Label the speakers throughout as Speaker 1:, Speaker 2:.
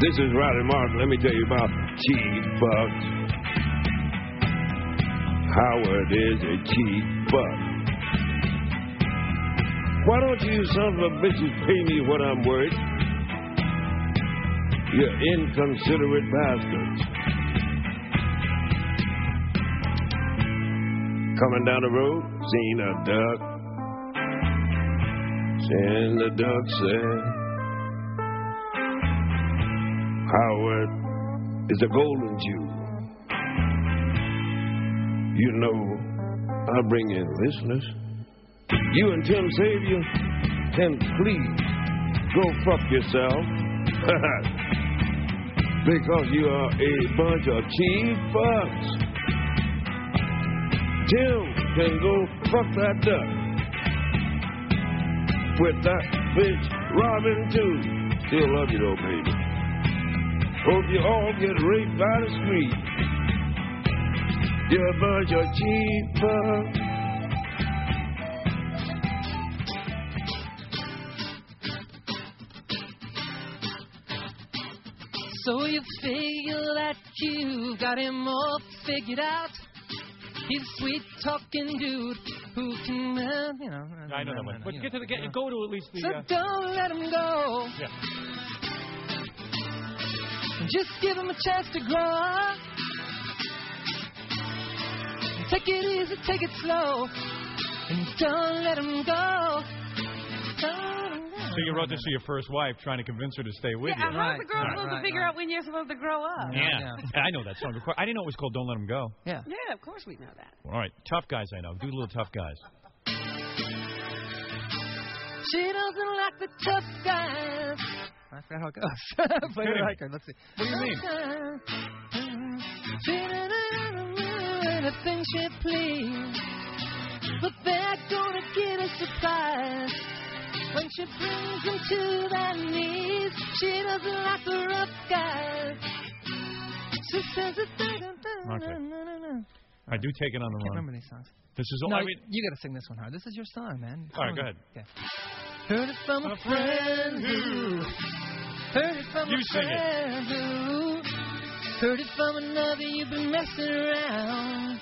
Speaker 1: This is Roddy Martin. Let me tell you about cheap buck. Howard is a cheap buck. Why don't you sons of bitches pay me what I'm worth? You inconsiderate bastards. Coming down the road, seen a duck. And the duck said, Howard uh, is a golden Jew. You know, I bring in listeners. You and Tim Savior can please go fuck yourself. because you are a bunch of cheap fucks. Tim can go fuck that duck. With that bitch Robin too. Still love you though, baby. Hope you all get raped by the street. You're a bunch of cheap fucks.
Speaker 2: So you figure that you've got him all figured out. He's a sweet talking dude who can, well, you know.
Speaker 3: I know that one. But
Speaker 2: you
Speaker 3: get
Speaker 2: know,
Speaker 3: to the get,
Speaker 2: you know.
Speaker 3: go to at least the.
Speaker 2: So
Speaker 3: Uh,
Speaker 2: don't let him go.
Speaker 3: yeah.
Speaker 2: Just give him a chance to grow up. Take it easy, take it slow, and don't let him go. Oh, Don't let him
Speaker 3: So you wrote this to your first wife, trying to convince her to stay with
Speaker 4: Yeah,
Speaker 3: you.
Speaker 4: how is
Speaker 2: Right,
Speaker 4: a girl
Speaker 2: right,
Speaker 4: supposed
Speaker 2: right,
Speaker 4: to figure
Speaker 2: right.
Speaker 4: out when you're supposed to grow up?
Speaker 3: Yeah.
Speaker 2: Yeah.
Speaker 3: And I know that song. Of course- I didn't know it was called "Don't Let Him Go."
Speaker 2: go. Yeah.
Speaker 4: Yeah, of course we know that.
Speaker 3: All right, tough guys I know. Do little tough guys.
Speaker 2: She doesn't like the tough guys. I forgot how it goes. Play
Speaker 3: kidding
Speaker 2: the
Speaker 3: me.
Speaker 2: record. Let's see.
Speaker 3: What do you mean?
Speaker 2: She doesn't do anything she please, but they're gonna get a surprise when she brings them to their knees. She doesn't like the rough guys. She says it's
Speaker 3: Okay.
Speaker 4: Mm-hmm.
Speaker 2: I
Speaker 3: I do take it on the
Speaker 2: can't
Speaker 3: run.
Speaker 2: remember these songs.
Speaker 3: This is all.
Speaker 2: No,
Speaker 3: I mean,
Speaker 2: you gotta sing this one hard. This is your song, man.
Speaker 3: All right, go ahead.
Speaker 2: Okay. Heard it from a,
Speaker 3: A
Speaker 2: friend
Speaker 3: friend
Speaker 2: who. Heard it from
Speaker 3: You
Speaker 2: a
Speaker 3: sing it.
Speaker 2: friend who. Heard it from another you've been messing around.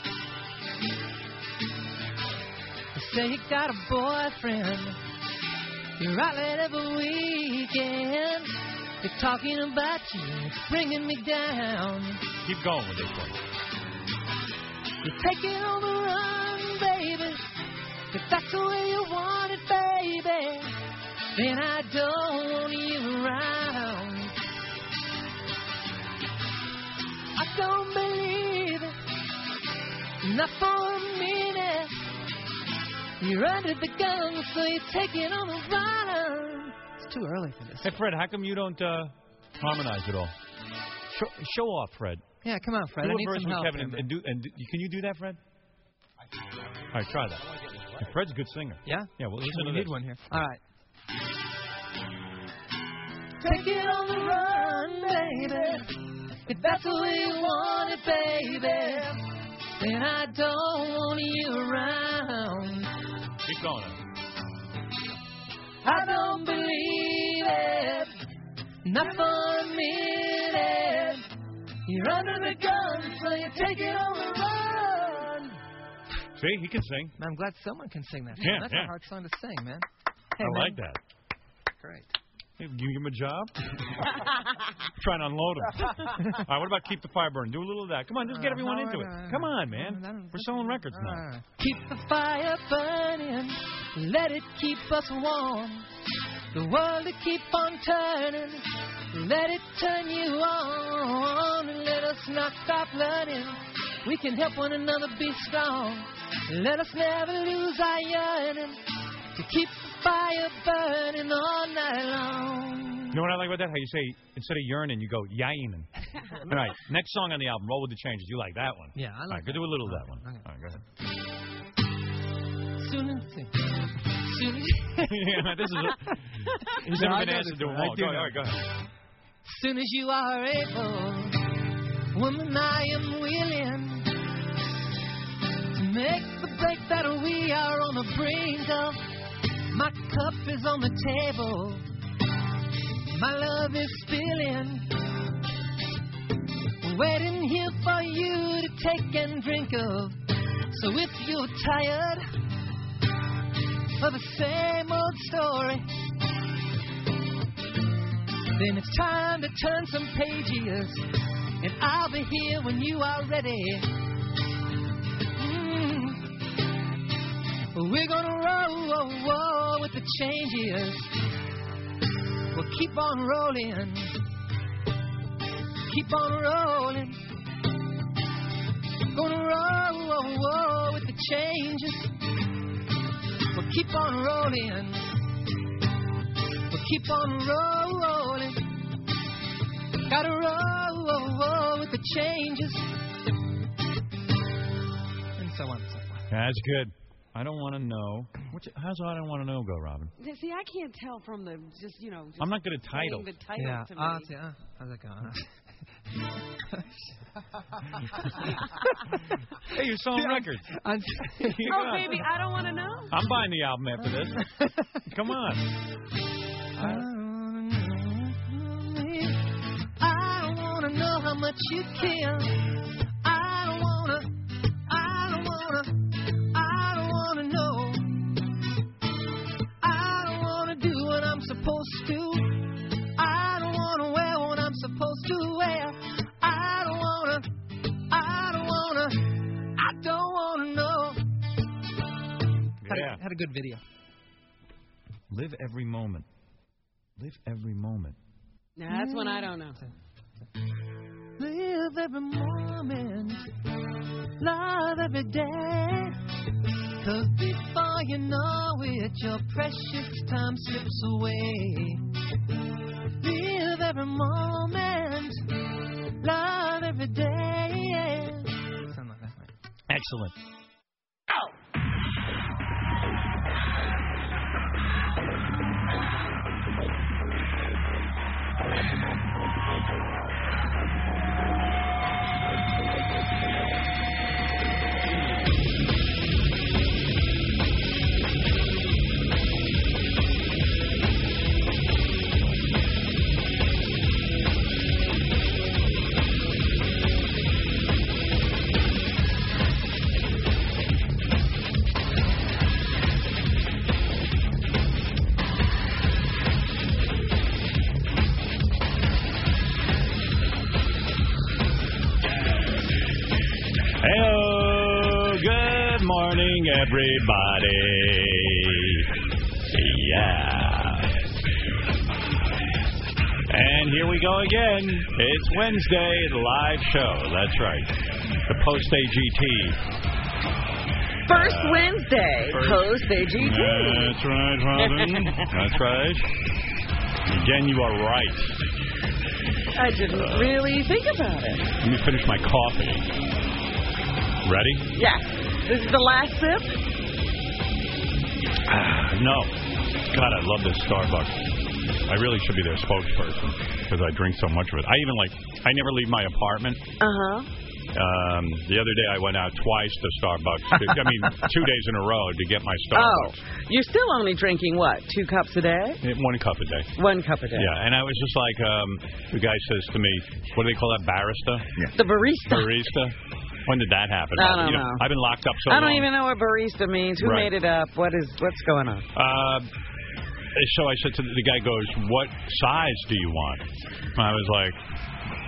Speaker 2: They say you got a boyfriend. You're out late every weekend. They're talking about you. It's bringing me down.
Speaker 3: keep going with this one.
Speaker 2: You're taking on the run, baby. If that's the way you want it, baby, then I don't want you around. I don't believe it, not for a minute. You're under the gun, so you're taking on the run. It's too early for this.
Speaker 3: Hey, Fred, how come you don't uh, harmonize at all? Show, show off, Fred.
Speaker 2: Yeah, come on, Fred.
Speaker 3: do
Speaker 2: I
Speaker 3: a
Speaker 2: need
Speaker 3: verse
Speaker 2: some
Speaker 3: with
Speaker 2: help.
Speaker 3: Kevin
Speaker 2: here,
Speaker 3: and,
Speaker 2: man.
Speaker 3: and do. And do, can you do that, Fred? All right, try that. And Fred's a good singer.
Speaker 2: Yeah?
Speaker 3: Yeah, well, listen to
Speaker 2: we need
Speaker 3: this.
Speaker 2: one here. All right. Take it on the run, baby. If that's the way you want it, baby, then I don't want you around.
Speaker 3: Keep going.
Speaker 2: I don't believe it. Not for a minute. You're under the gun, so you take it on the run.
Speaker 3: See, he can sing.
Speaker 2: I'm glad someone can sing that.
Speaker 3: Yeah, That's a yeah.
Speaker 2: hard song to sing, man.
Speaker 3: I like that.
Speaker 2: Great.
Speaker 3: Hey, Can you give him a job? Trying to unload him. All right, what about keep the fire burning? Do a little of that. Come on, just
Speaker 2: Uh-huh.
Speaker 3: get everyone into it. Come on, man. We're selling records now.
Speaker 2: Keep the fire burning, let it keep us warm. The world to keep on turning, let it turn you on. And let us not stop learning, we can help one another be strong. Let us never lose our yearning to keep the fire burning all night long.
Speaker 3: You know what I like about that? How you say instead of yearning, you go yearning. All right, next song on the album, Roll with the Changes. You like that one?
Speaker 2: Yeah, I
Speaker 3: All right,
Speaker 2: like
Speaker 3: go do a little of that one.
Speaker 2: Okay.
Speaker 3: All right, go ahead.
Speaker 2: Soon and soon. Soon
Speaker 3: yeah, this is. A, he's
Speaker 2: No,
Speaker 3: never
Speaker 2: I
Speaker 3: been
Speaker 2: know
Speaker 3: answered
Speaker 2: this
Speaker 3: to a
Speaker 2: one. I
Speaker 3: wall.
Speaker 2: do
Speaker 3: Go, ahead, all
Speaker 2: know
Speaker 3: right, go ahead.
Speaker 2: soon as you are able. Woman, I am willing to make the break that we are on the brink of. My cup is on the table. My love is spilling. waiting here for you to take and drink of. So if you're tired of the same old story, then it's time to turn some pages, and I'll be here when you are ready. Mm. We're gonna roll, roll, roll with the changes. We'll keep on rolling, keep on rolling. Gonna roll, roll, roll with the changes. We'll keep on rolling. We'll keep on rolling. Gotta roll, roll, roll with the changes. And so on and so forth.
Speaker 3: That's good. I don't want to know. What's, how's I don't want to know go, Robin?
Speaker 4: See, I can't tell from the just you know. Just
Speaker 3: I'm not good at
Speaker 4: saying
Speaker 3: titles.
Speaker 4: The title to me.
Speaker 2: Ah, see, ah, how's that
Speaker 4: uh.
Speaker 2: going?
Speaker 3: Hey, you're selling records.
Speaker 2: I'm
Speaker 3: Here you
Speaker 4: oh,
Speaker 3: go.
Speaker 4: baby, I don't want to know.
Speaker 3: I'm buying the album after this. Come on.
Speaker 2: I wanna know how much you care. I wanna, I wanna, I wanna know. I wanna do what I'm supposed to. I don't wanna wear what I'm supposed to wear. I don't wanna, I don't wanna, I don't wanna know.
Speaker 3: Yeah.
Speaker 2: had a good video.
Speaker 3: Live every moment. Live every moment.
Speaker 4: No, that's one I don't know.
Speaker 2: Live every moment, love every day. Cause before you know it, your precious time slips away. Live every moment, love every day. Something like that.
Speaker 3: Excellent. Hello, good morning, everybody. Yeah. And here we go again. It's Wednesday, the live show. That's right. The post AGT.
Speaker 5: First Wednesday,
Speaker 3: first-
Speaker 5: post AGT.
Speaker 3: That's right, Robin. That's right. Again, you are right.
Speaker 5: I didn't really think about it.
Speaker 3: Let me finish my coffee. Ready?
Speaker 5: Yes. This is the last sip.
Speaker 3: Ah, no. God, I love this Starbucks. I really should be their spokesperson because I drink so much of it. I even like, I never leave my apartment.
Speaker 5: Uh huh.
Speaker 3: Um, the other day I went out twice to Starbucks. to- I mean, two days in a row to get my
Speaker 5: Oh,
Speaker 3: Starbucks.
Speaker 5: you're still only drinking what? Two cups a day?
Speaker 3: Eh, One cup a day.
Speaker 5: One cup a day.
Speaker 3: Yeah, and I was just like, um, the guy says to me, what do they call that, barista?
Speaker 5: The barista.
Speaker 3: Barista? When did that happen?
Speaker 5: I don't
Speaker 3: You
Speaker 5: know.
Speaker 3: I've been locked up so
Speaker 5: I don't
Speaker 3: long.
Speaker 5: even know what barista means. Who
Speaker 3: Right.
Speaker 5: made it up? What is what's going on?
Speaker 3: Uh, so I said to the, the guy, goes, what size do you want? And I was like,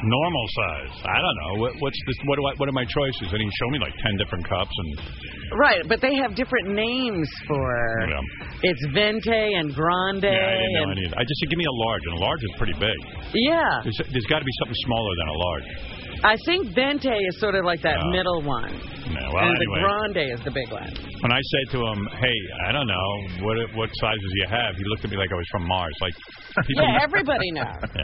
Speaker 3: normal size. I don't know. What, what's this? What, do I, what are my choices? And he showed me like 10 different cups. And
Speaker 5: Right, but they have different names for
Speaker 3: Yeah.
Speaker 5: it's vente and grande
Speaker 3: yeah, I didn't know
Speaker 5: and
Speaker 3: any of that. I just said, give me a large. And a large is pretty big.
Speaker 5: yeah.
Speaker 3: There's, there's got to be something smaller than a large.
Speaker 5: I think vente is sort of like that
Speaker 3: Yeah.
Speaker 5: middle one,
Speaker 3: No, well,
Speaker 5: and
Speaker 3: anyway.
Speaker 5: the grande is the big one.
Speaker 3: When I said to him, hey, I don't know, what what sizes you have? He looked at me like I was from Mars. Like, people.
Speaker 5: Yeah, everybody knows.
Speaker 3: yeah.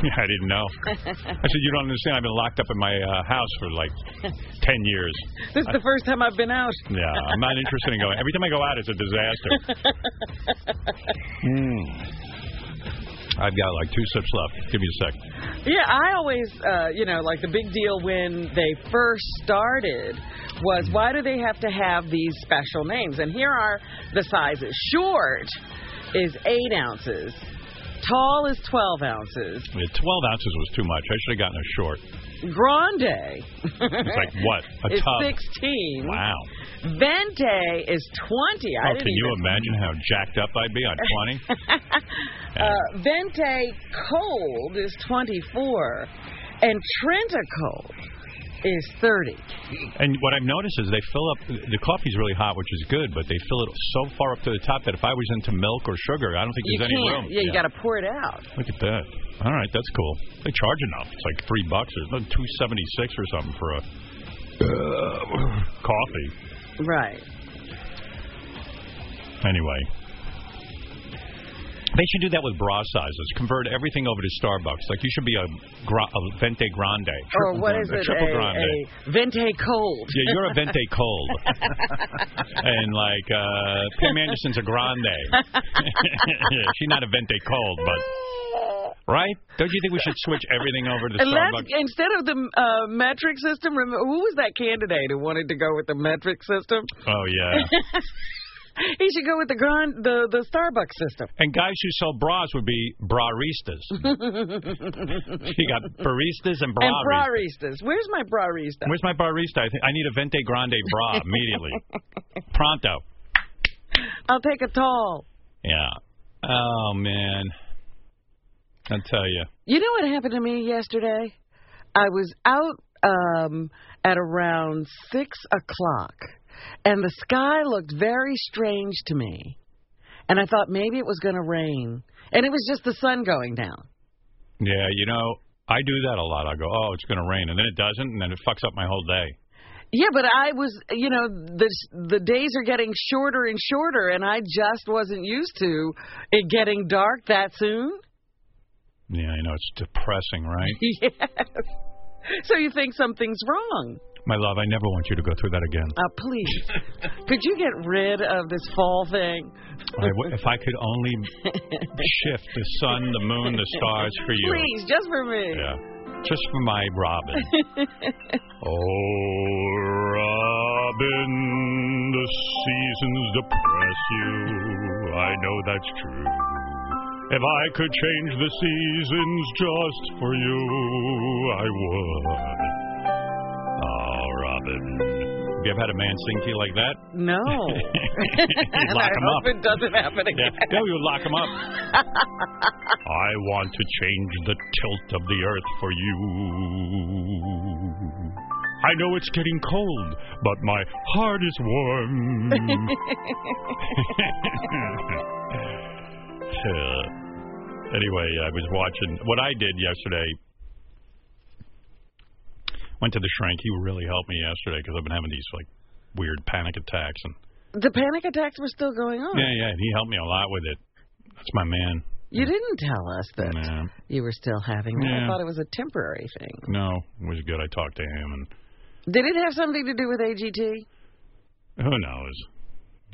Speaker 3: Yeah, I didn't know. I said, you don't understand. I've been locked up in my uh, house for like 10 years.
Speaker 5: This is the first time I've been out.
Speaker 3: Yeah, I'm not interested in going. Every time I go out, it's a disaster. Mm. I've got like two sips left. Give me a sec.
Speaker 5: Yeah, I always, uh, you know, like the big deal when they first started was why do they have to have these special names? And here are the sizes. Short is eight ounces. Tall is 12 ounces.
Speaker 3: Yeah, 12 ounces was too much. I should have gotten a short.
Speaker 5: Grande.
Speaker 3: It's like what? A
Speaker 5: is
Speaker 3: tub.
Speaker 5: 16.
Speaker 3: Wow.
Speaker 5: Vente is 20. I
Speaker 3: Oh,
Speaker 5: didn't
Speaker 3: can you
Speaker 5: even
Speaker 3: imagine how jacked up I'd be on 20?
Speaker 5: Uh, Vente Cold is 24, and Trenta Cold is 30.
Speaker 3: and what I've noticed is they fill up, the coffee's really hot, which is good, but they fill it so far up to the top that if I was into milk or sugar, I don't think
Speaker 5: You
Speaker 3: there's
Speaker 5: can't.
Speaker 3: any room.
Speaker 5: Yeah, you got to pour it out.
Speaker 3: Look at that. All right, that's cool. They charge enough. It's like three bucks or two seventy six or something for a uh, coffee.
Speaker 5: Right.
Speaker 3: Anyway, they should do that with bra sizes. Convert everything over to Starbucks. Like you should be a, gra- a vente grande.
Speaker 5: Or
Speaker 3: triple
Speaker 5: Oh, what
Speaker 3: grande,
Speaker 5: is it?
Speaker 3: Triple
Speaker 5: A,
Speaker 3: grande.
Speaker 5: a Vente Cold.
Speaker 3: Yeah, you're a vente cold. and like uh, Pam Anderson's a grande. She's not a vente cold, but right? Don't you think we should switch everything over to
Speaker 5: And let's,
Speaker 3: Starbucks?
Speaker 5: instead of the uh, metric system, remember, who was that candidate who wanted to go with the metric system?
Speaker 3: Oh yeah.
Speaker 5: He should go with the grand, the, the Starbucks system.
Speaker 3: And guys who sell bras would be braristas. you got baristas and
Speaker 5: and
Speaker 3: braristas.
Speaker 5: braristas. Where's my brarista?
Speaker 3: Where's my barista? I, think I need a Vente Grande bra immediately. Pronto.
Speaker 5: I'll take a tall.
Speaker 3: Yeah. Oh, man. I'll tell you.
Speaker 5: You know what happened to me yesterday? I was out um, at around six o'clock, and the sky looked very strange to me. And I thought maybe it was going to rain, and it was just the sun going down.
Speaker 3: Yeah, you know, I do that a lot. I go, oh, it's going to rain. And then it doesn't, and then it fucks up my whole day.
Speaker 5: Yeah, but I was, you know, the the days are getting shorter and shorter, and I just wasn't used to it getting dark that soon.
Speaker 3: Yeah, you know, it's depressing, right?
Speaker 5: yes. So you think something's wrong?
Speaker 3: My love, I never want you to go through that again.
Speaker 5: Uh, please, could you get rid of this fall thing?
Speaker 3: I w if I could only shift the sun, the moon, the stars for you.
Speaker 5: Please, just for me.
Speaker 3: Yeah. Just for my Robin. oh, Robin, the seasons depress you. I know that's true. If I could change the seasons just for you, I would. Oh, Robin. Have you ever had a man sing to you like that?
Speaker 5: No. and
Speaker 3: Lock
Speaker 5: I
Speaker 3: 'em
Speaker 5: hope
Speaker 3: up.
Speaker 5: it Uh, doesn't happen again.
Speaker 3: Yeah, you lock him up. I want to change the tilt of the earth for you. I know it's getting cold, but my heart is warm. Mm. Yeah. anyway, I was watching what I did yesterday. Went to the shrink. He really helped me yesterday because I've been having these like weird panic attacks and
Speaker 5: The panic attacks were still going on.
Speaker 3: yeah, yeah, and he helped me a lot with it. That's my man.
Speaker 5: You didn't tell us that
Speaker 3: Nah.
Speaker 5: you were still having them. I
Speaker 3: Yeah.
Speaker 5: thought it was a temporary thing.
Speaker 3: No, it was good. I talked to him, and
Speaker 5: Did it have something to do with AGT?
Speaker 3: who knows?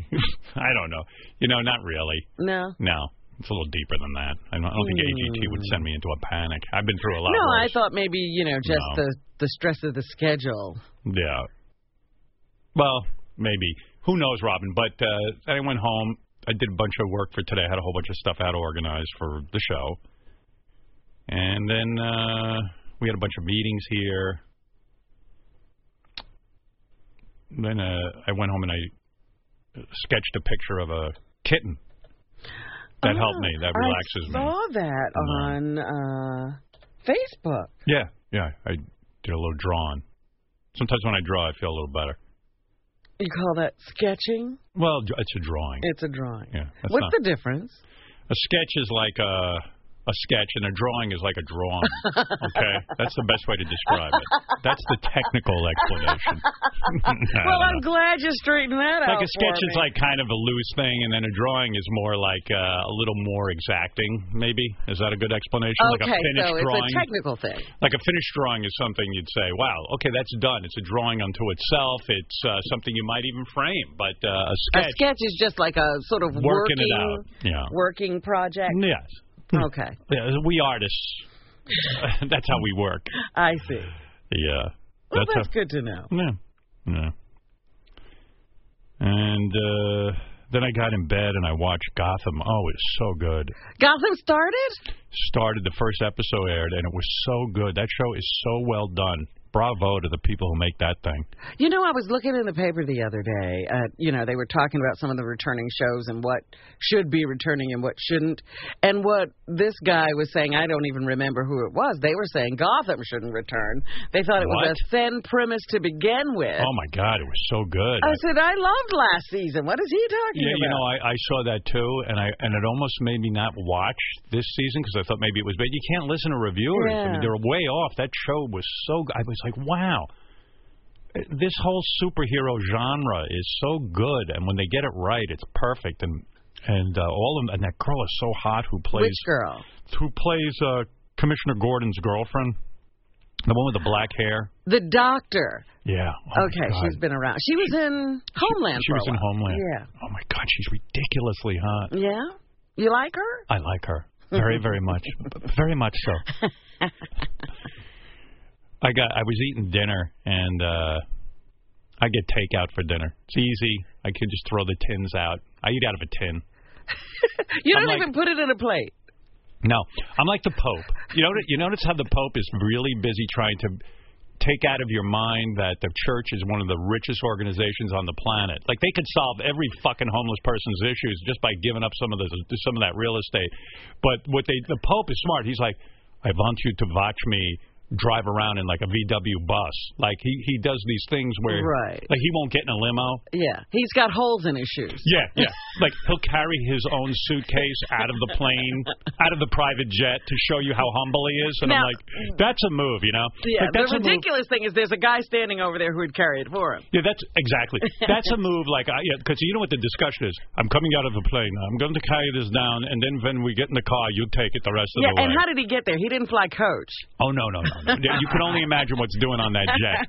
Speaker 3: I don't know. You know, not really.
Speaker 5: No.
Speaker 3: No, it's a little deeper than that. I don't, I don't think AGT would send me into a panic. I've been through a lot.
Speaker 5: No, I
Speaker 3: worse.
Speaker 5: thought maybe, you know, just
Speaker 3: No.
Speaker 5: the, the stress of the schedule.
Speaker 3: Yeah. Well, maybe. Who knows, Robin? But uh, I went home. I did a bunch of work for today. I had a whole bunch of stuff I had to organize for the show. And then uh, we had a bunch of meetings here. Then uh, I went home and I uh, sketched a picture of a kitten. That helped me. That relaxes
Speaker 5: Oh, I
Speaker 3: me.
Speaker 5: saw that on uh, Facebook.
Speaker 3: Yeah, yeah. I did a little drawing. Sometimes when I draw, I feel a little better.
Speaker 5: You call that sketching?
Speaker 3: Well, it's a drawing.
Speaker 5: It's a drawing.
Speaker 3: Yeah, that's
Speaker 5: What's
Speaker 3: not-
Speaker 5: the difference?
Speaker 3: A sketch is like a a sketch, and a drawing is like a drawing. Okay, that's the best way to describe it. That's the technical explanation. I
Speaker 5: well,
Speaker 3: don't
Speaker 5: I'm
Speaker 3: know.
Speaker 5: glad you straightened that out.
Speaker 3: like a sketch
Speaker 5: for
Speaker 3: is
Speaker 5: me.
Speaker 3: like kind of a loose thing, and then a drawing is more like uh, a little more exacting. Maybe is that a good explanation?
Speaker 5: okay,
Speaker 3: like a finished
Speaker 5: so
Speaker 3: drawing.
Speaker 5: it's a technical thing.
Speaker 3: like a finished drawing is something you'd say, "Wow, okay, that's done. It's a drawing unto itself. It's uh, something you might even frame." But uh, a
Speaker 5: A
Speaker 3: sketch,
Speaker 5: sketch is just like a sort of
Speaker 3: working it out. Yeah.
Speaker 5: working project.
Speaker 3: Yes.
Speaker 5: Okay,
Speaker 3: Yeah, we artists. that's how we work.
Speaker 5: I see.
Speaker 3: Yeah.
Speaker 5: Well, that's,
Speaker 3: how,
Speaker 5: good to know.
Speaker 3: Yeah. Yeah. And uh, Then I got in bed and I watched Gotham. Oh, it's so good.
Speaker 5: Gotham started?
Speaker 3: Started the first episode aired and it was so good. That show is so well done. Bravo to the people who make that thing. Oh
Speaker 5: You know, I was looking in the paper the other day. Uh, you know, they were talking about some of the returning shows and what should be returning and what shouldn't. And what this guy was saying, I don't even remember who it was. They were saying Gotham shouldn't return. They thought it
Speaker 3: What?
Speaker 5: was a thin premise to begin with.
Speaker 3: Oh my God, it was so good.
Speaker 5: I said, I loved last season. What is he
Speaker 3: Oh, Yeah,
Speaker 5: talking about?
Speaker 3: you know, I, I saw that too, and I and it almost made me not watch this season because I thought maybe it was. But you can't listen to reviewers; I mean,
Speaker 5: Yeah.
Speaker 3: they're way off. That show was so. g- I was like, wow, Uh, this whole superhero genre is so good, and when they get it right, it's perfect. And and uh, all of and that girl is so hot who plays
Speaker 5: Which girl?
Speaker 3: who plays uh, Commissioner Gordon's girlfriend, the one with the black hair.
Speaker 5: The doctor.
Speaker 3: Yeah. Oh my
Speaker 5: okay,
Speaker 3: God.
Speaker 5: she's been around. She was in Homeland.
Speaker 3: she
Speaker 5: for
Speaker 3: was
Speaker 5: a
Speaker 3: in
Speaker 5: while.
Speaker 3: Homeland. Oh my God, she's ridiculously hot.
Speaker 5: Yeah. Yeah. You like her?
Speaker 3: I like her very, very much, very much so. I got. I was eating dinner, and uh I get takeout for dinner. It's easy. I could just throw the tins out. I eat out of a tin.
Speaker 5: You
Speaker 3: I'm
Speaker 5: don't
Speaker 3: like-
Speaker 5: even put it in a plate.
Speaker 3: No, I'm like the Pope. You know, you notice how the Pope is really busy trying to take out of your mind that the church is one of the richest organizations on the planet. Like they could solve every fucking homeless person's issues just by giving up some of the some of that real estate. But what they the Pope is smart. He's like, I want you to watch me drive around in like a VW bus. Like he he does these things where
Speaker 5: Right.
Speaker 3: like he won't get in a limo.
Speaker 5: Yeah. He's got holes in his shoes.
Speaker 3: Yeah, yeah. Like he'll carry his own suitcase out of the plane, out of the private jet to show you how humble he is. And I'm
Speaker 5: Now-
Speaker 3: like, that's a move, you know?
Speaker 5: Yeah,
Speaker 3: Like, that's a
Speaker 5: the
Speaker 3: move.
Speaker 5: ridiculous thing is there's a guy standing over there who would carry it for him.
Speaker 3: Yeah, that's exactly. That's a move like I yeah, 'cause you know what the discussion is. I'm coming out of the plane. I'm going to carry this down, and then when we get in the car, you take it the rest of
Speaker 5: Yeah,
Speaker 3: the way.
Speaker 5: and how did he get there? He didn't fly coach.
Speaker 3: oh no, no, no, no! you can only imagine what's doing on that jet.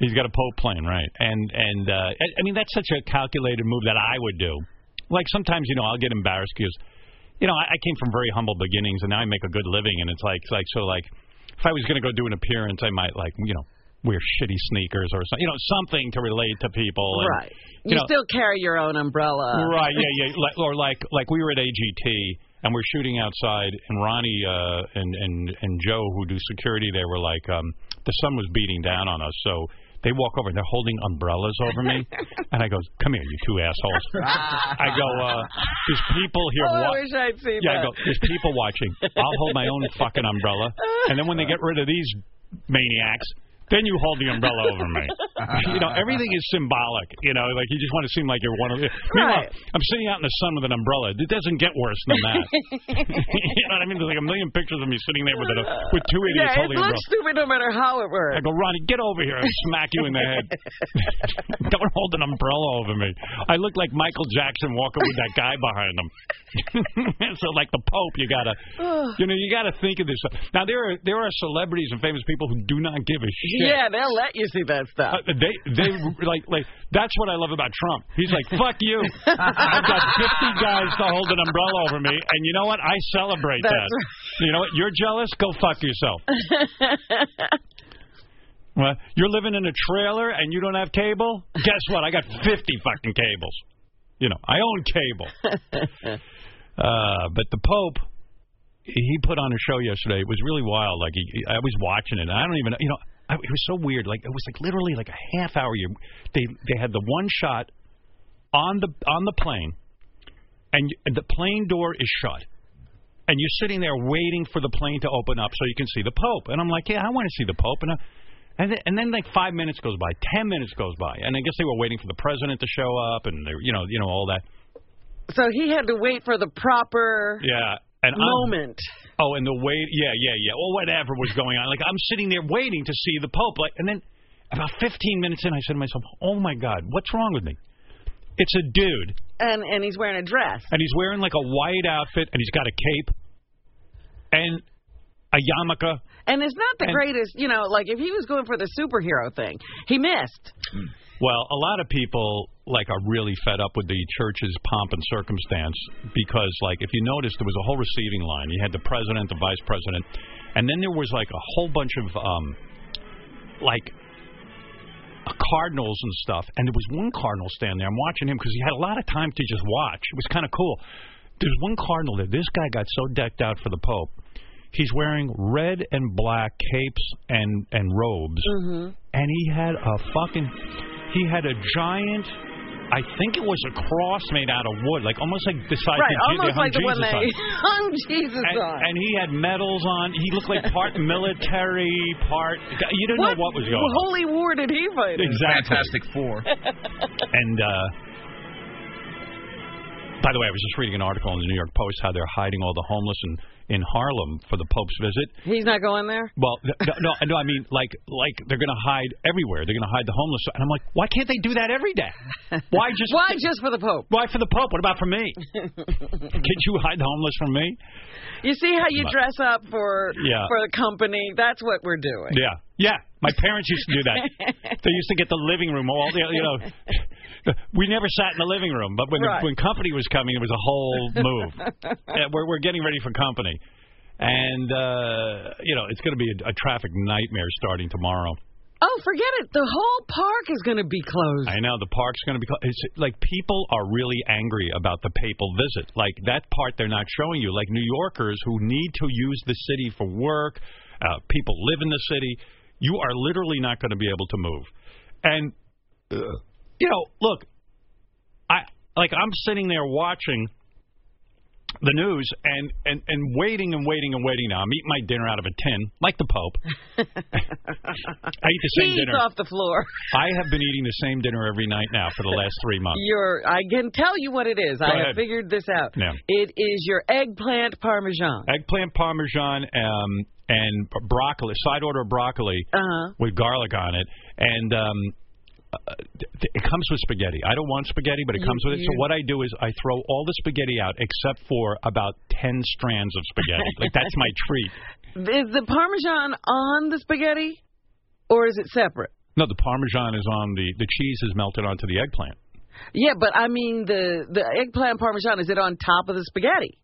Speaker 3: He's got a Pope plane, right? And and uh, I, I mean that's such a calculated move that I would do. Like sometimes you know I'll get embarrassed because you know I, I came from very humble beginnings and now I make a good living and it's like it's like so like if I was going to go do an appearance I might like you know wear shitty sneakers or something you know something to relate to people and,
Speaker 5: right. You,
Speaker 3: you know,
Speaker 5: still carry your own umbrella.
Speaker 3: Right, yeah, yeah. Like, or like like we were at AGT and we're shooting outside and Ronnie uh and and and Joe who do security they were like um the sun was beating down on us so they walk over and they're holding umbrellas over me and I goes come here you two assholes I go uh there's people here
Speaker 5: Oh, I
Speaker 3: wa-
Speaker 5: wish I'd seen
Speaker 3: yeah, I
Speaker 5: that.
Speaker 3: go, there's people watching. I'll hold my own fucking umbrella. And then when they get rid of these maniacs, then you hold the umbrella over me. you know, everything is symbolic. You know, like you just want to seem like you're one of the. Meanwhile, I'm sitting out in the sun with an umbrella. It doesn't get worse than that. you know what I mean? There's like a million pictures of me sitting there with, an, with two
Speaker 5: Yeah,
Speaker 3: idiots
Speaker 5: it
Speaker 3: holding
Speaker 5: looks
Speaker 3: umbrellas.
Speaker 5: stupid no matter how it
Speaker 3: I
Speaker 5: works.
Speaker 3: go, Ronnie, get over here and smack you in the head. Don't hold an umbrella over me. I look like Michael Jackson walking with that guy behind him. so, like the Pope, you gotta, you know, you gotta think of this. stuff. Now there are there are celebrities and famous people who do not give a shit.
Speaker 5: Yeah, they'll let you see that stuff.
Speaker 3: Uh, they they like like that's what I love about Trump. He's like fuck you. I've got 50 guys to hold an umbrella over me, and you know what? I celebrate
Speaker 5: That's
Speaker 3: that. You know what? You're jealous. Go fuck yourself. well, you're living in a trailer and you don't have cable. Guess what? I got 50 fucking cables. You know, I own cable. uh, but the Pope he put on a show yesterday. It was really wild. Like he, I was watching it. And I don't even you know. I, it was so weird. Like it was like literally like a half hour. You they they had the one shot on the on the plane, and, you, and the plane door is shut, and you're sitting there waiting for the plane to open up so you can see the Pope. And I'm like, yeah, I want to see the Pope. And I, and then, and then like five minutes goes by, ten minutes goes by, and I guess they were waiting for the president to show up, and they, you know you know all that.
Speaker 5: So he had to wait for the proper
Speaker 3: Yeah. And I'm
Speaker 5: moment.
Speaker 3: Oh, and the wait, yeah, yeah, yeah. Well, whatever was going on. Like I'm sitting there waiting to see the Pope. Like, and then about 15 minutes in, I said to myself, "Oh my God, what's wrong with me?" It's a dude,
Speaker 5: And and he's wearing a dress.
Speaker 3: and he's wearing like a white outfit, and he's got a cape, and a yarmulke.
Speaker 5: And it's not the
Speaker 3: And-
Speaker 5: greatest, you know, like if he was going for the superhero thing, he missed.
Speaker 3: Well, a lot of people like are really fed up with the church's pomp and circumstance because, like, if you notice, there was a whole receiving line. You had the president, the vice president, and then there was like a whole bunch of um, like Cardinals and stuff, and there was one Cardinal stand there. I'm watching him because he had a lot of time to just watch. It was kind of cool. There's one Cardinal there. This guy got so decked out for the Pope. He's wearing red and black capes and and robes,
Speaker 5: Mm-hmm.
Speaker 3: and he had a fucking he had a giant. I think it was a cross made out of wood, like almost like the size that
Speaker 5: Right,
Speaker 3: Je- they
Speaker 5: almost
Speaker 3: hung
Speaker 5: like the one
Speaker 3: Jesus
Speaker 5: they
Speaker 3: on.
Speaker 5: hung Jesus
Speaker 3: And,
Speaker 5: on.
Speaker 3: and he had medals on. He looked like part military, part. You didn't know what was going on.
Speaker 5: Holy war did he fight? in?
Speaker 3: Exactly.
Speaker 6: Fantastic Four.
Speaker 3: And uh, by the way, I was just reading an article in the New York Post how they're hiding all the homeless in, in Harlem for the Pope's visit.
Speaker 5: He's not going there.
Speaker 3: Well, th- no, no, no, I mean, like, like they're going to hide everywhere. They're going to hide the homeless. And I'm like, why can't they do that every day? Why just?
Speaker 5: Why just for the Pope?
Speaker 3: Why for the Pope? What about for me? Can you hide the homeless from me?
Speaker 5: You see how you dress up for
Speaker 3: Yeah.
Speaker 5: for the company? That's what we're doing.
Speaker 3: Yeah, yeah. My parents used to do that. they used to get the living room all the you know. We never sat in the living room, but when
Speaker 5: Right.
Speaker 3: the, when company was coming, it was a whole move. Yeah, we're we're getting ready for company, and uh, you know it's going to be a, a traffic nightmare starting tomorrow.
Speaker 5: Oh, forget it. The whole park is going to be closed.
Speaker 3: I know the park's going to be clo- it's like people are really angry about the papal visit. Like that part they're not showing you. Like New Yorkers who need to use the city for work, uh, people live in the city. You are literally not going to be able to move. And uh, you know, look, I like I'm sitting there watching the news and and and waiting and waiting and waiting. Now I'm eating my dinner out of a tin, like the Pope. I eat the same
Speaker 5: He's
Speaker 3: dinner.
Speaker 5: off the floor.
Speaker 3: I have been eating the same dinner every night now for the last three months.
Speaker 5: Your I can tell you what it is. I
Speaker 3: Uh. ahead.
Speaker 5: have figured this out.
Speaker 3: Yeah.
Speaker 5: It is your eggplant parmesan.
Speaker 3: Eggplant parmesan um, and broccoli, side order of broccoli
Speaker 5: Uh-huh.
Speaker 3: with garlic on it, and um, uh, th- it comes with spaghetti. I don't want spaghetti, but it comes with it. So what I do is I throw all the spaghetti out except for about ten strands of spaghetti. like that's my treat.
Speaker 5: Is the parmesan on the spaghetti, or is it separate?
Speaker 3: No, the parmesan is on the the cheese is melted onto the eggplant.
Speaker 5: Yeah, but I mean the the eggplant parmesan is it on top of the spaghetti?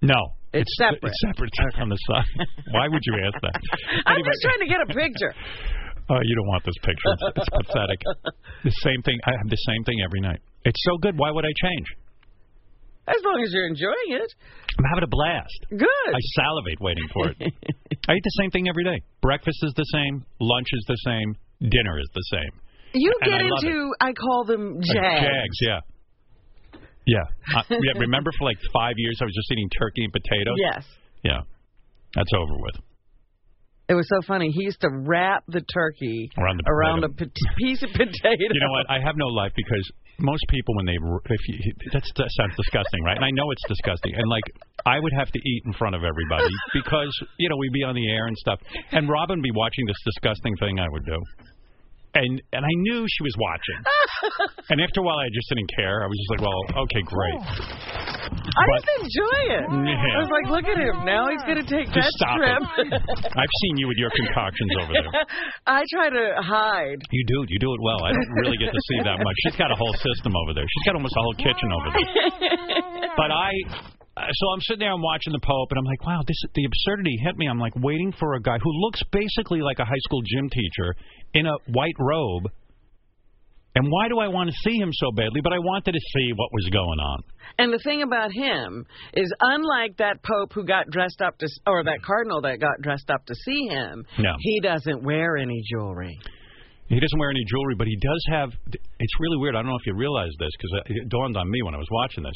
Speaker 3: No,
Speaker 5: It's separate.
Speaker 3: It's separate it's on the side. Why would you ask that?
Speaker 5: I'm
Speaker 3: Anyway.
Speaker 5: just trying to get a picture.
Speaker 3: Oh, you don't want this picture. It's, it's pathetic. The same thing. I have the same thing every night. It's so good. Why would I change?
Speaker 5: As long as you're enjoying it,
Speaker 3: I'm having a blast.
Speaker 5: good.
Speaker 3: I salivate waiting for it. I eat the same thing every day. Breakfast is the same. Lunch is the same. Dinner is the same.
Speaker 5: you
Speaker 3: and
Speaker 5: get
Speaker 3: I love
Speaker 5: into I call them
Speaker 3: Like
Speaker 5: jags.
Speaker 3: Jags, yeah. Yeah. Uh, yeah. Remember, for like five years, I was just eating turkey and potatoes.
Speaker 5: Yes,
Speaker 3: Yeah. That's over with.
Speaker 5: it was so funny. He used to wrap the turkey
Speaker 3: Around the
Speaker 5: a pot- piece of potato.
Speaker 3: You know what? I have no life because most people, when they if you, that's, that sounds disgusting, right? And I know it's disgusting. And like, I would have to eat in front of everybody because you know we'd be on the air and stuff, and Robin would be watching this disgusting thing I would do, and and I knew she was watching. and after a while, I just didn't care. I was just like, well, okay, great.
Speaker 5: I
Speaker 3: But-
Speaker 5: just enjoy it.
Speaker 3: Yeah.
Speaker 5: Oh, I was like, look at him. Now he's going to take
Speaker 3: Just
Speaker 5: that
Speaker 3: stop
Speaker 5: trip.
Speaker 3: it. I've seen you with your concoctions over there.
Speaker 5: I try to hide.
Speaker 3: You do. You do it well. I don't really get to see that much. She's got a whole system over there. She's got almost a whole kitchen over there. But I, uh, so I'm sitting there, I'm watching the Pope, and I'm like, wow, this the absurdity hit me. I'm like waiting for a guy who looks basically like a high school gym teacher in a white robe. And why do I want to see him so badly? But I wanted to see what was going on.
Speaker 5: And the thing about him is, unlike that pope who got dressed up to, s- or that cardinal that got dressed up to see him,
Speaker 3: No.
Speaker 5: he doesn't wear any jewelry.
Speaker 3: He doesn't wear any jewelry, but he does have. It's really weird. I don't know if you realize this because it dawned on me when I was watching this.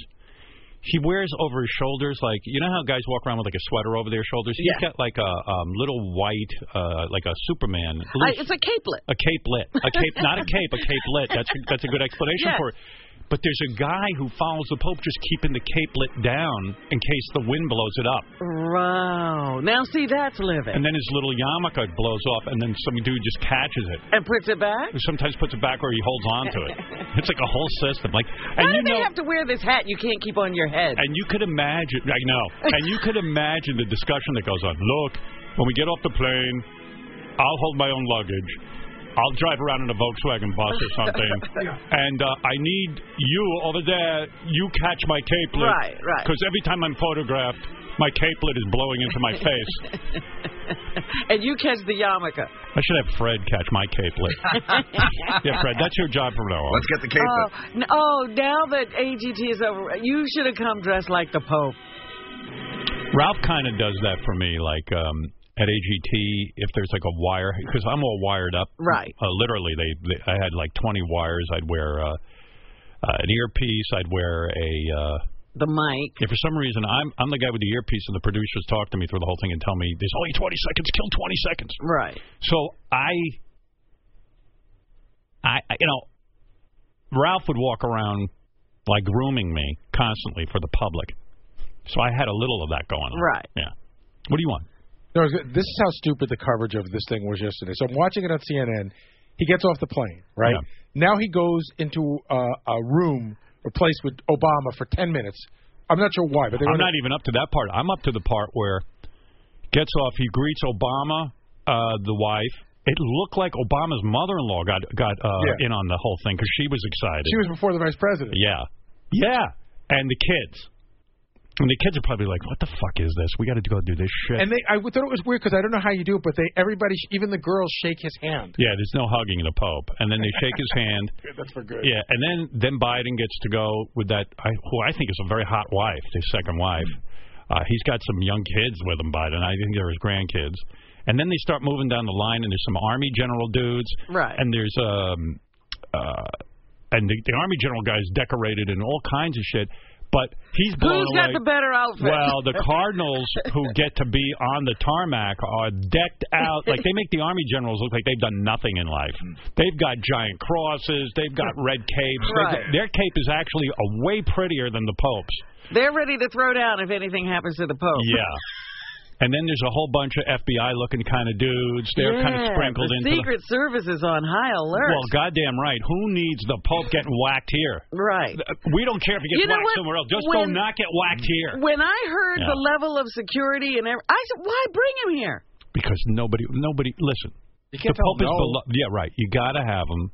Speaker 3: He wears over his shoulders like you know how guys walk around with like a sweater over their shoulders. He's
Speaker 5: Yeah.
Speaker 3: got like a um, little white, uh, like a Superman,
Speaker 5: I,
Speaker 3: loose-
Speaker 5: it's a capelet.
Speaker 3: a capelet, a cape, not a cape, a capelet. That's a, that's a good explanation
Speaker 5: Yes.
Speaker 3: for it. But there's a guy who follows the Pope, just keeping the capelet down in case the wind blows it up.
Speaker 5: Wow. Now see, that's living.
Speaker 3: And
Speaker 5: And,
Speaker 3: then his little yarmulke blows off, and then some dude just catches it.
Speaker 5: puts it back.
Speaker 3: who sometimes puts it back or he holds on to it. It's like a whole system. Like,
Speaker 5: Why
Speaker 3: and
Speaker 5: do
Speaker 3: you
Speaker 5: they
Speaker 3: know,
Speaker 5: have to wear this hat you can't keep on your head?
Speaker 3: and you could imagine. I know, and you could imagine the discussion that goes on. Look, when we get off the plane, I'll hold my own luggage. I'll drive around in a Volkswagen bus or something, and uh, I need you over there. You catch my capelet,
Speaker 5: Right, right.
Speaker 3: Because every time I'm photographed, My capelet is blowing into my face.
Speaker 5: and you catch the yarmulke.
Speaker 3: I should have Fred catch my capelet. yeah, Fred, that's your job from now on.
Speaker 6: Let's get the capelet.
Speaker 5: Oh, n- oh, now that AGT is over, you should have come dressed like the Pope.
Speaker 3: Ralph kind of does that for me, like um, at AGT, if there's like a wire, because I'm all wired up.
Speaker 5: Right.
Speaker 3: Uh, literally, they, they I had like 20 wires. I'd wear uh, uh, an earpiece. I'd wear a. Uh,
Speaker 5: the mic.
Speaker 3: If for some reason I'm I'm the guy with the earpiece, and the producers talk to me through the whole thing and tell me there's only 20 seconds, kill 20 seconds.
Speaker 5: Right.
Speaker 3: So I, I I- you know, Ralph would walk around like grooming me constantly for the public. So I had a little of that going on.
Speaker 7: Right.
Speaker 3: Yeah. What do you want?
Speaker 7: No, this is how stupid the coverage of this thing was yesterday. So I'm watching it on CNN. He gets off the plane, right? Now he goes into a, a room replaced with Obama for 10 minutes. I'm not sure why, but they
Speaker 3: I'm
Speaker 7: wanna-
Speaker 3: not even up to that part. I'm up to the part where gets off. He greets Obama, uh, the wife. It looked like Obama's mother-in-law got got uh,
Speaker 7: Yeah.
Speaker 3: in on the whole thing because she was excited.
Speaker 7: She was before the vice president.
Speaker 3: Yeah, yeah, and the kids. And the kids are probably like, "What the fuck is this? We got to go do this shit."
Speaker 7: And they, I thought it was weird because I don't know how you do it, but they, everybody, even the girls, shake his hand.
Speaker 3: yeah, there's no hugging the Pope, and then they shake his hand.
Speaker 7: That's for good.
Speaker 3: Yeah, and then then Biden gets to go with that, I, who I think is a very hot wife, his second wife. Uh, he's got some young kids with him, Biden. I think they're his grandkids. And then they start moving down the line, and there's some army general dudes,
Speaker 5: Right.
Speaker 3: And there's um, uh, and the, the army general guy's decorated in all kinds of shit. But he's blown
Speaker 5: Who's got
Speaker 3: away.
Speaker 5: the better outfit?
Speaker 3: Well, the Cardinals who get to be on the tarmac are decked out like they make the army generals look like they've done nothing in life. They've got giant crosses, they've got red capes. They've got-
Speaker 5: Right.
Speaker 3: Their cape is actually a way prettier than the Pope's.
Speaker 5: They're ready to throw down if anything happens to the Pope.
Speaker 3: Yeah. And then there's a whole bunch of FBI looking kind of dudes. They're kind of
Speaker 5: Yeah,
Speaker 3: sprinkled
Speaker 5: the
Speaker 3: into
Speaker 5: Secret Service is on high
Speaker 3: the
Speaker 5: alert.
Speaker 3: Well, goddamn right. Who needs the Pope getting whacked here?
Speaker 5: Right.
Speaker 3: We don't care if he gets
Speaker 5: You know
Speaker 3: whacked
Speaker 5: what?
Speaker 3: somewhere else. Just
Speaker 5: When-
Speaker 3: go not get whacked here.
Speaker 5: When I heard
Speaker 3: Yeah.
Speaker 5: the level of security and every, I said, "Why bring him here?"
Speaker 3: because nobody nobody listen.
Speaker 7: You can't
Speaker 3: the
Speaker 7: tell him
Speaker 3: Pope is
Speaker 7: no.
Speaker 3: beloved. Yeah, right. You got to have him.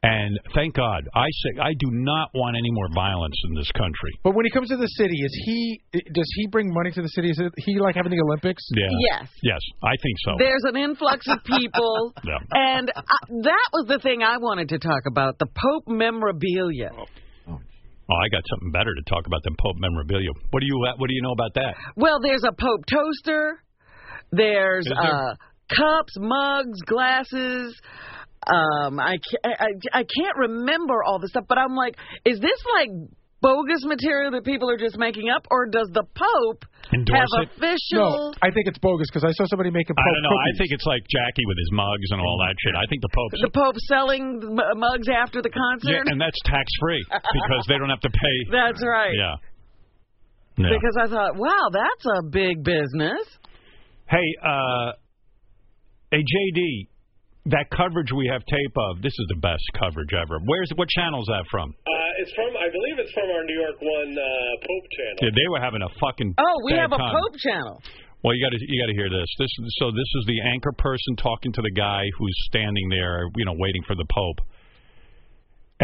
Speaker 3: And thank God, I say I do not want any more violence in this country.
Speaker 7: But when he comes to the city, is he does he bring money to the city? Is it, he like having the Olympics?
Speaker 3: Yeah.
Speaker 5: Yes.
Speaker 3: Yes, I think so.
Speaker 5: There's an influx of people,
Speaker 3: Yeah.
Speaker 5: and I, that was the thing I wanted to talk about: the Pope memorabilia.
Speaker 3: oh, I got something better to talk about than Pope memorabilia. What do you What do you know about that?
Speaker 5: Well, there's a Pope toaster. There's
Speaker 3: Is there?
Speaker 5: uh, cups, mugs, glasses. Um, I, ca- I I I can't remember all the stuff, but I'm like, is this like bogus material that people are just making up, or does the Pope
Speaker 3: Endorse
Speaker 5: have
Speaker 3: it?
Speaker 5: official?
Speaker 7: No, I think it's bogus because I saw somebody making.
Speaker 3: I
Speaker 7: Pope
Speaker 3: don't know. I
Speaker 7: cookies.
Speaker 3: think it's like Jackie with his mugs and all that shit. I think the Pope's
Speaker 5: The Pope selling m- mugs after the concert.
Speaker 3: yeah, and that's tax free because they don't have to pay.
Speaker 5: That's right.
Speaker 3: Yeah. Yeah.
Speaker 5: Because I thought, wow, that's a big business.
Speaker 3: Hey, uh, hey, JD, that coverage we have tape of, this is the best coverage ever. Where's what channel's that from?
Speaker 8: Uh, it's from, I believe it's from our New York One uh, Pope channel.
Speaker 3: Yeah, they were having a fucking
Speaker 5: Oh, we
Speaker 3: bad
Speaker 5: have a
Speaker 3: time.
Speaker 5: Pope channel.
Speaker 3: Well, you got to you got to hear this. This so this is the anchor person talking to the guy who's standing there, you know, waiting for the Pope.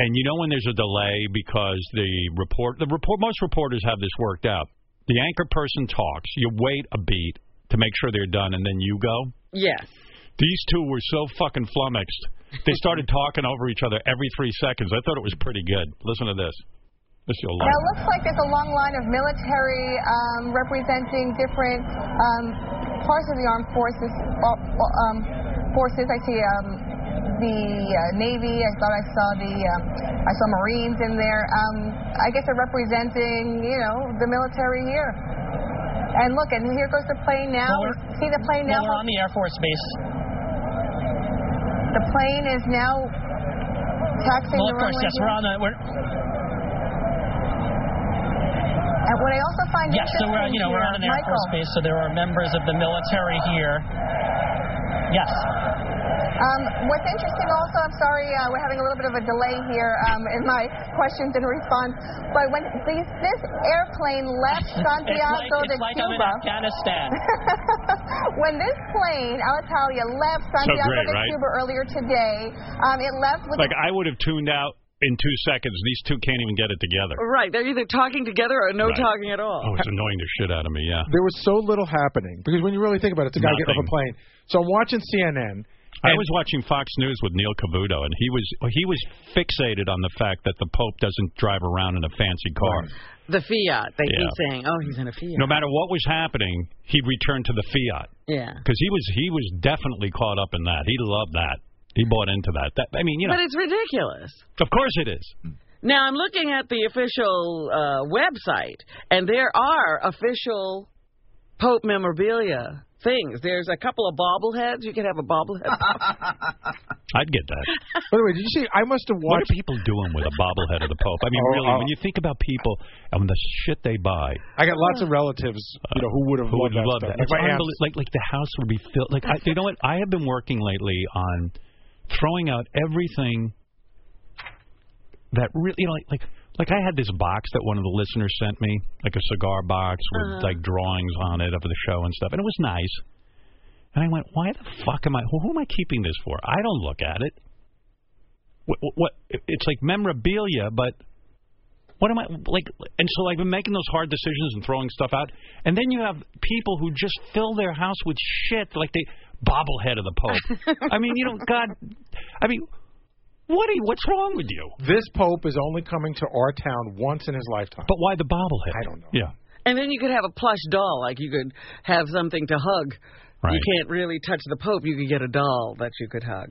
Speaker 3: And you know when there's a delay because the report the report most reporters have this worked out. The anchor person talks. You wait a beat to make sure they're done, and then you go.
Speaker 5: Yes.
Speaker 3: These two were so fucking flummoxed. They started talking over each other every three seconds. I thought it was pretty good. Listen to this. This you'll
Speaker 9: Now,
Speaker 3: like.
Speaker 9: it looks like there's a long line of military um, representing different um, parts of the armed forces. Well, well, um, forces, I see um, the uh, Navy. I thought I saw the um, I saw Marines in there. Um, I guess they're representing, you know, the military here. And look, and here goes the plane now.
Speaker 10: Mueller.
Speaker 9: see the plane now.
Speaker 10: Well, we're on the Air Force Base.
Speaker 9: The plane is now taxiing
Speaker 10: Well,
Speaker 9: the
Speaker 10: of course,
Speaker 9: runway
Speaker 10: yes,
Speaker 9: here.
Speaker 10: we're on the. We're,
Speaker 9: And what I also find
Speaker 10: yes, so we're
Speaker 9: interesting
Speaker 10: you know we're
Speaker 9: here,
Speaker 10: on an Air
Speaker 9: Michael,
Speaker 10: Force Base, so there are members of the military here. Yes.
Speaker 9: Um, what's interesting also, I'm sorry, uh, we're having a little bit of a delay here um, in my questions and response, but when these, this airplane left
Speaker 10: It's like,
Speaker 9: Santiago de
Speaker 10: it's like I'm in
Speaker 9: Cuba,
Speaker 10: Afghanistan.
Speaker 9: when this plane, Alitalia, left Santiago
Speaker 3: great,
Speaker 9: de
Speaker 3: right?
Speaker 9: Cuba earlier today, um, it left with
Speaker 3: Like I would have tuned out in two seconds, these two can't even get it together.
Speaker 5: Right. They're either talking together or no
Speaker 3: Right.
Speaker 5: talking at all.
Speaker 3: Oh, it's annoying the shit out of me. Yeah.
Speaker 7: There was so little happening because when you really think about it, it's a guy getting off
Speaker 3: Nothing.
Speaker 7: a plane. So I'm watching CNN.
Speaker 3: I was watching Fox News with Neil Cavuto, and he was he was fixated on the fact that the Pope doesn't drive around in a fancy car.
Speaker 5: The Fiat. They
Speaker 3: Yeah.
Speaker 5: keep saying, "Oh, he's in a Fiat."
Speaker 3: No matter what was happening, he returned to the Fiat
Speaker 5: Yeah.
Speaker 3: because he was he was definitely caught up in that. He loved that. He bought into that. That I mean, you know,
Speaker 5: But it's ridiculous.
Speaker 3: of course it is.
Speaker 5: Now I'm looking at the official uh, website, and there are official Pope memorabilia things. There's a couple of bobbleheads. You could have a bobblehead.
Speaker 3: I'd get that.
Speaker 7: By the way, did you see? I must have
Speaker 3: What
Speaker 7: watched.
Speaker 3: are people doing with a bobblehead of the Pope? I mean,
Speaker 7: Oh,
Speaker 3: really,
Speaker 7: oh.
Speaker 3: when you think about people and the shit they buy,
Speaker 7: I got lots of relatives, you know, who would have
Speaker 3: who would
Speaker 7: loved that. stuff.
Speaker 3: love that?
Speaker 7: Like
Speaker 3: It's
Speaker 7: my aunt.
Speaker 3: unbelie- like like the house would be filled. Like I, you know what? I have been working lately on throwing out everything that really you know, like like like I had this box that one of the listeners sent me, like a cigar box with
Speaker 6: Uh-huh.
Speaker 3: like drawings on it of the show and stuff, and it was nice. And I went, why the fuck am I? Who who am I keeping this for? I don't look at it. What, what, what? It's like memorabilia, but what am I like? And so I've been making those hard decisions and throwing stuff out, and then you have people who just fill their house with shit, like they bobblehead of the Pope. I mean, you know, God, I mean, Woody, what's wrong with you?
Speaker 7: This Pope is only coming to our town once in his lifetime.
Speaker 3: But why the bobblehead?
Speaker 7: I don't know.
Speaker 3: Yeah.
Speaker 5: and then you could have a plush doll. Like you could have something to hug.
Speaker 3: Right.
Speaker 5: You can't really touch the Pope. You could get a doll that you could hug.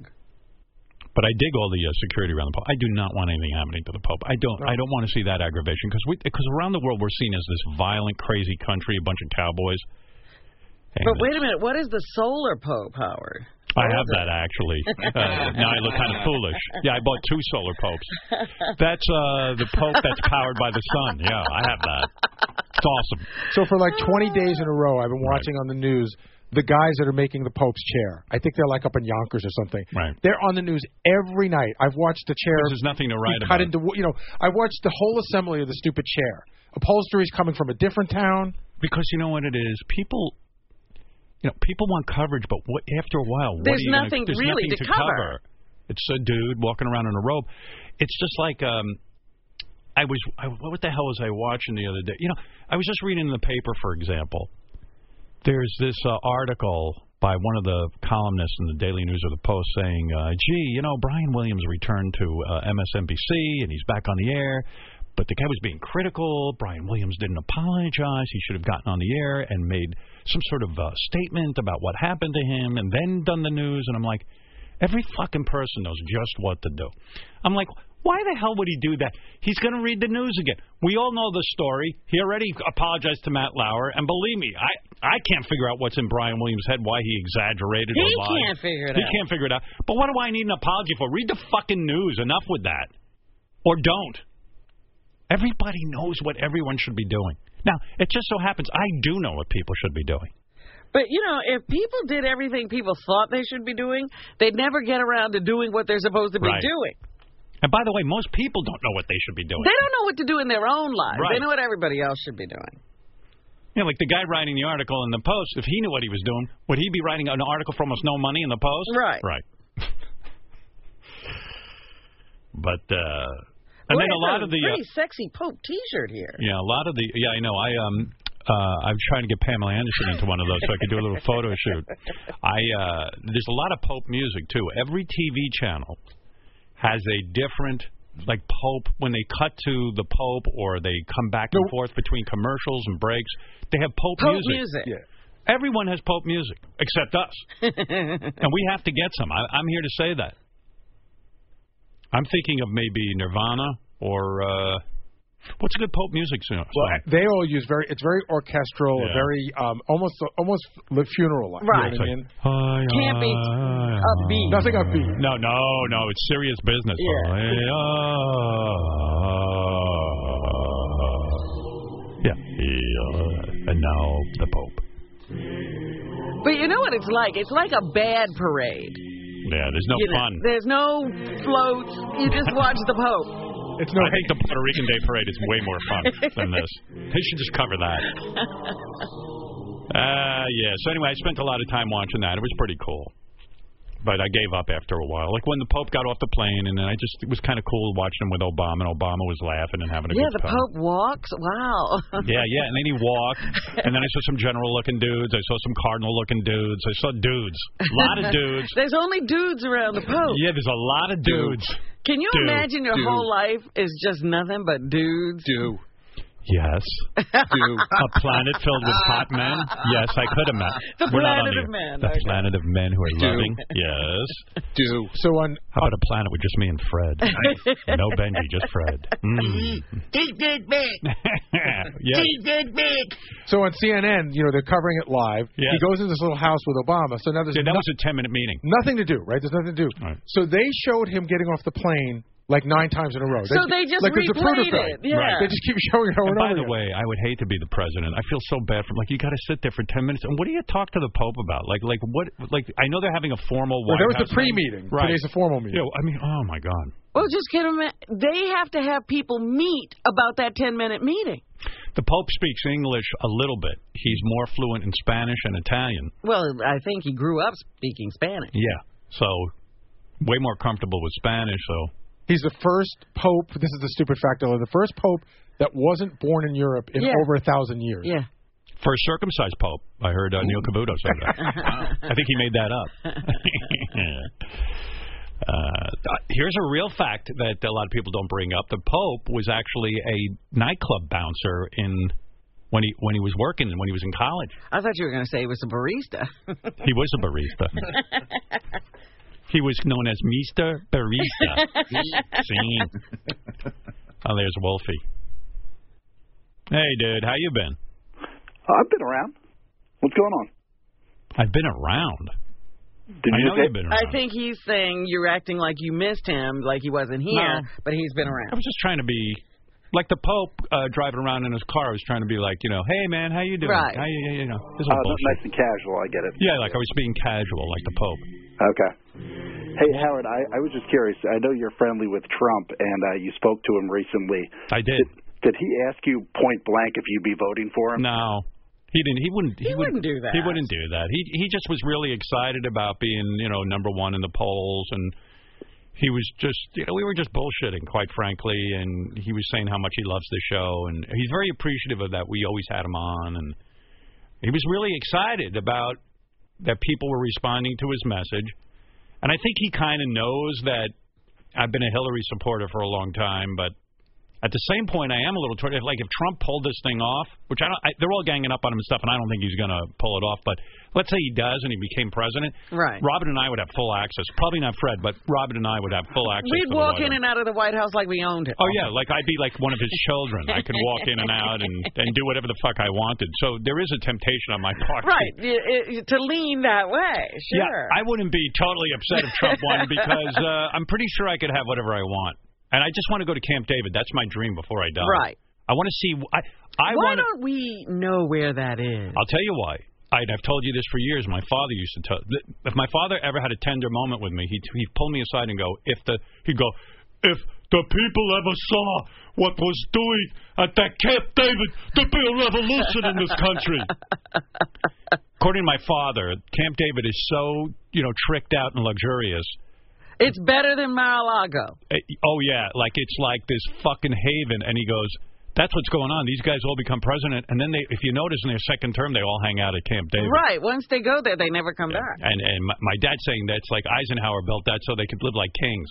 Speaker 3: But I dig all the uh, security around the Pope. I do not want anything happening to the Pope. I don't. I don't want to see that aggravation because because around the world we're seen as this violent, crazy country, a bunch of cowboys. And
Speaker 5: But wait a minute. What is the solar Pope, Howard?
Speaker 3: I have that actually. Uh, now I look kind of foolish. Yeah, I bought two solar popes. That's uh, the pope that's powered by the sun. Yeah, I have that. It's awesome.
Speaker 7: So for like 20 days in a row, I've been watching on the news the guys that are making the Pope's chair. I think they're like up in Yonkers or something.
Speaker 3: Right.
Speaker 7: They're on the news every night. I've watched the chair.
Speaker 3: There's nothing to write
Speaker 7: be
Speaker 3: about.
Speaker 7: cut into. You know, I watched the whole assembly of the stupid chair. Upholstery's coming from a different town.
Speaker 3: Because you know what it is, people. You know, people want coverage, but what after a while, what
Speaker 5: There's
Speaker 3: are you gonna-
Speaker 5: nothing
Speaker 3: there's
Speaker 5: really
Speaker 3: nothing
Speaker 5: to
Speaker 3: to
Speaker 5: cover.
Speaker 3: It's a dude walking around in a robe. It's just like um, I was. I, what the hell was I watching the other day? You know, I was just reading in the paper, for example. There's this uh, article by one of the columnists in the Daily News or the Post saying, uh, "Gee, you know, Brian Williams returned to uh, MSNBC and he's back on the air." But the guy was being critical. Brian Williams didn't apologize. He should have gotten on the air and made some sort of uh, statement about what happened to him and then done the news. And I'm like, Every fucking person knows just what to do. I'm like, why the hell would he do that? He's going to read the news again. We all know the story. He already apologized to Matt Lauer, and believe me, I I can't figure out what's in Brian Williams' head, why he exaggerated or
Speaker 5: He
Speaker 3: lied.
Speaker 5: can't figure it
Speaker 3: He
Speaker 5: out.
Speaker 3: can't figure it out. But what do I need an apology for? Read the fucking news. Enough with that, or don't. Everybody knows what everyone should be doing. Now, it just so happens I do know what people should be doing.
Speaker 5: But you know, if people did everything people thought they should be doing, they'd never get around to doing what they're supposed to be
Speaker 3: Right.
Speaker 5: doing.
Speaker 3: And by the way, most people don't know what they should be doing.
Speaker 5: They don't know what to do in their own lives.
Speaker 3: Oh, Right.
Speaker 5: They know what everybody else should be doing.
Speaker 3: Yeah, like the guy writing the article in the Post, if he knew what he was doing, would he be writing an article for almost no money in the Post?
Speaker 5: Right.
Speaker 3: Right. but uh and then
Speaker 5: Boy,
Speaker 3: a
Speaker 5: that's
Speaker 3: lot of the uh,
Speaker 5: pretty sexy Pope T-shirt here.
Speaker 3: yeah, a lot of the yeah, I know. I um uh I'm trying to get Pamela Anderson into one of those so I could do a little photo shoot. I uh there's a lot of Pope music too. Every TV channel has a different like Pope when they cut to the Pope or they come back and forth between commercials and breaks, they have Pope,
Speaker 5: Pope music.
Speaker 3: music. Everyone has Pope music except us, and we have to get some. I, I'm here to say that. I'm thinking of maybe Nirvana or uh, what's a good Pope music song?
Speaker 7: Well, they all use very. It's very orchestral,
Speaker 3: Yeah.
Speaker 7: very um, almost almost funeral like.
Speaker 3: Right.
Speaker 7: You know what I mean?
Speaker 3: Can't be upbeat.
Speaker 7: Nothing upbeat.
Speaker 3: No, no, no. It's serious business.
Speaker 7: Yeah.
Speaker 3: Yeah. Yeah. And now the Pope.
Speaker 5: But you know what it's like? It's like a bad parade.
Speaker 3: Yeah, there's no
Speaker 5: You know,
Speaker 3: fun.
Speaker 5: There's no floats. You just watch the Pope.
Speaker 7: It's
Speaker 3: no. I think the Puerto Rican Day Parade is way more fun than this. They should just cover that. Uh, yeah. So anyway, I spent a lot of time watching that. It was pretty cool. but I gave up after a while. Like when the Pope got off the plane, and then I just it was kind of cool watching him with Obama, and Obama was laughing and having a
Speaker 5: yeah,
Speaker 3: good
Speaker 5: the
Speaker 3: time.
Speaker 5: Pope walks. Wow.
Speaker 3: Yeah, yeah, and then he walked, and then I saw some general-looking dudes. I saw some cardinal-looking dudes. I saw dudes, a lot of dudes.
Speaker 5: There's only dudes around the Pope.
Speaker 3: Yeah, there's a lot of dudes.
Speaker 5: Can you
Speaker 3: Dude,
Speaker 5: imagine your
Speaker 3: dude.
Speaker 5: whole life is just nothing but dudes?
Speaker 3: Do. Yes. Do. A planet filled with hot men? Yes, I could have met.
Speaker 5: The
Speaker 3: We're not on
Speaker 5: planet
Speaker 3: the
Speaker 5: of men,
Speaker 3: The
Speaker 5: okay.
Speaker 3: planet of men who are
Speaker 7: Do.
Speaker 3: loving. Yes.
Speaker 7: Do. So on.
Speaker 3: How about a planet with just me and Fred? no Benji, just Fred. Mm.
Speaker 6: Take that back.
Speaker 3: yes.
Speaker 6: Take that back.
Speaker 7: So on CNN, you know, they're covering it live.
Speaker 3: Yeah.
Speaker 7: He goes into this little house with Obama. So now there's
Speaker 3: Yeah, that
Speaker 7: no-
Speaker 3: was a 10-minute meeting.
Speaker 7: nothing to do, right? There's nothing to do.
Speaker 3: Right.
Speaker 7: So they showed him getting off the plane like nine times in a row.
Speaker 5: So they just
Speaker 7: like it's a
Speaker 5: replayed
Speaker 7: prototype.
Speaker 5: it, yeah. Right.
Speaker 7: They just keep showing it over
Speaker 3: And
Speaker 7: and,
Speaker 3: by
Speaker 7: over
Speaker 3: the way, I would hate to be the president. I feel so bad for like you got to sit there for ten minutes. And what do you talk to the Pope about? Like, like what? Like I know they're having a formal.
Speaker 7: Well, that
Speaker 3: White
Speaker 7: was the
Speaker 3: House
Speaker 7: pre-meeting.
Speaker 3: meeting. Right.
Speaker 7: Today's the formal meeting.
Speaker 3: Yeah, I mean, oh my God.
Speaker 5: Well, just get them. They have to have people meet about that 10 minute meeting.
Speaker 3: The Pope speaks English a little bit. He's more fluent in Spanish and Italian.
Speaker 5: Well, I think he grew up speaking Spanish.
Speaker 3: Yeah. So, way more comfortable with Spanish. So,
Speaker 7: He's the first pope. This is the stupid fact. though, The first pope that wasn't born in Europe in
Speaker 5: Yeah.
Speaker 7: over a thousand years.
Speaker 5: Yeah.
Speaker 3: first circumcised Pope. I heard uh, Neil Cavuto say that. I think he made that up. Uh, here's a real fact that a lot of people don't bring up. The Pope was actually a nightclub bouncer in when he when he was working and when he was in college.
Speaker 5: I thought you were going to say he was a barista.
Speaker 3: He was a barista. he was known as Mister Barista. See? Oh, there's Wolfie. Hey, dude, how you been?
Speaker 11: Oh, I've been around. What's going on?
Speaker 3: I've been around.
Speaker 11: Did
Speaker 3: I
Speaker 11: you
Speaker 3: know
Speaker 11: say-
Speaker 3: you've been around.
Speaker 5: I think he's saying you're acting like you missed him, like he wasn't here,
Speaker 3: No.
Speaker 5: but he's been
Speaker 3: I
Speaker 5: around.
Speaker 3: was just trying to be like the Pope uh, driving around in his car. I was trying to be like, you know, hey man, how you doing?
Speaker 5: Right.
Speaker 3: How you, you know, this is
Speaker 11: Oh,
Speaker 3: bullshit.
Speaker 11: that's nice and casual. I get it.
Speaker 3: Yeah, like I was being casual, like the Pope.
Speaker 11: Okay. Hey, Howard, I, I was just curious. I know you're friendly with Trump, and uh, you spoke to him recently.
Speaker 3: I did.
Speaker 11: Did he ask you point blank if you'd be voting for him?
Speaker 3: No, he didn't. He wouldn't. He,
Speaker 5: wouldn't do that.
Speaker 3: He wouldn't do that. He he just was really excited about being you know number one in the polls, and he was just you know we were just bullshitting, quite frankly. And he was saying how much he loves the show, and he's very appreciative of that. We always had him on, and he was really excited about that people were responding to his message. And I think he kind of knows that I've been a Hillary supporter for a long time, but at the same point, I am a little toward like if Trump pulled this thing off, which I don't, I, they're all ganging up on him and stuff, and I don't think he's going to pull it off. But let's say he does and he became president,
Speaker 5: Right.
Speaker 3: Robin and I would have full access. Probably not Fred, but Robin and I would have full access. to
Speaker 5: We'd
Speaker 3: the
Speaker 5: walk
Speaker 3: White
Speaker 5: in
Speaker 3: House.
Speaker 5: and out of the White House like we owned it.
Speaker 3: Oh yeah, like I'd be like one of his children. I could walk in and out and and do whatever the fuck I wanted. So there is a temptation on my part. to-
Speaker 5: Right. y- y- To lean that way. Sure.
Speaker 3: Yeah, I wouldn't be totally upset if Trump won because uh, I'm pretty sure I could have whatever I want, and I just want to go to Camp David. That's my dream before I die.
Speaker 5: Right.
Speaker 3: I want to see. I I
Speaker 5: Why
Speaker 3: want.
Speaker 5: don't we know where that is?
Speaker 3: I'll tell you why. I'd have told you this for years. My father used to tell. th- If my father ever had a tender moment with me, he he pulled me aside and go, if the he'd go, if the people ever saw what was doing at that Camp David, there'd be a revolution in this country. According to my father, Camp David is so you know tricked out and luxurious.
Speaker 5: It's better than Mar-a-Lago.
Speaker 3: Eh, Oh yeah, like it's like this fucking haven. And he goes, that's what's going on. These guys all become president, and then they, if you notice, in their second term, they all hang out at Camp David.
Speaker 5: Right. Once they go there, they never come back.
Speaker 3: And and my, my dad saying that's like Eisenhower built that so they could live like kings.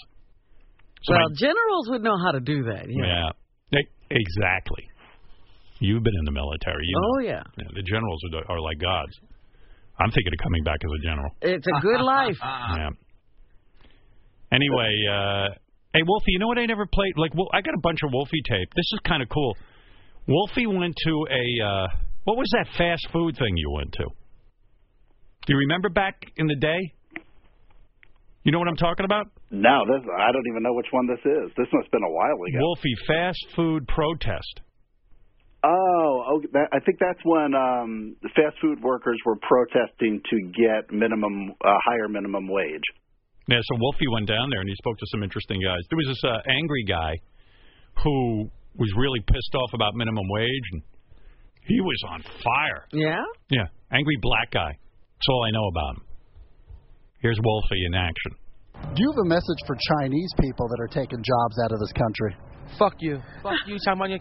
Speaker 3: So
Speaker 5: well,
Speaker 3: my-
Speaker 5: generals would know how to do that.
Speaker 3: yeah,
Speaker 5: Yeah.
Speaker 3: They- exactly. You've been in the military. You
Speaker 5: Oh
Speaker 3: know.
Speaker 5: yeah.
Speaker 3: Yeah, the generals are, the- are like gods. I'm thinking of coming back as a general.
Speaker 5: It's a good life.
Speaker 3: Yeah. Anyway, uh, hey Wolfie, you know what I never played? Like, well, I got a bunch of Wolfie tape. This is kind of cool. Wolfie went to a uh, what was that fast food thing you went to? Do you remember back in the day? You know what I'm talking about?
Speaker 11: No, this, I don't even know which one this is. This must have been a while ago.
Speaker 3: Wolfie fast food protest.
Speaker 11: oh, okay. That, I think that's when um, the fast food workers were protesting to get minimum, uh, higher minimum wage.
Speaker 3: Yeah, so Wolfie went down there and he spoke to some interesting guys. There was this uh, angry guy who was really pissed off about minimum wage, and he was on fire.
Speaker 5: Yeah.
Speaker 3: Yeah, angry black guy. That's all I know about him. Here's Wolfie in action.
Speaker 12: Do you have a message for Chinese people that are taking jobs out of this country?
Speaker 13: Fuck you. Fuck you, Chamania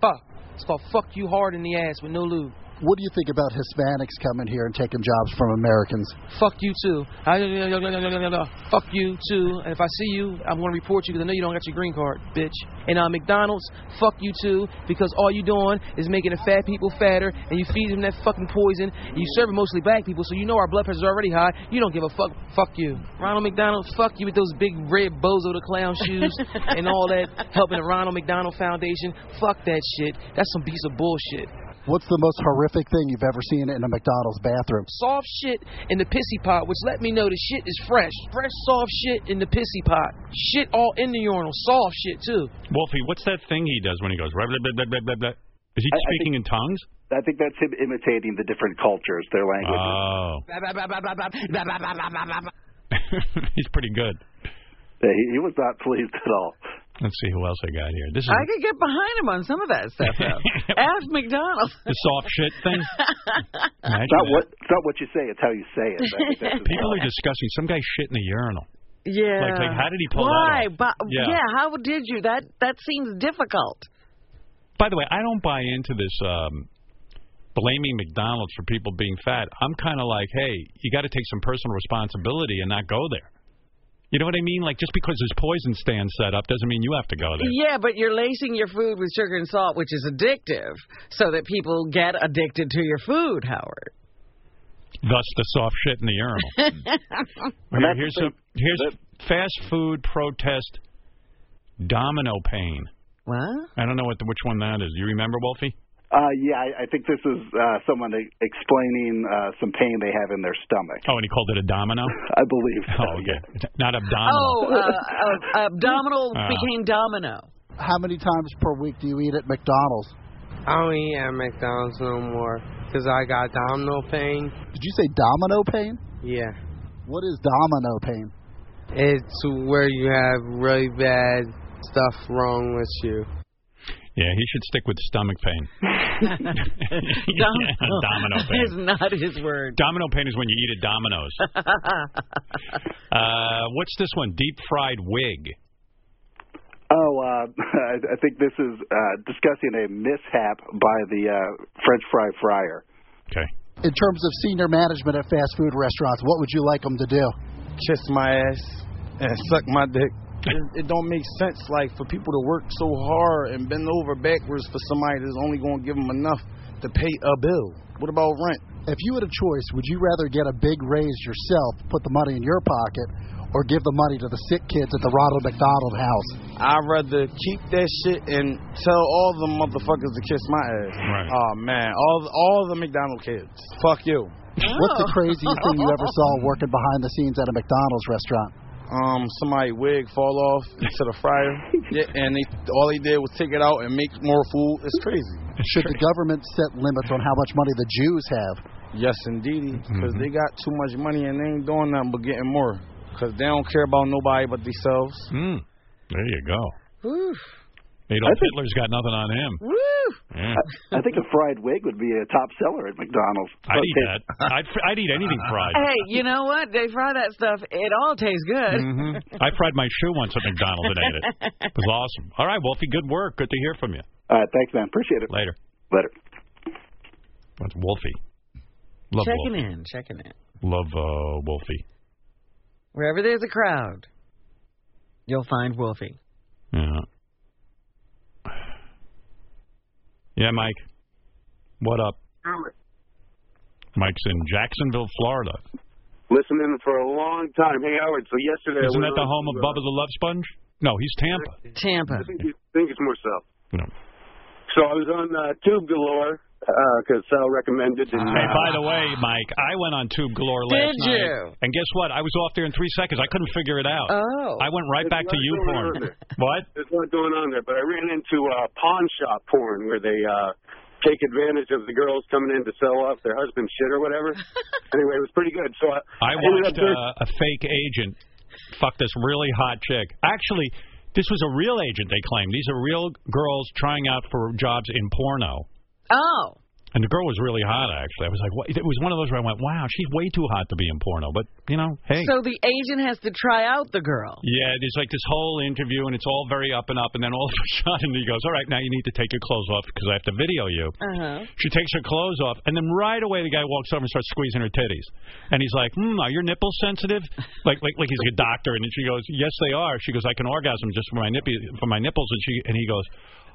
Speaker 13: Fuck. It's called fuck you hard in the ass with no lube.
Speaker 12: What do you think about Hispanics coming here and taking jobs from Americans?
Speaker 13: Fuck you too. Ah, Fuck you too. And if I see you, I'm gonna report you because I know you don't got your green card, bitch. And uh, McDonald's, fuck you too because all you doing is making the fat people fatter and you feed them that fucking poison. And you serving mostly black people, so you know our blood pressure's already high. You don't give a fuck. Fuck you, Ronald McDonald. Fuck you with those big red bozo the clown shoes and all that helping the Ronald McDonald Foundation. Fuck that shit. That's some piece of bullshit.
Speaker 12: What's the most horrific thing you've ever seen in a McDonald's bathroom?
Speaker 13: soft shit in the pissy pot, which let me know the shit is fresh. Fresh, soft shit in the pissy pot. Shit all in the urinal. Soft shit, too.
Speaker 3: Wolfie, what's that thing he does when he goes? "Blah, blah, blah, blah, blah, blah"? Is he
Speaker 11: I- I
Speaker 3: speaking in tongues?
Speaker 11: I think that's him imitating the different cultures, their languages.
Speaker 3: Oh, he's pretty good.
Speaker 11: Yeah, he, he was not pleased at all.
Speaker 3: Let's see who else I got here. This is
Speaker 5: I could get behind him on some of that stuff, though. Ask McDonald.
Speaker 3: the soft shit thing. Imagine
Speaker 11: It's not
Speaker 3: that.
Speaker 11: what it's not what you say; it's how you say it. I think that's
Speaker 3: People are discussing some guy shit in the urinal.
Speaker 5: Yeah.
Speaker 3: Like- like, how did he pull that
Speaker 5: Why?
Speaker 3: off?
Speaker 5: But,
Speaker 3: Yeah.
Speaker 5: yeah. How did you? That that seems difficult.
Speaker 3: By the way, I don't buy into this um, blaming McDonald's for people being fat. I'm kind of like, hey, you got to take some personal responsibility and not go there. You know what I mean? Like just because there's poison stand set up doesn't mean you have to go there.
Speaker 5: Yeah, but you're lacing your food with sugar and salt, which is addictive, so that people get addicted to your food, Howard.
Speaker 3: Thus, the soft shit in the urinal. Here- here's some, here's fast food protest domino pain.
Speaker 5: What?
Speaker 3: I don't know what the, which one that is. You remember, Wolfie?
Speaker 11: Uh, yeah, I, I think this is uh, someone e- explaining uh, some pain they have in their stomach.
Speaker 3: Oh, and he called it a domino.
Speaker 11: I believe.
Speaker 3: Oh, okay. Not abdominal.
Speaker 5: Oh, uh, uh, abdominal
Speaker 8: Uh-huh.
Speaker 3: Ah.
Speaker 5: became domino.
Speaker 12: How many times per week do you eat at McDonald's?
Speaker 8: I don't eat at McDonald's no more 'cause I got domino pain.
Speaker 12: Did you say domino pain?
Speaker 8: Yeah.
Speaker 12: What is domino pain?
Speaker 8: It's where you have really bad stuff wrong with you.
Speaker 3: Yeah, he should stick with stomach pain.
Speaker 5: domino
Speaker 3: domino pain.
Speaker 5: is not his word.
Speaker 3: Domino pain is when you eat at Domino's. uh, what's this one? Deep fried wig.
Speaker 11: Oh, uh, I, I think this is uh, discussing a mishap by the uh, French fry fryer.
Speaker 3: Okay.
Speaker 12: In terms of senior management at fast food restaurants, what would you like them to do?
Speaker 14: kiss my ass and suck my dick. It, it don't make sense, like for people to work so hard and bend over backwards for somebody that's only gonna give them enough to pay a bill. What about rent?
Speaker 12: If you had a choice, would you rather get a big raise yourself, put the money in your pocket, or give the money to the sick kids at the Ronald McDonald House?
Speaker 14: I'd rather keep that shit and tell all the motherfuckers to kiss my ass.
Speaker 3: Right.
Speaker 14: Oh man, all all the McDonald kids. Fuck you.
Speaker 12: What's
Speaker 14: Oh.
Speaker 12: the craziest thing you ever saw working behind the scenes at a McDonald's restaurant?
Speaker 14: um somebody wig fall off into the fryer. Yeah, and they all they did was take it out and make more food. It's crazy.
Speaker 12: Should the government set limits on how much money the Jews have?
Speaker 14: Yes, indeedy, because they got too much money and they ain't doing nothing but getting more. Because they don't care about nobody but themselves.
Speaker 3: Mm. There you go.
Speaker 5: Whew.
Speaker 3: Adolf
Speaker 11: Hmm. I think-
Speaker 3: Hitler's got nothing on him.
Speaker 5: Woo!
Speaker 3: Yeah.
Speaker 11: I, I think a fried wig would be a top seller at McDonald's.
Speaker 3: I'd eat that. I'd, I'd eat anything fried.
Speaker 5: Hey, you know what? They fry that stuff. It all tastes good.
Speaker 3: Mhm. I fried my shoe once at McDonald's and ate it. It was awesome. All right, Wolfie, good work. Good to hear from you.
Speaker 11: All right, thanks, man. Appreciate it.
Speaker 3: Later.
Speaker 11: Later.
Speaker 3: That's Wolfie. Love
Speaker 5: checking
Speaker 3: Wolfie.
Speaker 5: in, checking in.
Speaker 3: Love uh, Wolfie.
Speaker 5: Wherever there's a crowd, you'll find Wolfie.
Speaker 3: Yeah. Yeah, Mike. What up? Mike's in Jacksonville, Florida.
Speaker 15: Listening for a long time. Hey, Howard, so yesterday... I
Speaker 3: Isn't
Speaker 15: went
Speaker 3: that the
Speaker 15: on
Speaker 3: home of
Speaker 15: to, uh,
Speaker 3: Bubba the Love Sponge? No, he's Tampa.
Speaker 5: Tampa.
Speaker 15: I think, it's- I think it's more south.
Speaker 3: No.
Speaker 15: So I was on uh, Tube Galore, because Sal recommended it.
Speaker 3: Hey, by the way, Mike, I went on Tube Galore
Speaker 15: Did
Speaker 3: last night.
Speaker 15: you?
Speaker 3: And guess what? I was off there in three seconds. I couldn't figure it out.
Speaker 5: Oh.
Speaker 3: I went right
Speaker 15: There's
Speaker 3: back to
Speaker 15: lots
Speaker 3: you
Speaker 15: going on
Speaker 3: porn.
Speaker 15: there.
Speaker 3: What?
Speaker 15: There's a lot going on there, but I ran into uh, pawn shop porn, where they uh, take advantage of the girls coming in to sell off their husband's shit or whatever. anyway, it was pretty good. So I,
Speaker 3: I
Speaker 15: ended up
Speaker 3: watched
Speaker 15: there-
Speaker 3: uh, a fake agent fuck this really hot chick. Actually, this was a real agent, they claim. These are real girls trying out for jobs in porno.
Speaker 5: Oh.
Speaker 3: And the girl was really hot, actually. I was like, what? it was one of those where I went, wow, she's way too hot to be in porno. But, you know, hey.
Speaker 5: So the agent has to try out the girl.
Speaker 3: Yeah, there's like this whole interview, and it's all very up and up, and then all of a sudden he goes, "All right, now you need to take your clothes off because I have to video you."
Speaker 16: Uh-huh.
Speaker 3: She takes her clothes off, and then right away the guy walks over and starts squeezing her titties, and he's like, "Hmm, are your nipples sensitive?" Like, like, like he's a doctor, and she goes, "Yes, they are." She goes, "I can orgasm just from my nippy, from my nipples," and she, and he goes.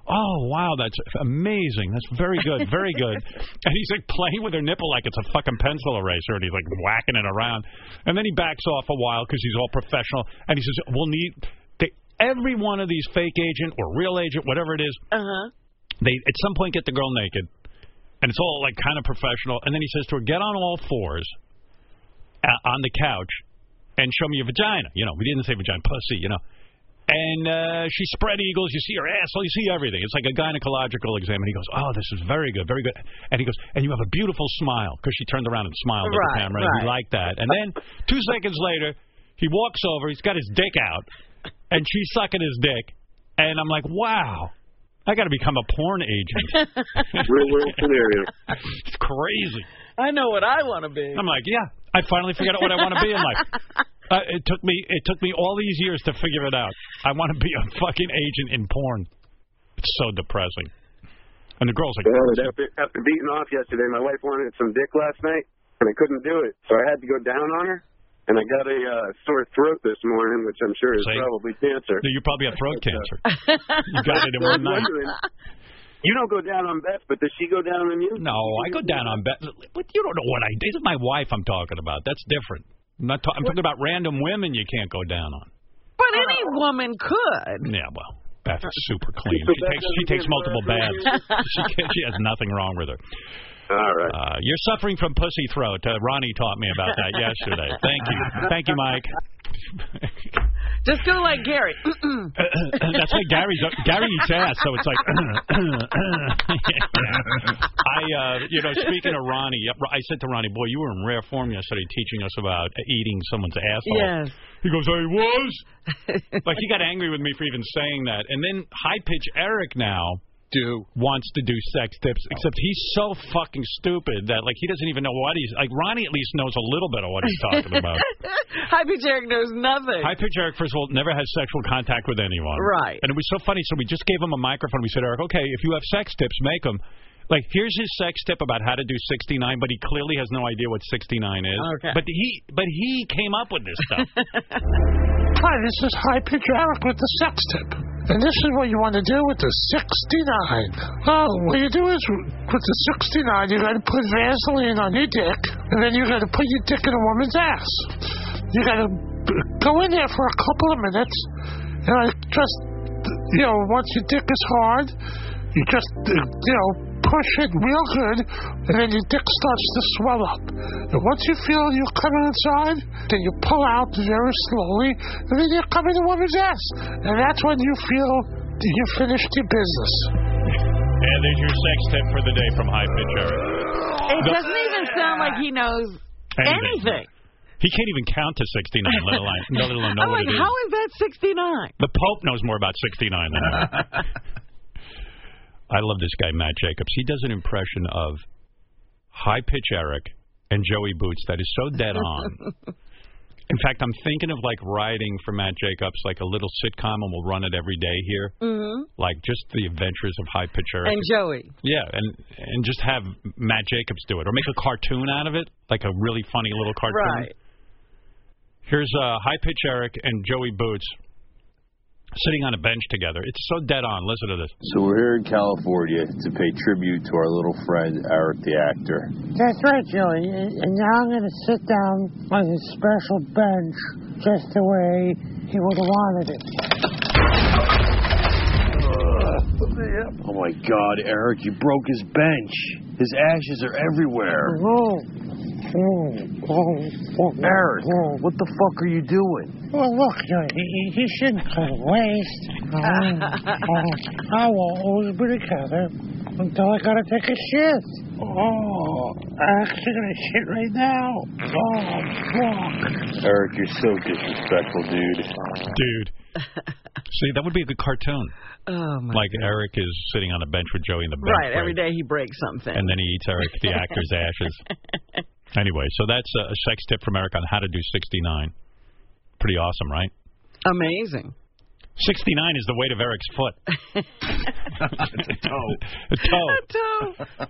Speaker 3: Oh wow, that's amazing. That's very good, very good. and he's like playing with her nipple like it's a fucking pencil eraser, and he's like whacking it around. And then he backs off a while because he's all professional, and he says, "We'll need they, every one of these fake agent or real agent, whatever it is.
Speaker 5: Uh-huh.
Speaker 3: They at some point get the girl naked, and it's all like kind of professional. And then he says to her, "Get on all fours uh, on the couch and show me your vagina." You know, we didn't say vagina, pussy. You know. And uh, she spread eagles. You see her asshole. You see everything. It's like a gynecological exam. And he goes, "Oh, this is very good, very good." And he goes, "And you have a beautiful smile," because she turned around and smiled at the
Speaker 17: Right,
Speaker 3: camera. And he
Speaker 17: right.
Speaker 3: liked that. And then two seconds later, he walks over. He's got his dick out, and she's sucking his dick. And I'm like, "Wow, I got to become a porn agent."
Speaker 15: Real world scenario.
Speaker 3: it's crazy.
Speaker 5: I know what I want to be.
Speaker 3: I'm like, "Yeah, I finally figured out what I want to be in life." Uh, it took me it took me all these years to figure it out. I want to be a fucking agent in porn. It's so depressing. And the girls like,
Speaker 15: Yeah, after, after beating off yesterday, my wife wanted some dick last night, and I couldn't do it, so I had to go down on her. And I got a uh, sore throat this morning, which I'm sure is
Speaker 3: See?
Speaker 15: probably cancer.
Speaker 3: "No, you probably have throat cancer. You got it in one night.
Speaker 15: You don't go down on Beth, but does she go down on you?
Speaker 3: No, I go down on Beth. But you don't know what I. This is my wife I'm talking about. That's different. I'm not. Ta I'm talking about random women you can't go down on.
Speaker 5: But any woman could.
Speaker 3: Yeah, well, Beth is super clean.
Speaker 5: So
Speaker 3: She
Speaker 5: Beth
Speaker 3: takes she
Speaker 5: doesn't
Speaker 3: takes
Speaker 5: give
Speaker 3: multiple
Speaker 5: birth
Speaker 3: baths.
Speaker 5: to
Speaker 3: she can't- she has nothing wrong with her.
Speaker 15: All right.
Speaker 3: Uh, you're suffering from pussy throat. Uh, Ronnie taught me about that yesterday. Thank you. Thank you, Mike.
Speaker 5: Just do like Gary.
Speaker 3: That's why Gary's Gary eats ass, so it's like. I, uh, you know, speaking of Ronnie, I said to Ronnie, boy, you were in rare form yesterday teaching us about eating someone's asshole.
Speaker 17: Yes.
Speaker 3: He goes, I was. like he got angry with me for even saying that. And then high pitch Eric now do wants to do sex tips, except he's so fucking stupid that like he doesn't even know what he's like. Ronnie at least knows a little bit of what he's talking about.
Speaker 5: Happy Jerk knows nothing.
Speaker 3: High pitch Eric, first of all, never has sexual contact with anyone.
Speaker 5: Right.
Speaker 3: And it was so funny. So we just gave him a microphone. We said, Eric, okay, if you have sex tips, make them. Like, here's his sex tip about how to do 69, but he clearly has no idea what 69 is.
Speaker 17: Okay.
Speaker 3: But he, but he came up with this stuff.
Speaker 17: Hi, this is High Pitch Eric with the sex tip. And this is what you want to do with the 69. Oh, what you do is with the 69, you gotta put Vaseline on your dick, and then you gotta put your dick in a woman's ass. You gotta b- go in there for a couple of minutes, and I just, you know, once your dick is hard, you just, uh, you know, push it real good, and then your dick starts to swell up. And once you feel you're coming inside, then you pull out very slowly, and then you're coming to woman's ass. And that's when you feel that you finished your business.
Speaker 3: and there's your sex tip for the day from High Pitch Eric.
Speaker 5: It
Speaker 3: The-
Speaker 5: doesn't even sound like he knows
Speaker 3: Anything.
Speaker 5: anything.
Speaker 3: He can't even count to 69, let alone, let alone know
Speaker 5: I'm
Speaker 3: what
Speaker 5: like,
Speaker 3: it is.
Speaker 5: how is that 69?
Speaker 3: The Pope knows more about 69 than I. do. I love this guy, Matt Jacobs. He does an impression of high pitch Eric and Joey Boots that is so dead on. In fact, I'm thinking of like writing for Matt Jacobs, like a little sitcom, and we'll run it every day here.
Speaker 5: Mm-hmm.
Speaker 3: Like just the adventures of high pitch Eric.
Speaker 5: And Joey.
Speaker 3: Yeah, and and just have Matt Jacobs do it, or make a cartoon out of it, like a really funny little cartoon.
Speaker 5: Right.
Speaker 3: Here's uh, high pitch Eric and Joey Boots sitting on a bench together. It's so dead on. Listen to this.
Speaker 18: So we're here in California to pay tribute to our little friend Eric the actor.
Speaker 6: That's right, Joey. And now I'm going to sit down on his special bench just the way he would have wanted it.
Speaker 18: Oh my God, Eric, you broke his bench. His ashes are everywhere. Eric, what the fuck are you doing?
Speaker 6: Well, look, Joey, he, he shouldn't cut a waste. Um, uh, I will always be together until I gotta take a shit. Oh, I'm actually gonna shit right now. Oh, fuck.
Speaker 18: Eric, you're so disrespectful, dude.
Speaker 3: Dude. See, that would be a good cartoon.
Speaker 5: Oh my.
Speaker 3: Like Eric is sitting on a bench with Joey in the bench.
Speaker 5: right. Every day he breaks something.
Speaker 3: and then he eats Eric the actor's ashes. Anyway, so that's a, a sex tip from Eric on how to do 69. Pretty awesome, right?
Speaker 5: Amazing.
Speaker 3: 69 is the weight of Eric's foot. it's a toe. A toe. Uh,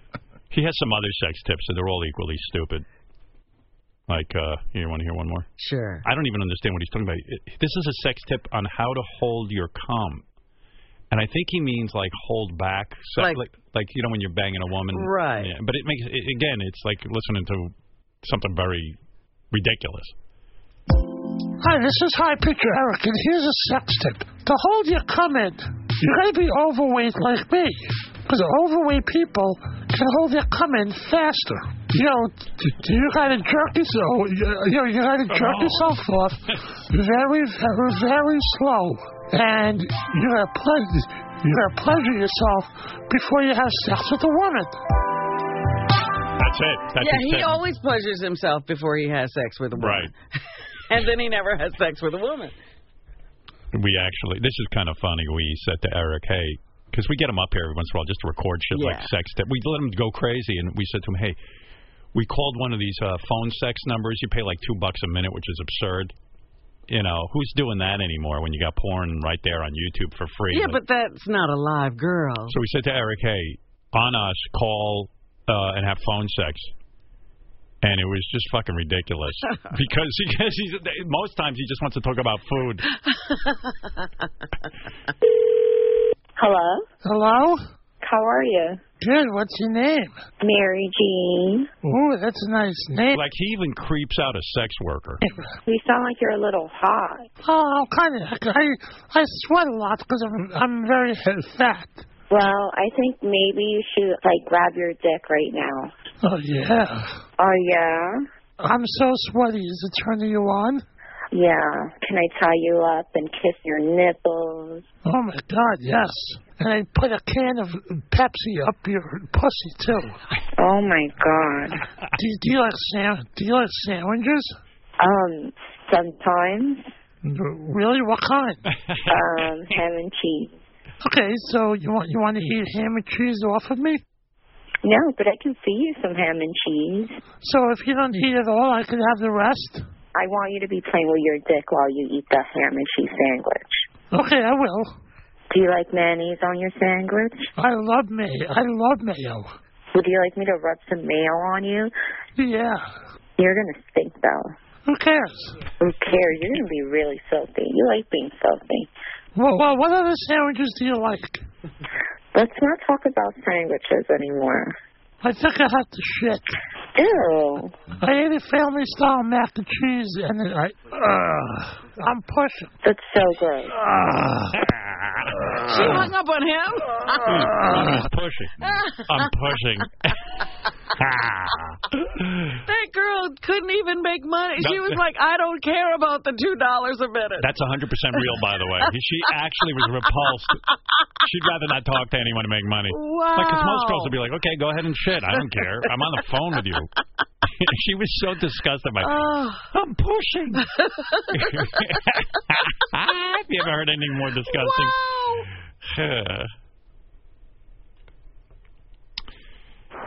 Speaker 3: He has some other sex tips, and they're all equally stupid. Like, uh, you want to hear one more?
Speaker 5: Sure.
Speaker 3: I don't even understand what he's talking about. It- This is a sex tip on how to hold your cum. And I think he means like hold back, so,
Speaker 5: Like-
Speaker 3: like, like you know when you're banging a woman,
Speaker 5: Right.
Speaker 3: Yeah, but it makes it, again, it's like listening to something very ridiculous.
Speaker 17: Hi, this is High Pitcher Eric, and here's a sex tip. To hold your comment, you gotta be overweight like me. Because overweight people can hold their comment faster. You know, d- you gotta jerk yourself, Uh, you know, you gotta jerk yourself off very, very, very slow. And you gotta, ple- you gotta pleasure yourself before you have sex with a woman.
Speaker 3: That's it. That's
Speaker 5: yeah,
Speaker 3: his
Speaker 5: he
Speaker 3: tip.
Speaker 5: always pleasures himself before he has sex with a woman.
Speaker 3: Right.
Speaker 5: and then he never has sex with a woman.
Speaker 3: We actually, this is kind of funny. We said to Eric, hey, because we get him up here every once in a while just to record shit like
Speaker 19: Yeah.
Speaker 3: sex tip. We let him go crazy, and we said to him, hey, we called one of these uh, phone sex numbers. You pay like two bucks a minute, which is absurd. You know, who's doing that anymore when you got porn right there on YouTube for free?
Speaker 5: Yeah, but that's not a live girl.
Speaker 3: So we said to Eric, hey, on us, call uh, and have phone sex. And it was just fucking ridiculous because because he's, most times he just wants to talk about food.
Speaker 20: Hello?
Speaker 17: Hello?
Speaker 20: How are you?
Speaker 17: Good, what's your name?
Speaker 20: Mary Jean.
Speaker 17: Ooh, that's a nice name.
Speaker 3: Like he even creeps out a sex worker.
Speaker 20: You sound like you're a little hot.
Speaker 17: Oh, kind of. I I sweat a lot because I'm I'm very fat.
Speaker 20: Well, I think maybe you should, like, grab your dick right now.
Speaker 17: Oh yeah.
Speaker 20: Oh, yeah?
Speaker 17: I'm so sweaty. Is it turning you on?
Speaker 20: Yeah. Can I tie you up and kiss your nipples?
Speaker 17: Oh my God, yes. And I put a can of Pepsi up your pussy too.
Speaker 20: Oh my God.
Speaker 17: Do you, do you like sam? Do you like sandwiches?
Speaker 20: Um, sometimes.
Speaker 17: Really? What kind?
Speaker 20: um, ham and cheese.
Speaker 17: Okay, so you want you want to eat ham and cheese off of me?
Speaker 20: No, but I can feed you some ham and cheese.
Speaker 17: So if you don't eat at all, I can have the rest.
Speaker 20: I want you to be playing with your dick while you eat the ham and cheese sandwich.
Speaker 17: Okay, I will.
Speaker 20: Do you like mayonnaise on your sandwich?
Speaker 17: I love mayo. I love mayo.
Speaker 20: Would you like me to rub some mayo on you?
Speaker 17: Yeah.
Speaker 20: You're gonna stink though.
Speaker 17: Who cares?
Speaker 20: Who cares? You're gonna be really filthy. You like being filthy.
Speaker 17: Well, well, what other sandwiches do you like?
Speaker 20: Let's not talk about sandwiches anymore.
Speaker 17: I think I have to shit.
Speaker 20: Ew.
Speaker 17: I ate a family style mac and cheese, and then I. Ugh. I'm pushing.
Speaker 20: That's so gross.
Speaker 3: Uh.
Speaker 5: She hung up on him.
Speaker 3: hmm. I'm pushing. I'm pushing.
Speaker 5: that girl couldn't even make money.
Speaker 3: No.
Speaker 5: She was like, I don't care about the two dollars a minute.
Speaker 3: That's 100% real, by the way. She actually was repulsed. She'd rather not talk to anyone to make money. Like, 'cause most girls
Speaker 5: Wow.
Speaker 3: would be like, okay, go ahead and shit. I don't care. I'm on the phone with you. she was so disgusted by
Speaker 5: I'm
Speaker 3: pushing. Have you ever heard anything more disgusting?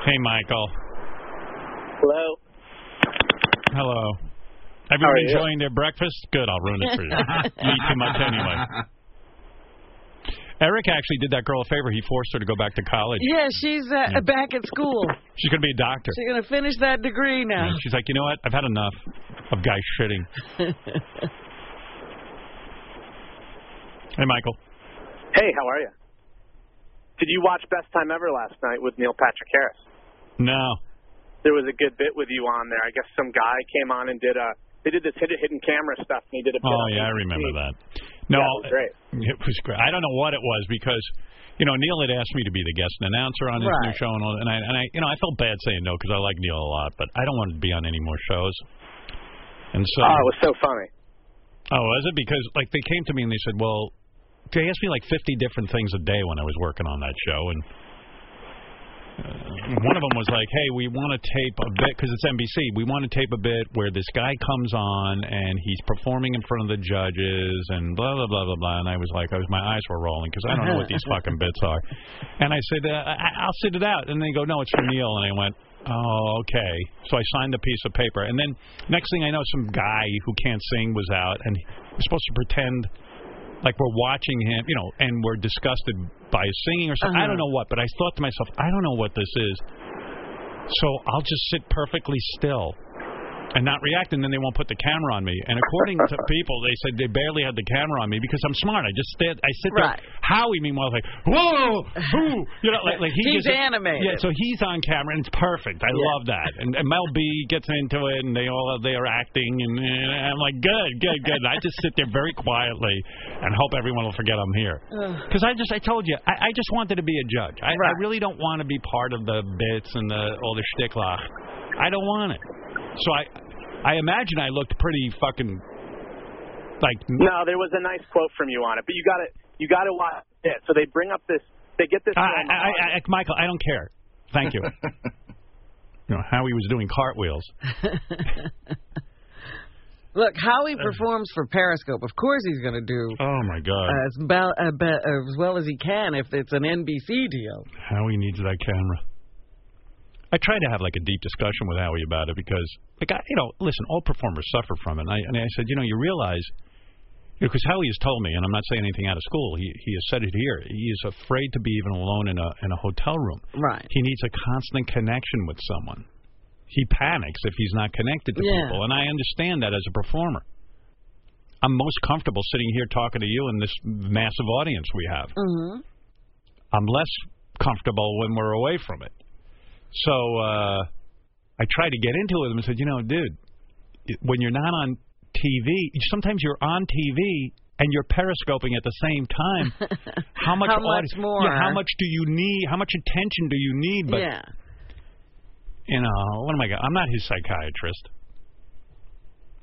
Speaker 3: hey, Michael.
Speaker 21: Hello.
Speaker 3: Hello. Everyone
Speaker 21: you?
Speaker 3: enjoying their breakfast? Good, I'll ruin it for you. you eat too much anyway. Eric actually did that girl a favor. He forced her to go back to college.
Speaker 5: yeah, she's uh,
Speaker 3: Yeah.
Speaker 5: back at school.
Speaker 3: She's going to be a doctor.
Speaker 5: She's gonna finish that degree now.
Speaker 3: And She's like, you know what? I've had enough of guys shitting. hey, Michael.
Speaker 21: Hey, how are you? Did you watch Best Time Ever last night with Neil Patrick Harris?
Speaker 3: No.
Speaker 21: There was a good bit with you on there. I guess some guy came on and did a they did this hidden hidden camera stuff and he did a bit
Speaker 3: Oh,
Speaker 21: on
Speaker 3: yeah, I
Speaker 21: ABC.
Speaker 3: remember that. No,
Speaker 21: That was great.
Speaker 3: It was great. I don't know what it was because, you know, Neil had asked me to be the guest announcer on his new
Speaker 21: Right.
Speaker 3: show, and, all, and I, and I, you know, I felt bad saying no because I like Neil a lot, but I don't want to be on any more shows. And so,
Speaker 21: Oh, it was so funny. Uh,
Speaker 3: oh, was it because like they came to me and they said, well, they asked me like 50 different things a day when I was working on that show, and uh, one of them was like, "Hey, we want to tape a bit because it's NBC. We want to tape a bit where this guy comes on and he's performing in front of the judges and blah blah blah blah blah." And I was like, I was my eyes were rolling because I don't know what these fucking bits are. And I said, uh, I, "I'll sit it out." And they go, "No, it's for Neil." And I went. Oh, okay. So I signed the piece of paper, and then next thing I know, some guy who can't sing was out, and we're supposed to pretend like we're watching him, you know, and we're disgusted by his singing or something. I
Speaker 5: Uh-huh.
Speaker 3: don't know what, but I thought to myself, I don't know what this is. So I'll just sit perfectly still and not react, and then they won't put the camera on me. And according to people, they said they barely had the camera on me because I'm smart. I just stand, I sit there. Howie, meanwhile, is like, whoa, who, you know, like, like he
Speaker 5: He's
Speaker 3: gives it-
Speaker 5: animated.
Speaker 3: Yeah, so he's on camera and it's perfect. I love that. And, and Mel B gets into it, and they all they are acting, and, and I'm like, good, good, good. And I just sit there very quietly and hope everyone will forget I'm here. Because I just, I told you, I, I just wanted to be a judge. I, I really don't want to be part of the bits and the all the shticklach. I don't want it. So I, I imagine I looked pretty fucking, like
Speaker 21: No, there was a nice quote from you on it, but you got to you got to watch it. So they bring up this, they get this.
Speaker 3: I,
Speaker 21: film
Speaker 3: I, I,
Speaker 21: on.
Speaker 3: I, Michael, I don't care. Thank you. you know how he was doing cartwheels.
Speaker 5: Look, Howie
Speaker 3: Uh.
Speaker 5: performs for Periscope. Of course, he's going to do.
Speaker 3: Oh my God!
Speaker 5: As, bel- uh, be- as well as he can if it's an NBC deal.
Speaker 3: Howie needs that camera. I tried to have like a deep discussion with Howie about it because, like, I, you know, listen, all performers suffer from it. And I, and I said, you know, you realize, because Howie has told me, and I'm not saying anything out of school. He he has said it here. He is afraid to be even alone in a in a hotel room.
Speaker 5: Right.
Speaker 3: He needs a constant connection with someone. He panics if he's not connected to
Speaker 5: Yeah.
Speaker 3: people, and I understand that as a performer. I'm most comfortable sitting here talking to you in this massive audience we have.
Speaker 5: Mm-hmm.
Speaker 3: I'm less comfortable when we're away from it. So uh, I tried to get into it with him and said, you know, dude, it- when you're not on TV, sometimes you're on TV and you're periscoping at the same time. How much,
Speaker 5: How much
Speaker 3: audi-
Speaker 5: more?
Speaker 3: Yeah, how much do you need? How much attention do you need? But
Speaker 5: yeah.
Speaker 3: you know, what am I? Gonna, I'm not his psychiatrist.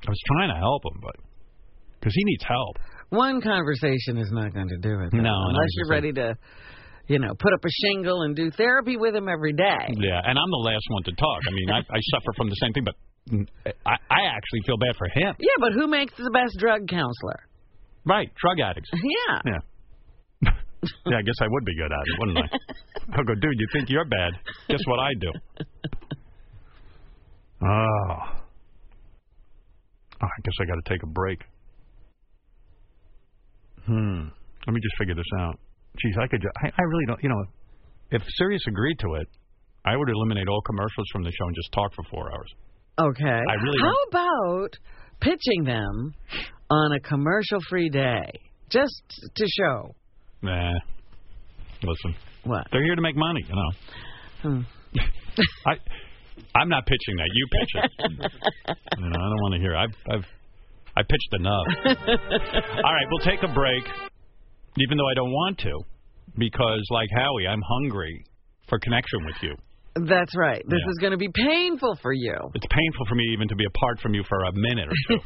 Speaker 3: I was trying to help him, but because he needs help.
Speaker 5: One conversation is not going to do it. though,
Speaker 3: No, and I
Speaker 5: Unless
Speaker 3: was
Speaker 5: you're
Speaker 3: just
Speaker 5: ready to, you know, put up a shingle and do therapy with him every day.
Speaker 3: Yeah, and I'm the last one to talk. I mean, I, I suffer from the same thing, but I, I actually feel bad for him.
Speaker 5: Yeah, but who makes the best drug counselor?
Speaker 3: Right, drug addicts.
Speaker 5: Yeah.
Speaker 3: Yeah. yeah, I guess I would be good at it, wouldn't I? I'll go, dude, you think you're bad. Guess what I do? Oh. oh I guess I got to take a break. Hmm. Let me just figure this out. Geez, I could. ju- I, I really don't. You know, if Sirius agreed to it, I would eliminate all commercials from the show and just talk for four hours.
Speaker 5: Okay.
Speaker 3: I really
Speaker 5: How
Speaker 3: don't-
Speaker 5: about pitching them on a commercial-free day, just to show?
Speaker 3: Nah. Listen.
Speaker 5: What?
Speaker 3: They're here to make money, you know. I I'm not pitching that. You pitch it. you know, I don't want to hear. I've I've I pitched enough. All right, we'll take a break. Even though I don't want to, because like Howie, I'm hungry for connection with you.
Speaker 5: That's right. This
Speaker 3: Yeah.
Speaker 5: is going to be painful for you.
Speaker 3: It's painful for me even to be apart from you for a minute or two.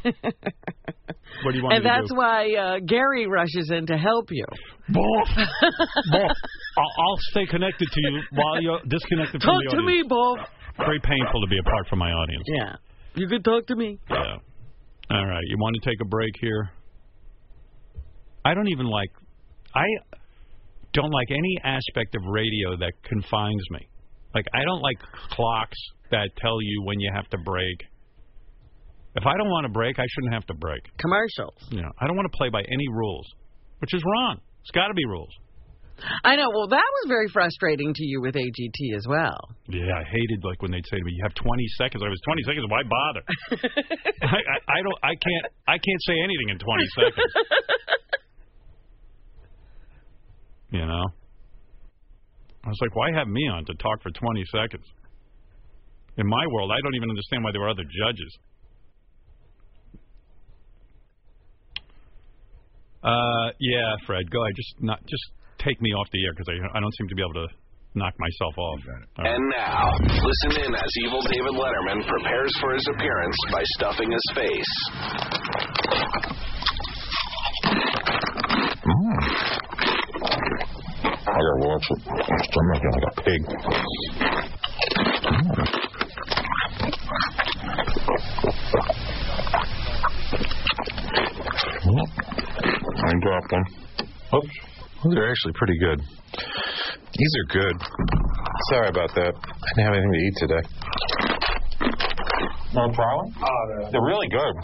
Speaker 3: what do you want
Speaker 5: And
Speaker 3: me to
Speaker 5: that's
Speaker 3: do?
Speaker 5: why uh, Gary rushes in to help you.
Speaker 3: Boff. Boff. I'll, I'll stay connected to you while you're disconnected from
Speaker 5: Talk
Speaker 3: the
Speaker 5: to
Speaker 3: audience.
Speaker 5: me, Bob.
Speaker 3: Very painful to be apart from my audience.
Speaker 5: Yeah. You could talk to me.
Speaker 3: Yeah. All right. You want to take a break here? I don't even like. I don't like any aspect of radio that confines me. Like I don't like clocks that tell you when you have to break. If I don't want to break, I shouldn't have to break.
Speaker 5: Commercials.
Speaker 3: You know, I don't want to play by any rules, which is wrong. It's got to be rules.
Speaker 5: I know. Well, that was very frustrating to you with AGT as well.
Speaker 3: Yeah, I hated like when they'd say to me, "You have 20 seconds." I was 20 seconds. Why bother? I, I, I don't. I can't. I can't say anything in 20 seconds. you know. I was like, why have me on to talk for 20 seconds? In my world, I don't even understand why there were other judges. Uh, yeah, Fred, go ahead. Just not, just take me off the air because I, I don't seem to be able to knock myself off. All right.
Speaker 19: And now, listen in as evil David Letterman prepares for his appearance by stuffing his face.
Speaker 22: Mm.
Speaker 23: I got a
Speaker 22: looks. I'm looking like a pig. Mm. Well, I dropped them. Oops. Well, they're actually pretty good. These are good. Sorry about that. I didn't have anything to eat today. No problem? They're really good.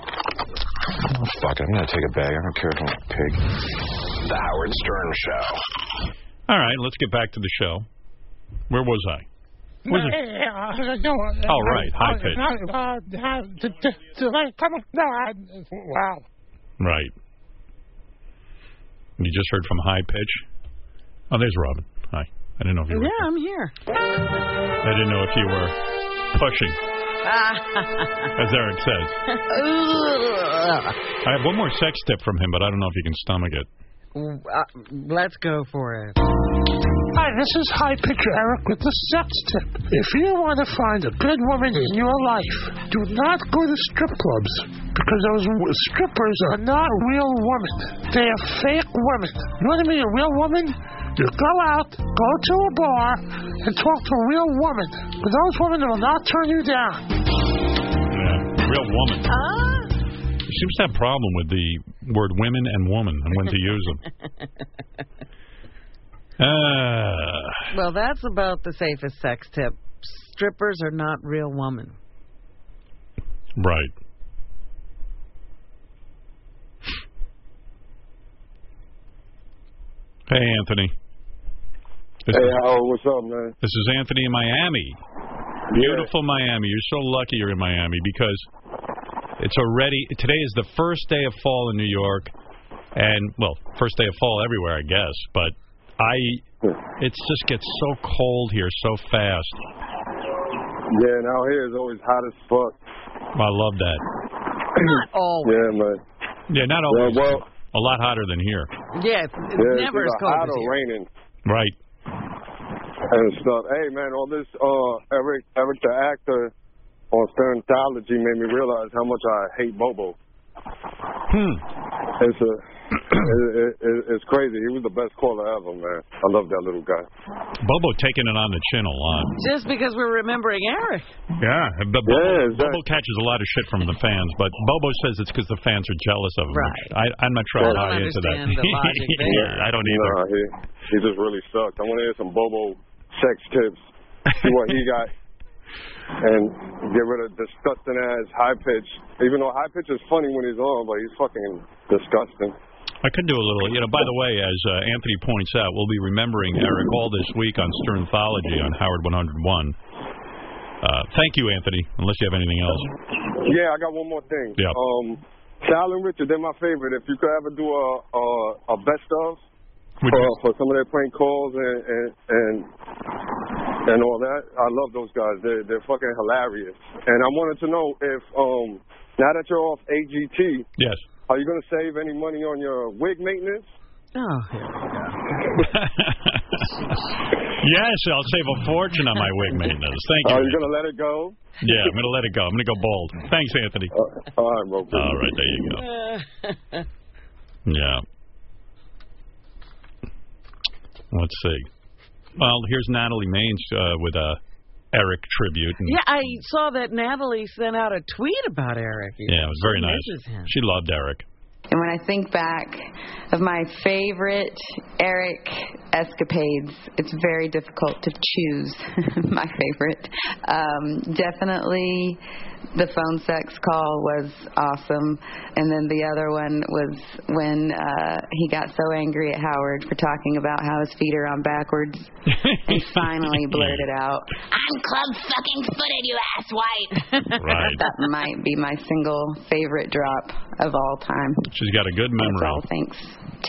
Speaker 22: Oh, fuck it. I'm going to take a bag. I don't care if I'm a pig.
Speaker 7: The Howard Stern Show.
Speaker 3: All right, let's get back to the show. Where was I? Was it-
Speaker 17: All
Speaker 3: Oh, right, high pitch.
Speaker 17: Come on, no, I, wow.
Speaker 3: Right. You just heard from High Pitch. Oh, there's Robin. Hi. I didn't know if you were.
Speaker 5: Yeah, I'm here.
Speaker 3: I didn't know if you were pushing, as Eric says. I have one more sex tip from him, but I don't know if you can stomach it.
Speaker 5: Uh, let's go for it.
Speaker 17: Hi, this is High Pitcher Eric with the sex tip. If you want to find a good woman in your life, do not go to strip clubs because those w- strippers are not real women. They are fake women. You want to meet a real woman? You go out, go to a bar, and talk to a real woman. But those women will not turn you down.
Speaker 3: Yeah. Real woman. She seems to have a problem with the word women and woman and when to use them. Uh,
Speaker 5: Well, that's about the safest sex tip. Strippers are not real women.
Speaker 3: Right. Hey, Anthony. This,
Speaker 23: Hey,
Speaker 3: is,
Speaker 23: Howard, what's up, man?
Speaker 3: this is Anthony in Miami. Beautiful Miami. You're so lucky you're in Miami because it's already today is the first day of fall in New York, and well, first day of fall everywhere, I guess. But I, it just gets so cold here so fast.
Speaker 23: Yeah, and out here is always hot as fuck.
Speaker 3: I love that.
Speaker 5: Not always.
Speaker 23: Yeah, man.
Speaker 3: Yeah, not always. well, a lot hotter than here.
Speaker 5: Yeah, it's, it's
Speaker 23: yeah,
Speaker 5: never
Speaker 23: it's
Speaker 5: as
Speaker 23: either
Speaker 5: cold as
Speaker 23: hot or
Speaker 5: here.
Speaker 23: raining
Speaker 3: Right.
Speaker 23: and stuff. Hey, man, all this uh, Eric, Eric the actor on Stern Theology made me realize how much I hate Bobo.
Speaker 3: Hmm.
Speaker 23: It's a, it, it, it, it's crazy. He was the best caller ever, man. I love that little guy.
Speaker 3: Bobo taking it on the chin a lot.
Speaker 5: Just because we're remembering Eric.
Speaker 3: Yeah, but Bobo, Bobo catches a lot of shit from the fans, but Bobo says it's because the fans are jealous of him. which I, I'm not sure
Speaker 23: Well,
Speaker 3: how
Speaker 23: I
Speaker 3: high
Speaker 23: don't
Speaker 3: into that.
Speaker 23: understand the logic there.
Speaker 3: yeah, I don't either.
Speaker 23: Nah, he, he just really sucked. I want to hear some Bobo sex tips. See what he got. And get rid of disgusting ass high pitch. Even though high pitch is funny when he's on, but he's fucking disgusting.
Speaker 3: I could do a little. You know, by the way, as uh, Anthony points out, we'll be remembering Eric all this week on Sternthology on Howard 101. Uh, thank you, Anthony. Unless you have anything else.
Speaker 23: Yeah, I got one more thing.
Speaker 3: Yeah.
Speaker 23: Um, Sal and Richard, they're my favorite. If you could ever do a a, a best of
Speaker 3: Would
Speaker 23: for, for some of their prank calls and and and, and all that, I love those guys. They're they're fucking hilarious. And I wanted to know if um now that you're off AGT,
Speaker 3: Yes.
Speaker 23: are you gonna save any money on your wig maintenance?
Speaker 5: Oh.
Speaker 3: Yes, I'll save a fortune on my wig maintenance. Thank you.
Speaker 23: Are you Oh, gonna let it go?
Speaker 3: Yeah, I'm gonna let it go. I'm gonna go bald. Thanks, Anthony.
Speaker 23: Uh, all right, bro.
Speaker 3: All right, there you go. Yeah. Let's see. Well, here's Natalie Maines uh, with a Eric tribute. And,
Speaker 5: Yeah, I saw that Natalie sent out a tweet about Eric.
Speaker 3: yeah, it was very
Speaker 5: She
Speaker 3: nice.
Speaker 5: misses him.
Speaker 3: She loved Eric.
Speaker 24: And when I think back of my favorite Eric escapades, it's very difficult to choose my favorite. Um, definitely the phone sex call was awesome. And then the other one was when uh, he got so angry at Howard for talking about how his feet are on backwards. and finally blurted out,
Speaker 20: I'm club fucking footed, you asswipe.
Speaker 24: that might be my single favorite drop of all time.
Speaker 3: She's got a good
Speaker 24: That's
Speaker 3: memory.
Speaker 24: all thanks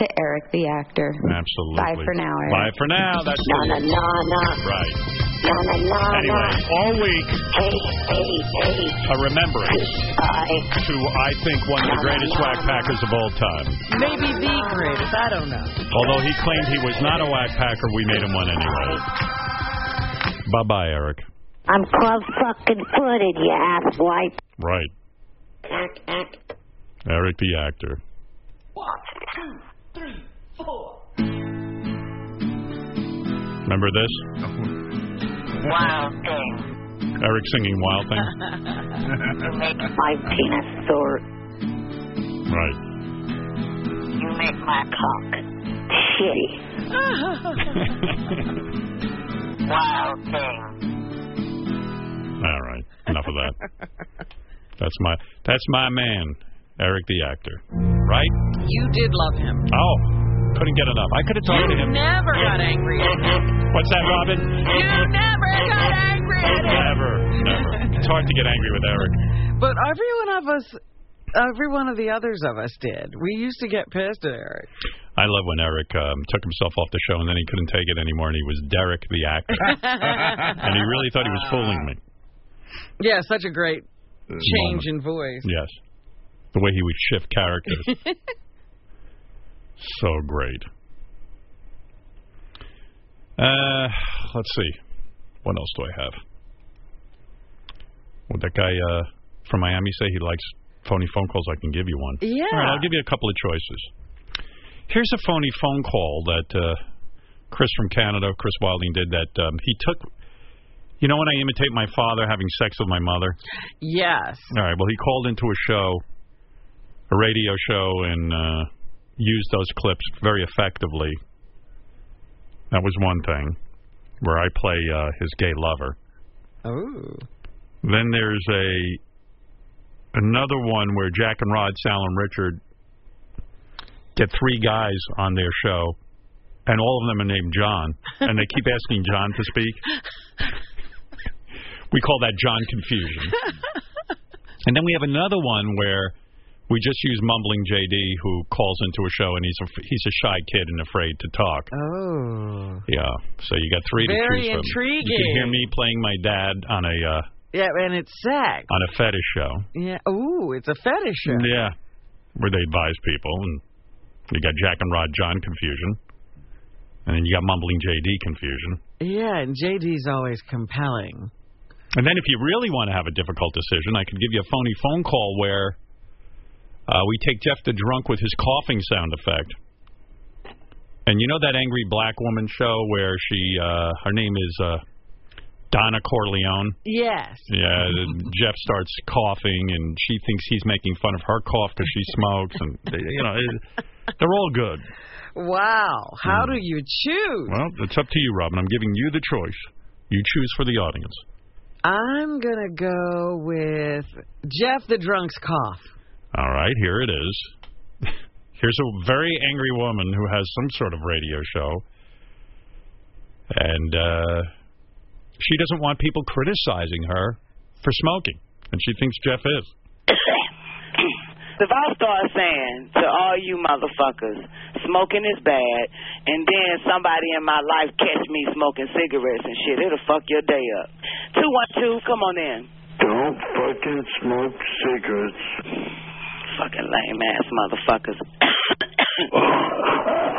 Speaker 24: to Eric the actor.
Speaker 3: Absolutely.
Speaker 24: Bye for now, Eric.
Speaker 3: Bye for now. That's
Speaker 24: Na, na, na, na.
Speaker 3: Right.
Speaker 24: Na, na, na, na.
Speaker 3: Anyway, all week, a remembrance to I think one of the greatest whack packers of all time.
Speaker 5: Maybe the greatest. I don't know.
Speaker 3: Although he claimed he was not a whack packer, we made him one anyway. Bye bye, Eric.
Speaker 20: I'm club fucking footed, you asswipe.
Speaker 3: Right. Eric the actor.
Speaker 20: One, two, three, four.
Speaker 3: Remember this?
Speaker 20: Wow, thanks.
Speaker 3: Eric singing Wild Thing.
Speaker 20: you make my penis sore.
Speaker 3: Right.
Speaker 20: You make my cock shitty. wow, thing.
Speaker 3: All right. Enough of that. That's my that's my man, Eric the actor. Right?
Speaker 5: You did love him.
Speaker 3: Oh, couldn't get enough. I could have talked to him.
Speaker 5: You never got angry at him.
Speaker 3: What's that, Robin?
Speaker 5: You never got angry at him.
Speaker 3: Never, never. It's hard to get angry with Eric.
Speaker 5: But every one of us, every one of the others of us did. We used to get pissed at Eric.
Speaker 3: I love when Eric um, took himself off the show and then he couldn't take it anymore and he was Derek the actor. and he really thought he was fooling me.
Speaker 5: Yeah, such a great change in voice.
Speaker 3: Yes. The way he would shift characters. so great. Uh, let's see. What else do I have? Would that guy uh, from Miami say he likes phony phone calls? I can give you one.
Speaker 5: Yeah.
Speaker 3: All right, I'll give you a couple of choices. Here's a phony phone call that uh, Chris from Canada, Chris Wilding, did that um, he took. You know when I imitate my father having sex with my mother?
Speaker 5: Yes.
Speaker 3: All right. Well, he called into a show, a radio show, and uh, used those clips very effectively. That was one thing where I play uh, his gay lover.
Speaker 5: Oh.
Speaker 3: Then there's a another one where Jack and Rod, Sal and Richard get three guys on their show, and all of them are named John, and they keep asking John to speak. We call that John confusion. And then we have another one where we just use mumbling JD, who calls into a show and he's a, he's a shy kid and afraid to talk.
Speaker 5: Oh.
Speaker 3: Yeah, so you got three
Speaker 5: Very
Speaker 3: to choose from. You can
Speaker 5: intriguing.
Speaker 3: hear me playing my dad on a uh,
Speaker 5: Yeah, and it's sex.
Speaker 3: on a fetish show.
Speaker 5: Yeah. Ooh, it's a fetish show.
Speaker 3: Yeah, where they advise people, and you got Jack and Rod John confusion, and then you got mumbling JD confusion.
Speaker 5: Yeah, and JD's always compelling.
Speaker 3: And then if you really want to have a difficult decision, I could give you a phony phone call where uh, we take Jeff the Drunk with his coughing sound effect. And you know that angry black woman show where she, uh, her name is uh, Donna Corleone?
Speaker 5: Yes.
Speaker 3: Yeah, Jeff starts coughing, and she thinks he's making fun of her cough because she smokes, and they, you know it, they're all good.
Speaker 5: Wow. How
Speaker 3: Hmm.
Speaker 5: do you choose?
Speaker 3: Well, it's up to you, Robin. I'm giving you the choice. You choose for the audience.
Speaker 5: I'm gonna go with Jeff the Drunk's cough.
Speaker 3: All right, here it is. Here's a very angry woman who has some sort of radio show, and uh, she doesn't want people criticizing her for smoking, and she thinks Jeff is.
Speaker 25: So if I start saying to all you motherfuckers, smoking is bad, and then somebody in my life catch me smoking cigarettes and shit, it'll fuck your day up. Two one two, come on in.
Speaker 20: Don't fucking smoke cigarettes.
Speaker 25: Fucking lame ass motherfuckers.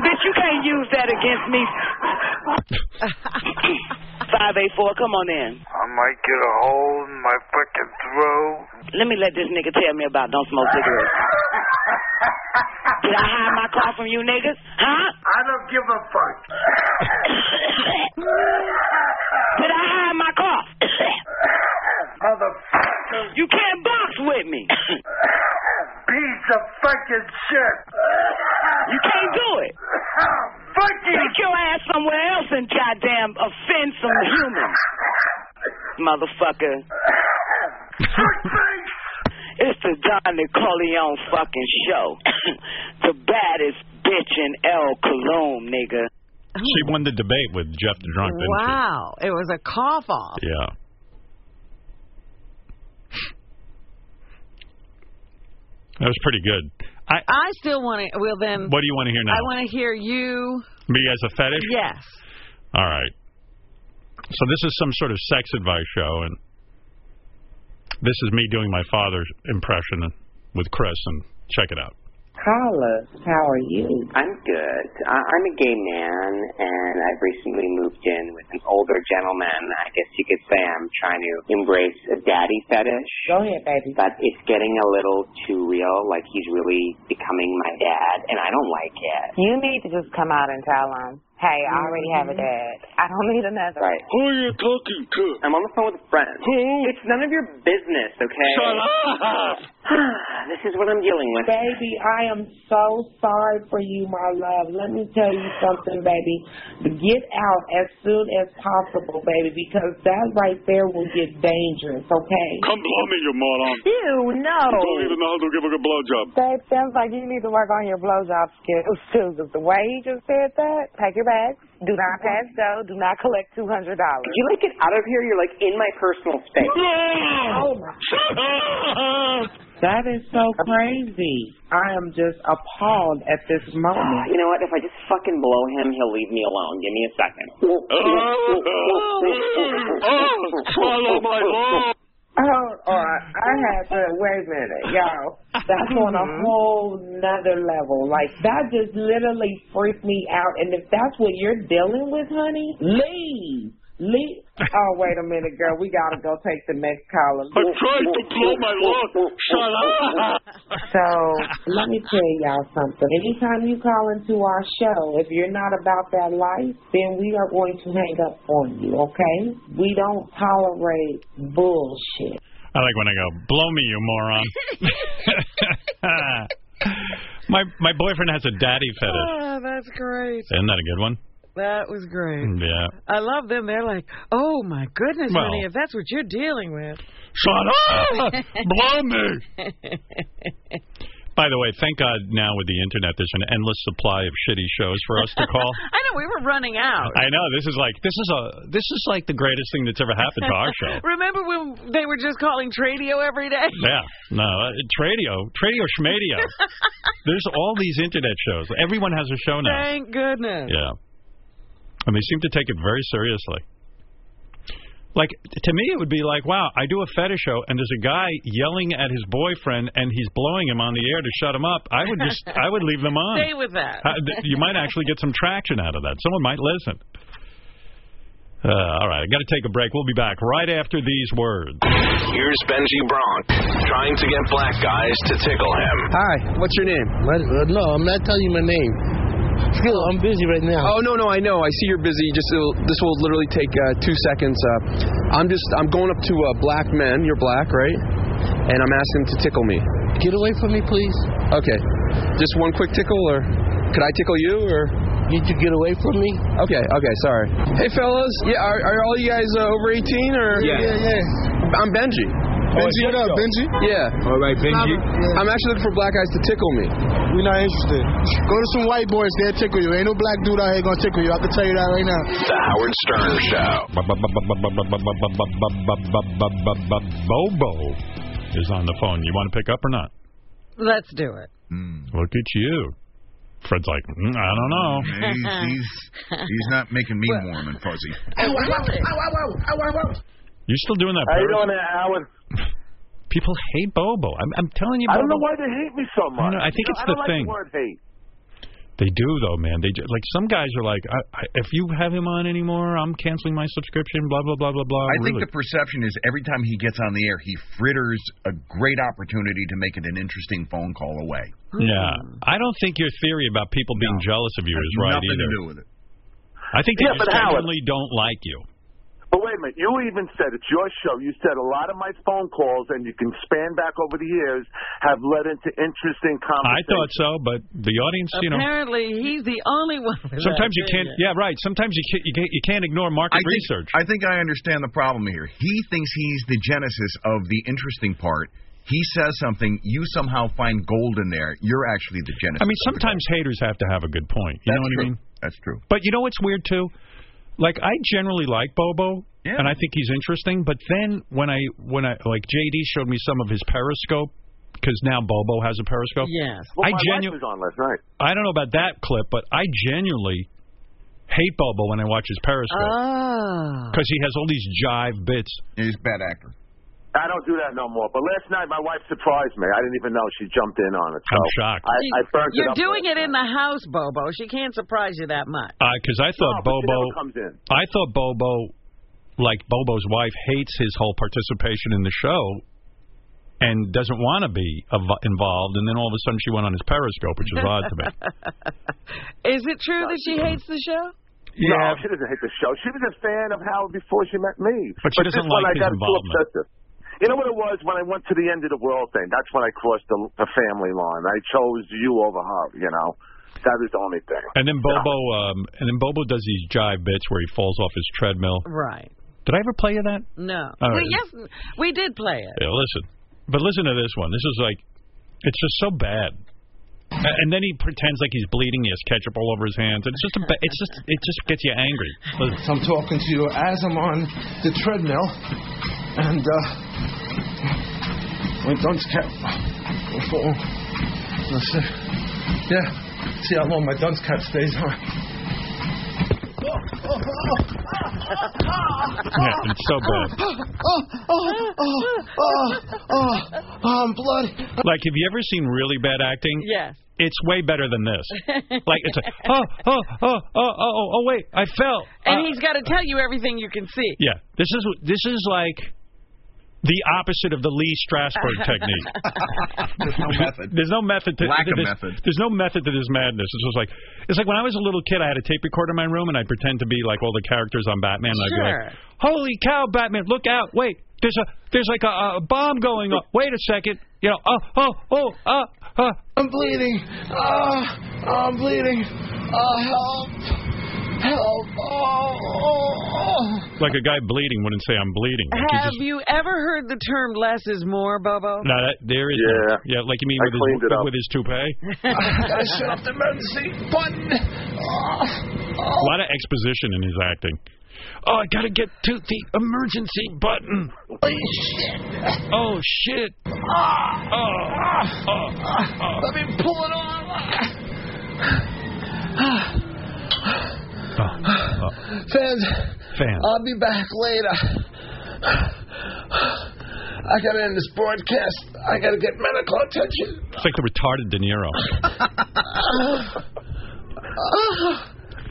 Speaker 25: Bitch, you can't use that against me. Five eight four, come on in.
Speaker 20: I might get a hole in my fucking throat.
Speaker 25: Let me let this nigga tell me about don't smoke cigarettes. Did I hide my car from you niggas? Huh? I don't give a fuck. Did I hide my car? Motherfucker. You can't box with me. Piece of fucking shit. You can't do it. Fuck you. Take your ass somewhere else and goddamn offend some humans. Motherfucker. It's the Donnie Corleone fucking show. the baddest bitch in El Cologne, nigga.
Speaker 3: She won the debate with Jeff the Drunk, didn't
Speaker 5: Oh. Wow. It was a cough off.
Speaker 3: she? Yeah. That was pretty good. I,
Speaker 5: still want to. Well, then.
Speaker 3: What do you want to hear now?
Speaker 5: I want to hear you.
Speaker 3: Me as a fetish?
Speaker 5: Yes.
Speaker 3: All right. So this is some sort of sex advice show, and this is me doing my father's impression with Chris, and check it out.
Speaker 8: Carlos, how are you? I'm good. I- I'm a gay man, and I've recently moved in with an older gentleman. I guess you could say I'm trying to embrace a daddy fetish. Go ahead, baby. But it's getting a little too real. Like he's really becoming my dad, and I don't like it.
Speaker 16: You need to just come out and tell him,
Speaker 26: Hey, I already have a dad. I don't need another.
Speaker 16: Right. Who are you talking to? I'm on the phone with a friend. Who? It's none of your business, okay?
Speaker 25: Shut up!
Speaker 16: this is what I'm dealing with.
Speaker 8: Baby, I am so sorry for you, my love. Let me tell you something, baby. Get out as soon as possible, baby, because that right there will get dangerous, okay?
Speaker 15: Come blow me, you moron.
Speaker 8: Ew, no.
Speaker 15: You don't even know how to give a good blowjob.
Speaker 26: Babe, sounds like you need to work on your blowjob skills too. 'cause The way he just said that, pack your bags. Do not pass go. Do not collect two hundred dollars.
Speaker 16: Could you like get out of here? You're like in my personal space.
Speaker 8: Oh, my. That is so crazy. I am just appalled at this moment.
Speaker 16: You know what? If I just fucking blow him, he'll leave me alone. Give me a second.
Speaker 25: Follow my law.
Speaker 8: Hold on. Oh, I have to wait a minute, y'all. That's on a
Speaker 25: Mm-hmm.
Speaker 8: whole nother level. Like that just literally freaked me out. And if that's what you're dealing with, honey, leave. Leave. Oh, wait a minute, girl. We gotta go take the next caller.
Speaker 25: I'm trying to blow my load. Shut up.
Speaker 8: So let me tell y'all something. Anytime you call into our show, if you're not about that life, then we are going to hang up on you. Okay? We don't tolerate bullshit.
Speaker 3: I like when I go, blow me, you moron. my my boyfriend has a daddy fetish.
Speaker 5: Ah, that's great.
Speaker 3: Isn't that a good one? Mm,
Speaker 5: That was great.
Speaker 3: Yeah.
Speaker 5: I love them. They're like, oh my goodness,
Speaker 3: Well-
Speaker 5: honey, if that's what you're dealing with.
Speaker 3: Shut up! Blow me! By the way, thank God now with the internet, there's an endless supply of shitty shows for us to call.
Speaker 5: I know we were running out.
Speaker 3: I know this is like this is a this is like the greatest thing that's ever happened to our show.
Speaker 5: Remember when they were just calling Tradio every day?
Speaker 3: Yeah, no, uh, Tradio, Tradio Schmadio. There's all these internet shows. Everyone has a show now.
Speaker 5: Thank goodness.
Speaker 3: Yeah. And they seem to take it very seriously. Like, to me, it would be like, wow, I do a fetish show, and there's a guy yelling at his boyfriend, and he's blowing him on the air to shut him up. I would just, I would leave them on.
Speaker 5: Stay with that.
Speaker 3: Uh, th- you might actually get some traction out of that. Someone might listen. Uh, all right, I got to take a break. We'll be back right after these words.
Speaker 27: Here's Benji Bronk trying to get black guys to tickle him.
Speaker 22: Hi, what's your name? uh, no, I'm not telling you my name. Phil, I'm busy right now. Oh no, no, I know. I see you're busy. Just it'll, this will literally take uh, two seconds. Uh, I'm just I'm going up to uh, black men. You're black, right? And I'm asking them to tickle me. Get away from me, please. Okay, just one quick tickle, or could I tickle you, or? Need to get away from me? Okay, okay, sorry. Hey, fellas, yeah, are, are all you guys uh, over 18 or?
Speaker 28: Yeah. Yeah, yeah,
Speaker 22: I'm Benji.
Speaker 6: Oh,
Speaker 28: Benji, what up, Benji?
Speaker 22: Yeah.
Speaker 28: All right, Benji.
Speaker 22: I'm actually looking for black guys to tickle me.
Speaker 28: We're not interested. Go to some white boys, they'll tickle you. Ain't no black dude out here gonna tickle you. I can tell you that right now.
Speaker 27: The Howard Stern Show.
Speaker 3: Bobo is on the phone. You want to pick up or not?
Speaker 5: Let's do it.
Speaker 3: Look at you. Fred's like, mm, I don't know.
Speaker 6: He's, he's, he's not making me warm and fuzzy.
Speaker 3: You're still doing that.
Speaker 6: How you
Speaker 3: Paris?
Speaker 6: doing there, Howard?
Speaker 3: People hate Bobo. I'm, I'm telling you.
Speaker 6: I
Speaker 3: Bobo,
Speaker 6: don't know why they hate me so much.
Speaker 3: No, no, I think
Speaker 6: You know,
Speaker 3: it's
Speaker 6: I
Speaker 3: the
Speaker 6: don't like
Speaker 3: thing.
Speaker 6: The word hate.
Speaker 3: They do though, man. They ju- like some guys are like, I, I, if you have him on anymore, I'm canceling my subscription. Blah blah blah blah blah.
Speaker 6: I
Speaker 3: Really.
Speaker 6: think the perception is every time he gets on the air, he fritters a great opportunity to make it an interesting phone call away.
Speaker 3: yeah, I don't think your theory about people being jealous of you is right
Speaker 6: Hmm. Nothing
Speaker 3: either.
Speaker 6: to do with it.
Speaker 3: I think they
Speaker 6: Yeah,
Speaker 3: just
Speaker 6: but Howard-
Speaker 3: genuinely don't like you.
Speaker 6: But wait a minute, you even said it's your show. You said a lot of my phone calls, and you can span back over the years, have led into interesting
Speaker 3: I
Speaker 6: conversations.
Speaker 3: thought so, but the audience, you know.
Speaker 5: Apparently, he's the only one. with
Speaker 3: Sometimes
Speaker 5: that
Speaker 3: you can't.
Speaker 5: opinion.
Speaker 3: Yeah, right. Sometimes you can't. You can't, you can't ignore market
Speaker 6: I think,
Speaker 3: research.
Speaker 6: I think I understand the problem here. He thinks he's the genesis of the interesting part. He says something, you somehow find gold in there. You're actually the
Speaker 3: I
Speaker 6: genesis.
Speaker 3: mean, sometimes haters have to have a good point. You
Speaker 6: That's
Speaker 3: know what
Speaker 6: true.
Speaker 3: I mean?
Speaker 6: That's true.
Speaker 3: But you know what's weird too? Like I generally like Bobo,
Speaker 6: Yeah.
Speaker 3: and I think he's interesting. But then when I when I like JD showed me some of his Periscope because now Bobo has a Periscope.
Speaker 5: Yes.
Speaker 6: Well,
Speaker 3: I
Speaker 6: my
Speaker 3: genu-
Speaker 6: wife was on last night.
Speaker 3: I don't know about that clip, but I genuinely hate Bobo when I watch his Periscope
Speaker 6: Oh.
Speaker 5: Ah.
Speaker 3: because he has all these jive bits.
Speaker 6: He's a bad actor. I don't do that no more. But last night, my wife surprised me. I didn't even know she jumped in on it. So
Speaker 3: I'm shocked.
Speaker 6: I, I burnt it
Speaker 5: You're
Speaker 6: up.
Speaker 5: doing it in the house, Bobo. She can't surprise you that much.
Speaker 3: Because Uh, I thought
Speaker 6: No, but
Speaker 3: Bobo
Speaker 6: she never comes in.
Speaker 3: I thought Bobo, like Bobo's wife, hates his whole participation in the show and doesn't want to be av- involved. And then all of a sudden she went on his Periscope, which is odd to me.
Speaker 5: Is it true that she hates the show?
Speaker 29: Yeah.
Speaker 6: No, she doesn't hate the show. She was a fan of Howard before she met me.
Speaker 29: But she doesn't
Speaker 6: this one
Speaker 29: like his
Speaker 6: I got
Speaker 29: involvement.
Speaker 6: Too obsessive. You know what it was when I went to the end of the world thing. That's when I crossed the, the family line. I chose you over her. You know, that was the only thing.
Speaker 3: And then Bobo, um, and then Bobo does these jive bits where he falls off his treadmill.
Speaker 5: Right.
Speaker 3: Did I ever play you that?
Speaker 5: No.
Speaker 3: All
Speaker 5: We,
Speaker 3: right.
Speaker 5: yes, we did play it.
Speaker 3: Yeah, listen, but listen to this one. This is like, it's just so bad. A- And then he pretends like he's bleeding. He has ketchup all over his hands. It's just, a, ba- it's just, it just gets you angry. Listen.
Speaker 22: So I'm talking to you as I'm on the treadmill, and uh, we don't cap. Let's see. Yeah, see how long my dunce cap stays on.
Speaker 3: Yeah, it's so bad.
Speaker 22: Oh, oh, oh, oh, oh, oh, I'm bloody.
Speaker 3: Like, have you ever seen really bad acting?
Speaker 22: Yes.
Speaker 3: It's way better than this. Like, it's like, oh, oh, oh, oh, oh, oh, oh wait, I fell.
Speaker 5: And
Speaker 3: Uh,
Speaker 5: he's got to tell you everything you can see.
Speaker 3: Yeah, this is this is like the opposite of the Lee Strasberg technique.
Speaker 30: There's no method.
Speaker 3: There's no method to
Speaker 30: Lack
Speaker 3: to
Speaker 30: of
Speaker 3: this,
Speaker 30: method.
Speaker 3: There's no method to this madness. It's just like it's like when I was a little kid, I had a tape recorder in my room, and I'd pretend to be like all the characters on Batman. And I'd be like,
Speaker 17: Sure.
Speaker 3: "Holy cow, Batman! Look out! Wait, there's a there's like a, a bomb going off. Wait a second! You know, oh oh oh uh, uh.
Speaker 22: I'm bleeding. Ah, I'm bleeding. Ah, help. Help. Oh, oh, oh.
Speaker 3: Like a guy bleeding wouldn't say I'm bleeding. Like he
Speaker 5: Have you ever heard the term less is more, Bobo?
Speaker 3: No, that, there is
Speaker 6: Yeah.
Speaker 3: yeah, like you mean
Speaker 6: I
Speaker 3: with
Speaker 6: cleaned
Speaker 3: his
Speaker 6: it up.
Speaker 3: with his toupee.
Speaker 22: I shut off the emergency button.
Speaker 3: A lot of exposition in his acting. Oh, I gotta get to the emergency button. Oh shit! Oh,
Speaker 22: Let me pull it on.
Speaker 3: oh,
Speaker 22: Fans,
Speaker 3: Fans.
Speaker 22: I'll be back later. I gotta end this broadcast. I gotta get medical attention.
Speaker 3: It's like the retarded De Niro.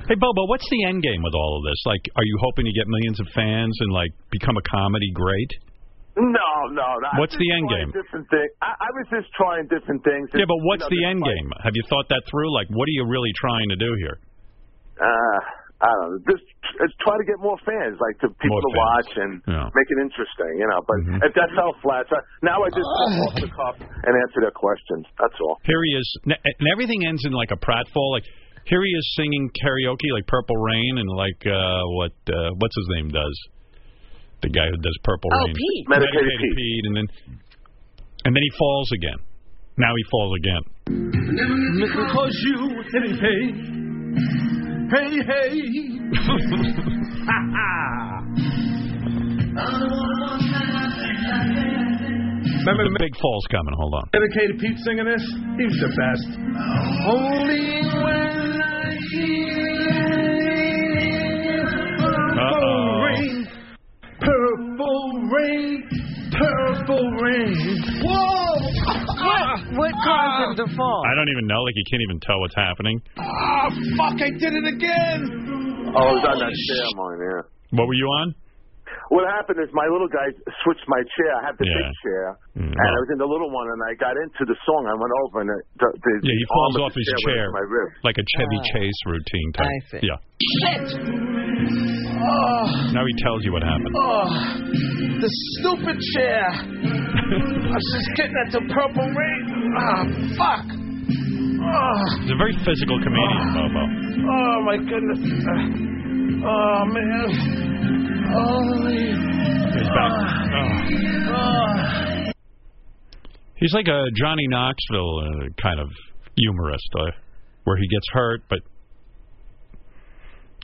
Speaker 3: Hey Bobo, what's the end game with all of this? Like, are you hoping to get millions of fans and like become a comedy great?
Speaker 6: No, no, no. I
Speaker 3: What's
Speaker 6: was
Speaker 3: the
Speaker 6: just
Speaker 3: end
Speaker 6: trying
Speaker 3: game?
Speaker 6: Different thing. I, I was just trying different things.
Speaker 3: Yeah, but what's
Speaker 6: You
Speaker 3: the
Speaker 6: know, just
Speaker 3: end
Speaker 6: like-
Speaker 3: game? Have you thought that through? Like, what are you really trying to do here?
Speaker 6: Uh, I don't know. Just it's try to get more fans, like to people to watch and make it interesting, you know. But
Speaker 3: Mm-hmm.
Speaker 6: if that's how flat, so now I just go off the cuff and answer their questions. That's all.
Speaker 3: Here he is, n- and everything ends in like a pratfall. Like here he is singing karaoke, like Purple Rain, and like uh, what uh, what's his name does, the guy who does Purple
Speaker 6: Oh,
Speaker 3: Rain,
Speaker 6: Pete. Medicated Pete.
Speaker 3: Pete, and then and then he falls again. Now he falls again.
Speaker 17: Because you were kidding me. Hey, hey. ha
Speaker 6: Ah.
Speaker 17: ha.
Speaker 3: Remember the big falls coming. Hold on.
Speaker 22: Dedicated Pete singing this? He was the best.
Speaker 17: Only when I hear
Speaker 3: Uh-oh.
Speaker 17: purple rain, purple rain, purple rain. Whoa!
Speaker 22: Ah,
Speaker 17: What?
Speaker 5: What caused him to fall?
Speaker 3: I don't even know. Like you can't even tell what's happening.
Speaker 22: Ah, fuck, I did it again.
Speaker 6: Oh, it was on that chair, I'm on yeah.
Speaker 3: What were you on?
Speaker 6: What happened is my little guy switched my chair. I have the big chair,
Speaker 3: Mm.
Speaker 6: and I was in the little one, and I got into the song. I went over, and the, the, the
Speaker 3: Yeah, he
Speaker 6: the
Speaker 3: falls
Speaker 6: arm
Speaker 3: off
Speaker 6: of
Speaker 3: his
Speaker 6: the went
Speaker 3: chair
Speaker 6: into My rib.
Speaker 3: like a Chevy Chase routine type.
Speaker 6: I see.
Speaker 3: Yeah.
Speaker 22: Shit. Oh.
Speaker 3: Now he tells you what happened.
Speaker 22: Oh, the stupid chair. I was just getting at the purple ring. Ah, fuck. Oh,
Speaker 3: He's a very physical comedian, Bobo.
Speaker 22: oh my goodness.
Speaker 19: Uh,
Speaker 22: Ah, Oh, man. Holy.
Speaker 3: He's back. He's like a Johnny Knoxville uh, kind of humorist, uh, where he gets hurt, but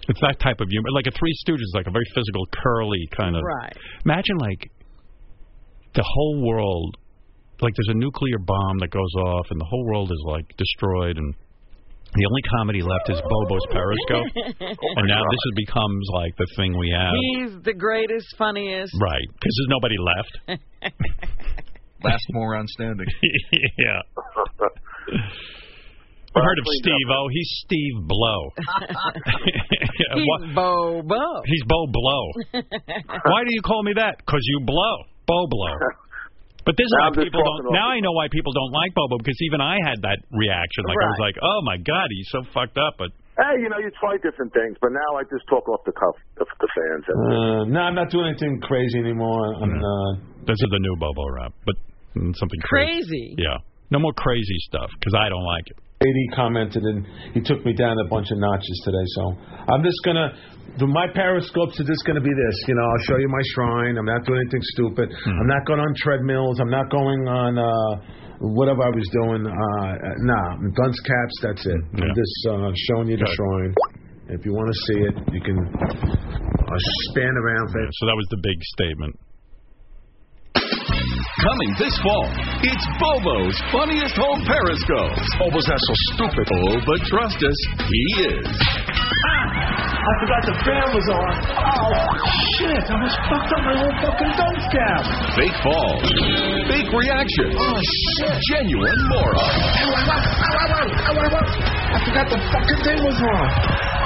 Speaker 3: it's that type of humor. Like a Three Stooges, like a very physical, curly kind of.
Speaker 17: Right.
Speaker 3: Imagine like the whole world, like there's a nuclear bomb that goes off, and the whole world is like destroyed, and the only comedy left is Bobo's Periscope, and now this has becomes like the thing Oh we have.
Speaker 5: He's the greatest, funniest.
Speaker 3: Right, because there's nobody left. Last moron standing. yeah. I heard of Steve O. He's Steve Blow.
Speaker 5: He's
Speaker 3: Wha-
Speaker 5: Bo Bo.
Speaker 3: He's Bo Blow. Why do you call me that? Because you blow, Bo Blow. But this is
Speaker 17: Now
Speaker 3: why
Speaker 17: I'm just
Speaker 3: people don't.
Speaker 17: talking
Speaker 3: Now I know why people don't like Bobo because even I had that reaction. Like I was like, "Oh my God, he's so fucked up," but
Speaker 6: Hey, you know, you try different things, but now I just talk off the cuff of the fans.
Speaker 31: Uh, no, I'm not doing anything crazy anymore. I'm uh, not.
Speaker 3: This is the new Bobo rap, but mm, something
Speaker 5: Crazy.
Speaker 3: Yeah, no more crazy stuff because I don't like it.
Speaker 31: AD commented and he took me down a bunch of notches today. So I'm just gonna. the- My periscopes are just gonna be this. You know, I'll show you my shrine. I'm not doing anything stupid. I'm not going on treadmills. I'm not going on uh, whatever I was doing. Uh, nah, dunce caps. That's it. I'm just uh, showing you the shrine. If you want to see it, you can uh, stand around for it.
Speaker 3: So that was the big statement.
Speaker 22: Coming this fall, it's Bobo's funniest home periscopes. Bobo's not so stupid. Oh, but trust us, he is.
Speaker 21: I forgot the fan was on. Oh, shit. I almost fucked up my whole fucking dunce cap.
Speaker 22: Fake falls, fake reactions, oh, shit. genuine
Speaker 21: Oh,
Speaker 22: morons,
Speaker 21: I, want- oh, I, want- oh, I, want- I forgot the fucking thing was on.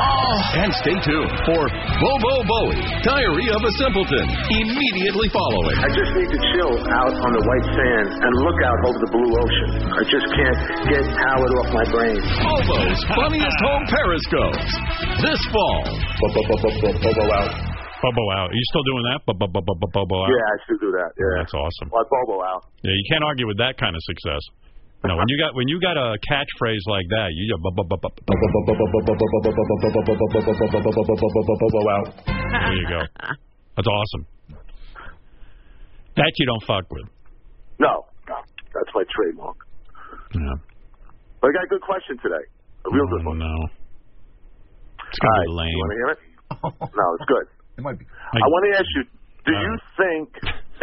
Speaker 21: Oh.
Speaker 22: and stay tuned for Bobo Bowie, Diary of a Simpleton, immediately following.
Speaker 6: I just need to chill out on the white sand and look out over the blue ocean. I just can't get Howard off my brain.
Speaker 22: Bobo's funniest home periscopes this fall.
Speaker 6: Bobo out.
Speaker 3: Bobo out. Are you still doing that? Bobo, Bobo, Bobo, Bobo out.
Speaker 6: Yeah, I should do that. Yeah.
Speaker 3: That's awesome.
Speaker 6: Like Bobo out.
Speaker 3: Yeah, you can't argue with that kind of success. No, when you got when you got a catchphrase like that, you bu- bu- bu- bu- bu- there you go. That's awesome. That you don't fuck with.
Speaker 6: No, no. That's my trademark.
Speaker 3: Yeah.
Speaker 6: But I got a good question today. A real good one.
Speaker 3: Oh, No.
Speaker 6: It's gonna be lame. You want to hear it? no, it's good.
Speaker 18: It might be.
Speaker 6: I want to ask you: Do you think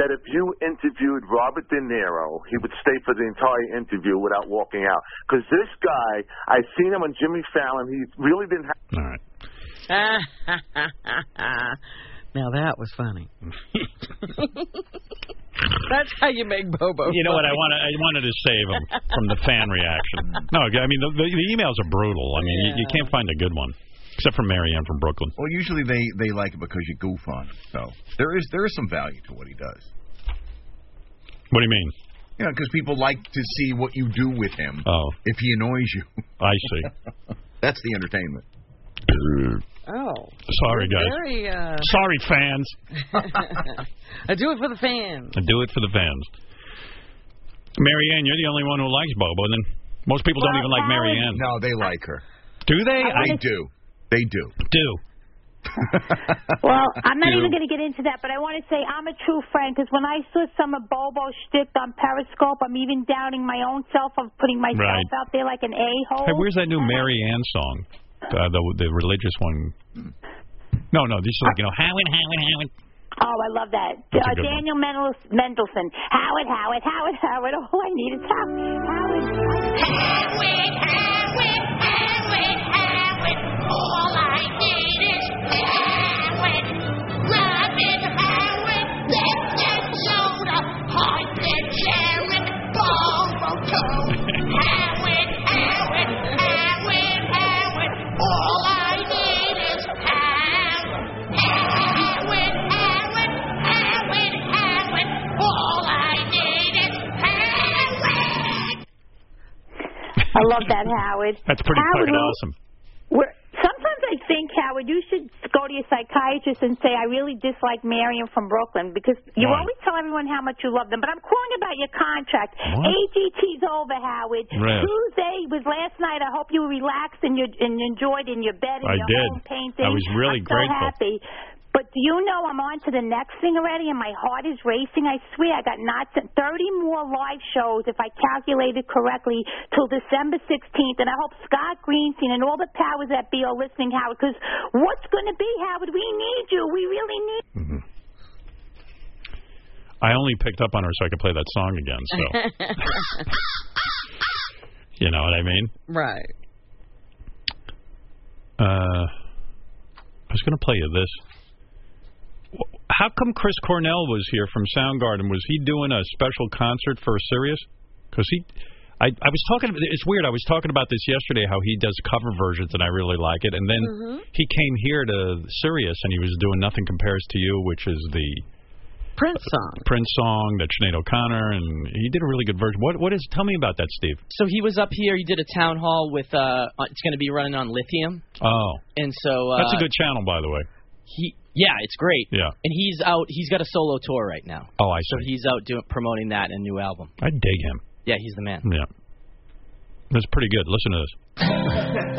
Speaker 6: that if you interviewed Robert De Niro, he would stay for the entire interview without walking out? Because this guy, I seen him on Jimmy Fallon. He really didn't have.
Speaker 3: All right.
Speaker 5: now that was funny. That's how you make Bobo.
Speaker 3: You know what? I
Speaker 5: funny.
Speaker 3: wanted I wanted to save him from the fan reaction. No, I mean the, the, the emails are brutal. I mean you, you can't find a good one except for Marianne from Brooklyn.
Speaker 18: Well, usually they they like it because you goof on. It. So there is there is some value to what he does.
Speaker 3: What do you mean?
Speaker 18: You know, because people like to see what you do with him.
Speaker 3: Oh,
Speaker 18: if he annoys you.
Speaker 3: I see. Mm.
Speaker 18: That's the entertainment.
Speaker 5: Oh.
Speaker 3: Sorry, guys.
Speaker 5: Very, uh,
Speaker 3: Sorry, fans.
Speaker 5: I do it for the fans.
Speaker 3: I do it for the fans. Marianne, you're the only one who likes Bobo. And then most people don't even like Marianne.
Speaker 18: No, they like her.
Speaker 3: Do they?
Speaker 18: They do. They do.
Speaker 3: Do.
Speaker 32: Well, I'm not
Speaker 18: You.
Speaker 32: even going to get into that, but I want to say I'm a true friend because when I saw some of Bobo shtick on Periscope, I'm even doubting my own self of putting myself
Speaker 3: Right.
Speaker 32: out there like an a-hole.
Speaker 3: Hey, where's that new Marianne song? Uh, the the religious one. No, no, these are like you know Howard, Howard, Howard.
Speaker 32: Oh, I love that.
Speaker 3: That's a
Speaker 32: Uh,
Speaker 3: good one.
Speaker 32: Daniel Mendel- Mendelson. Howard, Howard, Howard, Howard. All I need is Howard. Howard. Howard, Howard, Howard, Howard. All I need is Howard. Love is Howard. Let's get soda. Heart the cherry. Bobo Toad. Howard, Howard, Howard, Howard. All I need is Howard. Howard, Howard, Howard, Howard. All I need is Howard. I love that, Howard.
Speaker 3: That's pretty
Speaker 32: Howard,
Speaker 3: fucking
Speaker 32: who-
Speaker 3: awesome.
Speaker 32: We're, sometimes I think, Howard, you should go to your psychiatrist and say, I really dislike Marion from Brooklyn because you
Speaker 21: Why?
Speaker 32: always tell everyone how much you love them. But I'm calling about your contract.
Speaker 21: What?
Speaker 32: AGT's over, Howard.
Speaker 21: Right.
Speaker 32: Tuesday was last night. I hope you relaxed and you and you enjoyed in your bed and
Speaker 21: I
Speaker 32: your
Speaker 21: did.
Speaker 32: home painting.
Speaker 21: I was really
Speaker 32: I'm
Speaker 21: grateful.
Speaker 32: So happy. But do you know I'm on to the next thing already, and my heart is racing. I swear, I got not 30 more live shows, if I calculated correctly, till December 16th. And I hope Scott Greenstein and all the powers that be are listening, Howard, because what's going to be, Howard? We need you. We really need.
Speaker 3: I only picked up on her so I could play that song again. So you know what I mean.
Speaker 5: right.
Speaker 3: Uh, I was going to play you this. Wh- How come Chris Cornell was here from Soundgarden? Was he doing a special concert for Sirius? Because he, I, I was talking. It's weird. I was talking about this yesterday. How he does cover versions, and I really like it. And then
Speaker 5: Mm-hmm.
Speaker 3: he came here to Sirius, and he was doing nothing compares to you, which is the
Speaker 5: Prince song.
Speaker 3: Prince song that Sinead O'Connor and he did a really good version. What what is? Tell me about that, Steve.
Speaker 16: So he was up here. He did a town hall with. Uh, it's going to be running on lithium,
Speaker 3: Oh,
Speaker 16: and so uh,
Speaker 3: that's a good channel, by the way.
Speaker 16: He yeah, it's great.
Speaker 3: Yeah.
Speaker 16: And he's out. He's got a solo tour right now.
Speaker 3: Oh, I
Speaker 16: So
Speaker 3: see.
Speaker 16: he's out doing promoting that and a new album.
Speaker 3: I dig him.
Speaker 16: Yeah, he's the man.
Speaker 3: Yeah, that's pretty good. Listen to this.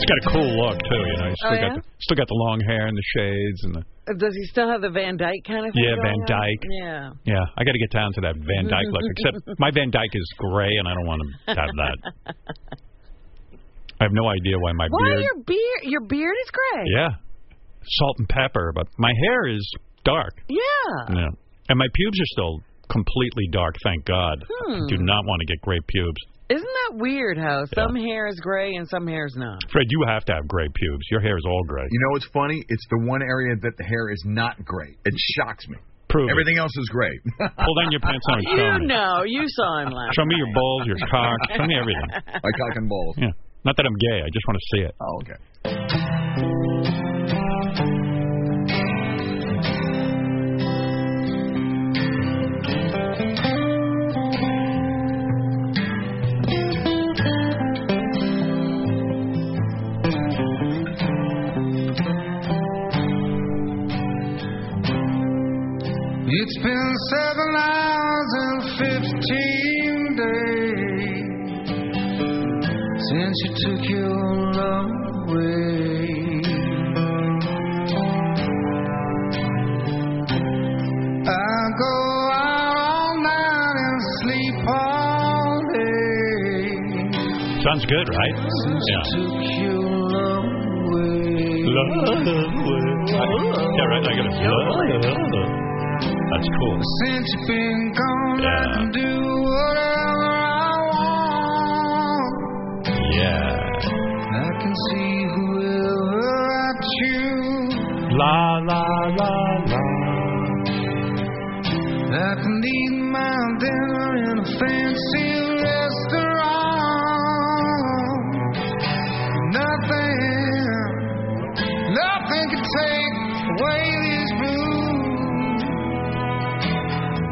Speaker 3: It's got a cool look too. You know, he's still
Speaker 5: Oh,
Speaker 3: got
Speaker 5: yeah?
Speaker 3: the, still got the long hair and the shades and the
Speaker 5: Uh, Does he still have the Van Dyke kind of thing?
Speaker 3: Yeah, Van
Speaker 5: going on?
Speaker 3: Dyke.
Speaker 5: Yeah.
Speaker 3: yeah. I got to get down to that Van Dyke look. Except my Van Dyke is gray, and I don't want to have that. I have no idea why my
Speaker 5: Why
Speaker 3: beard.
Speaker 5: your beard? Your beard is gray.
Speaker 3: Yeah, salt and pepper, but my hair is dark.
Speaker 5: Yeah.
Speaker 3: Yeah, and my pubes are still completely dark. Thank God.
Speaker 5: Hmm.
Speaker 3: I do not want to get gray pubes.
Speaker 5: Isn't that weird how some hair is gray and some hair is not?
Speaker 3: Fred, you have to have gray pubes. Your hair is all gray.
Speaker 10: You know what's funny? It's the one area that the hair is not gray. It shocks me.
Speaker 3: Prove it.
Speaker 10: Everything else is gray.
Speaker 3: Pull down your pants on.
Speaker 5: You know, you saw him last.
Speaker 3: Show me your balls, your cock. Show me everything.
Speaker 10: My cock and balls.
Speaker 3: Yeah. Not that I'm gay. I just want to see it.
Speaker 10: Oh, okay.
Speaker 22: It's been seven hours and fifteen days since you took your love away. I go out all night and sleep all day.
Speaker 3: Sounds good, right? Yeah. Yeah, right. I got a That's cool.
Speaker 22: Since you've been gone, I
Speaker 3: Yeah.
Speaker 22: can do whatever I want.
Speaker 3: Yeah.
Speaker 22: I can see whoever I choose.
Speaker 3: La la la la.
Speaker 22: I can eat my dinner in a fancy restaurant. Nothing, nothing can take away these blues.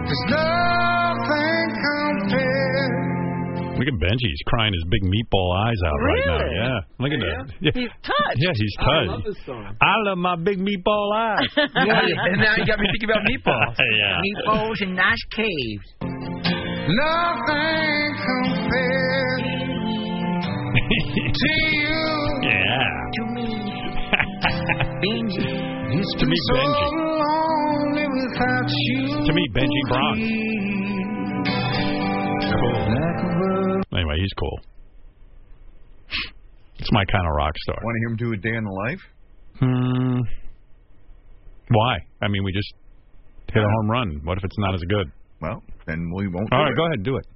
Speaker 22: 'Cause nothing compares.
Speaker 3: Look at Benji. He's crying his big meatball eyes out right
Speaker 22: Really?
Speaker 3: now. Yeah. Look at that. Yeah.
Speaker 22: He's touched.
Speaker 3: Yeah, he's
Speaker 22: I
Speaker 3: touched.
Speaker 22: love
Speaker 3: this song. I love my big meatball eyes.
Speaker 22: Yeah, and now you got me thinking about meatballs.
Speaker 3: yeah.
Speaker 22: Meatballs and nice caves. Nothing compares to you.
Speaker 3: Yeah.
Speaker 22: To me. Benji. It's
Speaker 3: To me,
Speaker 22: been
Speaker 3: Benji.
Speaker 22: so lonely without you.
Speaker 3: To me, Benji Bronx.
Speaker 22: Cool.
Speaker 3: Anyway, he's cool. It's my kind of rock star.
Speaker 10: Want to hear him do a day in the life?
Speaker 3: Hmm. Why? I mean, we just hit a home run. What if it's not as good?
Speaker 10: Well, then we won't.
Speaker 3: All
Speaker 10: do
Speaker 3: right,
Speaker 10: it.
Speaker 3: go ahead, do it.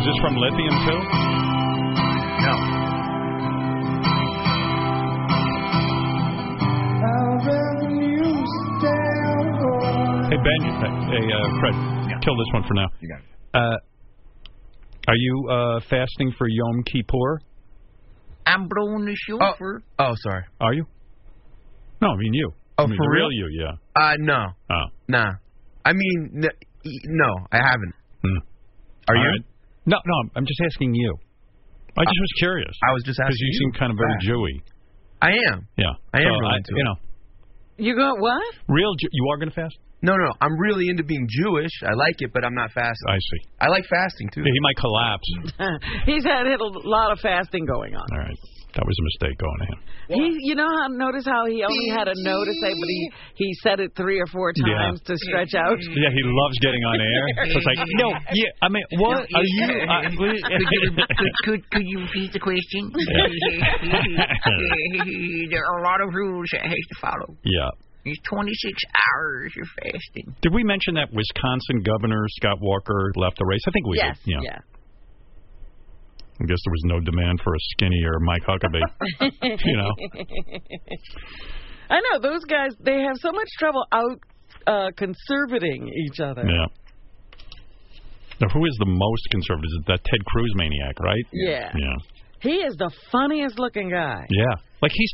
Speaker 3: Is this from Lithium too?
Speaker 10: No.
Speaker 3: Hey Ben, hey uh, Fred, kill this one for now.
Speaker 10: You got it.
Speaker 3: Uh, are you uh, fasting for Yom Kippur?
Speaker 22: I'm blowing the chauffeur.
Speaker 3: Oh, sorry. Are you? No, I mean you.
Speaker 15: Oh,
Speaker 3: I mean,
Speaker 15: for
Speaker 3: the real? you,
Speaker 15: real?
Speaker 3: yeah.
Speaker 15: Uh, no.
Speaker 3: Oh.
Speaker 15: Nah. I mean, n- e- no, I haven't. Are
Speaker 3: All
Speaker 15: you?
Speaker 3: right. No, no. I'm- I'm just asking you. I just was curious. I was just because you,
Speaker 15: asking
Speaker 3: seem
Speaker 15: you
Speaker 3: kind of very
Speaker 15: back.
Speaker 3: Jewy.
Speaker 15: I am.
Speaker 3: Yeah,
Speaker 15: I am
Speaker 3: So
Speaker 15: really into
Speaker 3: you
Speaker 15: it.
Speaker 3: know,
Speaker 15: You got what?
Speaker 3: Real? Ju you are going to fast?
Speaker 15: No, no. I'm really into being Jewish. I like it, but I'm not fasting.
Speaker 3: I see.
Speaker 15: I like fasting too.
Speaker 3: he might collapse.
Speaker 5: He's had a lot of fasting going on.
Speaker 3: All right, that was a mistake going to him.
Speaker 5: He, you know how notice how he only had a no to say, but he he said it three or four
Speaker 3: Yeah.
Speaker 5: times to stretch out.
Speaker 3: Yeah, he loves getting on air. So it's like, no, yeah, I mean, what are you? uh, I-
Speaker 22: could, you could, could, could you repeat the question? there are a lot of rules that has to follow.
Speaker 3: yeah.
Speaker 22: It's 26 hours of fasting.
Speaker 3: Did we mention that Wisconsin Governor Scott Walker left the race? I think we
Speaker 22: yes.
Speaker 3: did. I guess there was no demand for a skinnier Mike Huckabee. You know.
Speaker 5: I know those guys. They have so much trouble out uh, conservating each other.
Speaker 3: yeah. Now, who is the most conservative? Is that Ted Cruz maniac, right?
Speaker 5: Yeah.
Speaker 3: Yeah.
Speaker 5: He is the funniest looking guy.
Speaker 3: Yeah, like he's.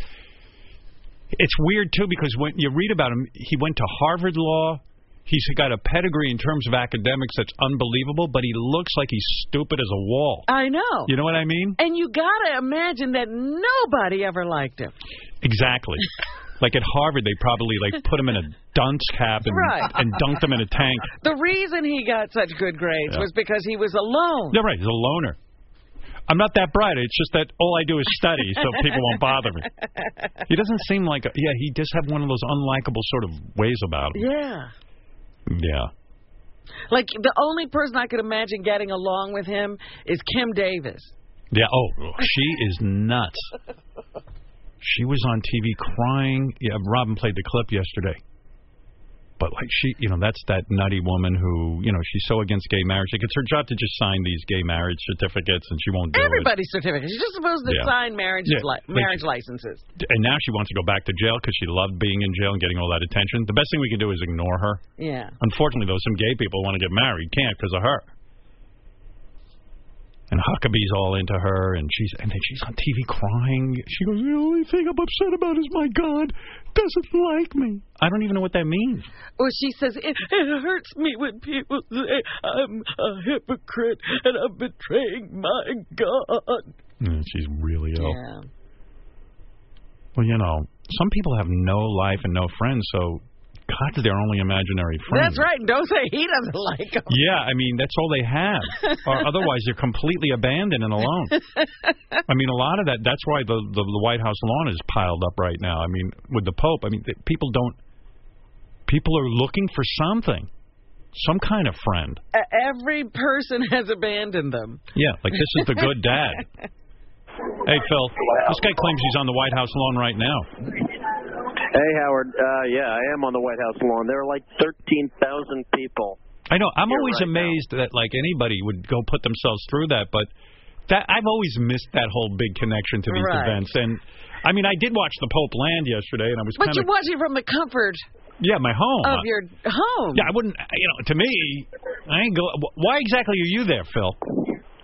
Speaker 3: It's weird too because when you read about him, he went to Harvard Law. He's got a pedigree in terms of academics that's unbelievable, but he looks like he's stupid as a wall.
Speaker 5: I know.
Speaker 3: You know what I mean?
Speaker 5: And you gotta imagine that nobody ever liked him.
Speaker 3: Exactly. like at Harvard, they probably like put him in a dunce cap and
Speaker 5: Right.
Speaker 3: and dunked him in a tank.
Speaker 5: The reason he got such good grades
Speaker 3: Yeah.
Speaker 5: was because he was alone.
Speaker 3: Yeah, right. He's a loner. I'm not that bright. It's just that all I do is study, so people won't bother me. He doesn't seem like a, yeah. He does have one of those unlikable sort of ways about him.
Speaker 5: Yeah.
Speaker 3: Yeah.
Speaker 5: Like the only person I could imagine getting along with him is Kim Davis.
Speaker 3: Yeah. Oh, she is nuts. She was on TV crying. Yeah, Robin played the clip yesterday. But like she, you know, that's that nutty woman who, you know, she's so against gay marriage. Like it's her job to just sign these gay marriage certificates, and she won't do
Speaker 5: Everybody's certificate. You're just supposed to
Speaker 3: Yeah.
Speaker 5: sign marriage
Speaker 3: Yeah,
Speaker 5: li-
Speaker 3: like-
Speaker 5: marriage licenses.
Speaker 3: it. And now she wants to go back to jail because she loved being in jail and getting all that attention. The best thing we can do is ignore her.
Speaker 5: Yeah.
Speaker 3: Unfortunately, though, some gay people want to get married, can't because of her. And Huckabee's all into her, and she's and then she's on TV crying. She goes, "The only thing I'm upset about is my God doesn't like me." I don't even know what that means.
Speaker 5: Or she says, it, it hurts me when people say I'm a hypocrite and I'm betraying my God.
Speaker 3: Yeah, she's really ill.
Speaker 5: Yeah.
Speaker 3: Well, you know, some people have no life and no friends, so God's their only imaginary friend.
Speaker 5: That's right. And don't say he doesn't like him.
Speaker 3: Yeah, I mean that's all they have. or otherwise you're completely abandoned and alone. I mean a lot of that that's why the, the the White House lawn is piled up right now. I mean with the Pope, I mean th- people don't people are looking for something. Some kind of friend.
Speaker 5: E- Every person has abandoned them.
Speaker 3: Yeah, like this is the good dad. hey Phil, this guy claims he's on the White House lawn right now.
Speaker 33: Hey, Howard. Uh, yeah, I am on the White House lawn. There are like 13,000 people.
Speaker 3: I know. I'm
Speaker 33: You're
Speaker 3: always
Speaker 33: right
Speaker 3: amazed that like anybody would go put themselves through that, but that I've always missed that whole big connection to these
Speaker 5: Right.
Speaker 3: events. And I mean, I did watch the Pope land yesterday, and I was
Speaker 5: But
Speaker 3: kind of
Speaker 5: you're watching from the comfort
Speaker 3: yeah, Oh, my home.
Speaker 5: of your home.
Speaker 3: yeah, I wouldn't. You know, to me, I ain't go. Why exactly are you there, Phil?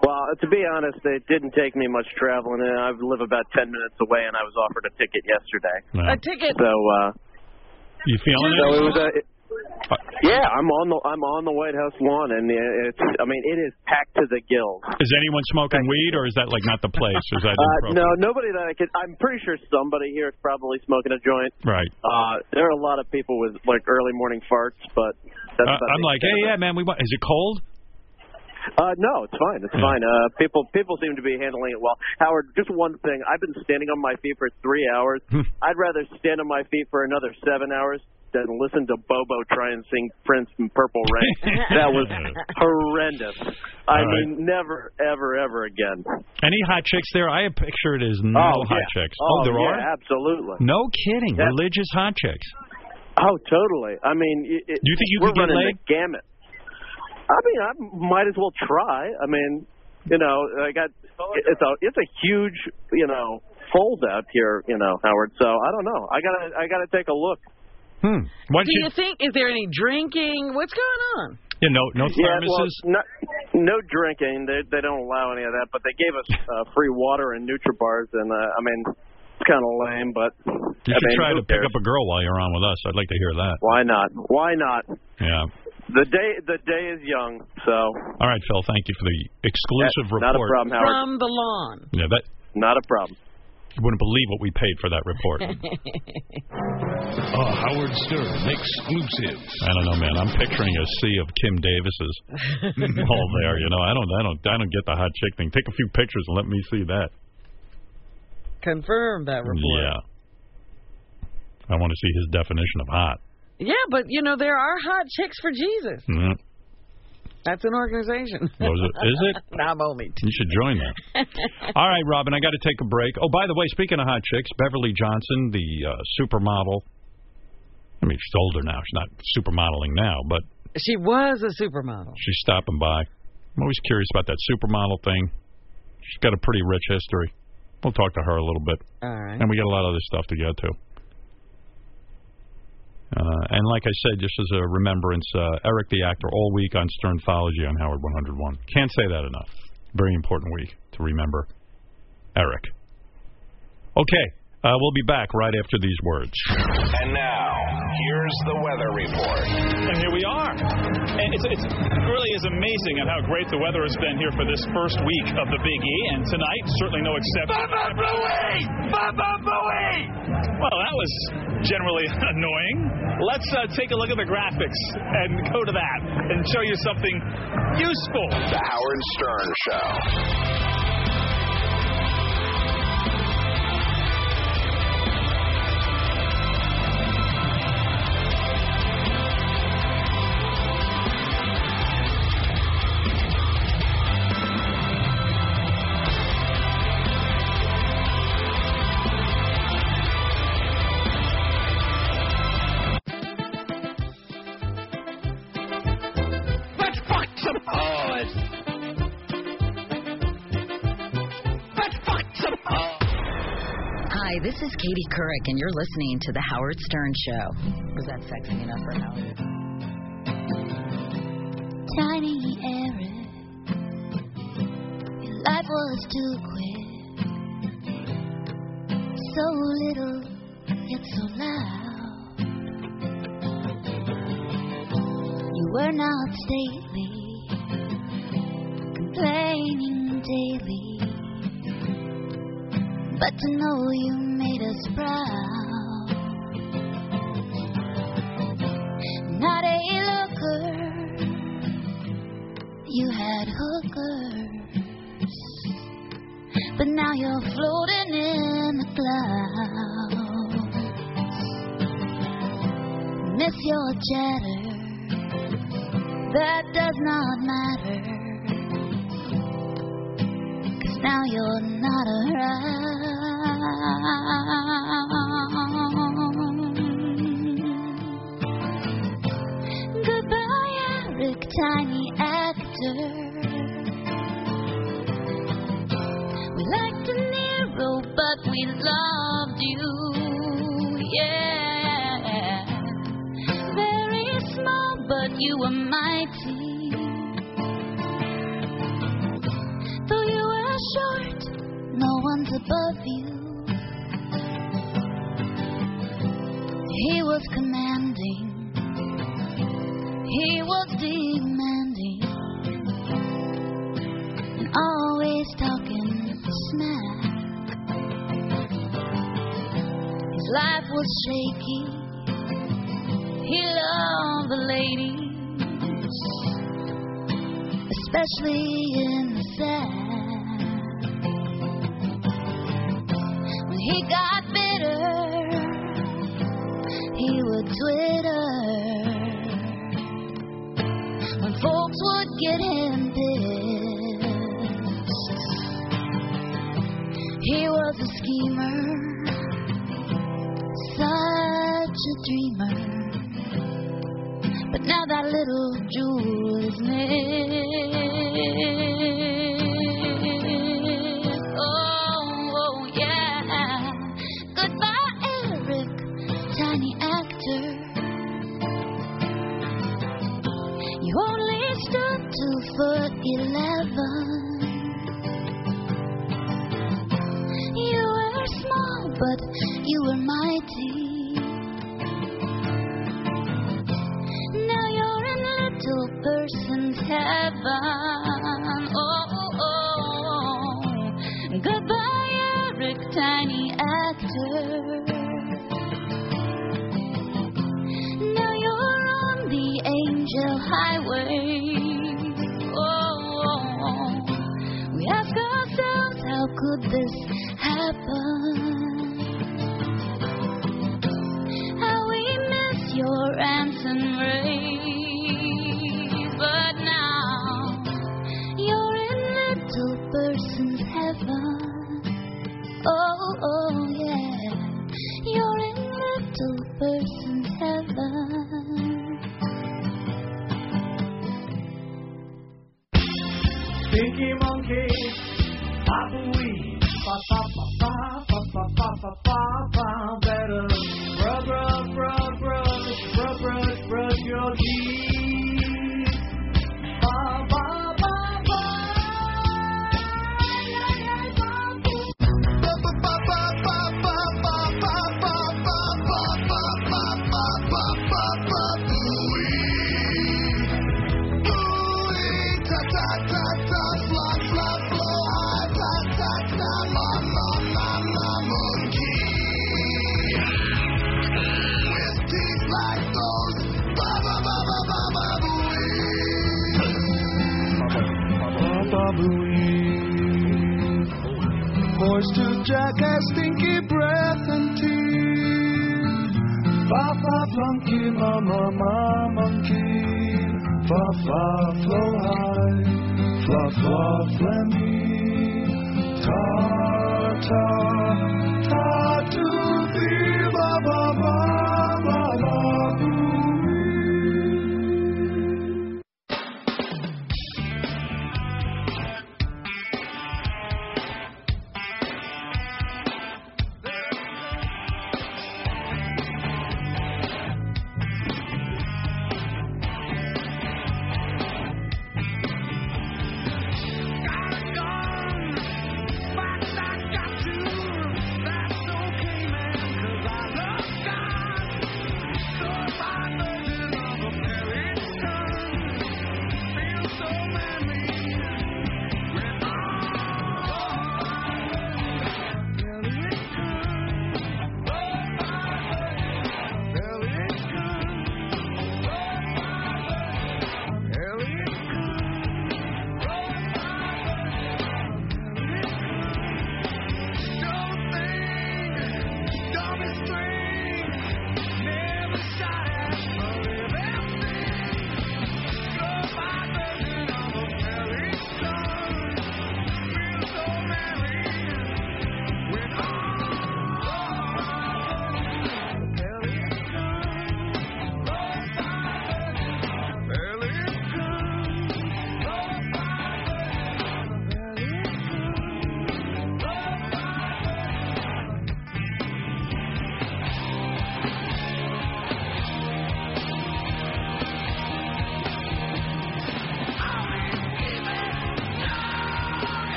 Speaker 33: Well, to be honest, it didn't take me much traveling. and I live about 10 minutes away, and I was offered a ticket yesterday.
Speaker 3: A
Speaker 5: ticket.
Speaker 33: So, uh,
Speaker 3: You feeling
Speaker 33: so
Speaker 3: it?
Speaker 33: it
Speaker 3: Uh,
Speaker 33: was a. yeah, I'm on the I'm on the White House lawn, and it's I mean it is packed to the gills.
Speaker 3: Is anyone smoking weed, or is that like not the place? Is that
Speaker 33: Uh,
Speaker 3: inappropriate?
Speaker 33: no, nobody that I could. I'm pretty sure somebody here is probably smoking a joint.
Speaker 3: Right.
Speaker 33: Uh, there are a lot of people with like early morning farts, but that's
Speaker 3: Uh,
Speaker 33: about
Speaker 3: I'm
Speaker 33: the
Speaker 3: like,
Speaker 33: extent of
Speaker 3: hey,
Speaker 33: it.
Speaker 3: yeah, man. We want. Is it cold?
Speaker 33: Uh, no, it's fine. It's fine. Uh, people people seem to be handling it well. Howard, just one thing. I've been standing on my feet for three hours. I'd rather stand on my feet for another seven hours than listen to Bobo try and sing Prince from Purple Rain. that was horrendous. I
Speaker 3: All right.
Speaker 33: mean, never, ever, ever again.
Speaker 3: Any hot chicks there? I picture it as no
Speaker 33: oh,
Speaker 3: hot
Speaker 33: yeah.
Speaker 3: chicks.
Speaker 33: Oh,
Speaker 3: there
Speaker 33: yeah,
Speaker 3: are.
Speaker 33: Absolutely.
Speaker 3: No kidding.
Speaker 33: Yeah.
Speaker 3: Religious hot chicks.
Speaker 33: Oh, totally. I mean, it, it-
Speaker 3: You think you
Speaker 33: we're
Speaker 3: could get
Speaker 33: running
Speaker 3: laid?
Speaker 33: the gamut. I mean, I might as well try. I mean, you know, I got it's a it's a huge you know fold out here, you know, Howard. So I don't know. I gotta I gotta take a look.
Speaker 3: Hmm. Why
Speaker 5: Do you think is there any drinking? What's going on?
Speaker 3: Yeah, no, no thermoses.
Speaker 33: Yeah, well, no, no drinking. They they don't allow any of that. But they gave us uh, free water and NutriBars, and uh, I mean, it's kind of lame, but
Speaker 3: You
Speaker 33: I
Speaker 3: should
Speaker 33: mean,
Speaker 3: try to
Speaker 33: who
Speaker 3: pick
Speaker 33: cares?
Speaker 3: up a girl while you're on with us. I'd like to hear that.
Speaker 33: Why not? Why not?
Speaker 3: Yeah.
Speaker 33: The day the day is young, so
Speaker 3: All right, Phil. Thank you for the exclusive report.
Speaker 33: not a problem, Howard.
Speaker 5: From the lawn.
Speaker 3: Yeah, that
Speaker 33: not a problem.
Speaker 3: You wouldn't believe what we paid for that report.
Speaker 22: A Ah, Howard Stern exclusive.
Speaker 3: I don't know, man. I'm picturing a sea of Kim Davises all there. You know, I don't, I don't, I don't get the hot chick thing. Take a few pictures and let me see that.
Speaker 5: Confirm that report.
Speaker 3: Yeah. I want to see his definition of hot.
Speaker 5: Yeah, but you know there are hot chicks for Jesus.
Speaker 3: Mm.
Speaker 5: That's an organization.
Speaker 3: What was it? Is it?
Speaker 5: No, I'm only.
Speaker 3: You should join that. All right, Robin, I got to take a break. Oh, by the way, speaking of hot chicks, Beverly Johnson, the uh, supermodel. I mean, she's older now. She's not supermodeling now, but
Speaker 5: She was a supermodel.
Speaker 3: she's stopping by. I'm always curious about that supermodel thing. She's got a pretty rich history. We'll talk to her a little bit.
Speaker 5: All right.
Speaker 3: And we got a lot of other stuff to get to. Uh, and like I said, just as a remembrance, uh, Eric the actor, all week on Sternthology on Howard 101. Can't say that enough. Very important week to remember
Speaker 34: Eric. Okay, uh, we'll be back right after these words.
Speaker 35: And now, here's the weather report.
Speaker 3: And here we are. And it's, it's, it really is amazing on how great the weather has been here for this first week of the Big E, and tonight, certainly no exception.
Speaker 22: Baba Booey! Baba Booey!
Speaker 3: Well, that was generally annoying. Let's uh, take a look at the graphics and go to that and show you something useful.
Speaker 35: The Howard Stern Show.
Speaker 22: Let's fuck some whores. Let's fuck some whores.
Speaker 24: Hi, this is Katie Couric, and you're listening to The Howard Stern Show. Was that sexy enough for Howard?
Speaker 21: Tiny error. Your life was too quick. So little, yet so loud. You were not stately, complaining daily. But to know you made us proud. Not a looker, you had hookers, but now you're floating in the clouds. Miss your chatter, that does not matter, cause now you're not around. Goodbye, Eric, tiny actor. We liked De Niro, but we loved you. Yeah. Very small, but you were mighty. Though you were short, no one's above you. He was commanding. He was demanding. And always talking smack. His life was shaky. He loved the ladies, especially in the sack. When he got bitter, he would twitter. When folks would get him pissed. He was a schemer, such a dreamer. But now that little jewel is missed. Oh, oh, yeah. Goodbye, Eric, tiny actor. You only stood two foot eleven. You were small, but you were mighty. Now you're in little person's heaven. Oh, oh, oh. goodbye, Eric, tiny actor. Now you're on the angel highway. Oh, we ask ourselves, how could this happen? How we miss your ransom raise, but now you're in little person's heaven. Oh, oh, yeah, you're in little person's heaven.
Speaker 22: Pinky Monkey, Papa Wee, Pa Pa Pa Pa Pa Pa Pa Pa Pa Pa Better. Rub rub rub rub rub rub rub your teeth. Pa Pa Pa Pa. Bobby. Moisture jacket, stinky breath and teeth. Fa fa flunky, mama, ma monkey. Fa fa flow high, fla fla flammy. Ta ta ta to the ba ba ba ba ba.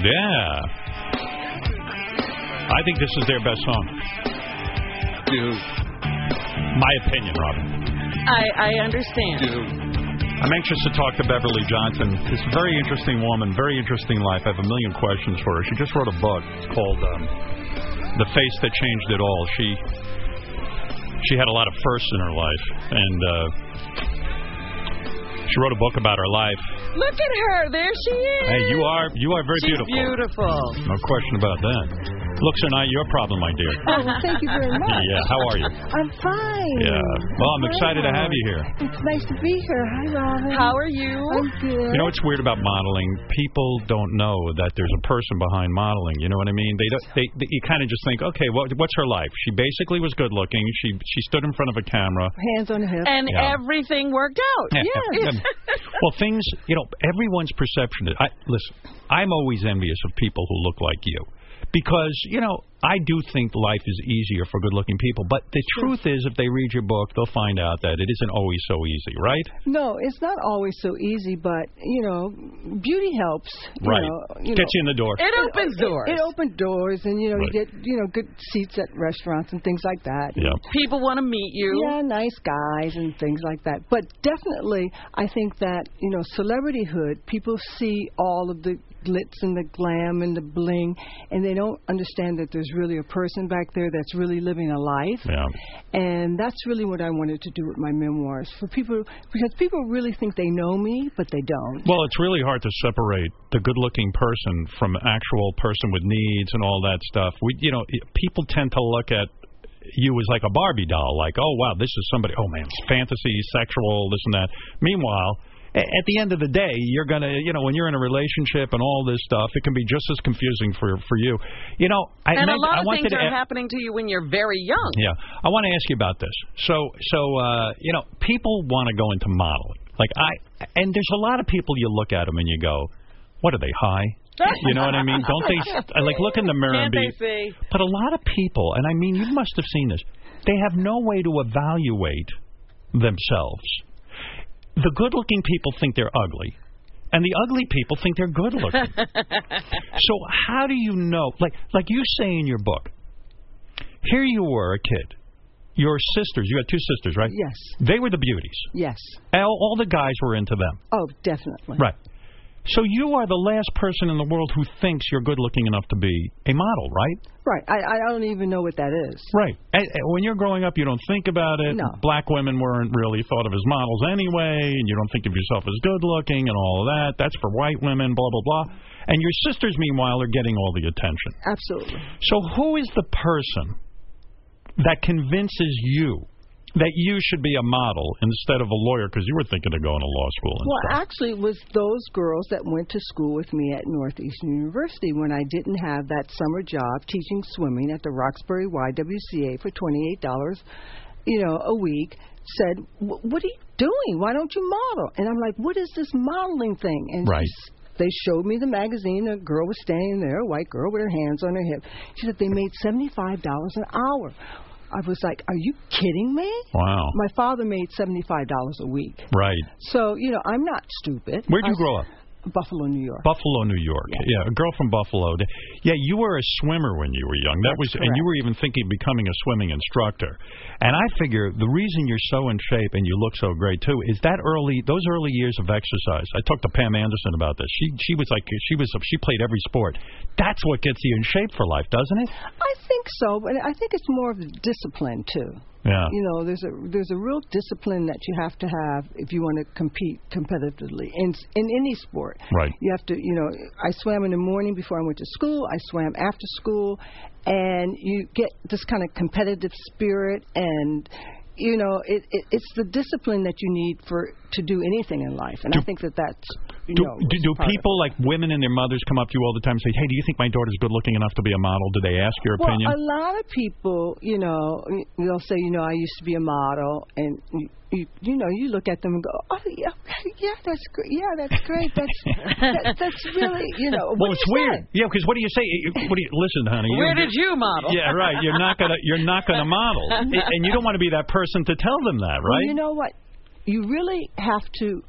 Speaker 3: Yeah. I think this is their best song. Dude. My opinion, Robin.
Speaker 5: I, I understand.
Speaker 3: I'm anxious to talk to Beverly Johnson. She's a very interesting woman, very interesting life. I have a million questions for her. She just wrote a book It's called um, "The Face That Changed It All." She she had a lot of firsts in her life, and uh, she wrote a book about her life.
Speaker 5: Look at her. There she is.
Speaker 3: Hey, you are you are very
Speaker 5: She's
Speaker 3: beautiful.
Speaker 5: beautiful.
Speaker 3: No question about that. Looks are not your problem, my dear.
Speaker 4: Oh, well, thank you very much.
Speaker 3: Yeah, how are you?
Speaker 4: I'm fine.
Speaker 3: Yeah. Well, I'm excited to have you here.
Speaker 4: It's nice to be here. Hi, Robin. How are you? I'm good.
Speaker 3: You know what's weird about modeling? People don't know that there's a person behind modeling. You know what I mean? They don't. They, they you kind of just think, okay, what, what's her life? She basically was good looking. She she stood in front of a camera.
Speaker 4: Hands on hips.
Speaker 5: And
Speaker 3: Yeah.
Speaker 5: everything worked out.
Speaker 3: Yeah,
Speaker 5: Yes.
Speaker 3: yeah. well, things, you know, everyone's perception. Is, I listen. I'm always envious of people who look like you, because you know I do think life is easier for good-looking people. But the truth is, if they read your book, they'll find out that it isn't always so easy, right?
Speaker 4: No, it's not always so easy, but you know, beauty helps. You
Speaker 3: right.
Speaker 4: Know, you
Speaker 3: Gets you in the door.
Speaker 4: it- It, opened doors, and you know, you get you know good seats at restaurants and things like that.
Speaker 3: Yeah.
Speaker 5: People want to meet you.
Speaker 4: Yeah, nice guys and things like that. But definitely, I think that you know, celebrityhood. People see all of the glitz and the glam and the bling, and they don't understand that there's really a person back there that's really living a life.
Speaker 3: Yeah.
Speaker 4: And that's really what I wanted to do with my memoirs for people, because people really think they know me, but they don't.
Speaker 3: Well, it's really hard to separate the good-looking person from an actual person with needs and all that stuff. We, you know, i- people tend to look at you as like a Barbie doll, like, oh wow, this is somebody. Oh man, it's fantasy, sexual, this and that. Meanwhile. a- At the end of the day, you're gonna, you know, when you're in a relationship and all this stuff, it can be just as confusing for for you. You know, I
Speaker 5: and
Speaker 3: meant-
Speaker 5: a lot
Speaker 3: I
Speaker 5: of
Speaker 3: wanted
Speaker 5: things
Speaker 3: to
Speaker 5: are
Speaker 3: a-
Speaker 5: happening to you when you're very young.
Speaker 3: yeah, I want to ask you about this. So, so uh, you know, people want to go into modeling. Like I, and there's a lot of people you look at them and you go, "What are they high?" You know what I mean? Don't they I, like look in the mirror
Speaker 5: Can't
Speaker 3: and be?
Speaker 5: they see?
Speaker 3: But a lot of people, and I mean, you must have seen this. They have no way to evaluate themselves. The good-looking people think they're ugly, and the ugly people think they're good-looking. so how do you know? Like, like you say in your book, here you were a kid. Your sisters, you had two sisters, right?
Speaker 4: Yes.
Speaker 3: They were the beauties.
Speaker 4: Yes.
Speaker 3: All, all the guys were into them.
Speaker 4: Oh, definitely.
Speaker 3: Right. So you are the last person in the world who thinks you're good looking enough to be a model, right?
Speaker 4: Right. I, I don't even know what that is.
Speaker 3: Right. And, and when you're growing up, you don't think about it.
Speaker 4: No.
Speaker 3: Black women weren't really thought of as models anyway, and you don't think of yourself as good looking and all of that. That's for white women, blah, blah, blah. And your sisters, meanwhile, are getting all the attention.
Speaker 4: Absolutely.
Speaker 3: So who is the person that convinces you that you should be a model instead of a lawyer because you were thinking of going to law school? And
Speaker 4: Well, actually, it was those girls that went to school with me at Northeastern University when I didn't have that summer job teaching swimming at the Roxbury YWCA for twenty-eight dollars, you know, a week. Said, "Wh- "What are you doing? Why don't you model?" And I'm like, "What is this modeling thing?" And she
Speaker 12: Right.
Speaker 4: s- They showed me the magazine. A girl was standing there, a white girl with her hands on her hip. She said they made seventy-five dollars an hour. I was like, "Are you kidding me?"
Speaker 3: Wow.
Speaker 4: My father made seventy-five dollars a week.
Speaker 3: Right.
Speaker 4: So, you know, I'm not stupid.
Speaker 3: Where'd you
Speaker 4: I-
Speaker 3: grow up?
Speaker 4: Buffalo, New York.
Speaker 3: Buffalo, New York. Yeah. a girl from Buffalo. Yeah, you were a swimmer when you were young. That was, and you were even thinking of becoming a swimming instructor. And I figure the reason you're so in shape and you look so great too is that early, those early years of exercise. I talked to Pam Anderson about this. She she was like she was she played every sport. That's what gets you in shape for life, doesn't it?
Speaker 4: I think so, but I think it's more of the discipline too.
Speaker 3: Yeah.
Speaker 4: You know, there's a there's a real discipline that you have to have if you want to compete competitively in in any sport.
Speaker 12: Right.
Speaker 4: You have to, you know, I swam in the morning before I went to school. I swam after school, and you get this kind of competitive spirit, and you know, it, it it's the discipline that you need for to do anything in life, and I think that that's you
Speaker 3: Do,
Speaker 4: know
Speaker 3: do,
Speaker 4: is
Speaker 3: do
Speaker 4: part of it.
Speaker 3: people like women and their mothers come up to you all the time and say, "Hey, do you think my daughter's good looking enough to be a model?" Do they ask your opinion?
Speaker 4: Well, a lot of people, you know, they'll say, you know, I used to be a model, and you, you, you know, you look at them and go, oh yeah, yeah, that's great, yeah, that's great, that's that, that's really, you know,
Speaker 3: well,
Speaker 4: what
Speaker 3: it's
Speaker 4: do you say?
Speaker 3: weird. Yeah, because what do you say? What do you listen, honey?
Speaker 5: Where
Speaker 3: don't get-
Speaker 5: did you model?
Speaker 3: Yeah, right. You're not gonna you're not gonna model, I- and you don't want to be that person to tell them that,
Speaker 4: Well,
Speaker 3: right?
Speaker 4: you know what? You really have to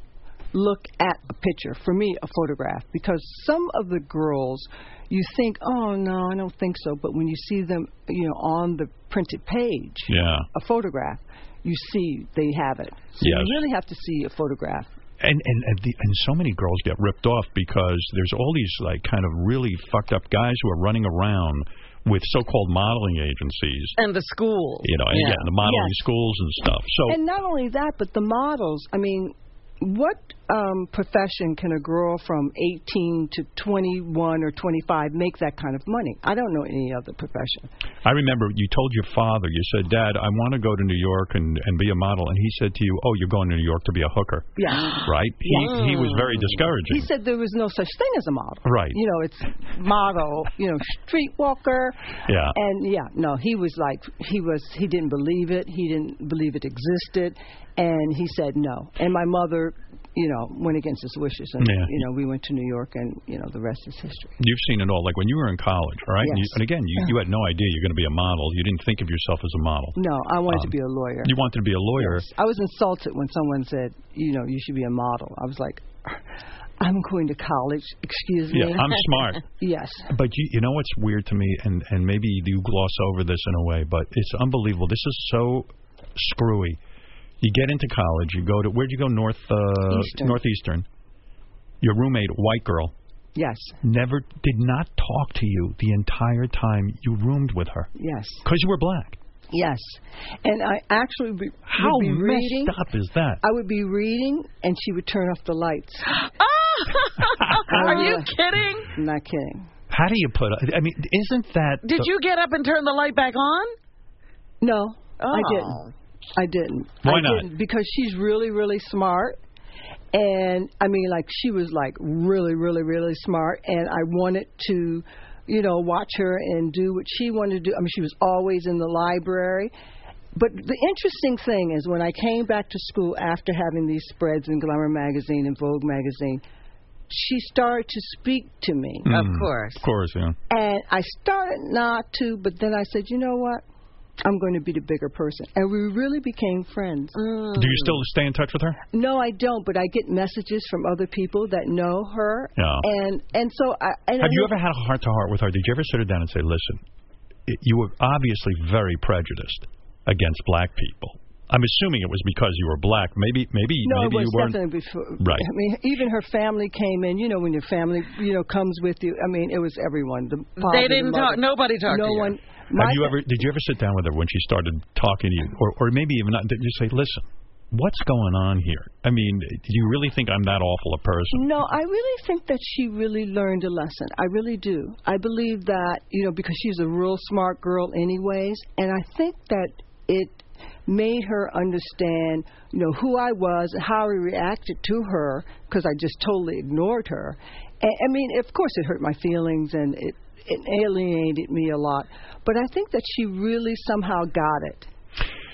Speaker 4: look at a picture. For me, a photograph, because some of the girls, you think, oh no, I don't think so, but when you see them, you know, on the printed page,
Speaker 3: yeah.
Speaker 4: a photograph, you see they have it. So
Speaker 3: Yes.
Speaker 4: you really have to see a photograph.
Speaker 3: And and and, the, and so many girls get ripped off because there's all these like kind of really fucked up guys who are running around with so-called modeling agencies,
Speaker 5: And the schools.
Speaker 3: you know, and, yeah, the modeling
Speaker 4: Yes.
Speaker 3: schools and stuff. So
Speaker 4: and not only that, but the models. I mean, what um, profession can a girl from 18 to 21 or 25 make that kind of money? I don't know any other profession.
Speaker 3: I remember you told your father, you said, "Dad, I want to go to New York and and be a model," and he said to you, "Oh, you're going to New York to be a hooker."
Speaker 4: Yeah.
Speaker 3: Right?
Speaker 4: Yeah.
Speaker 3: He he was very discouraging.
Speaker 4: He said there was no such thing as a model.
Speaker 3: Right.
Speaker 4: You know, it's model, you know, streetwalker.
Speaker 3: Yeah.
Speaker 4: And yeah, no, he was like, he was, he didn't believe it. He didn't believe it existed. And he said no. And my mother, you know, went against his wishes. And,
Speaker 3: Yeah.
Speaker 4: you know, we went to New York and, you know, the rest is history.
Speaker 3: You've seen it all. Like when you were in college, right? And, you,
Speaker 4: Yes.
Speaker 3: and again, you, you had no idea you're going to be a model. You didn't think of yourself as a model.
Speaker 4: No, I wanted to
Speaker 3: Um,
Speaker 4: be a lawyer.
Speaker 3: You wanted to be a lawyer.
Speaker 4: I was insulted when someone said, you know, you should be a model. I was like, I'm going to college. Excuse me.
Speaker 3: Yeah, I'm smart.
Speaker 4: yes.
Speaker 3: But you, you know what's weird to me, and and maybe you gloss over this in a way, but it's unbelievable. This is so screwy. You get into college. You go to where'd you go? North uh,
Speaker 4: Eastern.
Speaker 3: Northeastern. Your roommate, white girl,
Speaker 4: Yes.
Speaker 3: never did not talk to you the entire time you roomed with her
Speaker 4: Yes.
Speaker 3: because you were black.
Speaker 4: Yes. And I actually be,
Speaker 3: How
Speaker 4: would be
Speaker 3: messed
Speaker 4: reading.
Speaker 3: up is that?
Speaker 4: I would be reading, and she would turn off the lights.
Speaker 5: Are you kidding?
Speaker 4: I'm not kidding.
Speaker 3: How do you put? I mean, isn't that?
Speaker 5: Did
Speaker 3: the-
Speaker 5: you get up and turn the light back on?
Speaker 4: No,
Speaker 5: Oh.
Speaker 4: I didn't. I didn't.
Speaker 5: Why
Speaker 4: I
Speaker 5: not?
Speaker 4: Didn't because she's really, really smart. And I mean, like she was like really, really, really smart. And I wanted to, you know, watch her and do what she wanted to do. I mean, she was always in the library. But the interesting thing is, when I came back to school after having these spreads in Glamour magazine and Vogue magazine, she started to speak to me.
Speaker 3: Mm, Of course, yeah.
Speaker 4: And I started not to, but then I said, you know what? I'm going to be the bigger person. And we really became friends.
Speaker 3: Do you still stay in touch with her?
Speaker 4: No, I don't, but I get messages from other people that know her.
Speaker 3: Yeah.
Speaker 4: And and so I and I
Speaker 3: Have you
Speaker 4: mean-
Speaker 3: ever had a heart to heart with her? Did you ever sit her down and say, "Listen, i you were obviously very prejudiced against black people. I'm assuming it was because you were black. Maybe, maybe,
Speaker 4: No,
Speaker 3: maybe
Speaker 4: it was
Speaker 3: you weren't.
Speaker 4: definitely before.
Speaker 3: Right.
Speaker 4: I mean, even her family came in. You know, when your family, you know, comes with you. I mean, it was everyone. The father, the
Speaker 5: didn't talk-
Speaker 4: mother.
Speaker 5: nobody talked
Speaker 4: No
Speaker 5: to you.
Speaker 4: one.
Speaker 3: Have you ever? Did you ever sit down with her when she started talking to you, or, or maybe even not? Did you say, "Listen, what's going on here? I mean, do you really think I'm that awful a person?"
Speaker 4: No, I really think that she really learned a lesson. I really do. I believe that, you know, because she's a real smart girl anyways, and I think that it made her understand, you know, who I was and how I reacted to her because I just totally ignored her. And, I mean, of course it hurt my feelings and it, it alienated me a lot, but I think that she really somehow got it.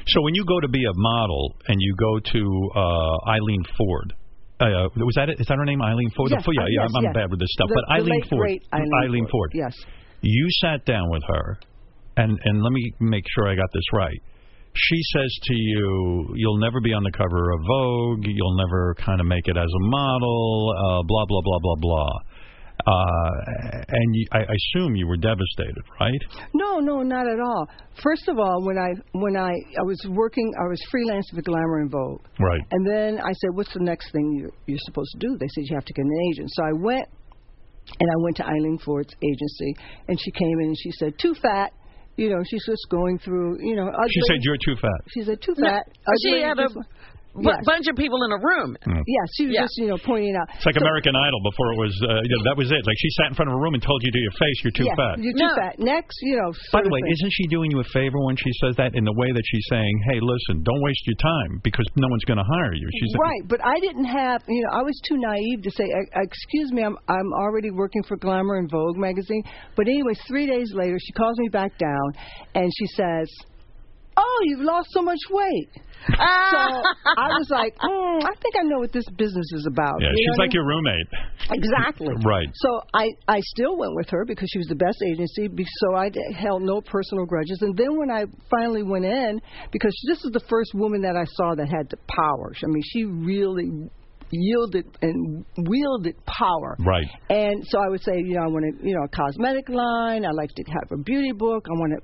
Speaker 3: So when you go to be a model and you go to uh, Eileen Ford, uh, was that it? Is that her name, Eileen Ford? Oh,
Speaker 4: Yes,
Speaker 3: yeah,
Speaker 4: uh,
Speaker 3: yeah
Speaker 4: yes,
Speaker 3: I'm, I'm
Speaker 4: yes.
Speaker 3: bad with this stuff.
Speaker 4: The-
Speaker 3: but
Speaker 4: the
Speaker 3: Eileen
Speaker 4: late,
Speaker 3: Ford,
Speaker 4: great Eileen
Speaker 3: Ford.
Speaker 4: Yes.
Speaker 3: You sat down with her, and and let me make sure I got this right. She says to you, "You'll never be on the cover of Vogue. You'll never kind of make it as a model. Uh, blah blah blah blah blah." Uh, and you, I I assume you were devastated, right?
Speaker 4: No, no, not at all. First of all, when I when I I was working, I was freelance with Glamour and Vogue,
Speaker 3: Right.
Speaker 4: and then I said, "What's the next thing you're, you're supposed to do?" They said you have to get an agent. So I went, and I went to Eileen Ford's agency, and she came in and she said, "Too fat." You know, she's just going through, you know, ugly.
Speaker 3: She said you're too fat.
Speaker 4: She said too
Speaker 5: No,
Speaker 4: fat.
Speaker 5: she
Speaker 4: ugly,
Speaker 5: had a
Speaker 4: just-
Speaker 5: bu-
Speaker 4: Yes.
Speaker 5: bunch of people in a room.
Speaker 3: Mm.
Speaker 4: Yes, she was just, you know, pointing out.
Speaker 3: It's like American Idol before it was. Uh, you know, that was it. Like she sat in front of a room and told you to your face, "You're too
Speaker 4: yeah,
Speaker 3: fat."
Speaker 4: You're too fat. Next, you know.
Speaker 3: By the
Speaker 4: sort of
Speaker 3: way,
Speaker 4: thing.
Speaker 3: isn't she doing you a favor when she says that in the way that she's saying, "Hey, listen, don't waste your time because no one's going to hire you." She's
Speaker 4: right, but I didn't have, you know, I was too naive to say, "E- "Excuse me, I'm I'm already working for Glamour and Vogue magazine." But anyways, three days later, she calls me back down, and she says, "Oh, you've lost so much weight." so I was like, mm, "I think I know what this business is about."
Speaker 3: Yeah,
Speaker 4: You know
Speaker 3: she's
Speaker 4: what I
Speaker 3: like your roommate.
Speaker 4: Exactly.
Speaker 3: Right.
Speaker 4: So I I still went with her because she was the best agency. be- So I d- held no personal grudges. And then when I finally went in, because this is the first woman that I saw that had the power. I mean, she really yielded and wielded power.
Speaker 3: Right.
Speaker 4: And so I would say, you know, I want to, you know, a cosmetic line. I like to have a beauty book. I want to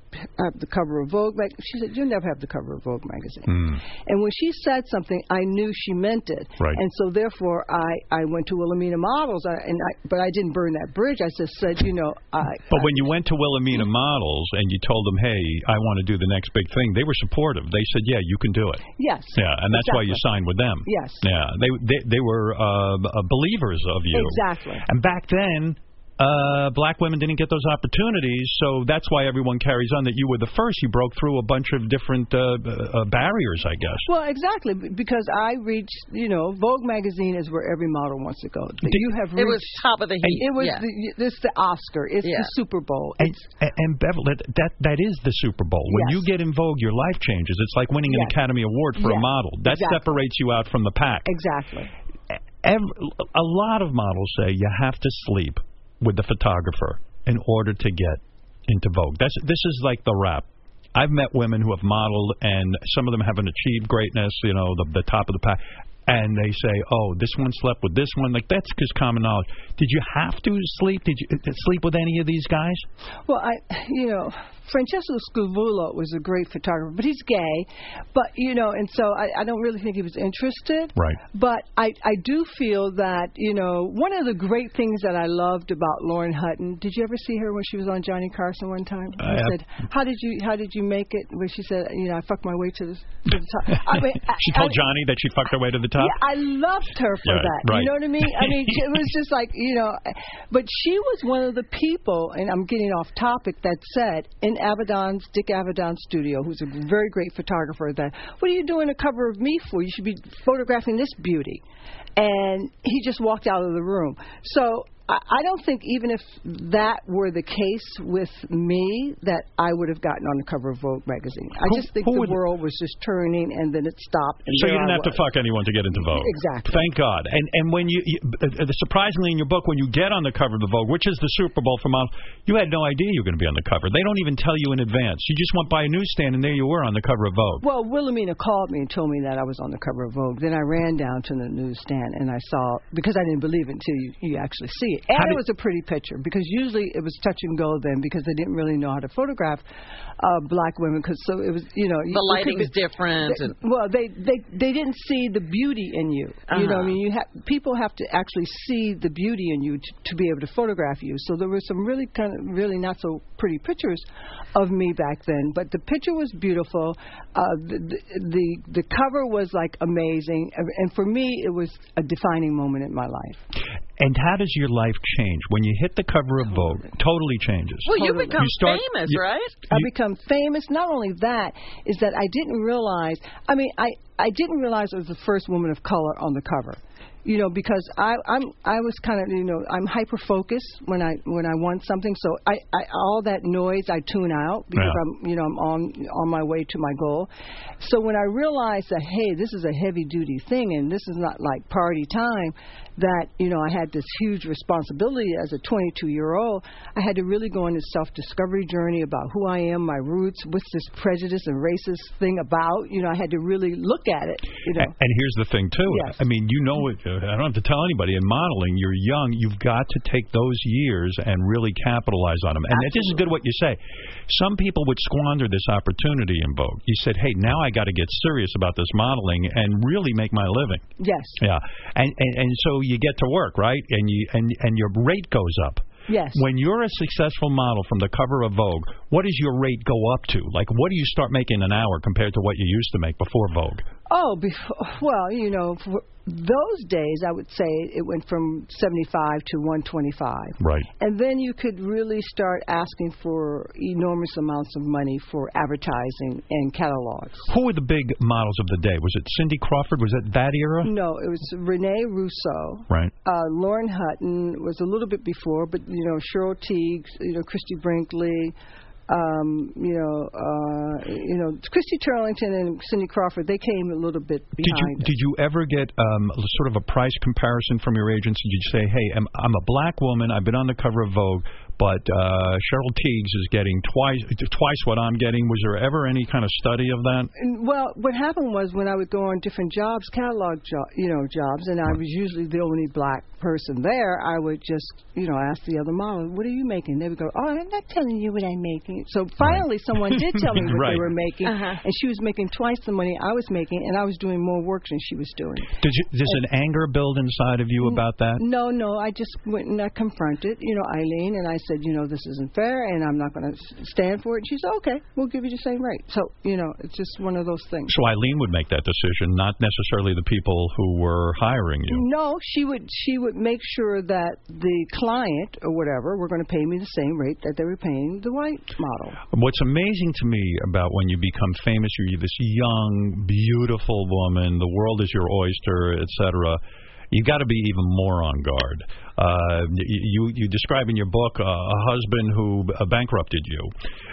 Speaker 4: have the cover of Vogue. Mag-. She said, you'll never have the cover of Vogue magazine.
Speaker 3: Hmm.
Speaker 4: And when she said something, I knew she meant it.
Speaker 12: Right.
Speaker 4: And so therefore, I, I went to Wilhelmina Models, I, and I, but I didn't burn that bridge. I just said, you know, I,
Speaker 3: But when you went to
Speaker 4: Mm-hmm.
Speaker 3: Wilhelmina Models and you told them, "Hey, I want to do the next big thing," they were supportive. They said, "Yeah, you can do it."
Speaker 4: yes.
Speaker 3: Yeah, and that's why you
Speaker 4: exactly.
Speaker 3: signed with them.
Speaker 4: Yes.
Speaker 3: Yeah, they they, they were uh, b- uh, believers of you.
Speaker 4: Exactly.
Speaker 3: And back then, uh, black women didn't get those opportunities, so that's why everyone carries on that you were the first. You broke through a bunch of different uh, uh, barriers, I guess.
Speaker 4: Well, exactly, b- because I reached, you know, Vogue magazine is where every model wants to go. You have reached,
Speaker 5: It was top of the heap.
Speaker 4: It was
Speaker 5: yeah.
Speaker 4: the, it's the Oscar, it's
Speaker 5: Yeah.
Speaker 4: the Super Bowl,
Speaker 3: And, and Beverly, that- that that is the Super Bowl. When
Speaker 4: Yes.
Speaker 3: you get in Vogue, your life changes. It's like winning an
Speaker 4: Yes.
Speaker 3: Academy Award for a
Speaker 4: Yes.
Speaker 3: model. That
Speaker 4: Exactly.
Speaker 3: separates you out from the pack.
Speaker 4: Exactly.
Speaker 3: Ev a lot of models say you have to sleep with the photographer in order to get into Vogue. That's this is like the rap. I've met women who have modeled, and some of them haven't achieved greatness. You know, the, the top of the pack. And they say, "Oh, this one slept with this one." Like that's just common knowledge. Did you have to sleep? Did you uh, sleep with any of these guys?
Speaker 4: Well, I, you know, Francesco Scavulo was a great photographer, but he's gay. But you know, and so I, I don't really think he was interested.
Speaker 3: Right.
Speaker 4: But I, I do feel that you know one of the great things that I loved about Lauren Hutton. Did you ever see her when she was on Johnny Carson one time?
Speaker 12: I
Speaker 4: I
Speaker 12: have-
Speaker 4: said, "How did you How did you make it?" Where she said, "You know, I fucked my way to the, to the top." I mean, I-
Speaker 3: she told Johnny that she fucked her way to the top.
Speaker 4: yeah, I loved her for
Speaker 3: Yeah,
Speaker 4: that.
Speaker 3: right.
Speaker 4: You know what I mean? I mean, it was just like you know, but she was one of the people, and I'm getting off topic. That said, in Avedon's Dick Avedon studio, who's a very great photographer, that what are you doing a cover of me for? You should be photographing this beauty, and he just walked out of the room. So. I I don't think even if that were the case with me, that I would have gotten on the cover of Vogue magazine. I
Speaker 3: Who-
Speaker 4: just think
Speaker 3: who
Speaker 4: the
Speaker 3: would-
Speaker 4: world was just turning, and then it stopped. And
Speaker 3: So you
Speaker 4: there
Speaker 3: didn't
Speaker 4: I
Speaker 3: have to
Speaker 4: was.
Speaker 3: fuck anyone to get into Vogue.
Speaker 4: Exactly.
Speaker 3: Thank God. And and when you, you uh, uh, surprisingly in your book, when you get on the cover of the Vogue, which is the Super Bowl for models, you had no idea you were going to be on the cover. They don't even tell you in advance. You just went by a newsstand and there you were on the cover of Vogue.
Speaker 4: Well, Wilhelmina called me and told me that I was on the cover of Vogue. Then I ran down to the newsstand and I saw because I didn't believe it until you, you actually see you. And
Speaker 22: How
Speaker 4: it
Speaker 22: did-
Speaker 4: was a pretty picture because usually it was touch and go then because they didn't really know how to photograph uh, black women because so it was you know you- it
Speaker 5: The
Speaker 4: could be-
Speaker 5: lighting's different.
Speaker 4: They-
Speaker 5: and
Speaker 4: well, they they they didn't see the beauty in you. You know, what I
Speaker 5: Uh-huh.
Speaker 4: mean, you have people have to actually see the beauty in you to, to be able to photograph you. So there were some really kind of really not so pretty pictures of me back then, but the picture was beautiful. Uh, the, the the the cover was like amazing, and for me, it was a defining moment in my life.
Speaker 3: And how does your life change when you hit the cover of Vogue? Totally changes.
Speaker 4: Well, you become
Speaker 3: start-
Speaker 4: famous,
Speaker 3: you-
Speaker 4: right? I become famous. Not only that, is that I didn't realize. I mean, I I didn't realize I was the first woman of color on the cover. You know, because I I'm I was kind of you know I'm hyper focused when I when I want something, so I, I all that noise I tune out because
Speaker 22: Yeah.
Speaker 4: I'm you know I'm on on my way to my goal. So when I realized that hey, this is a heavy duty thing and this is not like party time, that you know I had this huge responsibility as a 22 year old. I had to really go on this self discovery journey about who I am, my roots, what's this prejudice and racist thing about. You know I had to really look at it. You know.
Speaker 3: A- And here's the thing too. I mean, you know, it- uh, I don't have to tell anybody. In modeling, you're young. You've got to take those years and really capitalize on them. And this is good what you say. Some people would squander this opportunity in Vogue. You said, "Hey, now I got to get serious about this modeling and really make my living."
Speaker 4: Yes.
Speaker 3: Yeah, and, and and so you get to work, right? And you and and your rate goes up.
Speaker 4: Yes.
Speaker 3: When you're a successful model from the cover of Vogue, what does your rate go up to? Like, what do you start making an hour compared to what you used to make before Vogue?
Speaker 4: Oh, before, well, you know, for those days I would say it went from 75 to 125.
Speaker 3: Right.
Speaker 4: And then you could really start asking for enormous amounts of money for advertising and catalogs.
Speaker 3: Who were the big models of the day? Was it Cindy Crawford? Was it that era?
Speaker 4: No, it was Renee Rousseau.
Speaker 3: Right.
Speaker 4: Uh, Lauren Hutton was a little bit before, but you know Cheryl Teague, you know Christy Brinkley, um, you know uh, you know Christy Turlington and Cindy Crawford. They came a little bit
Speaker 3: Did you
Speaker 4: behind.
Speaker 3: did you ever get um, sort of a price comparison from your agency? Did you say, "Hey, I'm, I'm a black woman. I've been on the cover of Vogue, but uh, Cheryl Teagues is getting twice twice what I'm getting." Was there ever any kind of study of that?
Speaker 4: And, Well, what happened was when I would go on different jobs, catalog jo- you know jobs, and I was usually the only black person there. I would just you know ask the other model, "What are you making?" They would go, "Oh, I'm not telling you what I'm making." So finally, someone did tell me what
Speaker 3: Right.
Speaker 4: they were making,
Speaker 3: Uh-huh.
Speaker 4: and she was making twice the money I was making, and I was doing more work than she was doing.
Speaker 3: Did you, does an anger build inside of you about that?
Speaker 4: No, no, I just went and I confronted, you know, Eileen, and I said, you know, this isn't fair, and I'm not going to stand for it. She said, okay, we'll give you the same rate. So, you know, it's just one of those things.
Speaker 3: So Eileen would make that decision, not necessarily the people who were hiring you.
Speaker 4: No, she would she would make sure that the client or whatever were going to pay me the same rate that they were paying the white model.
Speaker 3: What's amazing to me about when you become famous, you're this young, beautiful woman. The world is your oyster, etc. You got to be even more on guard. Uh, y- you you describe in your book uh, a husband who uh, bankrupted you.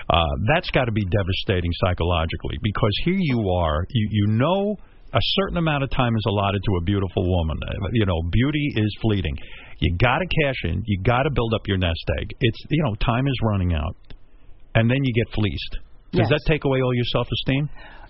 Speaker 3: Uh, that's got to be devastating psychologically because here you are. You you know a certain amount of time is allotted to a beautiful woman. Uh, You know, beauty is fleeting. You got to cash in. You got to build up your nest egg. It's you know, time is running out and then you get fleeced. Does
Speaker 4: Yes.
Speaker 3: that take away all your self-esteem?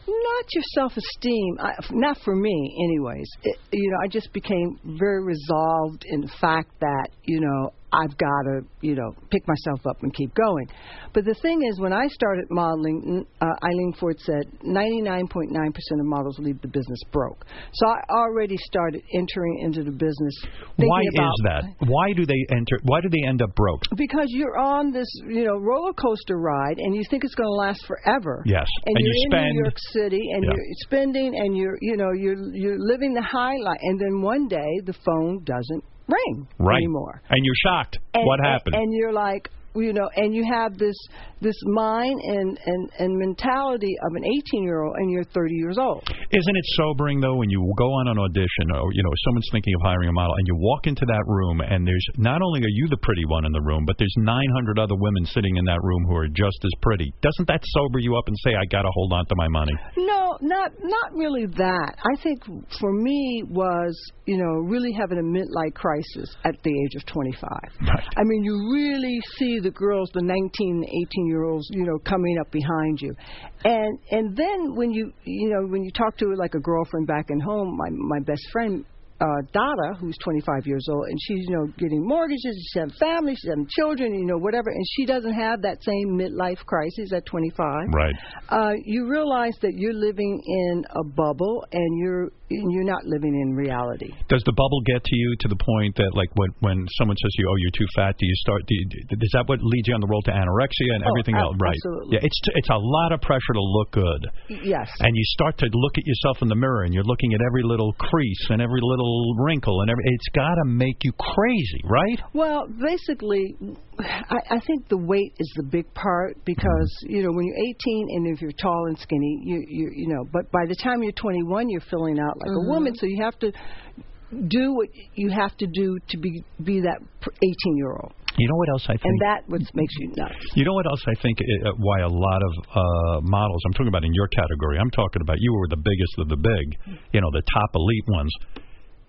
Speaker 4: Not your self esteem, not for me, anyways. It, you know, I just became very resolved in the fact that you know I've got to you know pick myself up and keep going. But the thing is, when I started modeling, uh, Eileen Ford said 99.9% of models leave the business broke. So I already started entering into the business. Thinking
Speaker 3: Why
Speaker 4: about,
Speaker 3: is that? Why do they enter? Why do they end up broke?
Speaker 4: Because you're on this, you know, roller coaster ride, and you think it's going to last forever.
Speaker 3: Yes.
Speaker 4: And,
Speaker 3: And
Speaker 4: you're
Speaker 3: you
Speaker 4: in
Speaker 3: spend-
Speaker 4: New York City, and
Speaker 3: Yeah.
Speaker 4: you're spending, and you're, you know, you're you're living the high life, and then one day the phone doesn't ring
Speaker 3: Right.
Speaker 4: anymore.
Speaker 3: And you're shocked.
Speaker 4: And,
Speaker 3: what happened?
Speaker 4: And, you're like, you know, and you have this this mind and and and mentality of an 18 year old, and you're 30 years old.
Speaker 3: Isn't it sobering though when you go on an audition or you know someone's thinking of hiring a model and you walk into that room and there's not only are you the pretty one in the room but there's 900 other women sitting in that room who are just as pretty. Doesn't that sober you up and say I got to hold on to my money?
Speaker 4: No, not not really that. I think for me was you know really having a midlife crisis at the age of 25. I mean, you really see the girls, the 19, 18 year olds, you know, coming up behind you, and and then when you you know when you talk to like a girlfriend back in home, my my best friend uh, Dada, who's 25 years old, and she's you know getting mortgages, she's having families, she's having children, you know whatever, and she doesn't have that same midlife crisis at 25.
Speaker 3: Right.
Speaker 4: Uh, you realize that you're living in a bubble, and you're and you're not living in reality.
Speaker 3: Does the bubble get to you to the point that, like, when when someone says to you, "Oh, you're too fat," do you start? Do you, is that what leads you on the road to anorexia and
Speaker 4: Oh,
Speaker 3: everything
Speaker 4: ab-
Speaker 3: else? Right.
Speaker 4: absolutely.
Speaker 3: Yeah, it's it's a lot of pressure to look good.
Speaker 4: Yes.
Speaker 3: And you start to look at yourself in the mirror, and you're looking at every little crease and every little wrinkle, and every, it's got to make you crazy, right?
Speaker 4: Well, basically, I, I think the weight is the big part because you know when you're 18 and if you're tall and skinny, you you you know. But by the time you're 21, you're filling out like
Speaker 3: Mm-hmm.
Speaker 22: Mhm.
Speaker 4: a woman, so you have to do what you have to do to be be that 18 year old,
Speaker 3: You know what else I think?
Speaker 4: and that what makes you nuts.
Speaker 3: You know what else I think? uh, Why a lot of uh, models, I'm talking about in your category, I'm talking about you were the biggest of the big, you know, the top elite ones.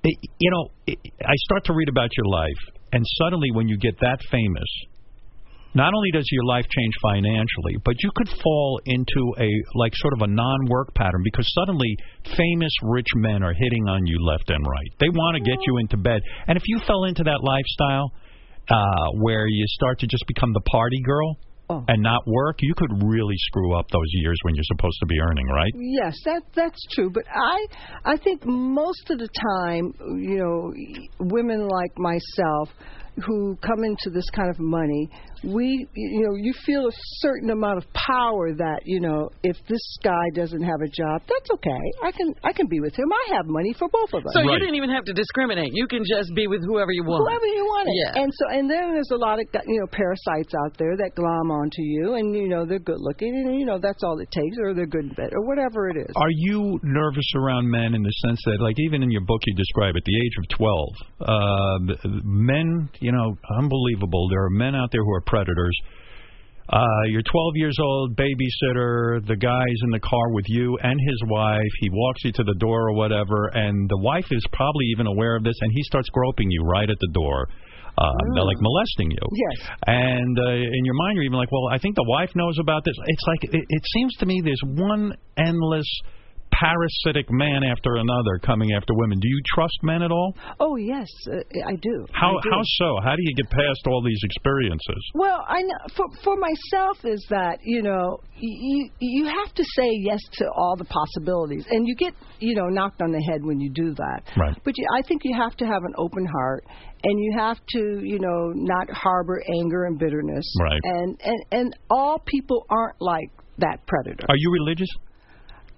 Speaker 3: It, you know, it, I start to read about your life, and suddenly when you get that famous, not only does your life change financially, but you could fall into a like sort of a non-work pattern because suddenly famous rich men are hitting on you left and right. They want to get you into bed, and if you fell into that lifestyle uh, where you start to just become the party girl and not work, you could really screw up those years when you're supposed to be earning, right?
Speaker 4: Yes, that that's true. But I I think most of the time, you know, women like myself who come into this kind of money, we you know, you feel a certain amount of power that, you know, if this guy doesn't have a job, that's okay. I can I can be with him. I have money for both of us.
Speaker 5: So you didn't even have to discriminate. You can just be with whoever you want.
Speaker 4: Whoever you want it.
Speaker 5: Yeah.
Speaker 4: And so, and then there's a lot of you know parasites out there that glom onto you, and you know they're good looking, and you know that's all it takes, or they're good in bed, or whatever it is.
Speaker 3: Are you nervous around men in the sense that, like, even in your book, you describe at the age of 12, uh, men, you know, unbelievable. There are men out there who are predators. Uh, you're 12 years old, babysitter, the guy's in the car with you and his wife. He walks you to the door or whatever, and the wife is probably even aware of this, and he starts groping you right at the door. Uh, they're like molesting you.
Speaker 4: Yes.
Speaker 3: And uh, in your mind, you're even like, well, I think the wife knows about this. It's like, it, it seems to me there's one endless parasitic man after another coming after women. Do you trust men at all?
Speaker 4: Oh yes, uh, I do.
Speaker 3: How,
Speaker 4: I do.
Speaker 3: how so? How do you get past all these experiences?
Speaker 4: Well, I know for for myself is that you know you you have to say yes to all the possibilities, and you get you know knocked on the head when you do that.
Speaker 3: Right.
Speaker 4: But you, I think you have to have an open heart, and you have to you know not harbor anger and bitterness.
Speaker 3: Right.
Speaker 4: And and and all people aren't like that predator.
Speaker 3: Are you religious?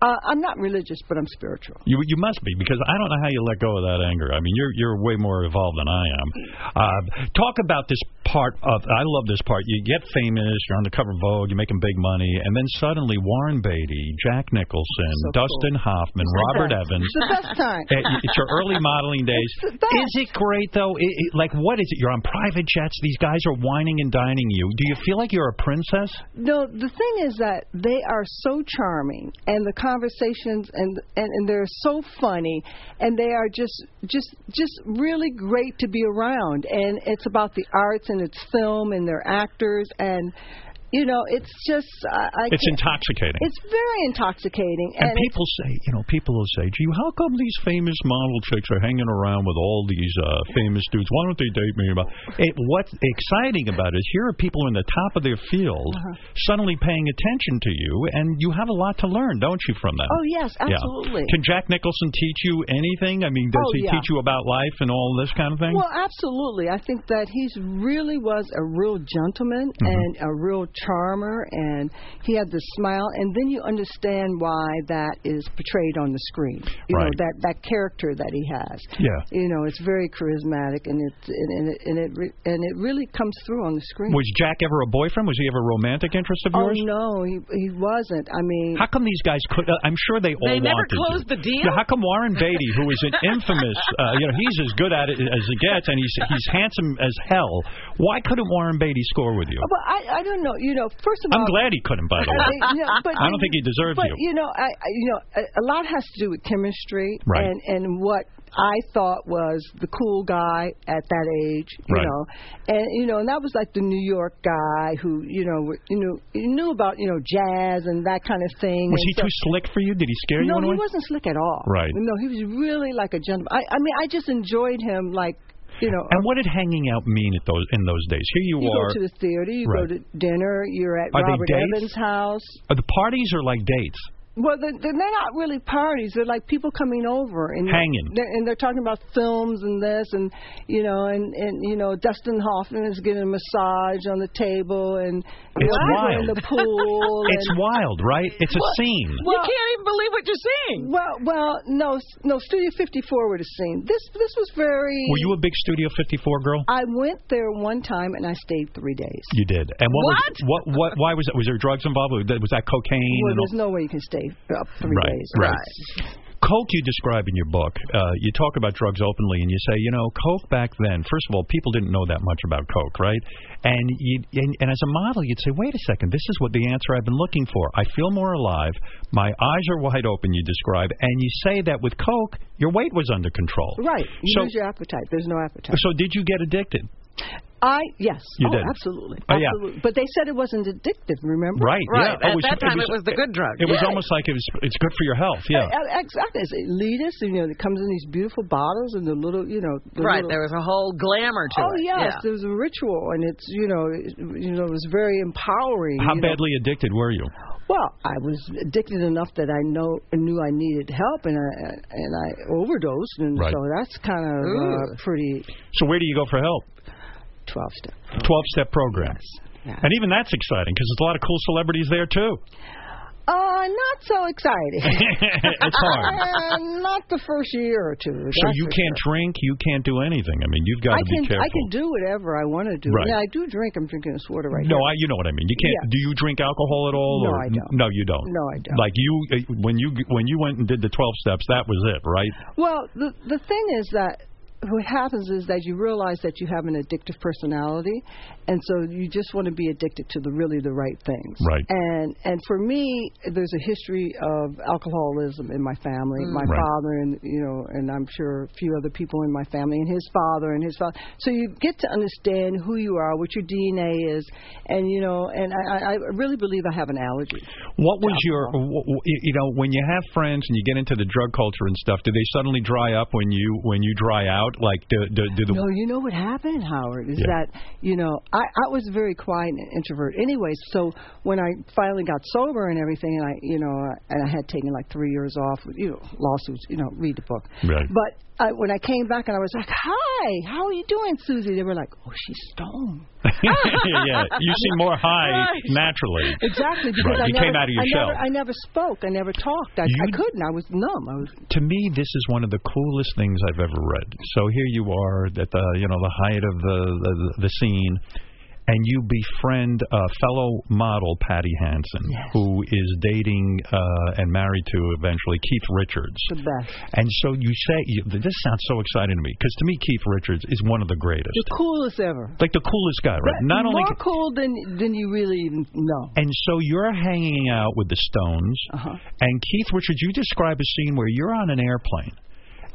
Speaker 4: Uh, I'm not religious, but I'm spiritual.
Speaker 3: You you must be because I don't know how you let go of that anger. I mean, you're you're way more evolved than I am. Uh, talk about this part of I love this part. You get famous, you're on the cover of Vogue, you're making big money, and then suddenly Warren Beatty, Jack Nicholson, Dustin Hoffman, Robert Evans.
Speaker 4: It's the best time.
Speaker 3: Uh, y- It's your early modeling days. Is it great though? It, it, like, what is it? You're on private jets. These guys are whining and dining you. Do you feel like you're a princess?
Speaker 4: No, the thing is that they are so charming, and the conversations and, and and they're so funny, and they are just just just really great to be around. And it's about the arts, and it's film, and they're actors, and you know, it's just I, I
Speaker 3: It's
Speaker 4: can't-
Speaker 3: intoxicating.
Speaker 4: It's very intoxicating,
Speaker 3: And,
Speaker 4: and, it's-
Speaker 3: people say, you know, people will say, gee, how come these famous model chicks are hanging around with all these uh, famous dudes? Why don't they date me? About it, what's exciting about it is here are people in the top of their field
Speaker 4: Uh-huh.
Speaker 3: suddenly paying attention to you, and you have a lot to learn, don't you, from that?
Speaker 4: Oh, yes, absolutely.
Speaker 3: Can Jack Nicholson teach you anything? I mean, does
Speaker 4: Oh,
Speaker 3: he
Speaker 4: yeah.
Speaker 3: teach you about life and all this kind of thing?
Speaker 4: Well, absolutely. I think that he's really was a real gentleman
Speaker 3: Mm-hmm.
Speaker 4: and a real charmer, and he had this smile. And then you understand why that is portrayed on the screen. You know
Speaker 22: Right.
Speaker 4: that that character that he has.
Speaker 3: Yeah.
Speaker 4: You know, it's very charismatic, and it and, and it and it re- and it really comes through on the screen.
Speaker 3: Was Jack ever a boyfriend? Was he ever a romantic interest of
Speaker 4: oh
Speaker 3: yours?
Speaker 4: no, he he wasn't. I mean,
Speaker 3: How come these guys could? Uh, I'm sure they all
Speaker 4: They never
Speaker 3: wanted
Speaker 4: closed
Speaker 3: you.
Speaker 4: the deal?
Speaker 3: Yeah, how come Warren Beatty, who is an infamous, uh, you know, he's as good at it as it gets, and he's he's handsome as hell. Why couldn't Warren Beatty score with you?
Speaker 4: But I, I don't know. You you know, first of all,
Speaker 3: I'm glad he couldn't, by the
Speaker 4: Uh,
Speaker 3: way.
Speaker 4: you know, but-
Speaker 3: I don't think he deserved
Speaker 4: but,
Speaker 3: you.
Speaker 4: know, I, I- you know, a, a lot has to do with chemistry
Speaker 3: Right.
Speaker 4: and and what I thought was the cool guy at that age, you
Speaker 22: Right.
Speaker 4: know, and you know, and that was like the New York guy who, you know, w- you know, he knew about you know jazz and that kind of thing.
Speaker 3: Was
Speaker 4: and
Speaker 3: he
Speaker 4: so-
Speaker 3: too slick for you? Did he scare you
Speaker 4: no,
Speaker 3: in a
Speaker 4: he
Speaker 3: way?
Speaker 4: wasn't slick at all.
Speaker 3: Right.
Speaker 4: No, he was really like a gentleman. I, I mean, I just enjoyed him, like you know.
Speaker 3: And what did hanging out mean at those in those days? Here you,
Speaker 4: You
Speaker 3: are.
Speaker 4: go to the theater, you
Speaker 3: Right.
Speaker 4: go to dinner, you're at
Speaker 3: Are they
Speaker 4: Robert
Speaker 3: dates?
Speaker 4: Evans' house.
Speaker 3: Uh, the parties are like dates.
Speaker 4: Well, they're, they're not really parties. They're like people coming over and
Speaker 3: Hanging.
Speaker 4: They're, and they're talking about films and this and you know and and you know Dustin Hoffman is getting a massage on the table and
Speaker 3: It's
Speaker 4: people are in
Speaker 3: wild.
Speaker 4: the pool.
Speaker 3: It's
Speaker 4: and,
Speaker 3: wild, right? It's a
Speaker 4: Well-
Speaker 3: scene.
Speaker 4: you can't even believe what you're seeing. Well, well, no, no. Studio 54 would have seen this. This was very.
Speaker 3: Were you a big Studio 54 girl?
Speaker 4: I went there one time and I stayed three days.
Speaker 3: You did. And what, was what what why was that? Was there drugs involved? Was that- was that cocaine?
Speaker 4: Well,
Speaker 3: and all-
Speaker 4: there's no way you can stay up three
Speaker 3: right,
Speaker 4: days.
Speaker 3: right. Coke, you describe in your book. Uh, you talk about drugs openly, and you say, you know, Coke back then. First of all, people didn't know that much about Coke, right? And you, and, and as a model, you'd say, wait a second, this is what the answer I've been looking for. I feel more alive. My eyes are wide open. You describe, and you say that with Coke, your weight was under control.
Speaker 4: Right. You
Speaker 3: So-
Speaker 4: lose your appetite. There's no appetite.
Speaker 3: So did you get addicted?
Speaker 4: I yes.
Speaker 3: You
Speaker 4: oh,
Speaker 3: did.
Speaker 4: absolutely.
Speaker 3: Oh, yeah.
Speaker 4: absolutely. But they said it wasn't addictive. Remember?
Speaker 3: Right. Yeah. Oh, It was almost like it was. It's good for your health. Yeah.
Speaker 4: Uh, Exactly. It's elitist. You know, it comes in these beautiful bottles and the little, you know. The
Speaker 5: Right,
Speaker 4: little-
Speaker 5: there was a whole glamour to
Speaker 4: oh
Speaker 5: it.
Speaker 4: yes,
Speaker 5: Yeah.
Speaker 4: there was a ritual, and it's you know, it, you know, it was very empowering.
Speaker 3: How
Speaker 4: uh, you know.
Speaker 3: badly addicted were you?
Speaker 4: Well, I was addicted enough that I know knew I needed help, and I and I overdosed, and
Speaker 3: Right.
Speaker 4: so that's kind of
Speaker 3: Ooh.
Speaker 4: uh, pretty.
Speaker 3: So where do you go for help?
Speaker 4: Twelve step.
Speaker 3: Twelve step program. And even that's exciting because there's a lot of cool celebrities there too.
Speaker 4: Uh, not so exciting.
Speaker 3: It's hard.
Speaker 4: Uh, not the first year or two.
Speaker 3: So
Speaker 4: that's
Speaker 3: you
Speaker 4: for
Speaker 3: can't drink, you can't do anything. I mean, you've got
Speaker 4: I
Speaker 3: to be
Speaker 4: can
Speaker 3: careful.
Speaker 4: I can do whatever I want to do.
Speaker 3: Right.
Speaker 4: Yeah, I do drink. I'm drinking this water right
Speaker 3: no,
Speaker 4: now.
Speaker 3: I. You know what I mean. You can't.
Speaker 4: Yeah.
Speaker 3: Do you drink alcohol at all?
Speaker 4: No,
Speaker 3: or,
Speaker 4: I don't.
Speaker 3: No, you don't.
Speaker 4: No, I don't.
Speaker 3: Like you, uh, when you when you went and did the twelve steps, that was it, right?
Speaker 4: Well, the the thing is that what happens is that you realize that you have an addictive personality, and so you just want to be addicted to the really the right things.
Speaker 22: Right.
Speaker 4: And and for me, there's a history of alcoholism in my family.
Speaker 22: Mm.
Speaker 4: My
Speaker 22: Right.
Speaker 4: father, and you know, and I'm sure a few other people in my family, and his father, and his father. So you get to understand who you are, what your DNA is, and you know, and I, I- I really believe I have an allergy.
Speaker 3: What was your, wh- wh- you you know, when you have friends and you get into the drug culture and stuff, do they suddenly dry up when you when you dry out? Like, do, do, do the
Speaker 4: No, Oh, you know what happened, Howard, is
Speaker 3: Yeah.
Speaker 4: that, you know, I, I was very quiet and introvert anyway. So when I finally got sober and everything, and I, you know, and I had taken like three years off, you know, lawsuits, you know, read the book.
Speaker 22: Right.
Speaker 4: But I, when I came back and I was like, hi, how are you doing, Susie? They were like, oh, she's stoned.
Speaker 3: yeah, you seem more high
Speaker 4: Right.
Speaker 3: naturally.
Speaker 4: Exactly, because
Speaker 3: Right,
Speaker 4: I,
Speaker 3: you
Speaker 4: never,
Speaker 3: came out of your
Speaker 4: I,
Speaker 3: shell.
Speaker 4: Never, I never spoke. I never talked. I, I couldn't. I was numb. I was
Speaker 3: to me, this is one of the coolest things I've ever read. So here you are at the you know the height of the the, the scene, and you befriend uh, fellow model Patty Hansen, who is dating uh, and married to eventually Keith Richards.
Speaker 4: the best.
Speaker 3: And so you say you, this sounds so exciting to me because to me Keith Richards is one of the greatest,
Speaker 4: The coolest ever.
Speaker 3: like the coolest guy, right?
Speaker 4: But
Speaker 3: Not
Speaker 4: more
Speaker 3: only
Speaker 4: cool than than you really even know.
Speaker 3: and so you're hanging out with the Stones,
Speaker 4: Uh-huh.
Speaker 3: and Keith Richards. You describe a scene where you're on an airplane,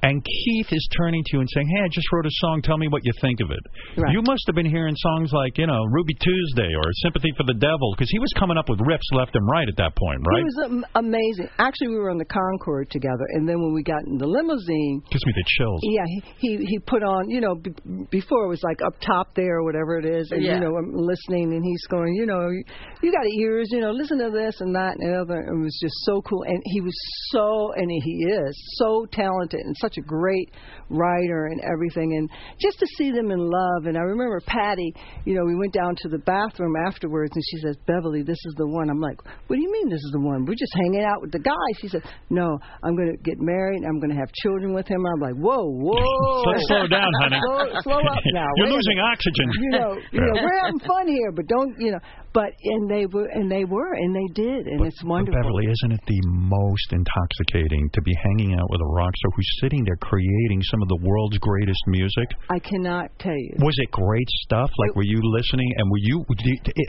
Speaker 3: and Keith is turning to you and saying, "Hey, I just wrote a song. Tell me what you think of it." You must have been hearing songs like, you know, Ruby Tuesday or Sympathy for the Devil, because he was coming up with riffs left and right at that point,
Speaker 4: He
Speaker 3: right?
Speaker 4: was am- amazing. Actually, we were on the Concorde together, and then when we got in the limousine,
Speaker 3: Gives me the chills.
Speaker 4: yeah, he he, he put on, you know, b- before it was like up top there or whatever it is, and
Speaker 22: Yeah.
Speaker 4: you know, I'm listening, and he's going, you know, you, you got ears, you know, listen to this and that and the other. It was just so cool, and he was so, and he is so talented and such a great writer and everything, and just to see them in love. And I remember Patty, you know, we went down to the bathroom afterwards, and she says, Beverly, this is the one. I'm like, what do you mean this is the one? We're just hanging out with the guy. She said, no, I'm going to get married. I'm going to have children with him. I'm like, whoa, whoa.
Speaker 3: Slow, slow down, honey.
Speaker 4: Slow, slow up now.
Speaker 3: You're
Speaker 4: Wait a
Speaker 3: losing
Speaker 4: minute.
Speaker 3: oxygen.
Speaker 4: You know, you know,
Speaker 3: Yeah.
Speaker 4: we're having fun here, but don't, you know. But and they were, and they were, and they did, and it's
Speaker 3: But
Speaker 4: wonderful.
Speaker 3: Beverly, isn't it the most intoxicating to be hanging out with a rock star who's sitting sitting there creating some of the world's greatest music?
Speaker 4: I cannot tell you.
Speaker 3: Was it great stuff? Like, were you listening? And were you,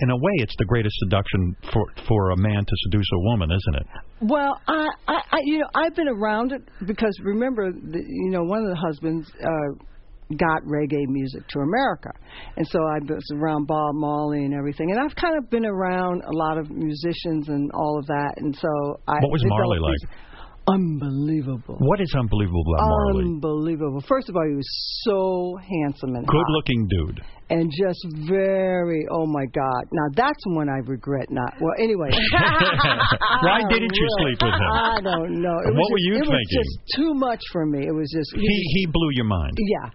Speaker 3: in a way, it's the greatest seduction for for a man to seduce a woman, isn't it?
Speaker 4: Well, I, I, I you know, I've been around it because remember, the, you know, one of the husbands uh, got reggae music to America, and so I was around Bob Marley and everything, and I've kind of been around a lot of musicians and all of that, and so I.
Speaker 3: What was
Speaker 4: developed
Speaker 3: Marley
Speaker 4: these-
Speaker 3: like?
Speaker 4: Unbelievable.
Speaker 3: What is unbelievable
Speaker 4: Um,
Speaker 3: about Marley?
Speaker 4: Unbelievable. First of all, he was so handsome and hot.
Speaker 3: Good-looking dude.
Speaker 4: and just very oh my god now that's when i regret not well anyway
Speaker 3: Why
Speaker 4: I
Speaker 3: didn't you
Speaker 4: really-
Speaker 3: sleep with him?
Speaker 4: i don't know it
Speaker 3: And
Speaker 4: was
Speaker 3: what were
Speaker 4: just-
Speaker 3: you
Speaker 4: it was
Speaker 3: thinking?
Speaker 4: just too much for me it was just
Speaker 3: He he blew your mind.
Speaker 4: yeah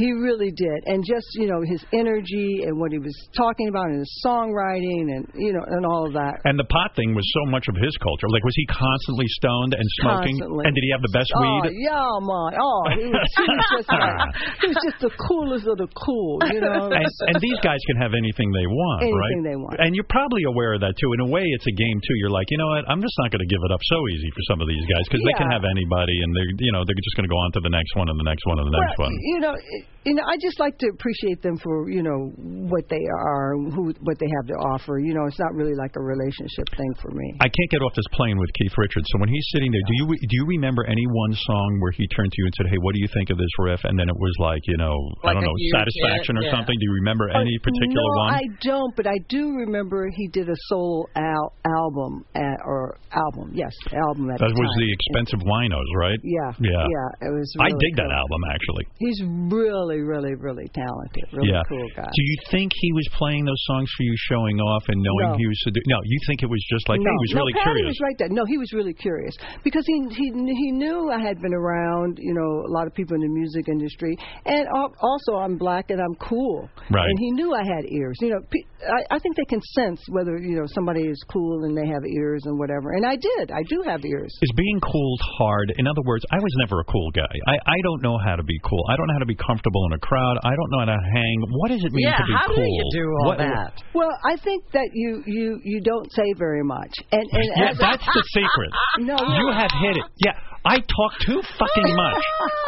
Speaker 4: he really did and just you know his energy and what he was talking about and his songwriting and you know and all of that
Speaker 3: And the pot thing was so much of his culture. Like, was he constantly stoned and smoking?
Speaker 4: Constantly.
Speaker 3: And did he have the best
Speaker 4: oh,
Speaker 3: weed?
Speaker 4: yeah, man. Oh, he was, he was just like, he was just the coolest of the cool, you know.
Speaker 3: and, and these guys can have anything they want,
Speaker 4: Anything
Speaker 3: right?
Speaker 4: they want.
Speaker 3: And you're probably aware of that too. In a way, it's a game too. You're like, you know what? I'm just not going to give it up so easy for some of these guys because they can
Speaker 4: Yeah.
Speaker 3: have anybody, and they're you know they're just going to go on to the next one and the next one and the next one.
Speaker 4: You know, it- you know, I just like to appreciate them for you know what they are, who what they have to offer. You know, it's not really like a relationship thing for me.
Speaker 3: I can't get off this plane with Keith Richards. So when he's sitting there, do you do you remember any one song where he turned to you and said, "Hey, what do you think of this riff?" And then it was like, you know, I
Speaker 4: Like
Speaker 3: don't
Speaker 4: a
Speaker 3: know,
Speaker 4: huge
Speaker 3: satisfaction
Speaker 4: hit,
Speaker 3: or
Speaker 4: yeah.
Speaker 3: something. Do you remember any particular
Speaker 4: no,
Speaker 3: one?
Speaker 4: I don't, but I do remember he did a solo al- album at, or album, yes, album at
Speaker 3: that
Speaker 4: the
Speaker 3: was
Speaker 4: time.
Speaker 3: the expensive winos, right?
Speaker 4: Yeah,
Speaker 3: yeah,
Speaker 4: yeah, it was
Speaker 3: I
Speaker 4: really
Speaker 3: dig that
Speaker 4: cool.
Speaker 3: album actually.
Speaker 4: He's really, really, really talented. Really
Speaker 3: yeah.
Speaker 4: cool guy.
Speaker 3: Do you think he was playing those songs for you, showing off and knowing
Speaker 4: No.
Speaker 3: he was sedu- no? You think it was just like hey,
Speaker 4: no,
Speaker 3: he was
Speaker 4: no,
Speaker 3: really
Speaker 4: Patty
Speaker 3: curious.
Speaker 4: was right there. No, he was really curious because he he he knew I had been around, you know, a lot of people in the music industry, and al- also I'm black and I'm cool.
Speaker 22: Right.
Speaker 4: And he knew I had ears. You know, pe- I, I think they can sense whether you know somebody is cool and they have ears and whatever. And I did. I do have ears.
Speaker 3: Is being cool hard? In other words, I was never a cool guy. I, I don't know how to be cool. I don't know how to be comfortable in a crowd. I don't know how to hang. What does it mean
Speaker 4: Yeah,
Speaker 3: to be
Speaker 4: how do
Speaker 3: cool?
Speaker 4: you do all
Speaker 3: What-
Speaker 4: that? Well, I think that you you you don't say very much. And, and
Speaker 3: Yeah,
Speaker 4: as I-
Speaker 3: that's the secret.
Speaker 4: No,
Speaker 3: you have hit it. Yeah, I talk too fucking much.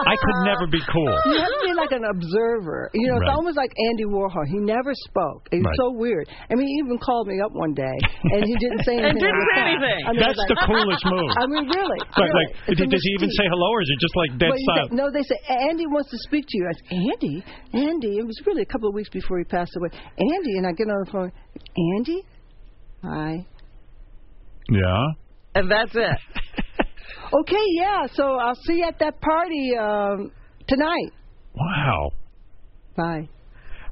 Speaker 3: I could never be cool.
Speaker 4: You have to be like an observer. You know,
Speaker 3: Right.
Speaker 4: it's almost like Andy Warhol. He never spoke. It was
Speaker 3: Right.
Speaker 4: so weird. I mean, he even called me up one day, and he didn't say
Speaker 22: And
Speaker 4: anything.
Speaker 22: didn't
Speaker 4: on the
Speaker 22: say
Speaker 4: phone.
Speaker 22: anything.
Speaker 4: I mean, it was
Speaker 3: That's
Speaker 4: like-
Speaker 3: the coolest move.
Speaker 4: I mean, really.
Speaker 3: But
Speaker 4: really.
Speaker 3: like,
Speaker 4: It's a
Speaker 3: does he even
Speaker 4: mystique.
Speaker 3: say hello, or is it just like dead
Speaker 4: Well, you
Speaker 3: silent?
Speaker 4: say- no, they say Andy wants to speak to you. I said, Andy, Andy. It was really a couple of weeks before he passed away. Andy, and I get on the phone. Andy, hi.
Speaker 3: Yeah.
Speaker 5: And that's it.
Speaker 4: Okay, yeah. So I'll see you at that party um, tonight.
Speaker 3: Wow.
Speaker 4: Bye.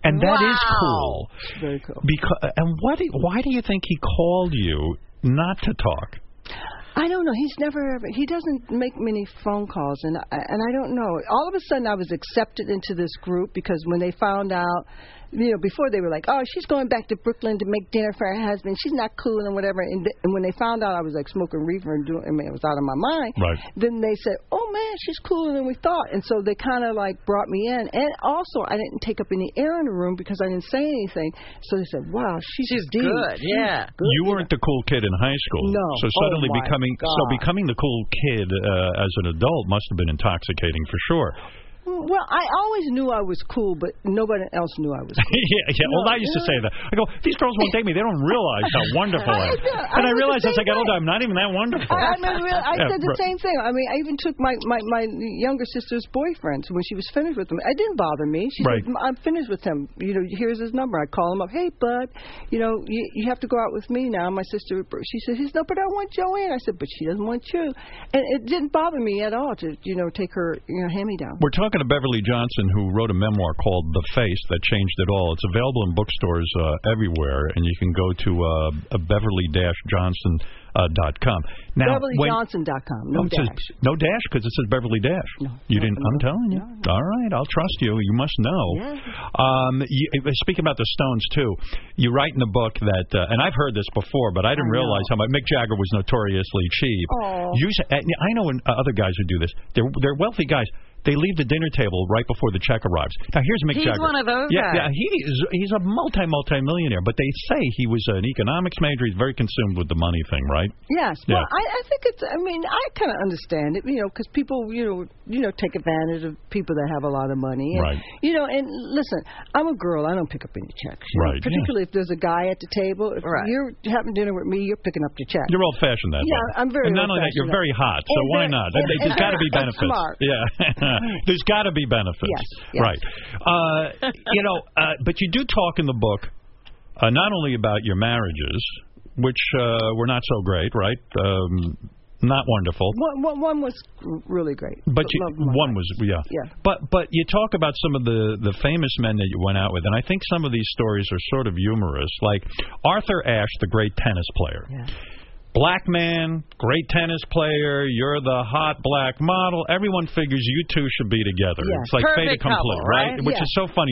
Speaker 3: And that is
Speaker 4: Wow.
Speaker 3: cool.
Speaker 4: Very cool.
Speaker 3: Because and what? Do, why do you think he called you not to talk?
Speaker 4: I don't know. He's never ever. He doesn't make many phone calls, and I, and I don't know. All of a sudden, I was accepted into this group because when they found out, you know, before they were like, "Oh, she's going back to Brooklyn to make dinner for her husband. She's not cool and whatever." And, th- and when they found out I was like smoking reefer and doing, I mean, it was out of my mind.
Speaker 22: Right.
Speaker 4: Then they said, "Oh man, she's cooler than we thought," and so they kind of like brought me in. And also, I didn't take up any air in the room because I didn't say anything. So they said, "Wow, she's, deep. She's
Speaker 3: You weren't the cool kid in high school.
Speaker 4: No.
Speaker 3: So
Speaker 4: Oh,
Speaker 3: suddenly
Speaker 4: my
Speaker 3: becoming so
Speaker 4: God.
Speaker 3: becoming the cool kid uh, as an adult must have been intoxicating for sure.
Speaker 4: Well, I always knew I was cool, but nobody else knew I was cool.
Speaker 3: yeah, yeah. Well, I used to say that. I go, these girls won't date me. They don't realize how wonderful I am.
Speaker 4: I
Speaker 3: and I
Speaker 4: was the
Speaker 3: realized as I
Speaker 4: same
Speaker 3: got older, I'm not even that wonderful.
Speaker 4: I, I, mean, real, I
Speaker 3: Yeah,
Speaker 4: said the
Speaker 3: right.
Speaker 4: same thing. I mean, I even took my, my, my younger sister's boyfriend when she was finished with him. It didn't bother me. She
Speaker 22: Right.
Speaker 4: said, I'm finished with him. You know, here's his number. I call him up. Hey, bud, you know, you, you have to go out with me now. My sister, she said, he's no, but I want Joanne. I said, but she doesn't want you. And it didn't bother me at all to, you know, take her, you know, hand me down.
Speaker 3: We're talking to Beverly Johnson, who wrote a memoir called The Face that changed it all. It's available in bookstores uh, everywhere, and you can go to uh, beverly-johnson.com. Uh, dot com. now, when-
Speaker 4: BeverlyJohnson.com.
Speaker 5: Um,
Speaker 4: No
Speaker 3: Oh, it says-
Speaker 4: dash.
Speaker 3: no dash because it says Beverly Dash. you didn't. I'm telling you. All right, I'll trust you. You must know. Um, you, uh, speaking about the Stones too, you write in the book that, uh, and I've heard this before, but I didn't realize how much Mick Jagger was notoriously cheap.
Speaker 22: Aw.
Speaker 3: You, s- and I know in- uh, other guys who do this. They're they're wealthy guys. They leave the dinner table right before the check arrives. Now here's Mick
Speaker 5: He's
Speaker 3: Jagger.
Speaker 5: one of those
Speaker 3: Yeah,
Speaker 5: guys.
Speaker 3: yeah. He is, he's a multi multi millionaire, but they say he was an economics major. He's very consumed with the money thing, right?
Speaker 4: Yes.
Speaker 3: Yeah.
Speaker 4: Well, I, I think it's. I mean, I kind of understand it, you know, because people, you know, you know, take advantage of people that have a lot of money, and,
Speaker 22: Right.
Speaker 4: You know, and listen, I'm a girl. I don't pick up any checks, you know,
Speaker 3: Right, yeah.
Speaker 4: particularly if there's a guy at the table. If you're having dinner with me, you're picking up the check.
Speaker 3: You're old fashioned that
Speaker 4: Yeah,
Speaker 3: way.
Speaker 4: I'm very
Speaker 3: And not only that, you're very hot,
Speaker 4: old-fashioned.
Speaker 3: so
Speaker 4: And
Speaker 3: why
Speaker 4: very-
Speaker 3: not?
Speaker 4: and-
Speaker 3: They-
Speaker 4: and
Speaker 3: There's got to be
Speaker 4: very
Speaker 3: benefits.
Speaker 4: smart.
Speaker 3: Yeah, there's got to be benefits.
Speaker 4: Yes, yes.
Speaker 3: Right. Uh, you know, uh, but you do talk in the book uh, not only about your marriages, which uh, were not so great, right? Um, not wonderful.
Speaker 4: One, one, one was really great.
Speaker 3: But you, one was yeah.
Speaker 4: Yeah.
Speaker 3: But but you talk about some of the the famous men that you went out with, and I think some of these stories are sort of humorous. Like Arthur Ashe, the great tennis player. Black man, great tennis player. You're the hot black model. Everyone figures you two should be together.
Speaker 22: Yeah.
Speaker 3: It's like fait
Speaker 22: Perfect couple,
Speaker 3: accompli,
Speaker 22: right?
Speaker 3: Which
Speaker 22: Yeah.
Speaker 3: is so funny.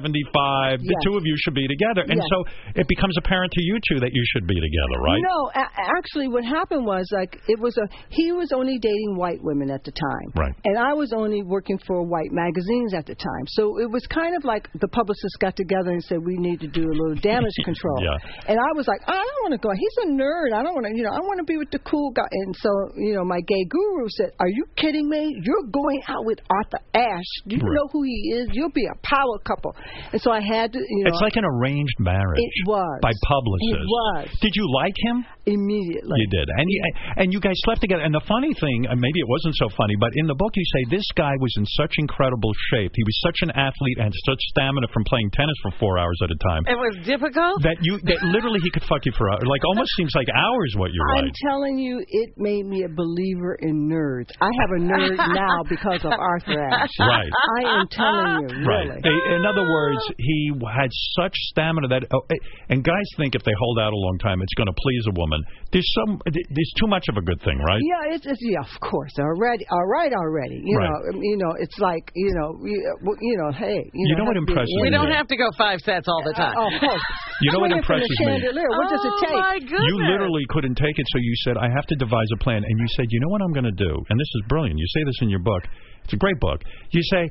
Speaker 3: 1975, the
Speaker 4: Yes.
Speaker 3: two of you should be together, and
Speaker 4: Yes.
Speaker 3: so it becomes apparent to you two that you should be together, right?
Speaker 4: No, a- actually, what happened was like it was a he was only dating white women at the time,
Speaker 3: Right.
Speaker 4: And I was only working for white magazines at the time, so it was kind of like the publicists got together and said we need to do a little damage control.
Speaker 22: Yeah.
Speaker 4: And I was like, I don't want to go. He's a nerd. I don't want to, you know, I want to be with the cool guy. And so, you know, my gay guru said, Are you kidding me? You're going out with Arthur Ashe. Do you
Speaker 3: Right.
Speaker 4: know who he is? You'll be a power couple. And so I had to, you know,
Speaker 3: it's like an arranged marriage.
Speaker 4: it was
Speaker 3: by publicists.
Speaker 4: It was.
Speaker 3: Did you like him?
Speaker 4: Immediately.
Speaker 3: you did, and you, and you guys slept together. And the funny thing, and maybe it wasn't so funny, but in the book you say this guy was in such incredible shape. He was such an athlete and such stamina from playing tennis for four hours at a time
Speaker 5: It was difficult.
Speaker 3: that you that literally he could fuck you for hours. like almost seems like hours. What you're
Speaker 4: I'm
Speaker 3: right.
Speaker 4: telling you, it made me a believer in nerds. I have a nerd now because of Arthur Ashe.
Speaker 3: Right.
Speaker 4: I am telling you,
Speaker 3: Right.
Speaker 4: really.
Speaker 3: They- In other words, he had such stamina that, oh, eh, and guys think if they hold out a long time, it's going to please a woman. There's some, there's too much of a good thing, right?
Speaker 4: Yeah, it's, it's yeah, of course, already, all right, already. You
Speaker 3: Right.
Speaker 4: know, um, you know, it's like you know, you, well, you know, hey, you,
Speaker 3: You know what
Speaker 4: have to be-
Speaker 3: impresses me?
Speaker 5: We don't have to go five sets all the time.
Speaker 4: Oh, of course.
Speaker 3: You know what
Speaker 4: I'm hanging from the
Speaker 3: impresses me?
Speaker 4: chandelier. What does it
Speaker 5: Oh,
Speaker 4: take?
Speaker 5: my goodness.
Speaker 3: You literally couldn't take it, so you said, I have to devise a plan. And you said, you know what I'm going to do? And this is brilliant. You say this in your book. It's a great book. You say,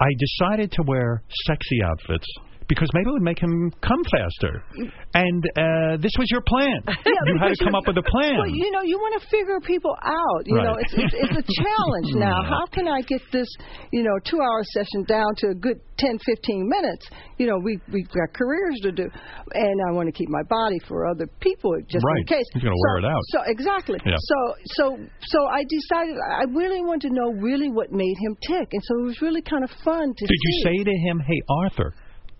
Speaker 3: I decided to wear sexy outfits because maybe it would make him come faster. And uh, this was your plan. you had
Speaker 4: because
Speaker 3: to come up with a plan.
Speaker 4: Well, you know, you want to figure people out. You
Speaker 3: Right.
Speaker 4: know, it's, it's, it's a challenge now. How can I get this, you know, two hour session down to a good 10, 15 minutes? You know, we, we've got careers to do, and I want to keep my body for other people just
Speaker 3: Right.
Speaker 4: in case.
Speaker 3: You're gonna
Speaker 4: So-
Speaker 3: wear it out.
Speaker 4: So, exactly.
Speaker 3: Yeah.
Speaker 4: So, so, so I decided I really wanted to know really what made him tick, and so it was really kind of fun to
Speaker 3: Did
Speaker 4: see.
Speaker 3: you say to him, hey, Arthur,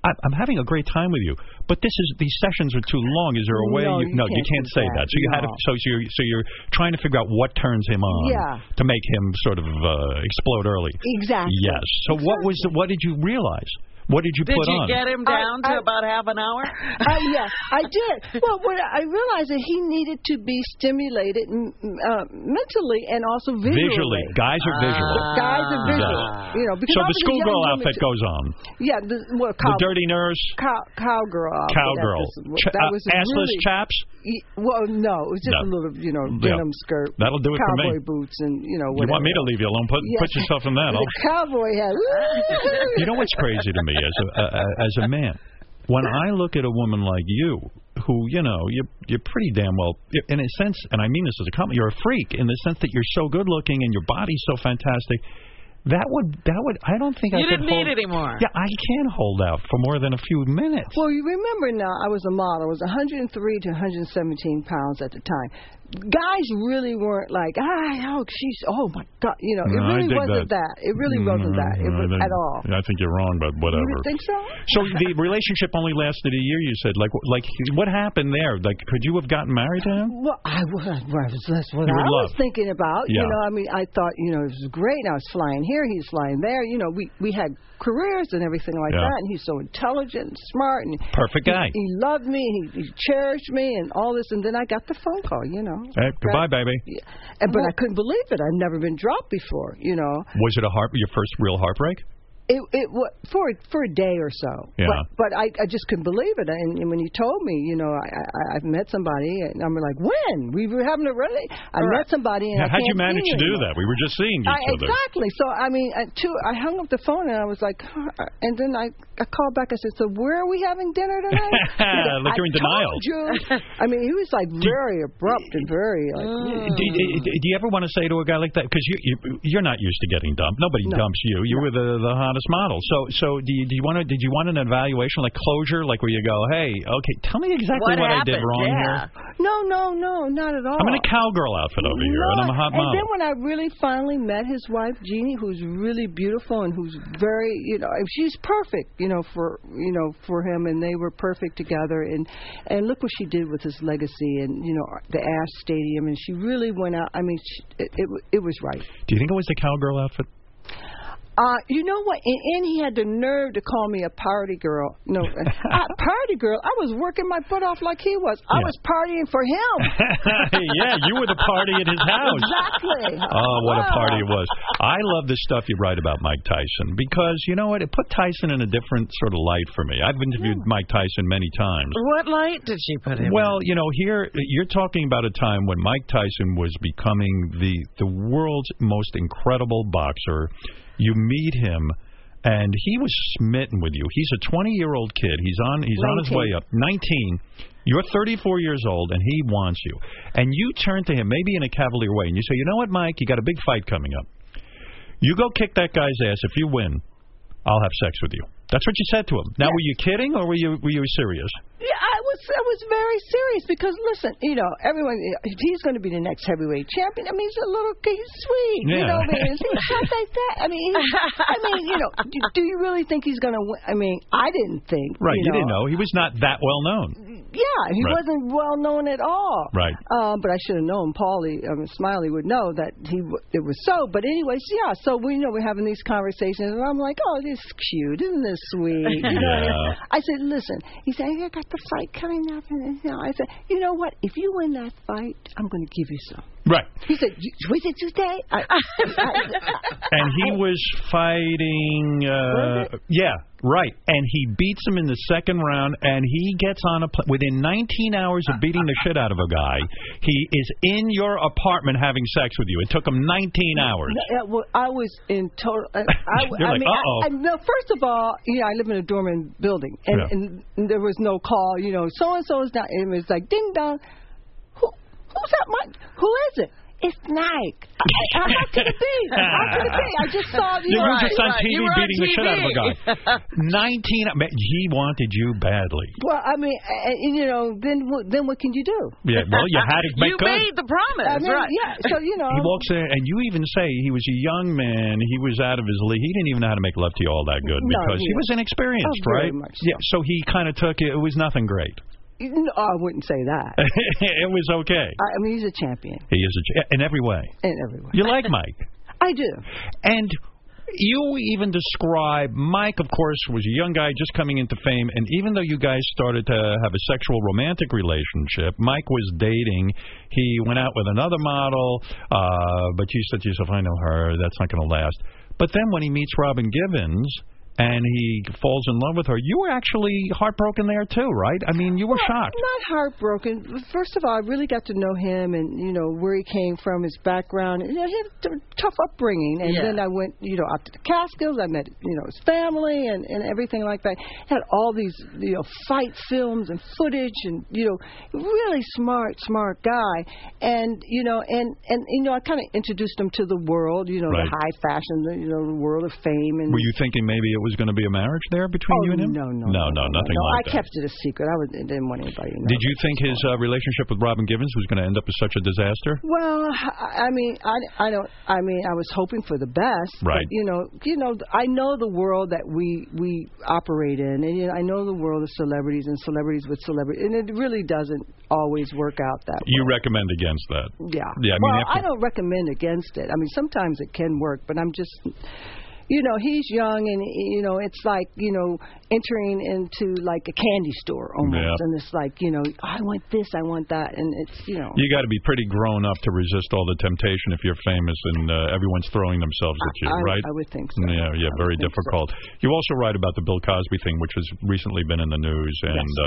Speaker 3: I- I'm having a great time with you, but this is these sessions are too long. Is there a way?
Speaker 4: No,
Speaker 3: you,
Speaker 4: you
Speaker 3: no, you
Speaker 4: can't
Speaker 3: can't
Speaker 4: do
Speaker 3: say that.
Speaker 4: that.
Speaker 3: So you had to,
Speaker 4: No.
Speaker 3: so you're so you're trying to figure out what turns him on
Speaker 4: Yeah.
Speaker 3: to make him sort of uh, explode early.
Speaker 4: Exactly.
Speaker 3: Yes. So what was the, what did you realize? What did you
Speaker 5: Did
Speaker 3: put
Speaker 5: you
Speaker 3: on?
Speaker 5: get him
Speaker 4: I-
Speaker 5: down to
Speaker 4: I-
Speaker 5: about half an hour?
Speaker 4: uh, yeah, I did. Well, what I realized that he needed to be stimulated m- m- uh, mentally and also visually. Ah.
Speaker 3: Visually. Guys are visual.
Speaker 4: Guys are visual.
Speaker 3: Yeah.
Speaker 4: You know, because
Speaker 3: so the
Speaker 4: I was a
Speaker 3: schoolgirl
Speaker 4: young woman
Speaker 3: outfit
Speaker 4: too.
Speaker 3: goes on.
Speaker 4: Yeah, the, well, cow,
Speaker 3: the dirty nurse,
Speaker 4: cow, cowgirl. outfit.
Speaker 3: cowgirl,
Speaker 4: That was,
Speaker 3: Ch-
Speaker 4: that
Speaker 3: uh,
Speaker 4: was
Speaker 3: assless
Speaker 4: really,
Speaker 3: chaps.
Speaker 4: y- Well, no, it was just
Speaker 3: No.
Speaker 4: a little, you know,
Speaker 3: Yeah.
Speaker 4: denim skirt.
Speaker 3: That'll do it for me.
Speaker 4: cowboy boots and you know.
Speaker 3: You want
Speaker 4: Whatever.
Speaker 3: me to leave you alone? Put
Speaker 4: Yeah.
Speaker 3: put yourself in that.
Speaker 4: The
Speaker 3: I'll
Speaker 4: cowboy hat.
Speaker 3: you know what's crazy to me as a uh, as a man when I look at a woman like you who you know you you're pretty damn well in a sense and I mean this as a compliment you're a freak in the sense that you're so good looking and your body's so fantastic that would that would I don't think I
Speaker 5: You
Speaker 3: could
Speaker 5: didn't need
Speaker 3: hold,
Speaker 5: it anymore.
Speaker 3: yeah I can't hold out for more than a few minutes
Speaker 4: Well, you remember now, I was a model. I was 103 to 117 pounds at the time. Guys really weren't like, ah, oh, she's, oh my God, you know, it
Speaker 3: No, I
Speaker 4: really
Speaker 3: dig
Speaker 4: wasn't
Speaker 3: that.
Speaker 4: that. It really
Speaker 3: Mm,
Speaker 4: wasn't that it was, at all.
Speaker 3: I think you're wrong but whatever
Speaker 4: You think so?
Speaker 3: so the relationship only lasted a year you said like like what happened there like could you have gotten married to him
Speaker 4: Well, I was, well, I was that's what
Speaker 3: You were
Speaker 4: I
Speaker 3: in
Speaker 4: was
Speaker 3: love.
Speaker 4: thinking about.
Speaker 3: Yeah.
Speaker 4: You know, I mean, I thought, you know, it was great. And I was flying here, he's flying there. You know, we we had careers and everything like
Speaker 3: Yeah.
Speaker 4: that. And he's so intelligent, and smart, and
Speaker 3: Perfect
Speaker 4: he-
Speaker 3: guy.
Speaker 4: He, loved me. He, he cherished me, and all this. And then I got the phone call. You know.
Speaker 3: Hey, goodbye baby
Speaker 4: And, but I couldn't believe it. I'd never been dropped before, you know.
Speaker 3: was it a heart your first real heartbreak
Speaker 4: It it wa- for for a day or so.
Speaker 3: Yeah.
Speaker 4: But, but I, I just couldn't believe it. And, and when you told me, you know, I, I I've met somebody, and I'm like, when we were having a really, I met somebody, and
Speaker 3: Now,
Speaker 4: I
Speaker 3: how'd you
Speaker 4: can't
Speaker 3: manage to
Speaker 4: see
Speaker 3: do
Speaker 4: anymore.
Speaker 3: that? We were just seeing each
Speaker 4: I,
Speaker 3: other.
Speaker 4: exactly. So I mean, at two, I hung up the phone and I was like, huh. and then I, I called back. I said, so where are we having dinner tonight? He goes,
Speaker 3: Like you're in
Speaker 4: I
Speaker 3: denial.
Speaker 4: told you. I mean, he was like very abrupt and very like.
Speaker 3: Do, do- do you ever want to say to a guy like that? Because you, you you're not used to getting dumped. Nobody dumps you. You were the the hottest model. So so do you, do you want to did you want an evaluation like closure like where you go hey okay tell me exactly what, I did wrong here.
Speaker 4: No, no, no, not at all.
Speaker 3: I'm in a cowgirl outfit over here and I'm a hot
Speaker 4: and
Speaker 3: model.
Speaker 4: then when I really finally met his wife Jeannie, who's really beautiful and who's very, you know, and she's perfect, you know, for you know for him, and they were perfect together. And and look what she did with his legacy, and you know, the Ash Stadium, and she really went out. I mean, she, it, it wa- it was right.
Speaker 3: do you think it was the cowgirl outfit?
Speaker 4: Uh, you know what? And, and he had the nerve to call me a party girl. No, I, party girl. I was working my butt off like he was. I
Speaker 3: Yeah.
Speaker 4: was partying for him.
Speaker 3: yeah, you were the party at his house.
Speaker 4: Exactly.
Speaker 3: Oh, what a party it was. I love the stuff you write about Mike Tyson because, you know what, it put Tyson in a different sort of light for me. I've interviewed Mike Tyson many times.
Speaker 22: What light did she put him?
Speaker 3: Well, you know, here you're talking about a time when Mike Tyson was becoming the the world's most incredible boxer. You meet him and he was smitten with you. He's a 20-year-old kid. He's on he's on his
Speaker 36: 19.
Speaker 3: way up. 19. You're 34 years old and he wants you. And you turn to him maybe in a cavalier way and you say, "You know what, Mike? You got a big fight coming up. You go kick that guy's ass. If you win, I'll have sex with you." That's what you said to him. Now, were you kidding or were you were you serious?
Speaker 4: Yeah, I was I was very serious because listen, you know, everyone he's going to be the next heavyweight champion. I mean, he's a little he's sweet, you
Speaker 25: Yeah.
Speaker 4: know, but he's not like that. I mean, he's, I mean, you know, do, do you really think he's going to? win? I mean, I didn't think.
Speaker 3: Right,
Speaker 4: you
Speaker 3: you,
Speaker 4: know,
Speaker 3: didn't know he was not that well known.
Speaker 4: Yeah, he
Speaker 3: Right.
Speaker 4: wasn't well known at all.
Speaker 3: Right.
Speaker 4: Um, but I should have known. Paulie um, Smiley would know that he w- it was so. But anyways, yeah. So we you know we're having these conversations, and I'm like, oh, this is cute, isn't this sweet? You know, and
Speaker 25: Yeah.
Speaker 4: I said, listen. He said, I got the fight coming up, and you know, I said, you know what? If you win that fight, I'm going to give you some.
Speaker 3: Right.
Speaker 4: He said, "You- was it Tuesday? I, I-
Speaker 3: And he was fighting. Uh, yeah, right. And he beats him in the second round, and he gets on a pl within 19 hours of beating the shit out of a guy. He is in your apartment having sex with you. It took him 19 hours.
Speaker 4: No, yeah, well, I was in total. I, I,
Speaker 3: You're
Speaker 4: I
Speaker 3: like,
Speaker 4: mean,
Speaker 3: "Uh-oh."
Speaker 4: I, I, no, first of all, you know, I live in a dorm and building, and,
Speaker 3: Yeah.
Speaker 4: and there was no call. You know, so and so is not. It was like ding dong. Who, who's that? Mike? Who is it? It's Nike. I- I- How could it be? How could it be? I just saw you.
Speaker 3: You
Speaker 4: know,
Speaker 3: were just on
Speaker 4: I-
Speaker 3: TV beating the shit out of a guy. 19. I mean, He wanted you badly.
Speaker 4: Well, I mean, a- and, you know, then what- then what can you do?
Speaker 3: Yeah, well, you had to make You good. made
Speaker 22: the
Speaker 4: I
Speaker 22: promise,
Speaker 4: mean,
Speaker 22: right.
Speaker 4: Yeah. So you know,
Speaker 3: He walks in, and you even say he was a young man. He was out of his league. He didn't even know how to make love to you all that good
Speaker 4: No,
Speaker 3: because
Speaker 4: he
Speaker 3: he was
Speaker 4: didn't.
Speaker 3: inexperienced,
Speaker 4: Oh, very
Speaker 3: right?
Speaker 4: much
Speaker 3: Yeah. So he kind of took it. It was nothing great.
Speaker 4: no, I wouldn't say that.
Speaker 3: it was okay.
Speaker 4: I, I mean, he's a champion
Speaker 3: He is a, ch- in every way.
Speaker 4: in every way.
Speaker 3: You like Mike,
Speaker 4: I do.
Speaker 3: and you even describe Mike. Of course, was a young guy just coming into fame, and even though you guys started to have a sexual romantic relationship, Mike was dating. He went out with another model, uh, but you said to yourself, "I know her. That's not going to last." But then when he meets Robin Givens. And he falls in love with her. You were actually heartbroken there too, right? I mean, you were shocked.
Speaker 4: Not heartbroken. First of all, I really got to know him and you know where he came from, his background. You know, he had a t- tough upbringing, and
Speaker 25: Yeah.
Speaker 4: then I went, you know, out to the Catskills. I met, you know, his family and and everything like that. Had all these, you know, fight films and footage, and you know, really smart, smart guy. And you know, and and you know, I kind of introduced him to the world, you know,
Speaker 3: Right.
Speaker 4: the high fashion, the, you know, the world of fame. And
Speaker 3: Were you thinking maybe it was going to be a marriage there between
Speaker 4: Oh,
Speaker 3: you and him?
Speaker 4: no, no,
Speaker 3: no, no, nothing
Speaker 4: no,
Speaker 3: like that.
Speaker 4: I kept it a secret. I was, I didn't want anybody to know.
Speaker 3: Did you think his uh, relationship with Robin Givens was going to end up as such a disaster?
Speaker 4: Well, I I mean, I, I don't. I mean, I was hoping for the best. but,
Speaker 3: Right.
Speaker 4: you know, you know, I know the world that we we operate in, and you know, I know the world of celebrities and celebrities with celebrities, and it really doesn't always work out that.
Speaker 3: You recommend against that?
Speaker 4: Yeah.
Speaker 3: Yeah, I mean,
Speaker 4: well,
Speaker 3: after-
Speaker 4: I don't recommend against it. I mean, sometimes it can work, but I'm just. you know, he's young, and you know, it's like you know, entering into like a candy store almost,
Speaker 3: Yeah.
Speaker 4: and it's like you know, I want this, I want that, and it's you know,
Speaker 3: You got to be pretty grown up to resist all the temptation if you're famous and uh, everyone's throwing themselves at you,
Speaker 4: I-
Speaker 3: right?
Speaker 4: I would think
Speaker 3: so. Yeah, yeah, very difficult. You also write about the Bill Cosby thing, which has recently been in the news. And uh,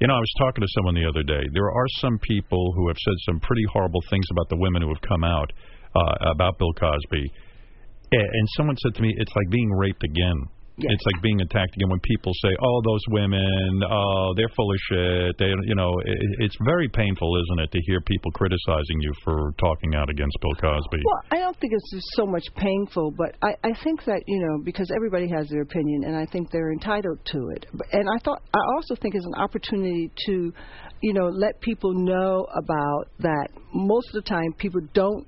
Speaker 3: you know, I was talking to someone the other day. There are some people who have said some pretty horrible things about the women who have come out uh, about Bill Cosby. A- And someone said to me, "It's like being raped again." It's like being attacked again when people say, "Oh, those women, oh, they're full of shit." They, you know, it, it's very painful, isn't it, to hear people criticizing you for talking out against Bill Cosby?
Speaker 4: Well, I don't think it's just so much painful, but I, I think that you know because everybody has their opinion, and I think they're entitled to it. But- And I thought I also think it's an opportunity to, you know, let people know about that. Most of the time, people don't.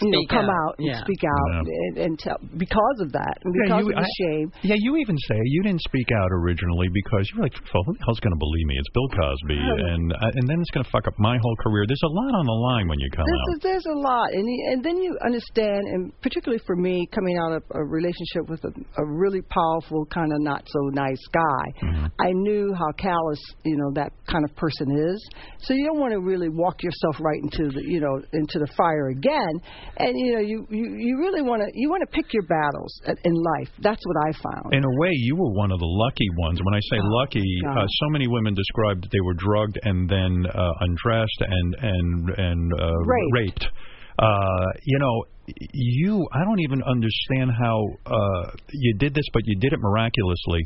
Speaker 4: You know,
Speaker 37: Speak
Speaker 4: come
Speaker 37: out,
Speaker 4: out and
Speaker 37: yeah.
Speaker 4: speak out
Speaker 3: Yeah.
Speaker 4: and, and tell because of that and
Speaker 3: Yeah,
Speaker 4: because
Speaker 3: you-
Speaker 4: of the
Speaker 3: I-
Speaker 4: shame.
Speaker 3: Yeah, you even say you didn't speak out originally because you were like, "Well, who the hell's going to believe me? It's Bill Cosby," and uh, and then it's going to fuck up my whole career. There's a lot on the line when you come
Speaker 4: There's,
Speaker 3: out.
Speaker 4: there's a lot, and you- and then you understand, and particularly for me, coming out of a relationship with a, a really powerful, kind of not so nice guy, I knew how callous you know that kind of person is. So you don't want to really walk yourself right into the you know into the fire again, and you know you you, you really want to you want to pick your battles at, in life. That's what I found.
Speaker 3: In a way, you were one of the lucky ones. When I say lucky,
Speaker 4: God.
Speaker 3: uh, so many women described that they were drugged and then uh, undressed and and and uh,
Speaker 4: Raped.
Speaker 3: raped. Uh, you know, you. I don't even understand how uh, you did this, but you did it miraculously.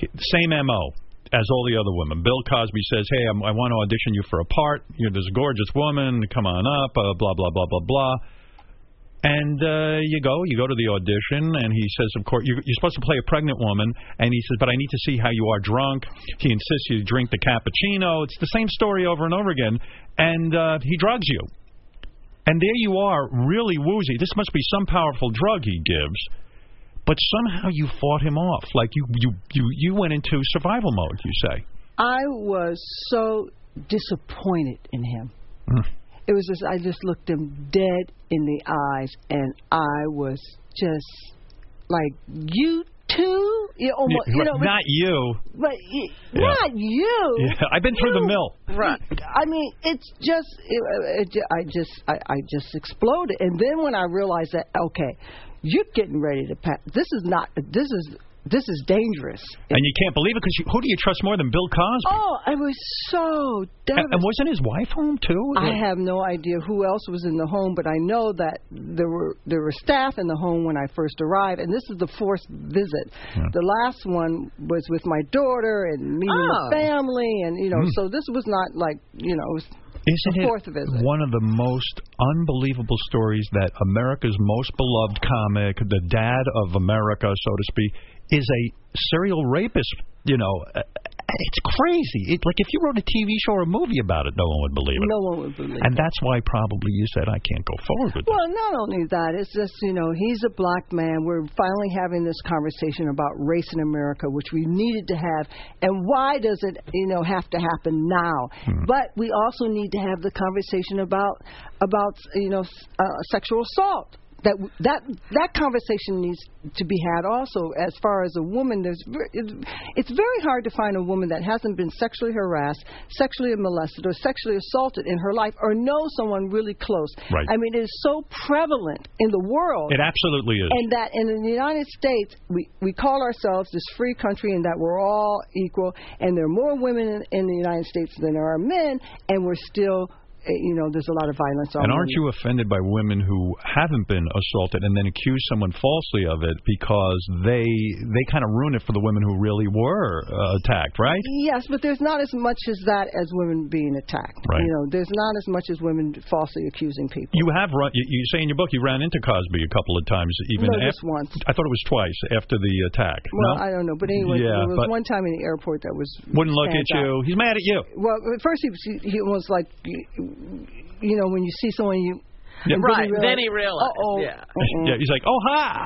Speaker 3: Same mo. As all the other women, Bill Cosby says, "Hey, I'm, I want to audition you for a part. You're this gorgeous woman. Come on up. Uh, blah blah blah blah blah." And uh, you go, you go to the audition, and he says, "Of course, you're, you're supposed to play a pregnant woman." And he says, "But I need to see how you are drunk." He insists you drink the cappuccino. It's the same story over and over again, and uh, he drugs you. And there you are, really woozy. This must be some powerful drug he gives, but somehow you fought him off, like you you you you went into survival mode. You say,
Speaker 4: I was so disappointed in him.
Speaker 3: Hmm.
Speaker 4: It was just I just looked him dead in the eyes, and I was just like, "You too? You almost, you know,
Speaker 3: not you.
Speaker 4: but, but y-
Speaker 3: Yeah.
Speaker 4: not you."
Speaker 3: Yeah, I've been through the mill.
Speaker 4: Right. I mean, it's just it, it, I just I, I just exploded, and then when I realized that, okay, you're getting ready to pass. This is not. This is this is dangerous.
Speaker 3: and you can't believe it because who do you trust more than Bill Cosby?
Speaker 4: Oh, I was so
Speaker 3: And,
Speaker 4: devastated.
Speaker 3: and wasn't his wife home too?
Speaker 4: I have no idea who else was in the home, but I know that there were there were staff in the home when I first arrived, and this is the fourth visit. The last one was with my daughter and meeting
Speaker 5: Oh.
Speaker 4: the family, and you know,
Speaker 3: Hmm.
Speaker 4: so this was not like you know, it was
Speaker 3: Isn't
Speaker 4: the
Speaker 3: it
Speaker 4: fourth visit.
Speaker 3: one of the most unbelievable stories that America's most beloved comic, the dad of America, so to speak, is a serial rapist? You know, uh, it's crazy. It, like if you wrote a TV show or a movie about it, no one would believe it.
Speaker 4: No one would believe
Speaker 3: And
Speaker 4: it.
Speaker 3: that's why probably you said I can't go forward with.
Speaker 4: Well, not only that, it's just, you know, he's a black man. We're finally having this conversation about race in America, which we needed to have. And why does it, you know, have to happen now? But we also need to have the conversation about, about you know, s- uh, sexual assault. That w- that that conversation needs to be had also. As far as a woman, there's ver- it- it's very hard to find a woman that hasn't been sexually harassed, sexually molested, or sexually assaulted in her life, or knows someone really close.
Speaker 3: Right.
Speaker 4: I mean, it is so prevalent in the world.
Speaker 3: It absolutely is.
Speaker 4: And that in the United States, we, we call ourselves this free country and that we're all equal, and there are more women in, in the United States than there are men, and we're still, eh, you know, there's a lot of violence on
Speaker 3: And aren't you
Speaker 4: women.
Speaker 3: offended by women who haven't been assaulted and then accuse someone falsely of it because they they kind of ruin it for the women who really were uh, attacked, right?
Speaker 4: Yes, but there's not as much as that as women being attacked.
Speaker 3: Right.
Speaker 4: You know, there's not as much as women falsely accusing people.
Speaker 3: You have run. You, you say in your book you ran into Cosby a couple of times, even
Speaker 4: No,
Speaker 3: af-
Speaker 4: just once.
Speaker 3: I thought it was twice after the attack.
Speaker 4: Well,
Speaker 3: no?
Speaker 4: I don't know, but anyway,
Speaker 3: Yeah,
Speaker 4: there was
Speaker 3: but-
Speaker 4: one time in the airport that was
Speaker 3: Wouldn't look at
Speaker 4: stands out.
Speaker 3: you. He's mad at you.
Speaker 4: Well, at first he was, he, he was like, you know, when you see someone you.
Speaker 3: Yeah.
Speaker 4: and
Speaker 3: Right,
Speaker 4: Then he realized.
Speaker 3: Mm-hmm.
Speaker 22: yeah. Ah.
Speaker 3: Yeah, he's like, oh hi.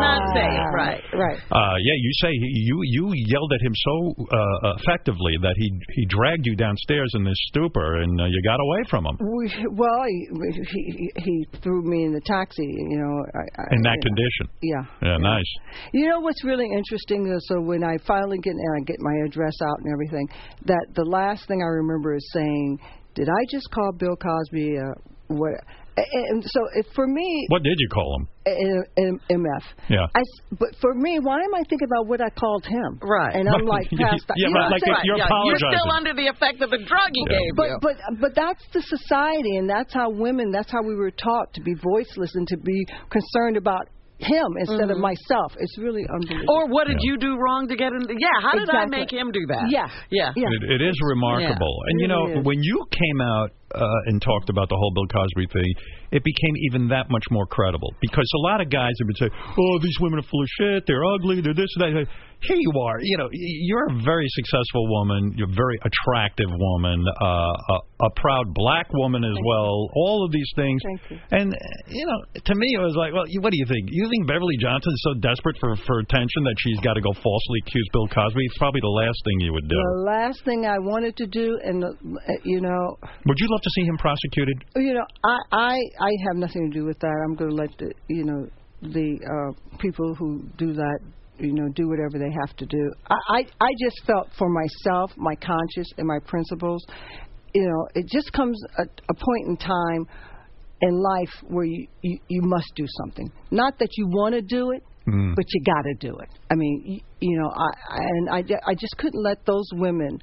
Speaker 4: Not
Speaker 22: safe.
Speaker 4: Ah.
Speaker 3: Yeah.
Speaker 5: Right, right.
Speaker 3: Uh, yeah, you say he, you you yelled at him so uh, effectively that he he dragged you downstairs in this stupor, and uh, you got away from him
Speaker 4: We, well, he, he he threw me in the taxi. You know. I, I,
Speaker 3: in that
Speaker 4: you know.
Speaker 3: condition.
Speaker 4: Yeah.
Speaker 3: Yeah, nice.
Speaker 4: You know what's really interesting is so when I finally get and I get my address out and everything, that the last thing I remember is saying, "Did I just call Bill Cosby?" Uh, what? And so it, for me,
Speaker 3: What did you call him?
Speaker 4: M- M- MF.
Speaker 3: Yeah.
Speaker 4: I, but for me, why am I thinking about what I called him? Right. And I'm like past that.
Speaker 3: Yeah,
Speaker 4: you
Speaker 3: but
Speaker 4: know what
Speaker 3: like
Speaker 4: I'm
Speaker 3: if
Speaker 4: saying?
Speaker 3: you're Right, yeah, you're
Speaker 5: You're still under the effect of the drug he gave
Speaker 4: But
Speaker 5: you.
Speaker 4: but but that's the society, and that's how women. That's how we were taught to be voiceless and to be concerned about him instead of myself. It's really unbelievable.
Speaker 5: or what did you do wrong to get in? Yeah, how did I
Speaker 4: Exactly.
Speaker 5: make him do that?
Speaker 4: Yeah.
Speaker 5: yeah.
Speaker 3: It, it is remarkable.
Speaker 5: Yeah.
Speaker 3: And you
Speaker 5: It
Speaker 3: know,
Speaker 5: really is.
Speaker 3: when you came out uh, and talked about the whole Bill Cosby thing, it became even that much more credible because a lot of guys have been saying, "Oh, these women are full of shit. They're ugly. They're this and that." Here you are. You know, y- you're a very successful woman. You're a very attractive woman. Uh, a, a proud black woman as well. All of these things. And uh, you know, to me, it was like, well, you- what do you think? You think Beverly Johnson is so desperate for for attention that she's got to go falsely accuse Bill Cosby? It's probably the last thing you would do.
Speaker 4: The last thing I wanted to do, and uh, you know,
Speaker 3: Would you love to see him prosecuted?
Speaker 4: you know, I I I have nothing to do with that. I'm going to let the you know the uh, people who do that you know do whatever they have to do. I I, I just felt for myself, my conscience, and my principles. You know, it just comes a, a point in time in life where you, you you must do something. Not that you want to do it,
Speaker 3: Mm.
Speaker 4: but you got to do it. I mean, you, you know, I, I- and I, ju- I just couldn't let those women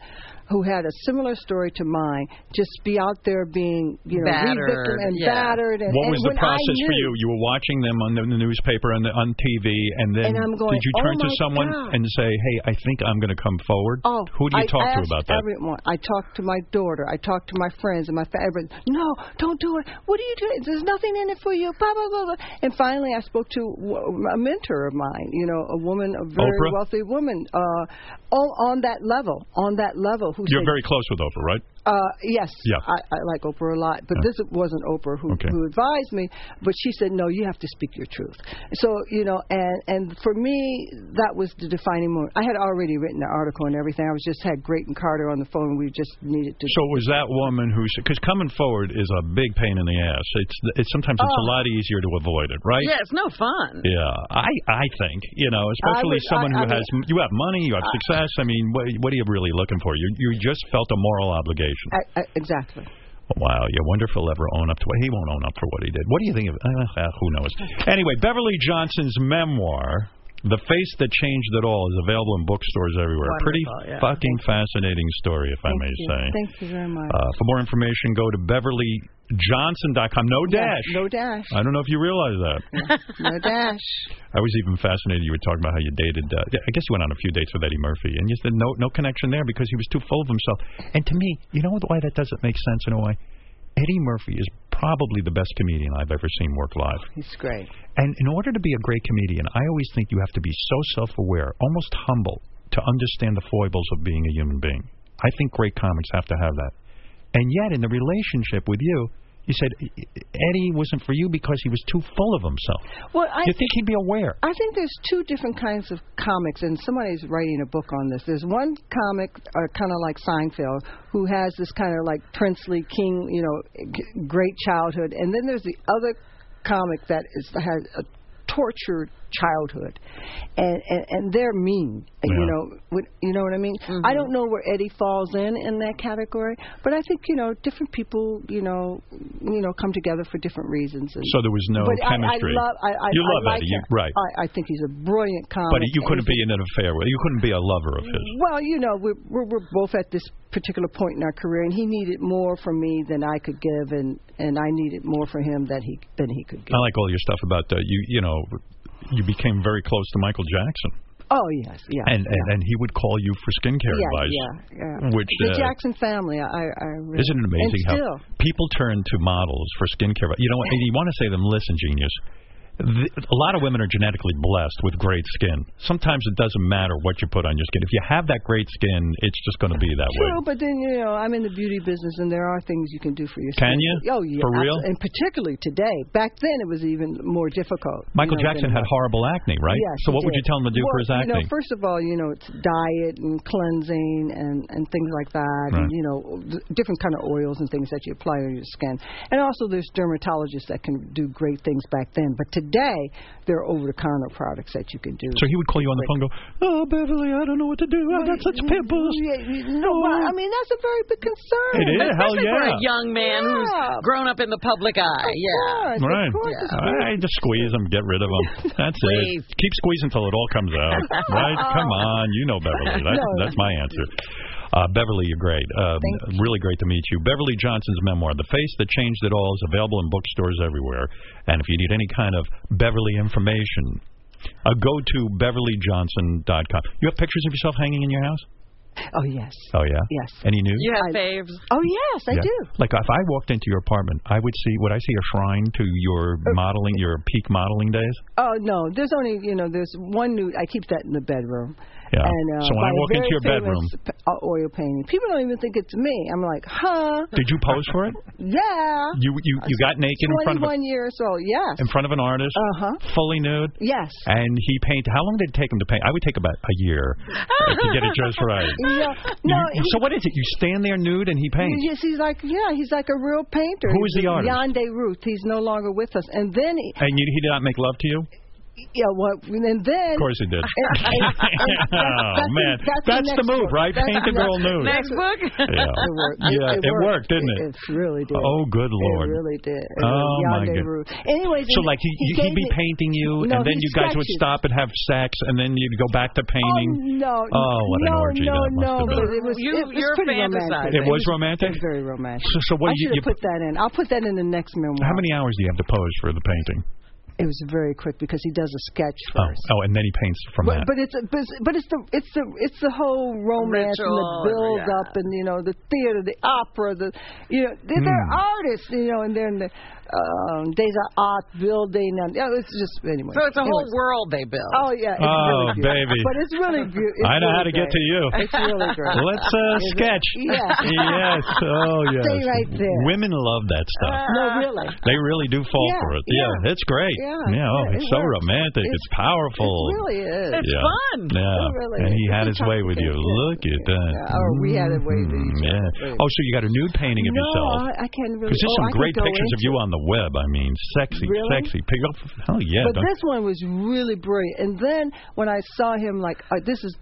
Speaker 4: who had a similar story to mine just be out there being, you know,
Speaker 5: Battered,
Speaker 4: re-victim and
Speaker 5: yeah.
Speaker 4: battered. And,
Speaker 3: what
Speaker 4: and
Speaker 3: was the
Speaker 4: when I
Speaker 3: process for
Speaker 4: knew-
Speaker 3: you? You were watching them on the the newspaper and the, on TV, and then
Speaker 4: And I'm going,
Speaker 3: did you
Speaker 4: "Oh
Speaker 3: turn to
Speaker 4: my
Speaker 3: someone
Speaker 4: God."
Speaker 3: and say, "Hey, I think I'm going to come forward"?
Speaker 4: Oh,
Speaker 3: Who do you
Speaker 4: I
Speaker 3: talk to
Speaker 4: asked
Speaker 3: about that?
Speaker 4: Everyone. I talked to my daughter. I talked to my friends and my family. No, don't do it. What are you doing? There's nothing in it for you. Blah blah blah. blah. And finally, I spoke to w- a mentor of mine. You know, a woman, a very
Speaker 3: Oprah?
Speaker 4: wealthy woman, uh, all on that level, on that level. Who
Speaker 3: You're
Speaker 4: said,
Speaker 3: very close with Oprah, right?
Speaker 4: Uh, yes,
Speaker 3: Yeah.
Speaker 4: I, I like Oprah a lot, but this wasn't Oprah who, who advised me. But she said, "No, you have to speak your truth." So you know, and and for me, that was the defining moment. I had already written the article and everything. I was just had Great and Carter on the phone. and We just needed to.
Speaker 3: So it was that woman who, because coming forward is a big pain in the ass. It's, it's sometimes it's a
Speaker 5: Oh.
Speaker 3: lot easier to avoid it, right?
Speaker 5: Yeah, it's no fun.
Speaker 3: Yeah, I I think you know, especially
Speaker 5: would-
Speaker 3: someone
Speaker 5: I-
Speaker 3: who
Speaker 5: I
Speaker 3: has you have money, you have success. I mean, what what are you really looking for? You you just felt a moral obligation.
Speaker 4: I, I, exactly.
Speaker 3: Wow, you wonder if he'll ever own up to what he won't own up for what he did. What do you think of? Uh, uh, who knows? Anyway, Beverly Johnson's memoir, "The Face That Changed It All," is available in bookstores everywhere. Pretty
Speaker 4: Wonderful, yeah.
Speaker 3: fucking fascinating story, if I may
Speaker 4: Thank you.
Speaker 3: say.
Speaker 4: Thank you very much.
Speaker 3: Uh, for more information, go to beverlyjohnson.com. No
Speaker 4: Yeah,
Speaker 3: dash.
Speaker 4: No dash.
Speaker 3: I don't know if you realize that.
Speaker 4: No dash.
Speaker 3: I was even fascinated. You were talking about how you dated. Uh, yeah, I guess you went on a few dates with Eddie Murphy, and you said no, no connection there because he was too full of himself. And to me, you know why that doesn't make sense in a way. Eddie Murphy is probably the best comedian I've ever seen work live.
Speaker 4: He's great.
Speaker 3: And in order to be a great comedian, I always think you have to be so self-aware, almost humble, to understand the foibles of being a human being. I think great comics have to have that. And yet, in the relationship with you, you said "E-, Eddie wasn't for you because he was too full of himself.
Speaker 4: Well, I
Speaker 3: you think he'd be aware?
Speaker 4: I think there's two different kinds of comics, and somebody's writing a book on this. There's one comic, uh, kind of like Seinfeld, who has this kind of like princely king, you know, g- great childhood, and then there's the other comic that is has a tortured childhood, and and, and they're mean, you know, what, you know what I mean.
Speaker 22: Mm-hmm.
Speaker 4: I don't know where Eddie falls in in that category, but I think you know different people, you know, you know, come together for different reasons. And,
Speaker 3: So there was no
Speaker 4: but
Speaker 3: chemistry.
Speaker 4: I, I love, I, I,
Speaker 3: You
Speaker 4: I
Speaker 3: love
Speaker 4: like
Speaker 3: Eddie, you-
Speaker 4: him.
Speaker 3: right.
Speaker 4: I, I think he's a brilliant comic.
Speaker 3: But you
Speaker 4: and
Speaker 3: couldn't
Speaker 4: he's
Speaker 3: be in an affair with. You couldn't be a lover of his.
Speaker 4: a- Well, you know, we're, we're we're both at this particular point in our career, and he needed more from me than I could give, and and I needed more from him than he than he could give.
Speaker 3: I like all your stuff about uh, you. You know, you became very close to Michael Jackson,
Speaker 4: Oh yes, yeah.
Speaker 3: and, and and he would call you for skincare
Speaker 4: yeah,
Speaker 3: advice.
Speaker 4: yeah, yeah.
Speaker 3: Which
Speaker 4: the
Speaker 3: uh,
Speaker 4: Jackson family, I, I really,
Speaker 3: isn't it amazing
Speaker 4: and still,
Speaker 3: how people turn to models for skincare? You know, what? you want to say to them, listen, genius. th a lot of women are genetically blessed with great skin. Sometimes it doesn't matter what you put on your skin. If you have that great skin, it's just going to be that way.
Speaker 4: True, but then you know I'm in the beauty business, and there are things you can do for your
Speaker 3: Can
Speaker 4: skin.
Speaker 3: you?
Speaker 4: Oh, yeah.
Speaker 3: For real?
Speaker 4: absolutely. And particularly today. Back then, it was even more difficult. you
Speaker 3: Michael
Speaker 4: know,
Speaker 3: Jackson
Speaker 4: than-
Speaker 3: had horrible acne, right?
Speaker 4: Yes,
Speaker 3: so
Speaker 4: he
Speaker 3: what would you
Speaker 4: did.
Speaker 3: tell him to do
Speaker 4: well,
Speaker 3: for his
Speaker 4: You
Speaker 3: acne?
Speaker 4: know, first of all, you know, it's diet and cleansing and and things like that,
Speaker 3: Right.
Speaker 4: and you know, th- different kind of oils and things that you apply on your skin. And also, there's dermatologists that can do great things back then, but today there are over-the-counter products that you can do.
Speaker 3: so he would call you on the phone, and go, "Oh, Beverly, I don't know what to do. I've got such pimples."
Speaker 4: No, well, I mean that's a very big concern.
Speaker 3: It is, hell
Speaker 5: Especially for a
Speaker 3: yeah.
Speaker 5: young man who's
Speaker 4: Yeah.
Speaker 5: grown up in the public eye. Yeah.
Speaker 3: right.
Speaker 5: Yeah.
Speaker 3: All right, just squeeze them, get rid of them. That's it.
Speaker 5: Squeeze.
Speaker 3: Keep squeezing until it all comes out. Right? Come on, you know Beverly. That's,
Speaker 22: No.
Speaker 3: that's my answer. Uh, Beverly, you're great. Um, really great to meet you. Beverly Johnson's memoir, The Face That Changed It All, is available in bookstores everywhere. And if you need any kind of Beverly information, uh, go to beverlyjohnson.com. You have pictures of yourself hanging in your house?
Speaker 4: Oh yes.
Speaker 3: Oh, yeah? Yes. Any news?
Speaker 5: You have faves.
Speaker 4: Oh yes, I
Speaker 3: Yeah.
Speaker 4: do.
Speaker 3: Like if I walked into your apartment, I would see would I see a shrine to your modeling, your peak modeling days?
Speaker 4: Oh no, there's only you know there's one new. I keep that in the bedroom.
Speaker 3: Yeah.
Speaker 4: And, uh,
Speaker 3: So when I
Speaker 4: by a
Speaker 3: walk into
Speaker 4: very
Speaker 3: your
Speaker 4: famous
Speaker 3: bedroom-
Speaker 4: p- uh, oil painting, people don't even think it's me. I'm like, huh?
Speaker 3: Did you pose for it?
Speaker 4: Yeah.
Speaker 3: You you you got naked in front of
Speaker 4: 21
Speaker 3: a,
Speaker 4: years old. Yes.
Speaker 3: in front of an artist,
Speaker 4: Uh-huh.
Speaker 3: fully nude,
Speaker 4: Yes.
Speaker 3: and he painted. How long did it take him to paint? I would take about a year uh, to get it just right.
Speaker 4: Yeah. No.
Speaker 3: You- so what is it? You stand there nude and he
Speaker 4: he-
Speaker 3: paints.
Speaker 4: Yes, he's like yeah, he's like a real painter.
Speaker 3: Who is
Speaker 4: He's
Speaker 3: the artist?
Speaker 4: Yande Ruth. He's no longer with us. And then he,
Speaker 3: And you, he did not make love to you?
Speaker 4: yeah, well, and then
Speaker 3: Of course he did.
Speaker 4: And- and-
Speaker 3: oh
Speaker 4: and that's the-
Speaker 3: man,
Speaker 4: that's the
Speaker 3: that's the,
Speaker 4: next
Speaker 3: move,
Speaker 4: book.
Speaker 3: right?
Speaker 4: That's-
Speaker 3: Paint the girl nude.
Speaker 4: Next book.
Speaker 3: Yeah,
Speaker 4: It worked.
Speaker 3: yeah, it,
Speaker 4: It worked.
Speaker 3: worked, didn't it?
Speaker 4: It really did.
Speaker 3: Oh, good lord!
Speaker 4: It really did. It
Speaker 3: Oh
Speaker 4: was
Speaker 3: my
Speaker 4: Yande
Speaker 3: god!
Speaker 4: Ruth. Anyways,
Speaker 3: so
Speaker 4: he-
Speaker 3: like he,
Speaker 4: he
Speaker 3: he would
Speaker 4: gave
Speaker 3: be
Speaker 4: me-
Speaker 3: painting you,
Speaker 4: No,
Speaker 3: and then
Speaker 4: he'd
Speaker 3: you guys would
Speaker 4: scratches.
Speaker 3: stop and have sex, and then you'd go back to painting.
Speaker 4: No.
Speaker 3: Oh, what an
Speaker 4: no,
Speaker 3: orgy that
Speaker 4: no,
Speaker 3: must
Speaker 4: no,
Speaker 3: have been.
Speaker 4: but it was
Speaker 5: You-
Speaker 4: it was
Speaker 5: you're
Speaker 4: pretty
Speaker 5: fantasizing.
Speaker 4: romantic.
Speaker 3: It was romantic.
Speaker 4: Very romantic.
Speaker 3: So, so what
Speaker 4: I
Speaker 3: you,
Speaker 4: should
Speaker 3: you
Speaker 4: have put that in. I'll put that in the next memoir.
Speaker 3: how many hours do you have to pose for the painting?
Speaker 4: It was very quick because he does a sketch
Speaker 3: Oh,
Speaker 4: first.
Speaker 3: oh, and then he paints from
Speaker 4: But,
Speaker 3: that.
Speaker 4: but it's but it's- but it's the it's the it's the whole romance
Speaker 5: Ritual,
Speaker 4: and the build up and you know the theater the opera the you know they're, they're
Speaker 5: Hmm.
Speaker 4: artists you know and they're in the um, days of art building and yeah, it's just anyway
Speaker 5: So it's a whole
Speaker 4: Anyways.
Speaker 5: world they build.
Speaker 4: Oh yeah.
Speaker 3: Oh,
Speaker 4: it's really beautiful.
Speaker 3: baby.
Speaker 4: But it's really beautiful.
Speaker 3: I know how to get to you.
Speaker 4: It's really great.
Speaker 3: Let's uh,
Speaker 4: Is it-
Speaker 3: sketch.
Speaker 4: Yeah.
Speaker 3: yes. Oh, yes.
Speaker 4: Stay right there.
Speaker 3: Women love that stuff.
Speaker 4: no,
Speaker 5: Uh,
Speaker 4: really.
Speaker 3: They really do fall
Speaker 4: Yeah,
Speaker 3: for it.
Speaker 4: yeah.
Speaker 3: Yeah, it's great.
Speaker 4: Yeah,
Speaker 3: oh,
Speaker 4: yeah, it
Speaker 3: it's so
Speaker 4: works.
Speaker 3: romantic. It's, powerful.
Speaker 4: It really is.
Speaker 3: yeah. Yeah. and he had his way with you. Look at that.
Speaker 4: Oh, we had a way.
Speaker 3: Mm, yeah. Oh, so you got a nude painting of
Speaker 4: no,
Speaker 3: yourself.
Speaker 4: I, I can't really.
Speaker 3: Because there's
Speaker 4: oh, I
Speaker 3: some
Speaker 4: could
Speaker 3: great
Speaker 4: go
Speaker 3: pictures of
Speaker 4: into
Speaker 3: you on the web. I mean, sexy,
Speaker 4: Really?
Speaker 3: sexy. Pick up. Hell yeah.
Speaker 4: but
Speaker 3: don't-
Speaker 4: this one was really brilliant. And then when I saw him, like uh, this is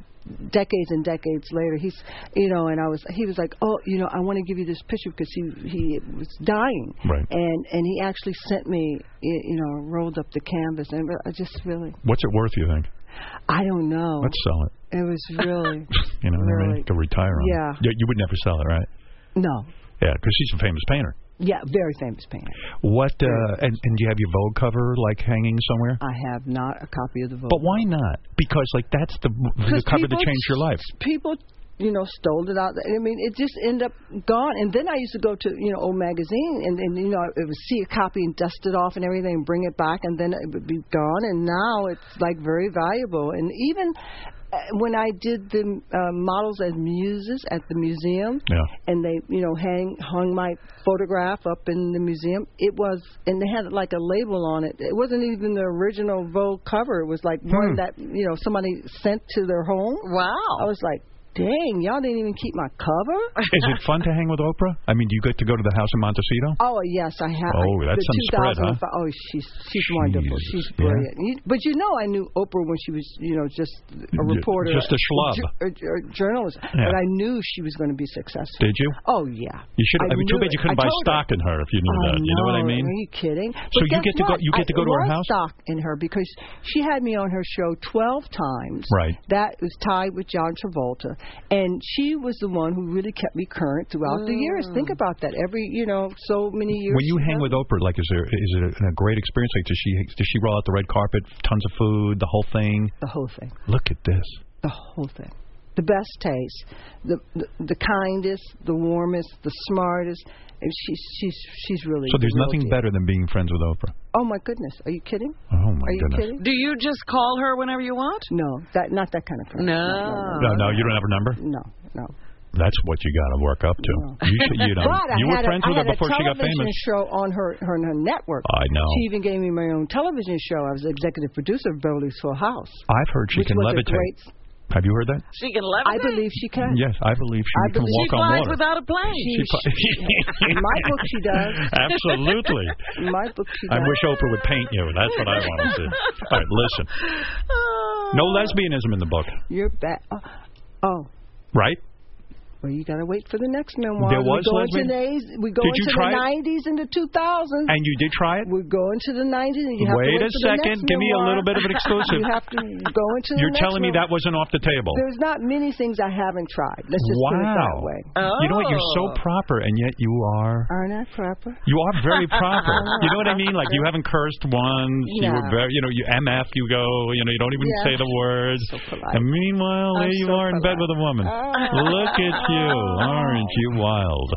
Speaker 4: decades and decades later. He's, you know, and I was, he was like, oh, you know, I want to give you this picture because he he was dying,
Speaker 3: Right.
Speaker 4: And and he actually sent me, y- you know, rolled up the canvas, and I just really,
Speaker 3: What's it worth, you think?
Speaker 4: I don't know.
Speaker 3: Let's sell it.
Speaker 4: It was really
Speaker 3: You know what I mean?
Speaker 4: Oh. Really?
Speaker 3: Go retire on
Speaker 4: Yeah.
Speaker 3: it. Yeah. You would never sell it, right?
Speaker 4: no,
Speaker 3: Yeah, because she's a famous painter.
Speaker 4: yeah, very famous painter.
Speaker 3: What, uh, and, and do you have your Vogue cover, like, hanging somewhere?
Speaker 4: I have not a copy of the Vogue.
Speaker 3: But why not? Because, like, that's the, the
Speaker 4: 'Cause
Speaker 3: cover that
Speaker 4: people
Speaker 3: changed your life.
Speaker 4: people you know stole it out i mean it just ended up gone and then i used to go to you know old magazine and, and you know it would see a copy and dust it off and everything and bring it back and then it would be gone and now it's like very valuable and even uh, when i did the uh, models as muses at the museum
Speaker 3: Yeah.
Speaker 4: and they you know hang hung my photograph up in the museum it was and they had like a label on it it wasn't even the original vogue cover it was like
Speaker 3: Hmm.
Speaker 4: one that you know somebody sent to their home wow i was like dang y'all didn't even keep my cover
Speaker 3: Is it fun to hang with Oprah? I mean, do you get to go to the house in Montecito?
Speaker 4: Oh yes, I have.
Speaker 3: Oh, that's
Speaker 4: the
Speaker 3: some spread, huh?
Speaker 4: 2005 Oh, she's she's wonderful. She's brilliant. You- But you know, I knew Oprah when she was, you know, just a
Speaker 3: Ju-
Speaker 4: reporter,
Speaker 3: just a schlub.
Speaker 4: ju- a, a journalist.
Speaker 3: Yeah.
Speaker 4: But I knew she was going to be successful.
Speaker 3: Did you?
Speaker 4: Oh yeah.
Speaker 3: You should. I,
Speaker 4: I
Speaker 3: mean, too
Speaker 4: knew
Speaker 3: bad
Speaker 4: it.
Speaker 3: you couldn't buy
Speaker 4: I told her.
Speaker 3: stock in her if you knew
Speaker 4: I
Speaker 3: that. You know what I
Speaker 4: know.
Speaker 3: mean?
Speaker 4: Are you kidding?
Speaker 3: So
Speaker 4: But
Speaker 3: you
Speaker 4: guess
Speaker 3: get to go-
Speaker 4: what?
Speaker 3: you get to
Speaker 4: I
Speaker 3: go to her
Speaker 4: was
Speaker 3: house?
Speaker 4: Stock in her because she had me on her show twelve times.
Speaker 3: Right.
Speaker 4: That was tied with John Travolta, and she was the one who really kept me current throughout the years. Think about that. Every you know, so many years.
Speaker 3: When you
Speaker 4: she
Speaker 3: hang
Speaker 4: does
Speaker 3: with Oprah, like, is there is it a, a great experience? Like, does she does she roll out the red carpet, tons of food, the whole thing?
Speaker 4: the whole thing,
Speaker 3: Look at this.
Speaker 4: the whole thing. the best taste, the, the the kindest, the warmest, the smartest. And she's she's she's really.
Speaker 3: So there's
Speaker 4: the real
Speaker 3: nothing
Speaker 4: deal.
Speaker 3: better than being friends with Oprah.
Speaker 4: Oh my goodness! Are you kidding?
Speaker 3: Oh my
Speaker 4: Are you
Speaker 3: goodness.
Speaker 4: kidding?
Speaker 5: Do you just call her whenever you want?
Speaker 4: No, that not that kind of friend.
Speaker 5: No.
Speaker 3: No, no, you don't have her number.
Speaker 4: No, no.
Speaker 3: That's what you got to work up to. You should, you know,
Speaker 4: but I
Speaker 3: you were
Speaker 4: had
Speaker 3: friends
Speaker 4: a,
Speaker 3: with
Speaker 4: I
Speaker 3: her
Speaker 4: had
Speaker 3: before
Speaker 4: a
Speaker 3: she got
Speaker 4: television
Speaker 3: famous.
Speaker 4: show on her, her on her network.
Speaker 3: I know.
Speaker 4: She even gave me my own television show. I was executive producer of Beverly's Full House.
Speaker 3: I've heard she
Speaker 4: which
Speaker 3: can
Speaker 4: was a
Speaker 3: levitate.
Speaker 4: great-
Speaker 3: Have you heard that?
Speaker 5: She can levitate.
Speaker 4: I believe she can.
Speaker 3: Yes, I believe she
Speaker 4: I
Speaker 3: can
Speaker 4: believe-
Speaker 3: walk
Speaker 4: She
Speaker 3: on
Speaker 4: flies
Speaker 3: water.
Speaker 4: without a plane.
Speaker 3: She
Speaker 4: She-
Speaker 3: fi-
Speaker 4: In my book, she does.
Speaker 3: Absolutely.
Speaker 4: In my book, she
Speaker 3: I
Speaker 4: does.
Speaker 3: wish Oprah would paint you. That's what I want to see. All right, listen.
Speaker 4: Oh.
Speaker 3: No lesbianism in the book,
Speaker 4: You're back. Oh, oh,
Speaker 3: right?
Speaker 4: well, you gotta wait for the next memoir.
Speaker 3: There was
Speaker 4: we go
Speaker 3: lesbian-
Speaker 4: into the eighties. We go
Speaker 3: Did you
Speaker 4: into
Speaker 3: try it?
Speaker 4: the nineties and the two thousands.
Speaker 3: And you did try it?
Speaker 4: We go into the nineties and you have
Speaker 3: Wait a
Speaker 4: to wait for the
Speaker 3: second.
Speaker 4: next
Speaker 3: Give me a
Speaker 4: memoir.
Speaker 3: little bit of an exclusive.
Speaker 4: you have to go into the
Speaker 3: You're
Speaker 4: next
Speaker 3: telling me
Speaker 4: memoir.
Speaker 3: that wasn't off the table.
Speaker 4: There's not many things I haven't tried. Let's just put it that
Speaker 3: wow.
Speaker 4: way. Oh.
Speaker 3: You know what? You're so proper, and yet you are.
Speaker 4: Aren't I proper?
Speaker 3: You are very proper. you know what I mean? Like you haven't cursed once. You were
Speaker 4: No.
Speaker 3: very, you know, you MF. You go. You know, you don't even
Speaker 4: Yeah.
Speaker 3: say the words. and meanwhile,
Speaker 4: I'm
Speaker 3: there you
Speaker 4: so
Speaker 3: are
Speaker 4: Ah.
Speaker 3: in bed with a woman. Look at you, aren't you wild?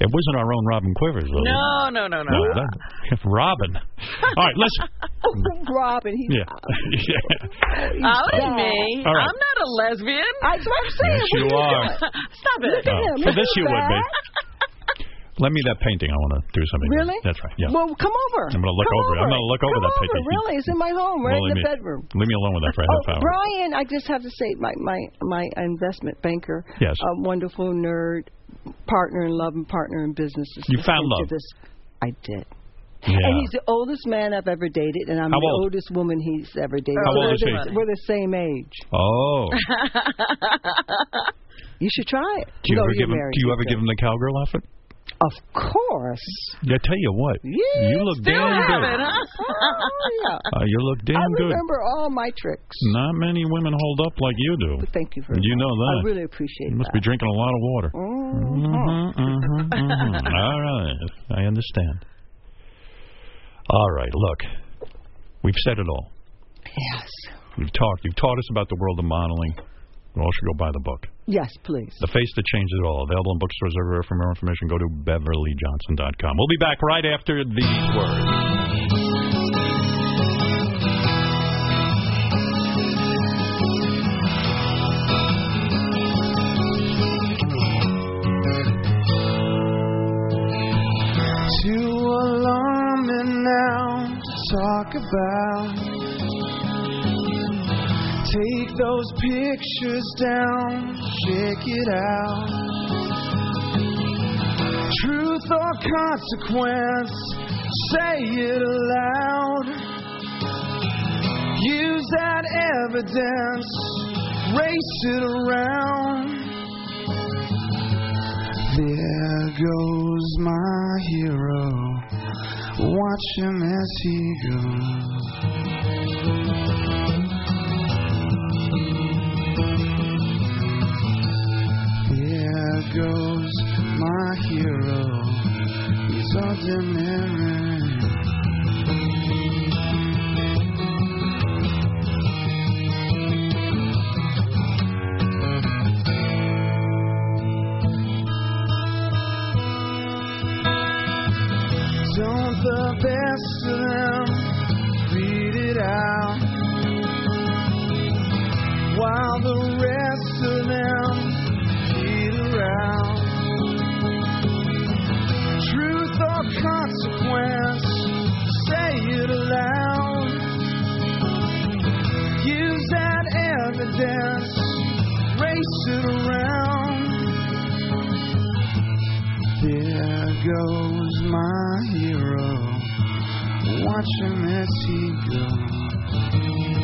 Speaker 3: It wasn't our own Robin Quivers, was it?
Speaker 5: No, no, no, no.
Speaker 3: No, that- Robin. All right, listen.
Speaker 4: Robin, he
Speaker 3: Yeah. yeah.
Speaker 5: Oh, it's me.
Speaker 3: All right.
Speaker 5: I'm not a lesbian.
Speaker 4: That's what I'm
Speaker 3: saying. Yes, What you are you are. doing?
Speaker 5: Stop it.
Speaker 3: Oh, for this you would be. Lend me that painting. I want to do something. with it.
Speaker 4: Really?
Speaker 3: That's right. Yeah.
Speaker 4: Well, come over.
Speaker 3: I'm gonna look
Speaker 4: Come
Speaker 3: over it. I'm gonna look over
Speaker 4: Come
Speaker 3: that
Speaker 4: over,
Speaker 3: painting.
Speaker 4: Really, it's in my home, right
Speaker 3: Well, leave
Speaker 4: in
Speaker 3: me-
Speaker 4: the bedroom. Oh,
Speaker 3: Leave me alone with that for a half hour.
Speaker 4: Brian, I just have to say, my my my investment banker,
Speaker 3: Yes.
Speaker 4: a wonderful nerd, partner in love and partner in business. is
Speaker 3: You found love.
Speaker 4: listening to This. I did.
Speaker 3: Yeah.
Speaker 4: And he's the oldest man I've ever dated, and I'm
Speaker 3: How
Speaker 4: the
Speaker 3: old?
Speaker 4: oldest woman he's ever dated.
Speaker 3: How
Speaker 4: So
Speaker 3: old
Speaker 4: we're
Speaker 3: is he?
Speaker 4: the- We're the same age.
Speaker 3: Oh.
Speaker 4: You should try it.
Speaker 3: Do you
Speaker 4: no,
Speaker 3: ever
Speaker 4: you're
Speaker 3: give him?
Speaker 4: married.
Speaker 3: Do you ever give him the cowgirl outfit?
Speaker 4: Of course.
Speaker 3: Yeah, I tell you what. you look
Speaker 4: Still
Speaker 3: damn
Speaker 4: have
Speaker 3: good.
Speaker 4: it, huh? Oh, yeah.
Speaker 3: Uh, you look damn
Speaker 4: I
Speaker 3: good.
Speaker 4: remember all my tricks.
Speaker 3: Not many women hold up like you do.
Speaker 4: Thank you very
Speaker 3: You know that.
Speaker 4: I really appreciate Mm.
Speaker 3: You
Speaker 4: it.
Speaker 3: must be drinking a lot of water. Mhm, mhm, mhm. All right, I understand. All right, look, we've said it all.
Speaker 4: Yes.
Speaker 3: We've talked. You've taught us about the world of modeling. We all should go buy the book.
Speaker 4: Yes, please.
Speaker 3: The Face That Changed It All. Available in bookstores everywhere. For more information, go to beverlyjohnson.com. We'll be back right after these words.
Speaker 22: Too alarming now to talk about. Take those pictures down, check it out. Truth or consequence, say it aloud. Use that evidence, race it around. There goes my hero. Watch him as he goes. There goes my hero. He's ordinary. Don't the best of them read it out while the rest of them get around? Truth or consequence, say it aloud. Use that evidence, race it around. There goes my hero. Watch him as he goes.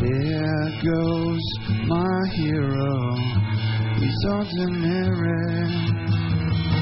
Speaker 22: There goes my hero. He's ordinary.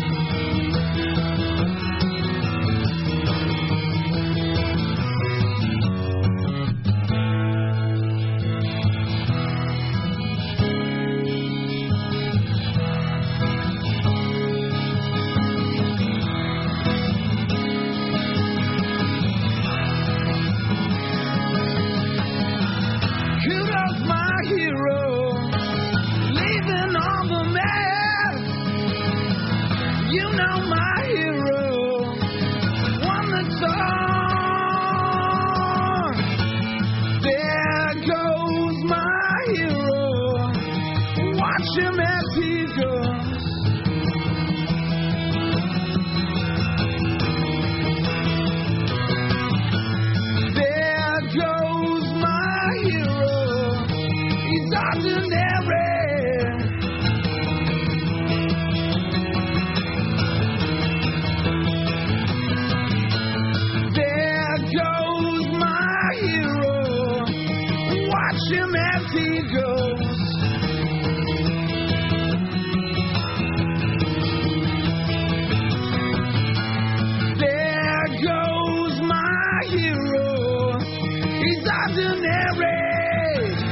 Speaker 2: ordinary.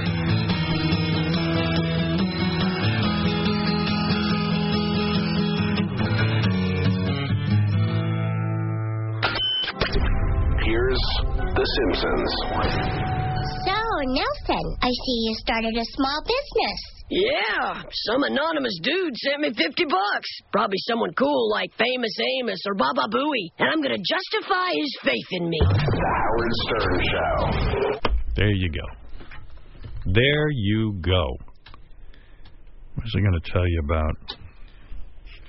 Speaker 22: Here's The Simpsons.
Speaker 32: So, Nelson, I see you started a small business.
Speaker 20: Yeah, Oh, some anonymous dude sent me 50 bucks. Probably someone cool like Famous Amos or Baba Booey. And I'm going to justify his faith in me.
Speaker 22: Howard Stern Show.
Speaker 3: There you go. There you go. What was I going to tell you about?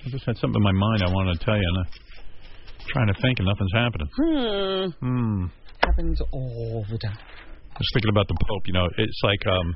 Speaker 3: I just had something in my mind I wanted to tell you, and I'm trying to think, and nothing's happening.
Speaker 5: Hmm.
Speaker 3: Hmm.
Speaker 5: Happens all the time.
Speaker 3: I was thinking about the Pope. You know, it's like um,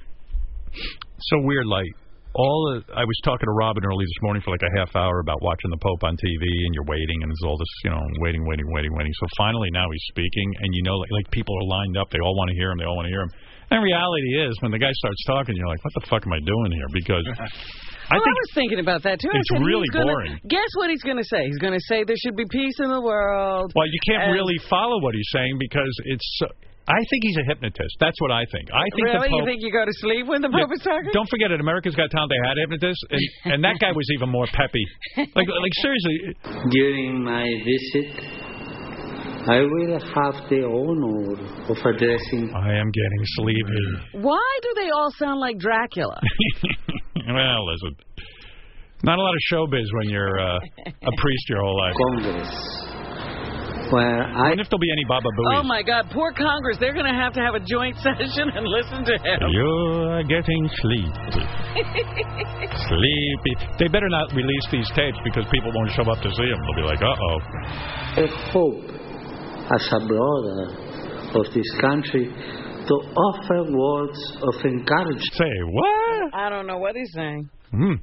Speaker 3: so weird. Like all, the, I was talking to Robin early this morning for like a half hour about watching the Pope on TV, and you're waiting, and there's all this, you know, waiting, waiting, waiting, waiting. So finally now he's speaking, and you know, like, like people are lined up. They all want to hear him. They all want to hear him. And reality is, when the guy starts talking, you're like, what the fuck am I doing here? Because I
Speaker 5: well,
Speaker 3: think
Speaker 5: Oh, I was thinking about that too. I
Speaker 3: it's
Speaker 5: said, he's
Speaker 3: really
Speaker 5: gonna-
Speaker 3: boring.
Speaker 5: Guess what he's going to say? He's going to say there should be peace in the world.
Speaker 3: Well, you can't
Speaker 5: And-
Speaker 3: really follow what he's saying because it's. So, I think he's a hypnotist. That's what I think. I think
Speaker 5: really?
Speaker 3: the Pope.
Speaker 5: You think you go to sleep when the
Speaker 3: Yeah,
Speaker 5: Pope is talking?
Speaker 3: Don't forget, at America's Got Talent, they had hypnotists, and, and that guy was even more peppy. Like, like seriously,
Speaker 38: During my visit, I will have the honor of addressing.
Speaker 3: I am getting sleepy.
Speaker 5: Why do they all sound like Dracula?
Speaker 3: well, listen. Not a lot of showbiz when you're uh, a priest your whole life.
Speaker 38: Congress. Where I.
Speaker 3: wonder if there'll be any Baba Booey.
Speaker 5: Oh my God! Poor Congress. They're going to have to have a joint session and listen to him.
Speaker 3: You're getting sleepy. Sleepy. They better not release these tapes because people won't show up to see them. They'll be like, uh oh.
Speaker 38: I hope, as a brother of this country, to offer words of encouragement.
Speaker 3: Say what?
Speaker 5: I don't know what he's saying.
Speaker 3: Hmm.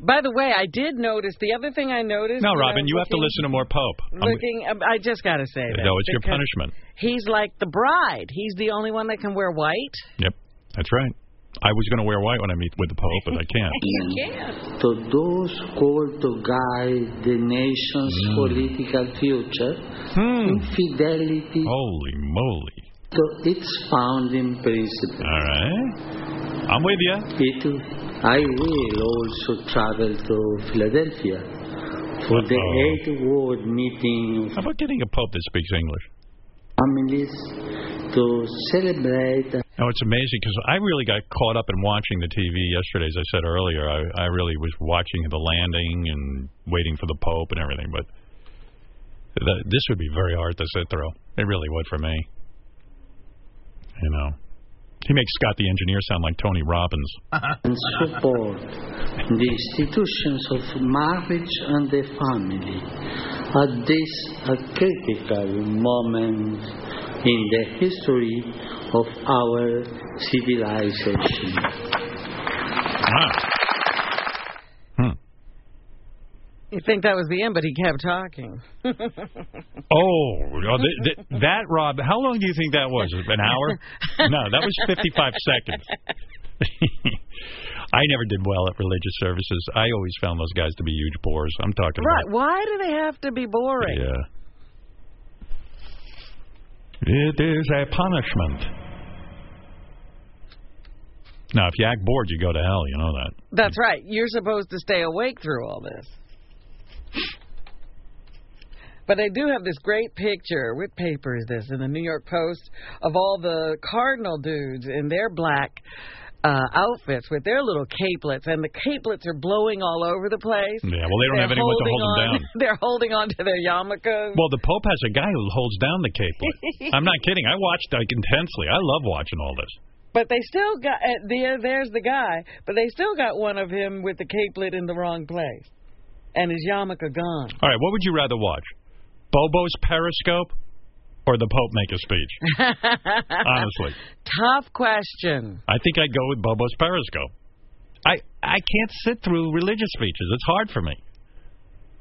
Speaker 5: By the way, I did notice the other thing I noticed.
Speaker 3: No,
Speaker 5: when I
Speaker 3: Robin,
Speaker 5: was
Speaker 3: you have to
Speaker 5: looking-
Speaker 3: listen to more Pope. I'm-
Speaker 5: Looking, um, I just got to say that.
Speaker 3: no, it's your
Speaker 5: because
Speaker 3: punishment.
Speaker 5: He's like the bride. He's the only one that can wear white.
Speaker 3: Yep, that's right. I was going to wear white when I meet with the Pope, but I can't.
Speaker 38: To those called to guide the nation's
Speaker 3: Hmm.
Speaker 38: political future, infidelity
Speaker 3: Holy moly.
Speaker 38: to its founding principle.
Speaker 3: All right. I'm with you.
Speaker 38: It, I will also travel to Philadelphia for the
Speaker 3: Uh-oh.
Speaker 38: eighth ward meeting
Speaker 3: How about getting a Pope that speaks English?
Speaker 38: families to celebrate
Speaker 3: No, it's amazing because I really got caught up in watching the TV yesterday. As I said earlier, I, I really was watching the landing and waiting for the Pope and everything. But th this would be very hard to sit through. It really would for me. You know, he makes Scott the engineer sound like Tony Robbins.
Speaker 38: and support the institutions of marriage and the family at this a critical moment in the history of our civilization.
Speaker 5: You think that was the end, but he kept talking.
Speaker 3: Oh, oh, th th that Rob. How long do you think that was? An hour? No, that was 55 seconds. I never did well at religious services. I always found those guys to be huge bores. I'm talking
Speaker 5: right? Why do they have to be boring?
Speaker 3: about. Yeah. uh, It is a punishment. Now, if you act bored, you go to hell. You know that.
Speaker 5: That's right. You're supposed to stay awake through all this. But I do have this great picture. What paper is this? In the New York Post of all the cardinal dudes in their black uh, outfits with their little capelets, and the capelets are blowing all over the place.
Speaker 3: Yeah, well, they don't
Speaker 5: They're
Speaker 3: have anyone to hold
Speaker 5: holding
Speaker 3: them
Speaker 5: on-
Speaker 3: down.
Speaker 5: They're holding on to their yarmulkes.
Speaker 3: Well, the Pope has a guy who holds down the capelet. I'm not kidding. I watched like intensely. I love watching all this.
Speaker 5: But they still got uh, there. There's the guy, but they still got one of him with the capelet in the wrong place, and his yarmulke gone.
Speaker 3: All right, what would you rather watch? Bobo's Periscope or the Pope make a speech? Honestly,
Speaker 5: Tough question.
Speaker 3: I think I'd go with Bobo's Periscope. I I can't sit through religious speeches. It's hard for me.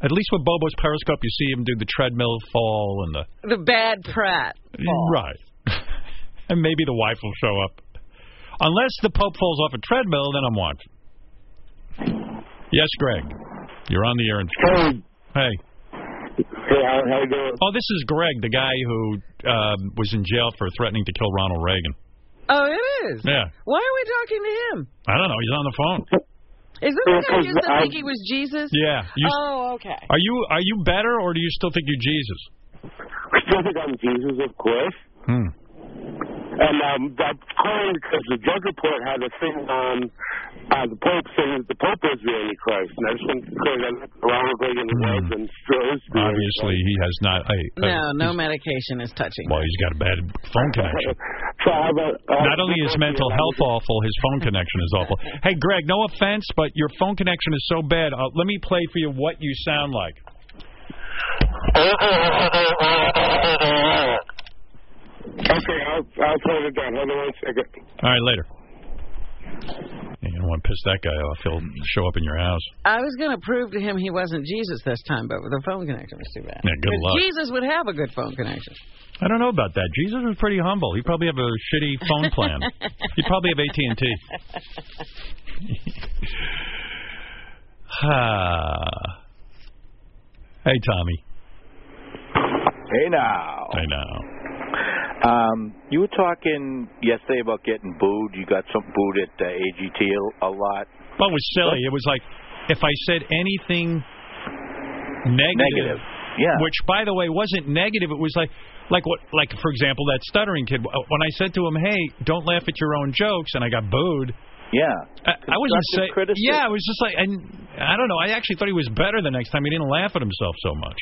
Speaker 3: At least with Bobo's Periscope, you see him do the treadmill fall and the
Speaker 5: The bad Pratt.
Speaker 3: right, and maybe the wife will show up. Unless the Pope falls off a treadmill, then I'm watching. Yes, Greg, you're on the air. And hey,
Speaker 39: Hey,
Speaker 15: Howard. How you doing?
Speaker 3: Oh, this is Greg, the guy who uh, was in jail for threatening to kill Ronald Reagan.
Speaker 5: Oh, it is.
Speaker 3: Yeah.
Speaker 5: Why are we talking to him?
Speaker 3: I don't know. He's on the phone.
Speaker 5: Is this the guy who
Speaker 3: Because
Speaker 5: used to
Speaker 3: I-
Speaker 5: think he was Jesus?
Speaker 3: Yeah. You-
Speaker 5: oh, okay.
Speaker 3: Are you are you better, or do you still think you're Jesus?
Speaker 15: I still think I'm Jesus, of course.
Speaker 3: Hmm.
Speaker 15: And um, I'm calling because the Drug Report had a thing on uh, the Pope saying that the Pope is the Antichrist. And I just want to clear that up. Ronald Reagan was
Speaker 3: Hmm.
Speaker 15: and still is the
Speaker 3: Obviously, he has not. I, I,
Speaker 5: No, no medication is touching.
Speaker 3: Uh, Well, he's got a bad phone connection.
Speaker 15: So how about, uh,
Speaker 3: Not only is mental health awful, his phone connection is awful. Hey, Greg, no offense, but your phone connection is so bad. Uh, let me play for you what you sound like.
Speaker 15: Okay, I'll, I'll turn it down. Hold on one second.
Speaker 3: All right, later. You don't want to piss that guy off. He'll show up in your house.
Speaker 5: I was going to prove to him he wasn't Jesus this time, but the phone connection was too bad.
Speaker 3: Yeah, good
Speaker 5: But
Speaker 3: luck.
Speaker 5: Jesus would have a good phone connection.
Speaker 21: I don't know about that. Jesus was pretty humble. He probably have a shitty phone plan. He probably have AT and T.
Speaker 3: Hey, Tommy.
Speaker 18: Hey now.
Speaker 3: I know.
Speaker 18: Um, you were talking yesterday about getting booed. You got some booed at uh, AGT a, a lot.
Speaker 3: Well, it was silly. It was like if I said anything negative,
Speaker 18: Negative, yeah.
Speaker 3: Which, by the way, wasn't negative. It was like, like what, like for example, that stuttering kid. Uh, When I said to him, "Hey, don't laugh at your own jokes," and I got booed.
Speaker 18: Yeah.
Speaker 3: I, I wasn't
Speaker 18: Constructive
Speaker 3: saying.
Speaker 18: criticism.
Speaker 3: Yeah, it was just like, and I don't know. I actually thought he was better the next time. He didn't laugh at himself so much.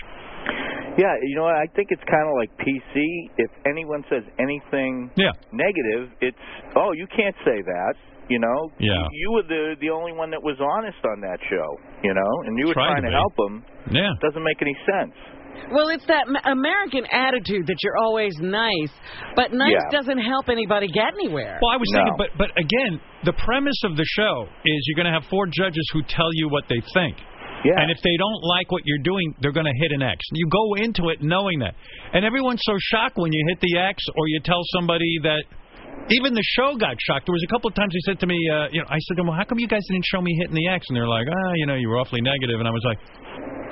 Speaker 18: Yeah, you know, what? I think it's kind of like PC. If anyone says anything
Speaker 3: yeah.
Speaker 18: negative, it's oh, you can't say that. You know,
Speaker 3: Yeah.
Speaker 18: you were the the only one that was honest on that show. You know, and you were
Speaker 3: Tried to
Speaker 18: trying to
Speaker 3: be.
Speaker 18: help him.
Speaker 3: Yeah,
Speaker 18: doesn't make any sense.
Speaker 5: Well, it's that Ma- American attitude that you're always nice, but nice
Speaker 3: Yeah.
Speaker 5: doesn't help anybody get anywhere.
Speaker 3: Well, I was thinking, but but again, the premise of the show is you're going to have four judges who tell you what they think.
Speaker 18: Yeah.
Speaker 3: And if they don't like what you're doing, they're going to hit an X. You go into it knowing that. And everyone's so shocked when you hit the X or you tell somebody that. Even the show got shocked. There was a couple of times they said to me, uh, you know, I said to them, well, how come you guys didn't show me hitting the X? And they're like, ah, you know, you were awfully negative. And I was like,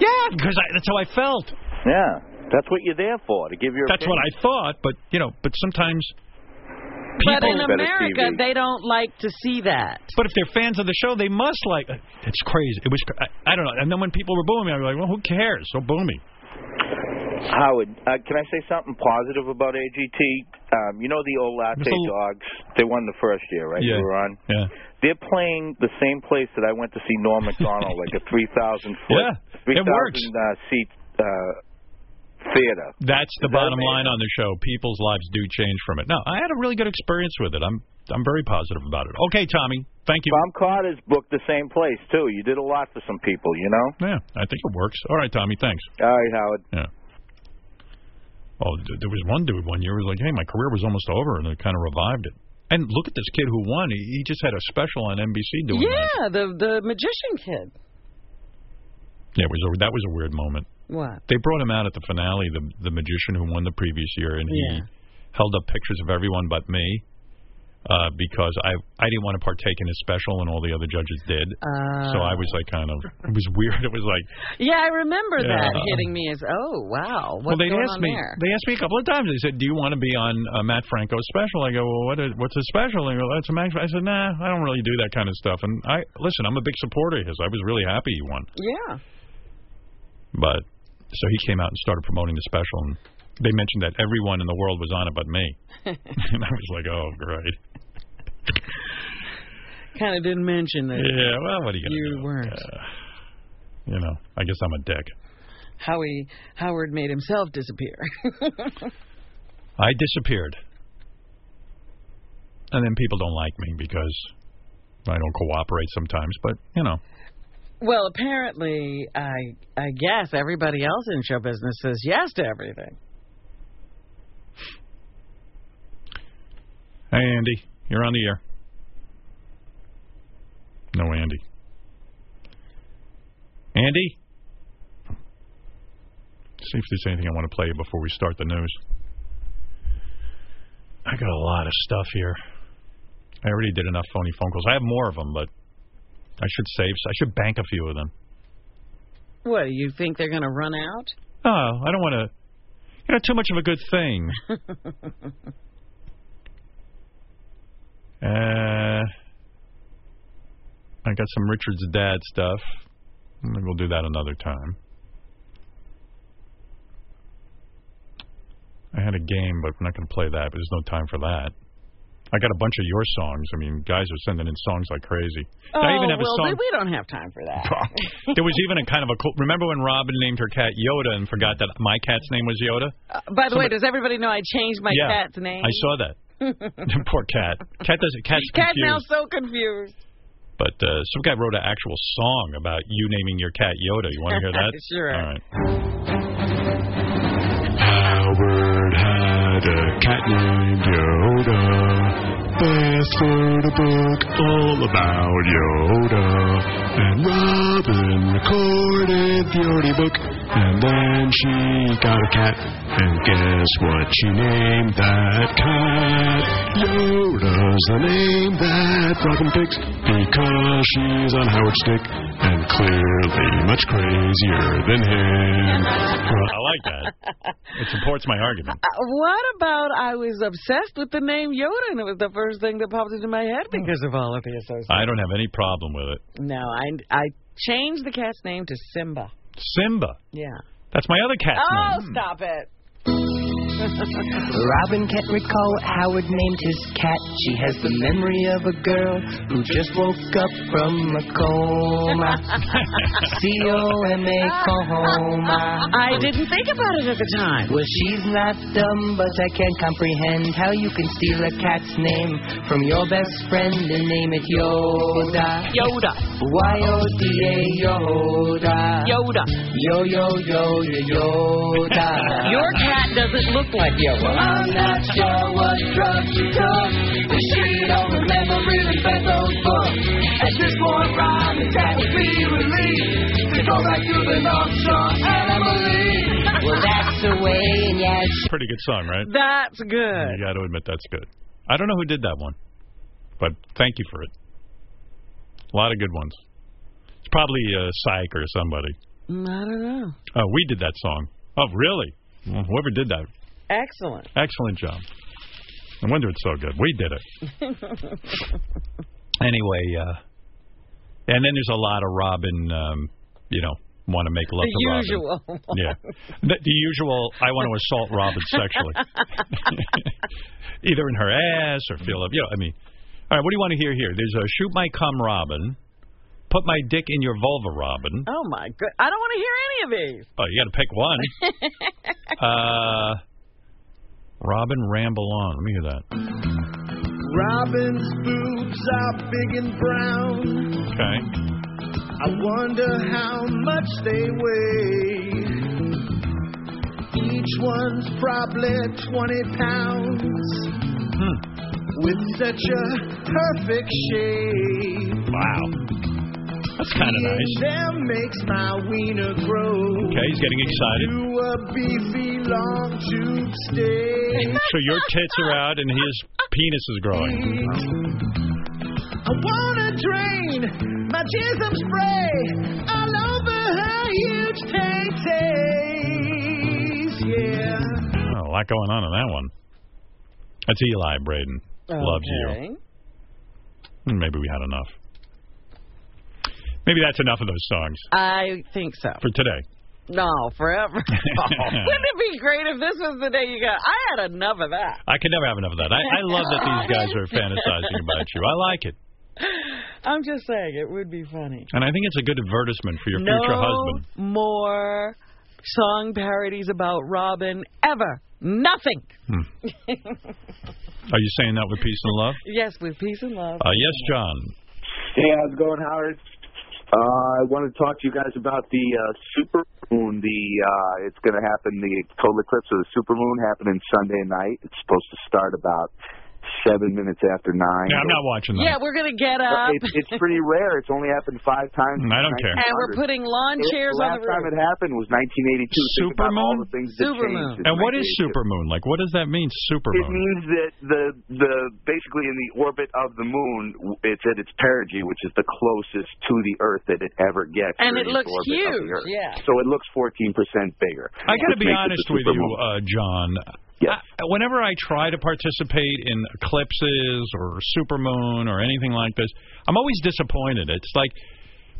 Speaker 3: yeah, because I, that's how I felt.
Speaker 18: Yeah, that's what you're there for to give your.
Speaker 3: That's what I thought. But, you know, but sometimes
Speaker 5: But in
Speaker 3: people- Better
Speaker 5: America,
Speaker 3: TV.
Speaker 5: they don't like to see that.
Speaker 3: But if they're fans of the show, they must like. It's crazy. It was. I, I don't know. And then when people were booing me, I was like, well, who cares? So boo me.
Speaker 18: Howard, uh, can I say something positive about AGT? Um, you know the old latte
Speaker 15: Mr. L-
Speaker 18: dogs. They won the first year, right?
Speaker 15: Yeah.
Speaker 18: You were on.
Speaker 3: Yeah.
Speaker 18: They're playing the same place that I went to see Norm Macdonald, like a three thousand foot,
Speaker 3: Yeah,
Speaker 18: three
Speaker 3: it works.
Speaker 18: thousand uh, seat uh, theater.
Speaker 3: That's the
Speaker 18: Is that
Speaker 3: bottom line on the show. People's lives do change from it. No, I had a really good experience with it. I'm I'm very positive about it. Okay, Tommy. Thank you.
Speaker 18: Tom Carter's booked the same place too. You did a lot for some people, you know.
Speaker 3: Yeah, I think it works. All right, Tommy. Thanks.
Speaker 18: All right, Howard.
Speaker 3: Yeah. Oh, th- there was one dude one year who was like, "Hey, my career was almost over," and it kind of revived it. And look at this kid who won. He, he just had a special on NBC doing that.
Speaker 5: Yeah, the the magician kid.
Speaker 3: Yeah, it was a, that was a weird moment.
Speaker 5: What?
Speaker 3: They brought him out at the finale, the the magician who won the previous year, and he
Speaker 5: Yeah.
Speaker 3: held up pictures of everyone but me uh, because I I didn't want to partake in his special, and all the other judges did. so I was like, kind of, it was weird. It was like,
Speaker 5: Uh, Yeah, I remember that
Speaker 3: Yeah.
Speaker 5: hitting me as oh wow, what's
Speaker 3: well, they
Speaker 5: going
Speaker 3: asked
Speaker 5: on
Speaker 3: me,
Speaker 5: there?
Speaker 3: they asked me a couple of times. They said, "Do you want to be on uh, Matt Franco's special?" I go, "Well, what is, what's his special?" And they go, "That's a Matt." I said, "Nah, I don't really do that kind of stuff." And I listen, I'm a big supporter of his. I was really happy he won.
Speaker 5: Yeah.
Speaker 3: But so he came out and started promoting the special, and they mentioned that everyone in the world was on it but me, and I was like, "Oh, great."
Speaker 5: Kind of didn't mention that.
Speaker 3: Yeah, well, what are you gonna
Speaker 5: You weren't.
Speaker 3: You know, I guess I'm a dick.
Speaker 5: Howie Howard made himself disappear.
Speaker 3: I disappeared, and then people don't like me because I don't cooperate sometimes. But you know,
Speaker 5: well, apparently, I I guess everybody else in show business says yes to everything.
Speaker 3: hey, Andy, you're on the air. No, Andy. Andy. See if there's anything I want to play before we start the news. I got a lot of stuff here. I already did enough phony phone calls. I have more of them, but I should save. I should bank a few of them.
Speaker 5: What do you think they're going to run out?
Speaker 3: No, Oh, I don't want to. You're not too much of a good thing. Uh, I got some Richard's dad stuff. Maybe we'll do that another time. I had a game, but we're not going to play that. But there's no time for that. I got a bunch of your songs. I mean, guys are sending in songs like crazy. I even have
Speaker 5: Oh, well,
Speaker 3: a song.
Speaker 5: then we don't have time for that.
Speaker 3: there was even a kind of a cool. Remember when Robin named her cat Yoda and forgot that my cat's name was Yoda?
Speaker 5: By the way,
Speaker 3: Somebody-
Speaker 5: does everybody know I changed Uh, my
Speaker 3: yeah,
Speaker 5: cat's name?
Speaker 3: I saw that. Poor cat. Cat does cat's
Speaker 5: Cat's
Speaker 3: confused.
Speaker 5: now so confused.
Speaker 3: But uh, some guy wrote an actual song about you naming your cat Yoda. You want to hear that?
Speaker 5: Sure.
Speaker 3: All right.
Speaker 40: Howard had a cat named Yoda. Fast forward a book all about Yoda. And Robin recorded the audiobook. And then she got a cat. And guess what she named that cat? Yoda's the name that Robin picks because she's on Howard Stick and clearly much crazier than him.
Speaker 3: I like that. It supports my argument.
Speaker 5: Uh, what about I was obsessed with the name Yoda and it was the first thing that popped into my head because of all of the association.
Speaker 3: I don't have any problem with it.
Speaker 5: No, I I changed the cat's name to Simba.
Speaker 3: Simba.
Speaker 5: Yeah.
Speaker 3: That's my other cat's
Speaker 5: oh,
Speaker 3: name.
Speaker 5: stop it.
Speaker 2: Robin can't recall what Howard named his cat. She has the memory of a girl who just woke up from a coma. C O M A coma.
Speaker 5: I didn't think about it at the time.
Speaker 2: Well, she's not dumb, but I can't comprehend how you can steal a cat's name from your best friend and name it Yoda.
Speaker 5: Yoda.
Speaker 2: Y O D A Yoda.
Speaker 5: Yoda.
Speaker 2: Yo yo yo yo Yoda.
Speaker 5: Your cat doesn't look like Yoda.
Speaker 2: I'm not sure what drugs she took, but she don't remember really read those books. At this point, Robin cat would be relieved to go back to the North Shore anomaly. Well, that's the way, and yes,
Speaker 3: Pretty good song, right?
Speaker 5: That's good.
Speaker 3: You got to admit that's good. I don't know who did that one, but thank you for it. A lot of good ones. It's probably uh, Psych or somebody.
Speaker 5: Mm, I don't know.
Speaker 3: Oh, we did that song. Oh, really? Well, Whoever did that,
Speaker 5: Excellent.
Speaker 3: excellent job. No wonder it's so good. We did it. Anyway, uh, and then there's a lot of Robin, um, you know, want to make love
Speaker 5: the
Speaker 3: to Robin.
Speaker 5: usual.
Speaker 3: Yeah. The, the usual, I want to assault Robin sexually, either in her ass or feel up. You know, I mean, all right, what do you want to hear here? There's a shoot my cum Robin, put my dick in your vulva Robin.
Speaker 5: Oh my good. I don't want to hear any of these.
Speaker 3: Oh, you got to pick one. uh, Robin ramble on. Let me hear that.
Speaker 22: Robin's boobs are big and brown.
Speaker 3: Okay.
Speaker 22: I wonder how much they weigh. Each one's probably 20 pounds. Hmm. With such a perfect shape.
Speaker 3: Wow. That's kind of nice.
Speaker 22: Them makes my wiener grow.
Speaker 3: Okay, he's getting excited.
Speaker 22: To a beefy long tube steak.
Speaker 3: So your tits are out and his penis is growing.
Speaker 22: I wanna drain my jism spray all over her huge tainties. Yeah.
Speaker 3: Oh, a lot going on in that one. That's Eli Braden. Loves you. Hmm, Maybe we had enough. Maybe that's enough of those songs
Speaker 5: I think so.
Speaker 3: for today.
Speaker 5: No, forever. Wouldn't it be great if this was the day you got? I had enough of that.
Speaker 3: I can never have enough of that. I, I love that these guys are fantasizing about you. I like it.
Speaker 5: I'm just saying, it would be funny.
Speaker 3: And I think it's a good advertisement for your
Speaker 5: no
Speaker 3: future husband.
Speaker 5: more song parodies about Robin ever. Nothing.
Speaker 3: Are you saying that with peace and love?
Speaker 5: yes, with peace and love.
Speaker 3: Uh, yes, John.
Speaker 10: Hey, how's it going, Howard? Uh, I want to talk to you guys about the uh, supermoon. The uh, it's going to happen. The total eclipse of the supermoon happening Sunday night. It's supposed to start about seven minutes after nine.
Speaker 22: Yeah, I'm not watching that.
Speaker 5: Yeah, we're gonna get up.
Speaker 10: It's, it's pretty rare. It's only happened five times.
Speaker 22: I don't care.
Speaker 5: And we're putting lawn
Speaker 10: It-
Speaker 5: chairs
Speaker 10: last
Speaker 5: on the
Speaker 10: time
Speaker 5: roof.
Speaker 10: it happened was 1982. Think about all the things that changed in
Speaker 3: And what is
Speaker 10: 1982.
Speaker 3: supermoon? Like, what does that mean,
Speaker 10: It
Speaker 3: supermoon?
Speaker 10: means that the the basically in the orbit of the moon, it's at its perigee, which is the closest to the Earth that it ever gets.
Speaker 22: And it
Speaker 10: during its
Speaker 22: looks
Speaker 10: orbit of the
Speaker 22: huge,
Speaker 10: Earth.
Speaker 22: yeah.
Speaker 10: So it looks 14 percent bigger.
Speaker 3: I got to
Speaker 10: which
Speaker 3: be
Speaker 10: makes it
Speaker 3: honest
Speaker 10: the
Speaker 3: with you,
Speaker 10: supermoon.
Speaker 3: uh, John. I, whenever I try to participate in eclipses or supermoon or anything like this, I'm always disappointed. It's like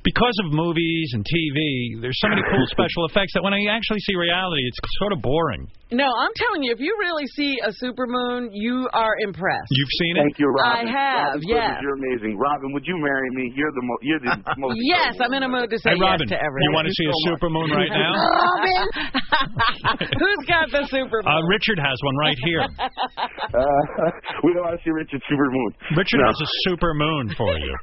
Speaker 3: because of movies and TV, there's so many cool special effects that when I actually see reality, it's sort of boring.
Speaker 5: No, I'm telling you, if you really see a supermoon, you are impressed.
Speaker 3: You've seen
Speaker 10: Thank you,
Speaker 5: I
Speaker 10: Robin.
Speaker 5: have,
Speaker 10: Robin Quivers,
Speaker 5: yes.
Speaker 10: You're amazing, Robin. Would you marry me? You're the mo- you're the most.
Speaker 5: Yes, I'm in a mood to say
Speaker 10: Hey, Robin,
Speaker 5: yes to
Speaker 10: you
Speaker 5: everything.
Speaker 10: wanna see a
Speaker 3: supermoon right now?
Speaker 5: Robin! Who's got the supermoon?
Speaker 3: Uh, Richard has one right here.
Speaker 10: Uh, we don't want to see Richard Supermoon.
Speaker 3: Richard
Speaker 10: No.
Speaker 3: has a supermoon for you.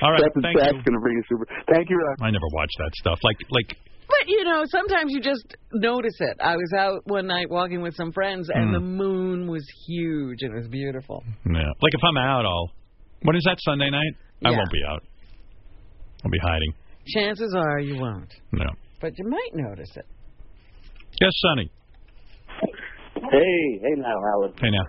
Speaker 3: All right,
Speaker 10: Captain
Speaker 3: thank
Speaker 10: Sack's gonna bring a super. Thank you, Robin.
Speaker 3: I never watch that stuff. Like, like
Speaker 5: But you know, sometimes you just notice it. I was out one night walking with some friends, and
Speaker 3: Mm.
Speaker 5: the moon was huge and it was beautiful.
Speaker 3: Yeah. Like if I'm out, I'll. When is that Sunday night? I
Speaker 5: Yeah.
Speaker 3: won't be out. I'll be hiding.
Speaker 5: Chances are you won't,
Speaker 3: No.
Speaker 5: but you might notice it.
Speaker 3: Yes, Sonny.
Speaker 36: Hey, hey now, Howard.
Speaker 3: Hey now.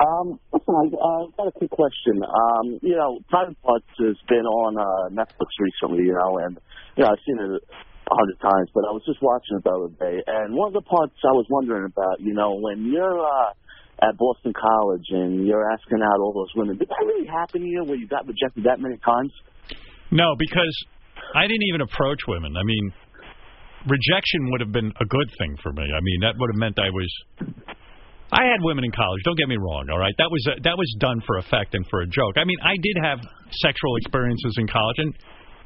Speaker 36: Um, listen, I uh, got a quick question. Um, you know, Private Parts has been on uh, Netflix recently, you know, and you know I've seen it a hundred times, but I was just watching it the other day, and one of the parts I was wondering about, you know, when you're uh, at Boston College and you're asking out all those women, did that really happen to you, where you got rejected that many times?
Speaker 3: No, because I didn't even approach women. I mean, rejection would have been a good thing for me. I mean, that would have meant I was. I had women in college. Don't get me wrong. All right, that was a, that was done for effect and for a joke. I mean, I did have sexual experiences in college, and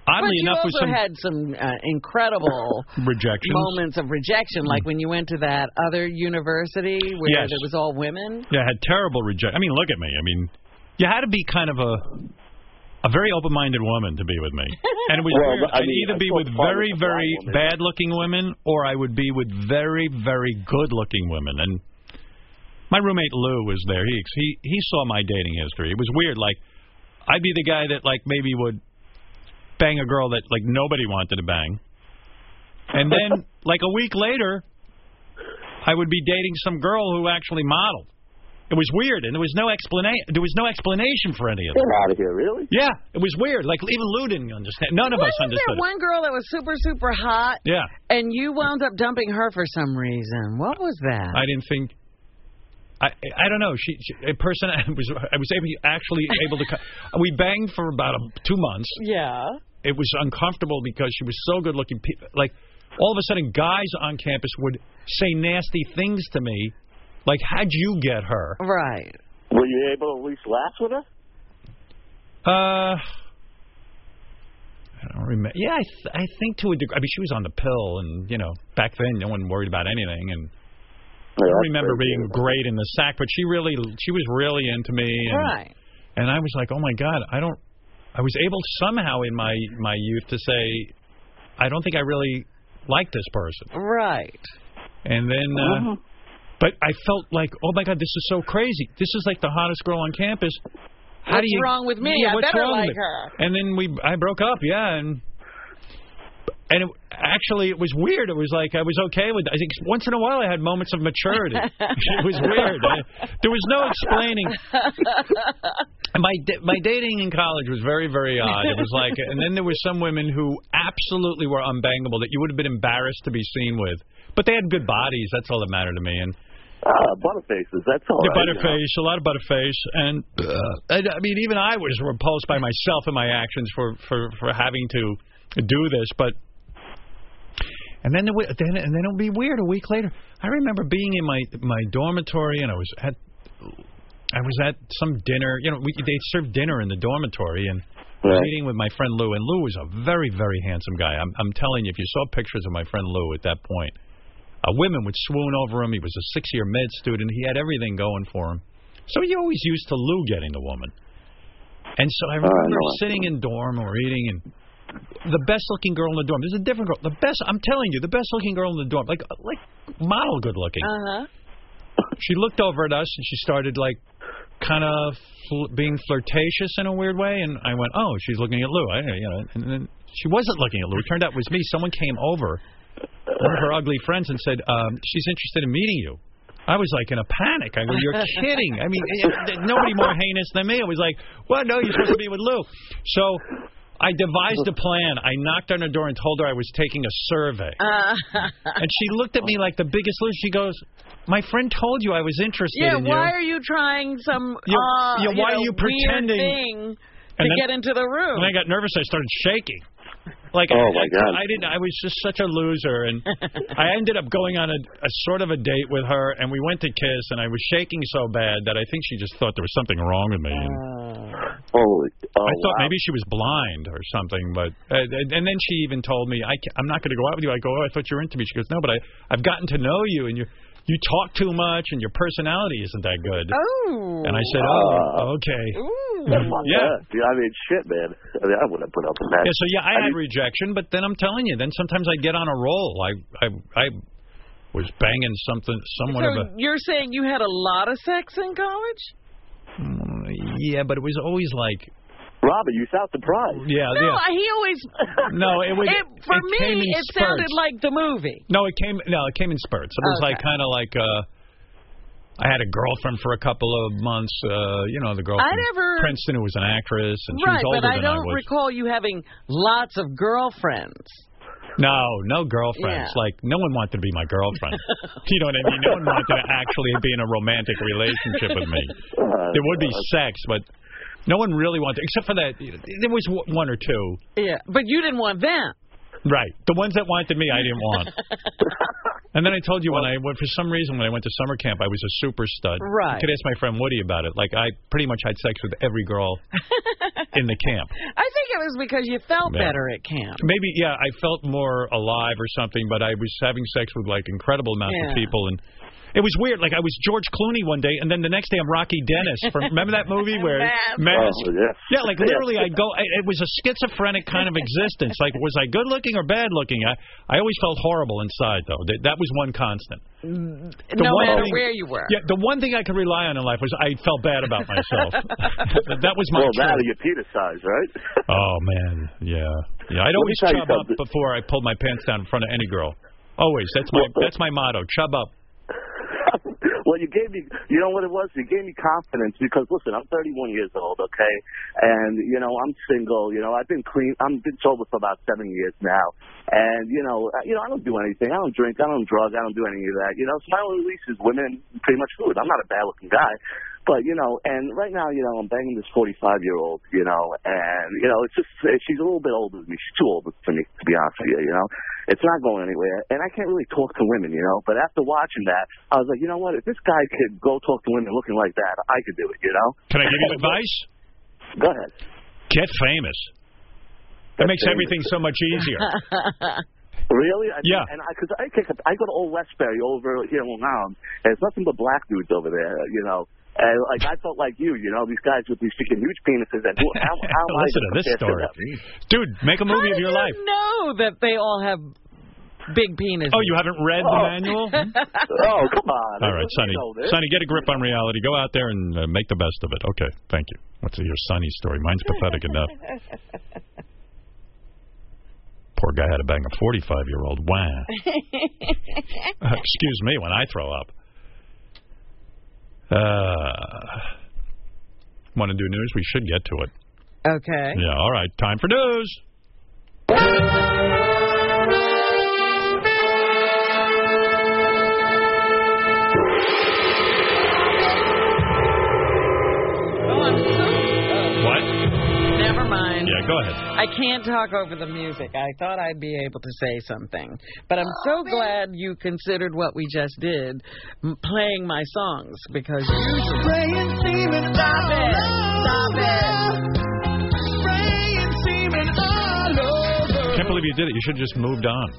Speaker 3: oddly
Speaker 5: but you
Speaker 3: enough,
Speaker 5: also
Speaker 3: with some
Speaker 5: had some uh, incredible
Speaker 3: rejections.
Speaker 5: moments of rejection, like when you went to that other university where
Speaker 3: Yes.
Speaker 5: it was all women.
Speaker 3: Yeah, I had terrible rejection. I mean, look at me. I mean, you had to be kind of a a very open-minded woman to be with me, and it was
Speaker 36: Well,
Speaker 3: weird.
Speaker 36: I
Speaker 3: I'd
Speaker 36: mean,
Speaker 3: either
Speaker 36: I
Speaker 3: be
Speaker 36: thought
Speaker 3: with
Speaker 36: the problem
Speaker 3: very,
Speaker 36: was the
Speaker 3: very
Speaker 36: black woman.
Speaker 3: bad-looking women, or I would be with very, very good-looking women. And my roommate Lou was there. He he he saw my dating history. It was weird. Like I'd be the guy that like maybe would bang a girl that like nobody wanted to bang, and then like a week later, I would be dating some girl who actually modeled. It was weird, and there was no explanation. There was no explanation for any of
Speaker 36: Get
Speaker 3: it.
Speaker 36: out of here, really?
Speaker 3: Yeah, it was weird. Like even Lou didn't understand. None of
Speaker 5: Why
Speaker 3: us
Speaker 5: was there
Speaker 3: understood.
Speaker 5: one girl that was super, super hot,
Speaker 3: it. Yeah,
Speaker 5: and you wound up dumping her for some reason? What was that?
Speaker 3: I didn't think. I I don't know. She, she a person I was I was able actually able to. co- we banged for about um two months.
Speaker 5: Yeah.
Speaker 3: It was uncomfortable because she was so good looking. Pe- Like all of a sudden, guys on campus would say nasty things to me. Like, how'd you get her?
Speaker 5: Right.
Speaker 36: Were you able to at least laugh with her?
Speaker 3: Uh, I don't remember. Yeah, I, th I think to a degree. I mean, she was on the pill, and you know, back then no one worried about anything. And I
Speaker 36: that's
Speaker 3: don't remember
Speaker 36: very
Speaker 3: being great in the sack, but she really, she was really into me. And,
Speaker 5: Right.
Speaker 3: And I was like, oh my god, I don't. I was able somehow in my my youth to say, I don't think I really like this person.
Speaker 5: Right. Mm-hmm.
Speaker 3: And then, uh, but I felt like, oh my god, this is so crazy. This is like the hottest girl on campus. How do
Speaker 5: What's
Speaker 3: you,
Speaker 5: wrong with me?
Speaker 3: Yeah,
Speaker 5: I
Speaker 3: what's
Speaker 5: better
Speaker 3: wrong with
Speaker 5: like
Speaker 3: me?
Speaker 5: her.
Speaker 3: And then we, I broke up. Yeah, and and it, actually, it was weird. It was like I was okay with. I think once in a while, I had moments of maturity. it was weird. I, there was no explaining. And my da- my dating in college was very very odd. It was like, and then there were some women who absolutely were unbangable that you would have been embarrassed to be seen with, but they had good bodies. That's all that mattered to me. And
Speaker 36: Uh, butterfaces. That's all.
Speaker 3: the
Speaker 36: right, you know.
Speaker 3: butterface, a lot of butterface, and uh, I mean, even I was repulsed by myself and my actions for for for having to do this. But and then the, wi- then and then it'll be weird. A week later, I remember being in my my dormitory, and I was at I was at some dinner. You know, we, they served dinner in the dormitory, and I was
Speaker 36: Right.
Speaker 3: eating with my friend Lou. And Lou was a very very handsome guy. I'm I'm telling you, if you saw pictures of my friend Lou at that point, uh, women would swoon over him. He was a six year med student. He had everything going for him. So he always used to Lou getting the woman. And so I
Speaker 36: Oh, I
Speaker 3: remember
Speaker 36: know it.
Speaker 3: sitting in dorm or eating and the best looking girl in the dorm. There's a different girl. The best I'm telling you, the best looking girl in the dorm. Like like model good looking.
Speaker 22: Uh-huh.
Speaker 5: Uh huh.
Speaker 3: She looked over at us and she started like kind of fl- being flirtatious in a weird way. And I went, oh, she's looking at Lou. I, you know, and then she wasn't looking at Lou. It turned out it was me. Someone came over, one of her ugly friends, and said, um, she's interested in meeting you. I was like in a panic. I go, you're kidding. I mean, eh, eh, nobody more heinous than me. I was like, well, no, you're supposed to be with Lou. So I devised a plan. I knocked on her door and told her I was taking a survey.
Speaker 22: Uh-huh.
Speaker 3: And she looked at me like the biggest loser. She goes, my friend told you I was interested
Speaker 5: yeah,
Speaker 3: in you.
Speaker 5: why are you trying some?
Speaker 3: You-
Speaker 5: uh,
Speaker 3: yeah, why
Speaker 5: know,
Speaker 3: are you
Speaker 5: weird
Speaker 3: pretending?
Speaker 5: thing to
Speaker 3: And then-
Speaker 5: get into the room?
Speaker 3: When I got nervous, I started shaking. Like,
Speaker 41: Oh,
Speaker 3: I-
Speaker 41: my God.
Speaker 3: I didn't. I was just such a loser, and I ended up going on a, a sort of a date with her, and we went to kiss, and I was shaking so bad that I think she just thought there was something wrong with me.
Speaker 41: Oh,
Speaker 10: Holy!
Speaker 3: I thought maybe she was blind or something, but uh, and and then she even told me I ca- I'm not going to go out with you. I go, oh, I thought you were into me. She goes, no, but I I've gotten to know you, and you you talk too much, and your personality isn't that good.
Speaker 5: Oh.
Speaker 3: And I said,
Speaker 22: Uh-huh.
Speaker 3: oh, okay. Yeah.
Speaker 10: yeah. I mean, shit, man. I mean, I wouldn't put up with that.
Speaker 3: Yeah, so yeah, I, had rejection, but then I'm telling you, then sometimes I get on a roll. I I I was banging something, somewhat of
Speaker 5: so
Speaker 3: a
Speaker 5: you're saying you had a lot of sex in college?
Speaker 3: mm, yeah, but it was always like.
Speaker 10: Robert, you sound surprised.
Speaker 3: Yeah,
Speaker 5: no,
Speaker 3: Uh, yeah.
Speaker 5: I- he always.
Speaker 3: No, it was-
Speaker 5: for
Speaker 3: it
Speaker 5: me,
Speaker 3: came in
Speaker 5: it
Speaker 3: spurts.
Speaker 5: sounded like the movie.
Speaker 3: No, it came. No, it came in spurts. It was like kind of like uh, I had a girlfriend for a couple of months. Uh, you know, the girl
Speaker 5: I
Speaker 3: from
Speaker 5: never-
Speaker 3: Princeton who was an actress, and she was
Speaker 5: Right,
Speaker 3: older
Speaker 5: but I
Speaker 3: than
Speaker 5: don't
Speaker 3: I was.
Speaker 5: recall you having lots of girlfriends.
Speaker 3: No, no girlfriends.
Speaker 5: Yeah.
Speaker 3: Like no one wanted to be my girlfriend. you know what I mean? No one wanted to actually be in a romantic relationship with me. There would be sex, but no one really wanted. Except for that, there was one or two.
Speaker 5: Yeah, but you didn't want them.
Speaker 3: Right, the ones that wanted me, I didn't want. And then I told you when I went for some reason when I went to summer camp, I was a super stud.
Speaker 5: Right.
Speaker 3: I could ask my friend Woody about it. Like I pretty much had sex with every girl in the camp.
Speaker 5: I think it was because you felt
Speaker 3: Yeah.
Speaker 5: better at camp.
Speaker 3: Maybe yeah, I felt more alive or something, but I was having sex with like incredible amounts
Speaker 5: Yeah.
Speaker 3: of people and it was weird. Like I was George Clooney one day, and then the next day I'm Rocky Dennis. From, remember that movie where
Speaker 42: Mask.
Speaker 3: Mask?
Speaker 42: Oh, yeah.
Speaker 3: yeah, like
Speaker 42: Yeah.
Speaker 3: literally, I go. I, it was a schizophrenic kind of existence. Like, was I good looking or bad looking? I I always felt horrible inside, though. That, that was one constant. The
Speaker 5: no
Speaker 3: one thing-
Speaker 5: matter where you were.
Speaker 3: Yeah, the one thing I could rely on in life was I felt bad about myself. that was my
Speaker 10: well,
Speaker 3: truth.
Speaker 10: now your penis size, right?
Speaker 3: Oh man, yeah, yeah. I'd
Speaker 10: Let me
Speaker 3: always
Speaker 10: tell you
Speaker 3: chub up before I pulled my pants down in front of any girl. Always. That's my that's my motto. Chub up.
Speaker 10: well, you gave me, you know what it was? You gave me confidence because listen, I'm 31 years old, okay, and you know I'm single. You know I've been clean. I'm been sober for about seven years now, and you know, I- you know I don't do anything. I don't drink. I don't drug. I don't do any of that. You know, so my only release is women, and pretty much food. I'm not a bad looking guy. But you know, and right now, you know, I'm banging this 45 year old, you know, and you know, it's just eh, she's a little bit older than me. She's too old for me, to be honest with you. You know, it's not going anywhere, and I can't really talk to women, you know. But after watching that, I was like, you know what? If this guy could go talk to women looking like that, I could do it, you know.
Speaker 3: Can I give you advice?
Speaker 10: Go ahead.
Speaker 3: Get famous. That makes everything so much easier.
Speaker 10: Really? I
Speaker 3: Yeah.
Speaker 10: And because I, 'cause I, kick up- I go to Old Westbury over here in Long Island, and it's nothing but black dudes over there, you know. And like I felt like you, you know, these guys with these freaking huge penises. And who, how, how am I
Speaker 3: Listen to
Speaker 10: even
Speaker 3: this
Speaker 10: compared
Speaker 3: story,
Speaker 10: them?
Speaker 3: dude. Make a movie of your life.
Speaker 5: know that they all have big penises.
Speaker 3: Oh, you haven't read the manual? Hmm?
Speaker 10: oh, come on.
Speaker 3: All right, Sonny. Sonny, get a grip on reality. Go out there and uh, make the best of it. Okay, thank you. What's your Sonny story? Mine's pathetic enough. Poor guy had to bang a 45 year old. Wow. Excuse me when I throw up. Uh, Want to do news? We should get to it.
Speaker 5: Okay.
Speaker 3: Yeah, all right. Time for news. What?
Speaker 5: Never mind.
Speaker 3: Yeah, go ahead.
Speaker 5: I can't talk over the music. I thought I'd be able to say something. But I'm so glad you considered what we just did, m- playing my songs, because usually.
Speaker 42: Stop it! Stop it! Spraying semen all over.
Speaker 3: Can't believe you did it. You should have just moved on.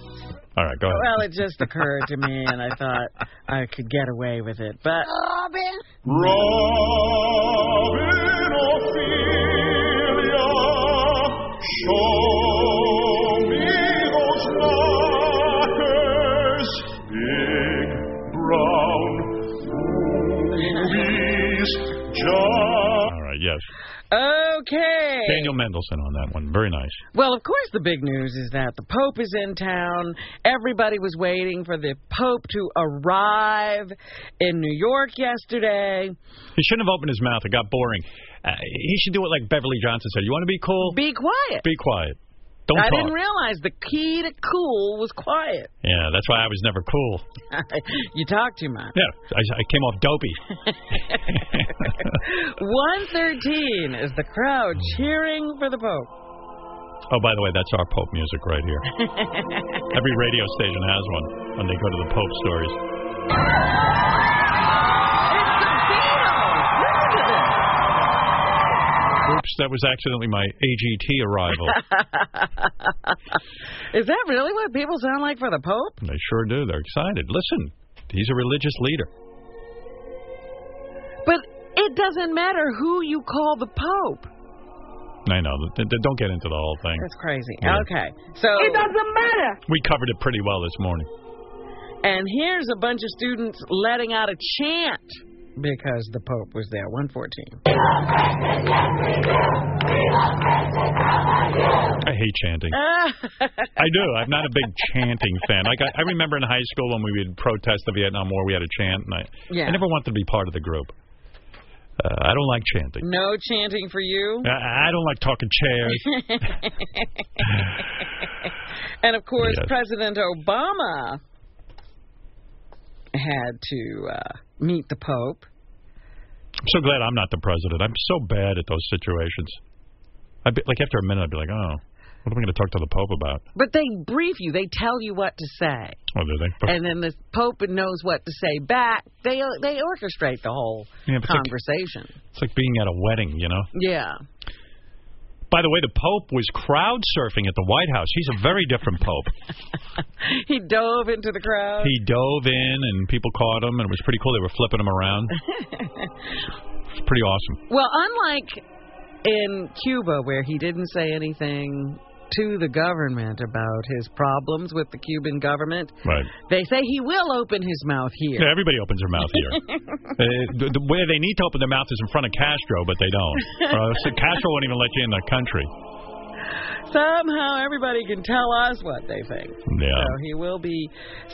Speaker 3: All right, go ahead.
Speaker 5: Well, it just occurred to me, and I thought I could get away with it. But
Speaker 42: Robin.
Speaker 22: Show me those markers. Big
Speaker 5: Oh.
Speaker 3: Daniel Mendelson on that one. Very nice.
Speaker 5: Well, of course, the big news is that the Pope is in town. Everybody was waiting for the Pope to arrive in New York yesterday.
Speaker 43: He shouldn't have opened his mouth. It got boring. Uh, he should do it like Beverly Johnson said. You want to be cool?
Speaker 5: Be quiet.
Speaker 43: Be quiet. Don't
Speaker 5: I
Speaker 43: talk.
Speaker 5: didn't realize the key to cool was quiet.
Speaker 43: Yeah, that's why I was never cool.
Speaker 5: you talk too much.
Speaker 43: Yeah, I, I came off dopey.
Speaker 5: 113 is the crowd cheering for the Pope.
Speaker 3: Oh, by the way, that's our Pope music right here. Every radio station has one when they go to the Pope stories. Oops, that was accidentally my AGT arrival.
Speaker 5: is that really what people sound like for the Pope?
Speaker 3: they sure do. They're excited. Listen, he's a religious leader.
Speaker 5: But it doesn't matter who you call the Pope.
Speaker 3: I know. Th- th- Don't get into the whole thing.
Speaker 5: That's crazy.
Speaker 3: Yeah.
Speaker 5: Okay. So It doesn't matter.
Speaker 3: We covered it pretty well this morning.
Speaker 5: And here's a bunch of students letting out a chant because the Pope was there. 114.
Speaker 3: I hate chanting. I do. I'm not a big chanting fan. Like I, I remember in high school when we would protest the Vietnam War, we had a chant, and I,
Speaker 5: Yeah.
Speaker 3: I never wanted to be part of the group. Uh, I don't like chanting.
Speaker 5: No chanting for you.
Speaker 3: I, I don't like talking chairs.
Speaker 5: and of course,
Speaker 3: Yes.
Speaker 5: President Obama had to uh, meet the Pope.
Speaker 3: I'm so glad I'm not the president. I'm so bad at those situations. I'd be, like after a minute, I'd be like, oh, what am I going to talk to the Pope about?
Speaker 5: But they brief you, they tell you what to say.
Speaker 3: Oh, do they?
Speaker 5: And then the Pope knows what to say back. They they orchestrate the whole
Speaker 3: Yeah, but it's like-
Speaker 5: conversation.
Speaker 3: It's like being at a wedding, you know.
Speaker 5: Yeah.
Speaker 3: By the way, the Pope was crowd surfing at the White House. He's a very different Pope.
Speaker 5: He dove into the crowd.
Speaker 3: He dove in, and people caught him, and it was pretty cool. They were flipping him around. It's pretty awesome.
Speaker 5: Well, unlike in Cuba, where he didn't say anything to the government about his problems with the Cuban government,
Speaker 3: Right.
Speaker 5: they say he will open his mouth here.
Speaker 3: Yeah, everybody opens their mouth here. uh, the, the way they need to open their mouth is in front of Castro, but they don't. Uh, so Castro won't even let you in the country.
Speaker 5: Somehow everybody can tell us what they think.
Speaker 3: Yeah.
Speaker 5: So he will be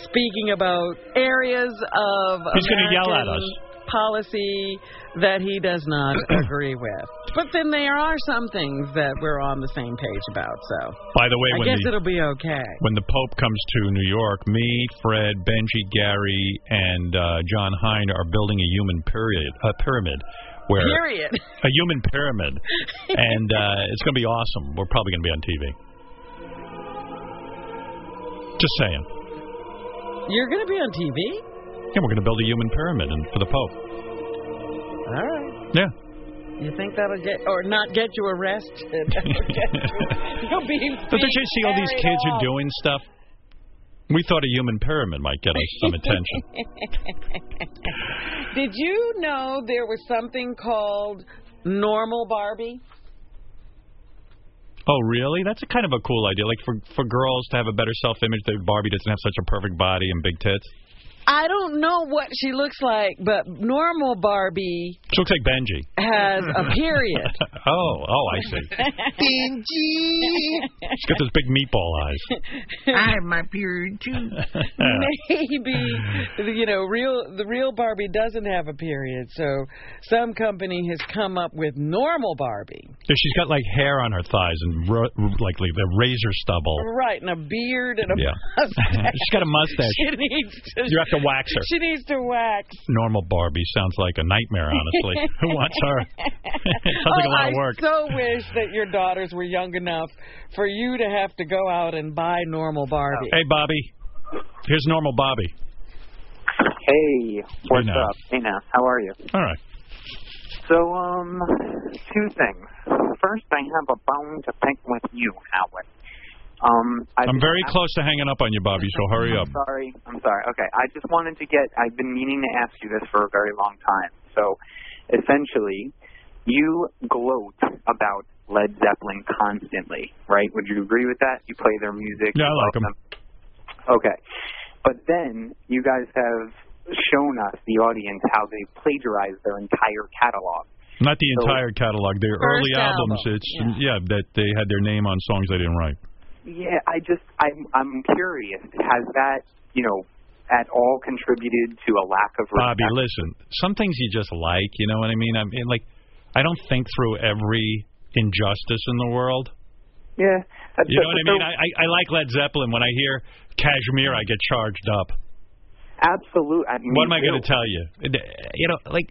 Speaker 5: speaking about areas of
Speaker 3: He's gonna yell at
Speaker 5: American
Speaker 3: us.
Speaker 5: policy that he does not agree with. But then there are some things that we're on the same page about. So
Speaker 3: By the way,
Speaker 5: I
Speaker 3: when
Speaker 5: guess
Speaker 3: the,
Speaker 5: it'll be okay.
Speaker 3: when the Pope comes to New York, me, Fred, Benji, Gary, and uh, John Hine are building a human period, a pyramid, where
Speaker 5: Period.
Speaker 3: a human pyramid, and uh, it's going to be awesome. We're probably going to be on TV. Just saying.
Speaker 5: You're going to be on TV?
Speaker 3: Yeah, we're going to build a human pyramid and for the Pope.
Speaker 5: All right.
Speaker 3: Yeah.
Speaker 5: You think that'll get or not get you arrested? That'll get you- You'll be.
Speaker 3: But don't you see all these kids are doing stuff? We thought a human pyramid might get us some attention.
Speaker 5: Did you know there was something called normal Barbie?
Speaker 3: Oh, really? That's a kind of a cool idea. Like for for girls to have a better self image that Barbie doesn't have such a perfect body and big tits.
Speaker 5: I don't know what she looks like, but normal Barbie
Speaker 3: She looks like Benji.
Speaker 5: has a period.
Speaker 3: oh, oh, I see. She's got those big meatball eyes.
Speaker 5: I have my period too. Maybe the- you know, real the real Barbie doesn't have a period, so some company has come up with normal Barbie.
Speaker 3: Yeah, she's got like hair on her thighs and ro like the razor stubble.
Speaker 5: Right, and a beard and a
Speaker 3: Yeah.
Speaker 5: mustache.
Speaker 3: She's got a mustache.
Speaker 5: She needs to.
Speaker 3: You have to wax her.
Speaker 5: She needs to wax.
Speaker 3: Normal Barbie sounds like a nightmare, honestly. Who wants her? it sounds like
Speaker 5: oh,
Speaker 3: a lot
Speaker 5: I
Speaker 3: of work.
Speaker 5: so wish that your daughters were young enough for you to have to go out and buy normal Barbie.
Speaker 3: Hey, Bobby. Here's normal Bobby.
Speaker 16: Hey, what's
Speaker 3: now.
Speaker 16: up? Hey now, how are you?
Speaker 3: All right.
Speaker 16: So, um, two things. First, I have a bone to pick with you, Howard. Um, I've
Speaker 3: I'm
Speaker 16: been-
Speaker 3: very close to hanging up on you, Bobby, so hurry up.
Speaker 16: I'm sorry. I'm sorry. Okay, I just wanted to get. I've been meaning to ask you this for a very long time. So, essentially, you gloat about Led Zeppelin constantly, right? Would you agree with that? You play their music.
Speaker 3: Yeah, I
Speaker 16: you
Speaker 3: like
Speaker 16: love
Speaker 3: him.
Speaker 16: them. Okay, but then you guys have shown us the audience how they plagiarized their entire catalog.
Speaker 3: Not the entire catalog. Their
Speaker 16: First
Speaker 3: early albums.
Speaker 16: album,
Speaker 3: It's yeah. that they had their name on songs they didn't write.
Speaker 16: Yeah, I just I'm I'm curious. Has that you know at all contributed to a lack of respect?
Speaker 3: Bobby, listen. Some things you just like. You know what I mean? I mean, like, I don't think through every injustice in the world.
Speaker 16: Yeah,
Speaker 3: You know what I mean? I, I, I like Led Zeppelin. When I hear Kashmir, I get charged up.
Speaker 16: Absolutely. I mean,
Speaker 3: What am I
Speaker 16: too.
Speaker 3: going to tell you? You know, like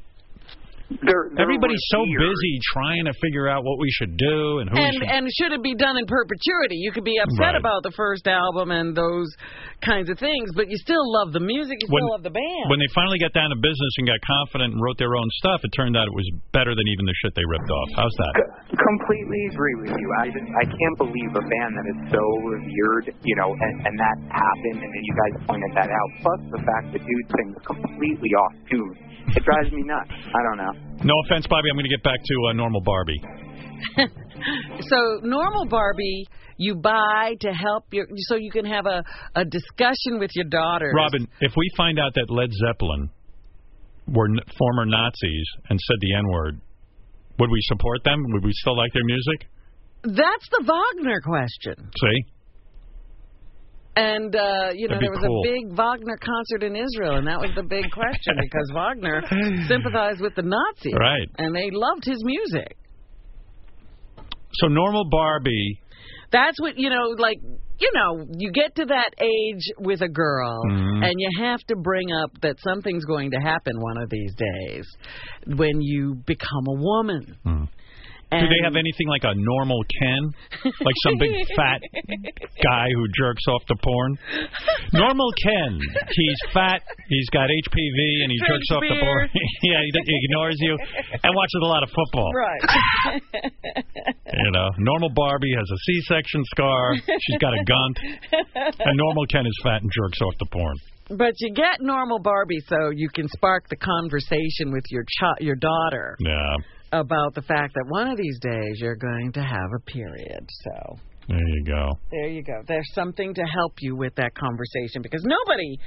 Speaker 3: everybody's so busy trying to figure out what we should do and who we
Speaker 5: And
Speaker 3: should.
Speaker 5: and should it be done in perpetuity? You could be upset
Speaker 3: Right.
Speaker 5: about the first album and those kinds of things, but you still love the music. You still love the band.
Speaker 3: when they finally got down to business and got confident and wrote their own stuff, it turned out it was better than even the shit they ripped off. How's that?
Speaker 16: completely agree with you. I just I can't believe a band that is so revered, you know, and, and that happened, and then you guys pointed that out. Plus the fact the dude sings completely off tune. It drives me nuts. I don't know.
Speaker 3: No offense, Bobby. I'm going to get back to uh, normal Barbie.
Speaker 5: so normal Barbie, you buy to help your so you can have a a discussion with your daughter.
Speaker 3: Robin, if we find out that Led Zeppelin were n former Nazis and said the N word, would we support them? Would we still like their music?
Speaker 5: That's the Wagner question.
Speaker 3: See?
Speaker 5: And uh, you know
Speaker 3: That'd be
Speaker 5: there was
Speaker 3: cool.
Speaker 5: a big Wagner concert in Israel, and that was the big question because Wagner sympathized with the Nazis,
Speaker 3: Right.
Speaker 5: And they loved his music.
Speaker 3: So normal Barbie,
Speaker 5: That's what you know, like you know, you get to that age with a girl,
Speaker 3: Mm-hmm.
Speaker 5: and you have to bring up that something's going to happen one of these days when you become a woman.
Speaker 3: Mm. do they have anything like a normal Ken? Like some big fat guy who jerks off to porn? Normal Ken. He's fat, he's got HPV, and he
Speaker 44: Drinks
Speaker 3: jerks off to
Speaker 44: beer.
Speaker 3: porn. yeah, he, he ignores you and watches a lot of football.
Speaker 5: Right.
Speaker 3: You know, normal Barbie has a C-section scar. She's got a gunt. And normal Ken is fat and jerks off to porn.
Speaker 5: But you get normal Barbie, so you can spark the conversation with your ch- your daughter
Speaker 3: Yeah,
Speaker 5: about the fact that one of these days you're going to have a period. So
Speaker 3: there you go.
Speaker 5: there you go. There's something to help you with that conversation because nobody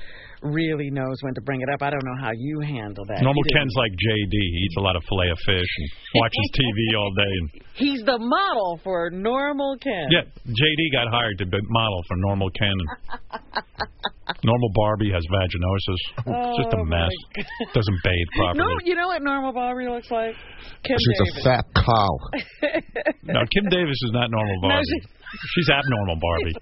Speaker 5: really knows when to bring it up. I don't know how you handle that.
Speaker 3: Normal
Speaker 5: You do.
Speaker 3: Ken's like JD. He eats a lot of filet of fish and watches TV all day. And
Speaker 5: He's the model for normal Ken.
Speaker 3: yeah, JD got hired to be model for Normal Ken. normal Barbie has vaginosis. It's just a
Speaker 5: Oh,
Speaker 3: mess.
Speaker 5: my
Speaker 3: Doesn't bathe properly.
Speaker 5: No, you know what normal Barbie looks like? Kim Davis.
Speaker 3: cow. No, Kim Davis is not normal
Speaker 5: No,
Speaker 3: Barbie.
Speaker 5: she-
Speaker 3: She's abnormal Barbie.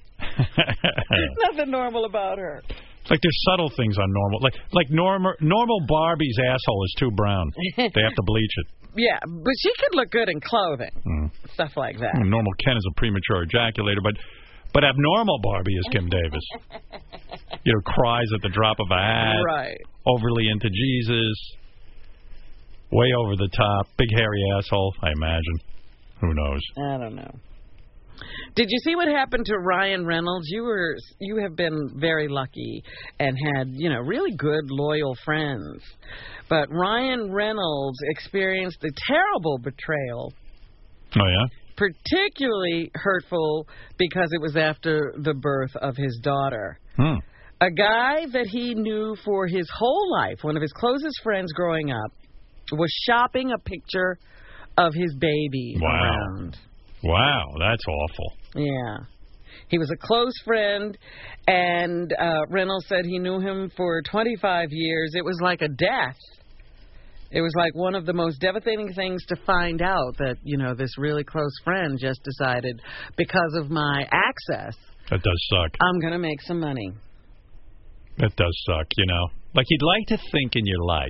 Speaker 5: There's nothing normal about her.
Speaker 3: Like there's subtle things on normal, like like normal normal Barbie's asshole is too brown. They have to bleach it.
Speaker 5: Yeah, but she could look good in clothing, stuff like that.
Speaker 3: Mm, Normal Ken is a premature ejaculator, but but abnormal Barbie is Kim Davis. you know, cries at the drop of a hat.
Speaker 5: Right.
Speaker 3: Overly into Jesus. Way over the top, big hairy asshole. I imagine. Who knows?
Speaker 5: I don't know. Did you see what happened to Ryan Reynolds? You were you have been very lucky and had, you know, really good loyal friends. But Ryan Reynolds experienced a terrible betrayal,
Speaker 3: Oh yeah.
Speaker 5: particularly hurtful because it was after the birth of his daughter.
Speaker 3: Hmm.
Speaker 5: A guy that he knew for his whole life, one of his closest friends growing up, was shopping a picture of his baby
Speaker 3: Wow.
Speaker 5: around.
Speaker 3: Wow, that's awful.
Speaker 5: Yeah. He was a close friend, and uh, Reynolds said he knew him for 25 years. It was like a death. It was like one of the most devastating things to find out that, you know, this really close friend just decided because of my access,
Speaker 3: That does suck.
Speaker 5: I'm going to make some money.
Speaker 3: That does suck, you know. Like you'd like to think in your life.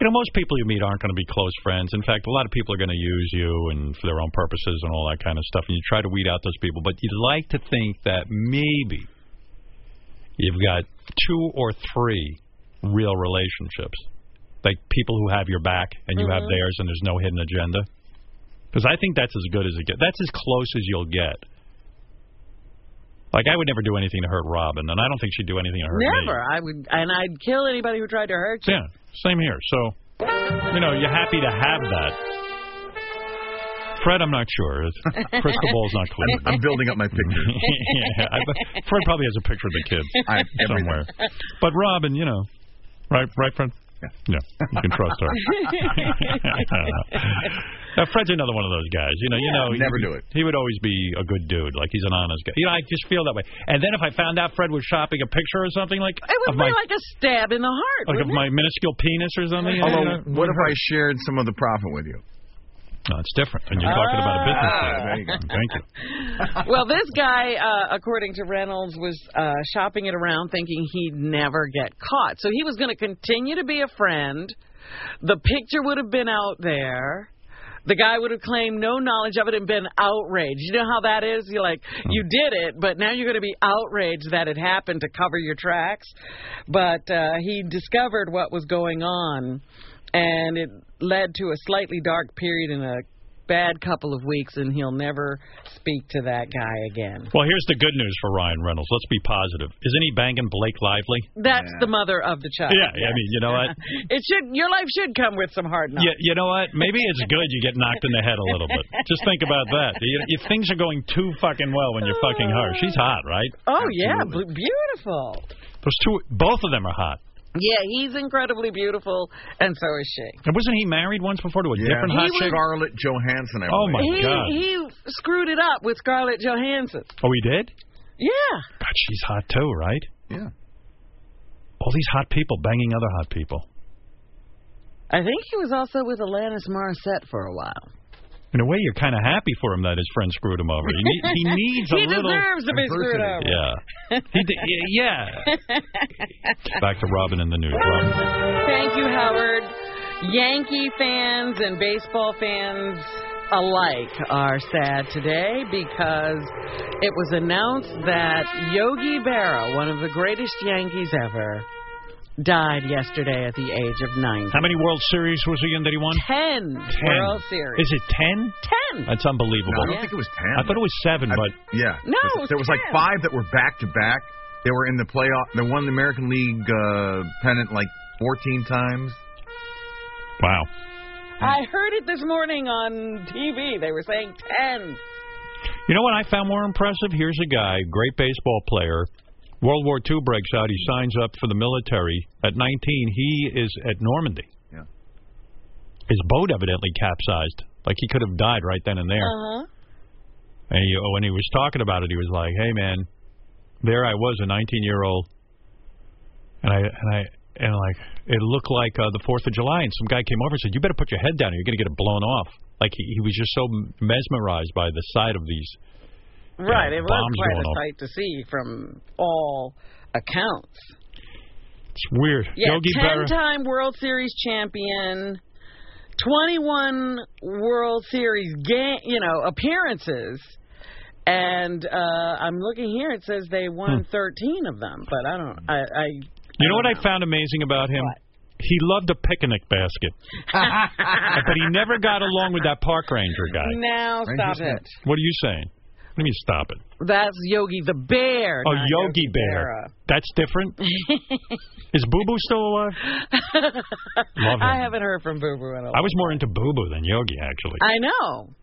Speaker 3: You know, most people you meet aren't going to be close friends. In fact, a lot of people are going to use you and for their own purposes and all that kind of stuff. And you try to weed out those people, but you'd like to think that maybe you've got two or three real relationships, like people who have your back and you have
Speaker 36: Mhm.
Speaker 3: theirs, and there's no hidden agenda. Because I think that's as good as it gets. That's as close as you'll get. Like I would never do anything to hurt Robin, and I don't think she'd do anything to hurt me.
Speaker 5: Never. I would, and I'd kill anybody who tried to hurt you.
Speaker 3: Yeah, same here. So, you know, you're happy to have that. Fred, I'm not sure. Crystal ball's not clear.
Speaker 22: I'm- I'm building up my picture.
Speaker 3: yeah, I, bet- Fred probably has a picture of the kid
Speaker 22: I have everything.
Speaker 3: somewhere. But Robin, you know, right, right, Fred? Yeah, you can trust her. now, Fred's another one of those guys. You know, you
Speaker 22: Yeah,
Speaker 3: know,
Speaker 22: never
Speaker 3: he,
Speaker 22: do it.
Speaker 3: He would always be a good dude. Like he's an honest guy. You know, I just feel that way. And then if I found out Fred was shopping a picture or something like
Speaker 5: It
Speaker 3: of
Speaker 5: would be
Speaker 3: my
Speaker 5: like a stab in the heart.
Speaker 3: like of
Speaker 5: wouldn't
Speaker 3: my minuscule penis or something. you
Speaker 22: Although,
Speaker 3: know,
Speaker 22: what if I shared some of the profit with you?
Speaker 3: No, it's different. And you're talking about a business.
Speaker 5: Ah,
Speaker 3: deal.
Speaker 5: there you go.
Speaker 3: Thank you.
Speaker 5: it? well, this guy, uh, according to Reynolds, was uh, shopping it around thinking he'd never get caught. So he was going to continue to be a friend. The picture would have been out there. The guy would have claimed no knowledge of it and been outraged. You know how that is? You're like,
Speaker 3: Hmm.
Speaker 5: you did it, but now you're going to be outraged that it happened to cover your tracks. But uh, he discovered what was going on, and it led to a slightly dark period in a bad couple of weeks, and he'll never speak to that guy again.
Speaker 3: Well, here's the good news for Ryan Reynolds. Let's be positive. Isn't he banging Blake Lively?
Speaker 5: That's the mother of the child.
Speaker 3: Yeah, I mean, you know what?
Speaker 5: It should your life should come with some hard knocks.
Speaker 3: Yeah, you know what? Maybe it's good you get knocked in the head a little bit. Just think about that. You, you, things are going too fucking well when you're fucking her. She's hot, right?
Speaker 5: Oh yeah, bl- beautiful.
Speaker 3: Those two, both of them are hot.
Speaker 5: Yeah, he's incredibly beautiful, and so is she.
Speaker 3: And wasn't he married once before to a
Speaker 22: Yeah.
Speaker 3: different hot
Speaker 5: He was-
Speaker 3: chick?
Speaker 22: Scarlett Johansson. I
Speaker 3: Oh,
Speaker 22: believe.
Speaker 3: my
Speaker 5: he
Speaker 3: God.
Speaker 5: he screwed it up with Scarlett Johansson.
Speaker 3: Oh, he did.
Speaker 5: Yeah.
Speaker 3: God, she's hot too, right?
Speaker 22: Yeah.
Speaker 3: All these hot people banging other hot people.
Speaker 5: I think he was also with Alanis Morissette for a while.
Speaker 3: In a way, you're kind of happy for him that his friend screwed him over. He, need- he needs a
Speaker 5: He
Speaker 3: little.
Speaker 5: deserves to be screwed over.
Speaker 3: Yeah. He d yeah. Back to Robin in the news. Robin.
Speaker 5: Thank you, Howard. Yankee fans and baseball fans alike are sad today because it was announced that Yogi Berra, one of the greatest Yankees ever, died yesterday at the age of 90.
Speaker 3: How many World Series was he in that he won?
Speaker 5: 10 World Series.
Speaker 3: Is it ten?
Speaker 5: 10.
Speaker 3: That's unbelievable.
Speaker 22: No, I don't think it was ten.
Speaker 3: I thought it was seven, but
Speaker 22: Yeah.
Speaker 5: No,
Speaker 22: There-
Speaker 5: it was
Speaker 22: there was like
Speaker 5: 10.
Speaker 22: five that were back to back. They were in the playoff. They won the American League uh, pennant like 14 times.
Speaker 3: Wow.
Speaker 5: I heard it this morning on TV. They were saying 10.
Speaker 3: you know what I found more impressive? Here's a guy, great baseball player. World War II breaks out. He signs up for the military at 19. He is at Normandy.
Speaker 22: Yeah.
Speaker 3: His boat evidently capsized. Like he could have died right then and there.
Speaker 5: Uh-huh.
Speaker 3: And he, when he was talking about it, he was like, "Hey, man, there I was, a 19-year-old, and I and I and like it looked like uh, the Fourth of July, and some guy came over and said, "You better put your head down, or you're going to get it blown off." Like he, he was just so mesmerized by the sight of these.
Speaker 5: Right, it was
Speaker 3: bombs
Speaker 5: quite
Speaker 3: going
Speaker 5: a
Speaker 3: off.
Speaker 5: sight to see from all accounts.
Speaker 3: It's weird.
Speaker 5: Yeah,
Speaker 3: Yogi Berra.
Speaker 5: ten-time World Series champion, twenty-one World Series game, you know, appearances, and uh, I'm looking here. It says they
Speaker 3: Hmm.
Speaker 5: won thirteen of them, but I don't. I, I
Speaker 3: You know what I found amazing about him? He loved a picnic basket, but he never got along with that park ranger guy.
Speaker 5: now stop it.
Speaker 3: What are you saying? What do you mean stop it?
Speaker 5: That's Yogi the Bear.
Speaker 3: Oh,
Speaker 5: not
Speaker 3: Yogi Bear. That's different. Is Boo Boo still alive? Love him.
Speaker 5: I haven't heard from Boo Boo in a
Speaker 3: I
Speaker 5: while.
Speaker 3: was more into Boo Boo than Yogi, actually.
Speaker 5: I know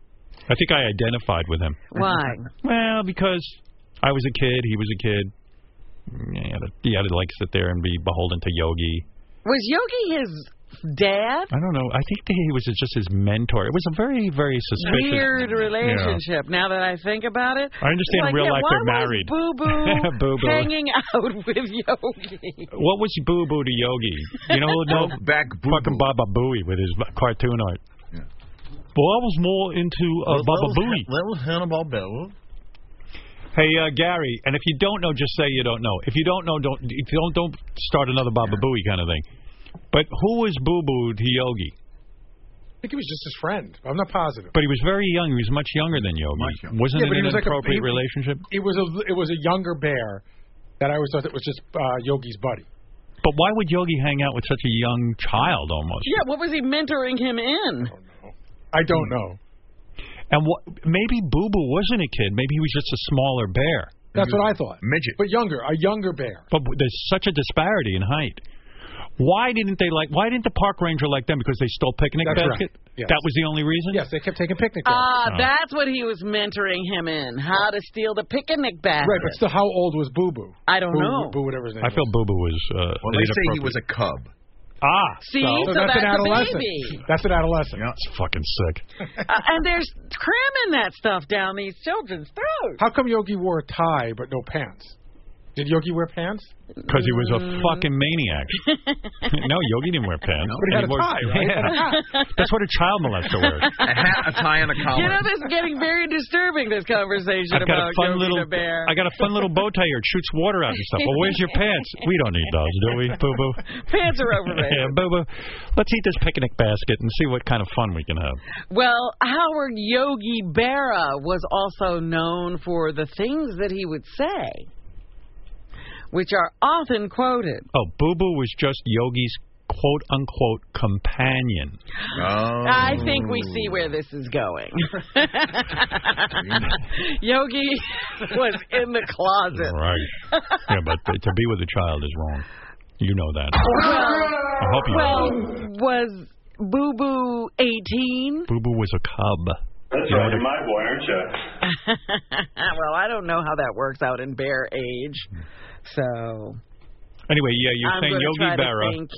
Speaker 3: I think I identified with him.
Speaker 5: why.
Speaker 3: Well, because I was a kid, he was a kid. Mm, He had to, he had to like sit there and be beholden to Yogi.
Speaker 5: Was Yogi his dad?
Speaker 3: I don't know. I think that he was just his mentor. It was a very, very suspicious
Speaker 5: Weird
Speaker 3: Yeah.
Speaker 5: relationship. Now that I think about it,
Speaker 3: I understand
Speaker 5: Like,
Speaker 3: in real
Speaker 5: yeah,
Speaker 3: life
Speaker 5: why
Speaker 3: they're
Speaker 5: was
Speaker 3: married.
Speaker 5: Boo Boo,
Speaker 3: Boo Boo.
Speaker 5: hanging out with Yogi.
Speaker 3: What was Boo Boo to Yogi? You know, no
Speaker 22: back
Speaker 3: fucking Baba Booey with his cartoon art. Well, I was more into uh, Baba Booey.
Speaker 22: Little Hannibal Bell.
Speaker 3: Hey uh, Gary, and if you don't know, just say you don't know. If you don't know, don't if you don't don't start another Baba Booey kind of thing. But who was Boo Boo to Yogi?
Speaker 7: I think he was just his friend. I'm not positive.
Speaker 3: But he was very young. He was much younger than Yogi. Wasn't
Speaker 7: Yeah,
Speaker 3: it
Speaker 7: but he
Speaker 3: an
Speaker 7: was like a-
Speaker 3: inappropriate
Speaker 7: he-
Speaker 3: relationship?
Speaker 7: It was a it was a younger bear that I always thought that was just uh, Yogi's buddy.
Speaker 3: But why would Yogi hang out with such a young child almost?
Speaker 5: Yeah, what was he mentoring him in?
Speaker 7: I don't know.
Speaker 3: And what, maybe Boo Boo wasn't a kid. Maybe he was just a smaller bear.
Speaker 7: That's what I thought.
Speaker 22: Midget.
Speaker 7: But younger, a younger bear.
Speaker 3: But there's such a disparity in height. Why didn't they like? Why didn't the park ranger like them? Because they stole picnic
Speaker 7: That's right.
Speaker 3: basket.
Speaker 7: Yes.
Speaker 3: That was the only reason.
Speaker 7: Yes, they kept taking picnic
Speaker 3: Oh.
Speaker 5: Ah,
Speaker 7: baskets.
Speaker 5: that's what he was mentoring him in. How to steal the picnic basket.
Speaker 7: Right, but still, how old was Boo Boo?
Speaker 5: I don't
Speaker 7: Boo,
Speaker 5: know.
Speaker 3: Oh.
Speaker 7: Boo, whatever his name
Speaker 3: I feel Boo Boo was. Uh,
Speaker 22: Well, they say he was a cub.
Speaker 45: Ah,
Speaker 5: See, so, that's, an adolescent. baby.
Speaker 7: That's an adolescent.
Speaker 3: Yeah, it's fucking sick.
Speaker 5: Uh, and there's cramming that stuff down these children's throats.
Speaker 7: How come Yogi wore a tie but no pants? Did Yogi wear pants?
Speaker 3: Because he was a
Speaker 5: Mm.
Speaker 3: fucking maniac. no, Yogi didn't wear pants.
Speaker 7: But he had a
Speaker 3: wore-
Speaker 7: tie, right?
Speaker 3: Yeah. That's what a child molester wears.
Speaker 46: A hat, a tie, and a collar.
Speaker 5: You know, this is getting very disturbing. This conversation
Speaker 3: I've got
Speaker 5: about
Speaker 3: a fun
Speaker 5: Yogi
Speaker 3: little
Speaker 5: the bear.
Speaker 3: I got a fun little bow tie here. It shoots water out and stuff. Well, where's your pants? We don't need those, do we? Boo boo.
Speaker 5: Pants are overrated.
Speaker 3: yeah, boo boo. Let's eat this picnic basket and see what kind of fun we can have.
Speaker 5: Well, Howard Yogi Berra was also known for the things that he would say, which are often quoted.
Speaker 3: Oh, Boo Boo was just Yogi's quote unquote companion. Oh.
Speaker 5: I think we see where this is going. Yogi was in the closet.
Speaker 3: Right. Yeah, but to be with a child is wrong. You know that. I hope you
Speaker 5: Well,
Speaker 3: know.
Speaker 5: was Boo Boo 18?
Speaker 3: Boo Boo was a cub.
Speaker 47: That's
Speaker 3: You know
Speaker 47: right,
Speaker 3: the-
Speaker 47: you're my boy, aren't you?
Speaker 5: well, I don't know how that works out in bear age. So
Speaker 3: Anyway, yeah, you're
Speaker 5: I'm
Speaker 3: saying
Speaker 5: gonna
Speaker 3: Yogi
Speaker 5: try to
Speaker 3: Berra.
Speaker 5: think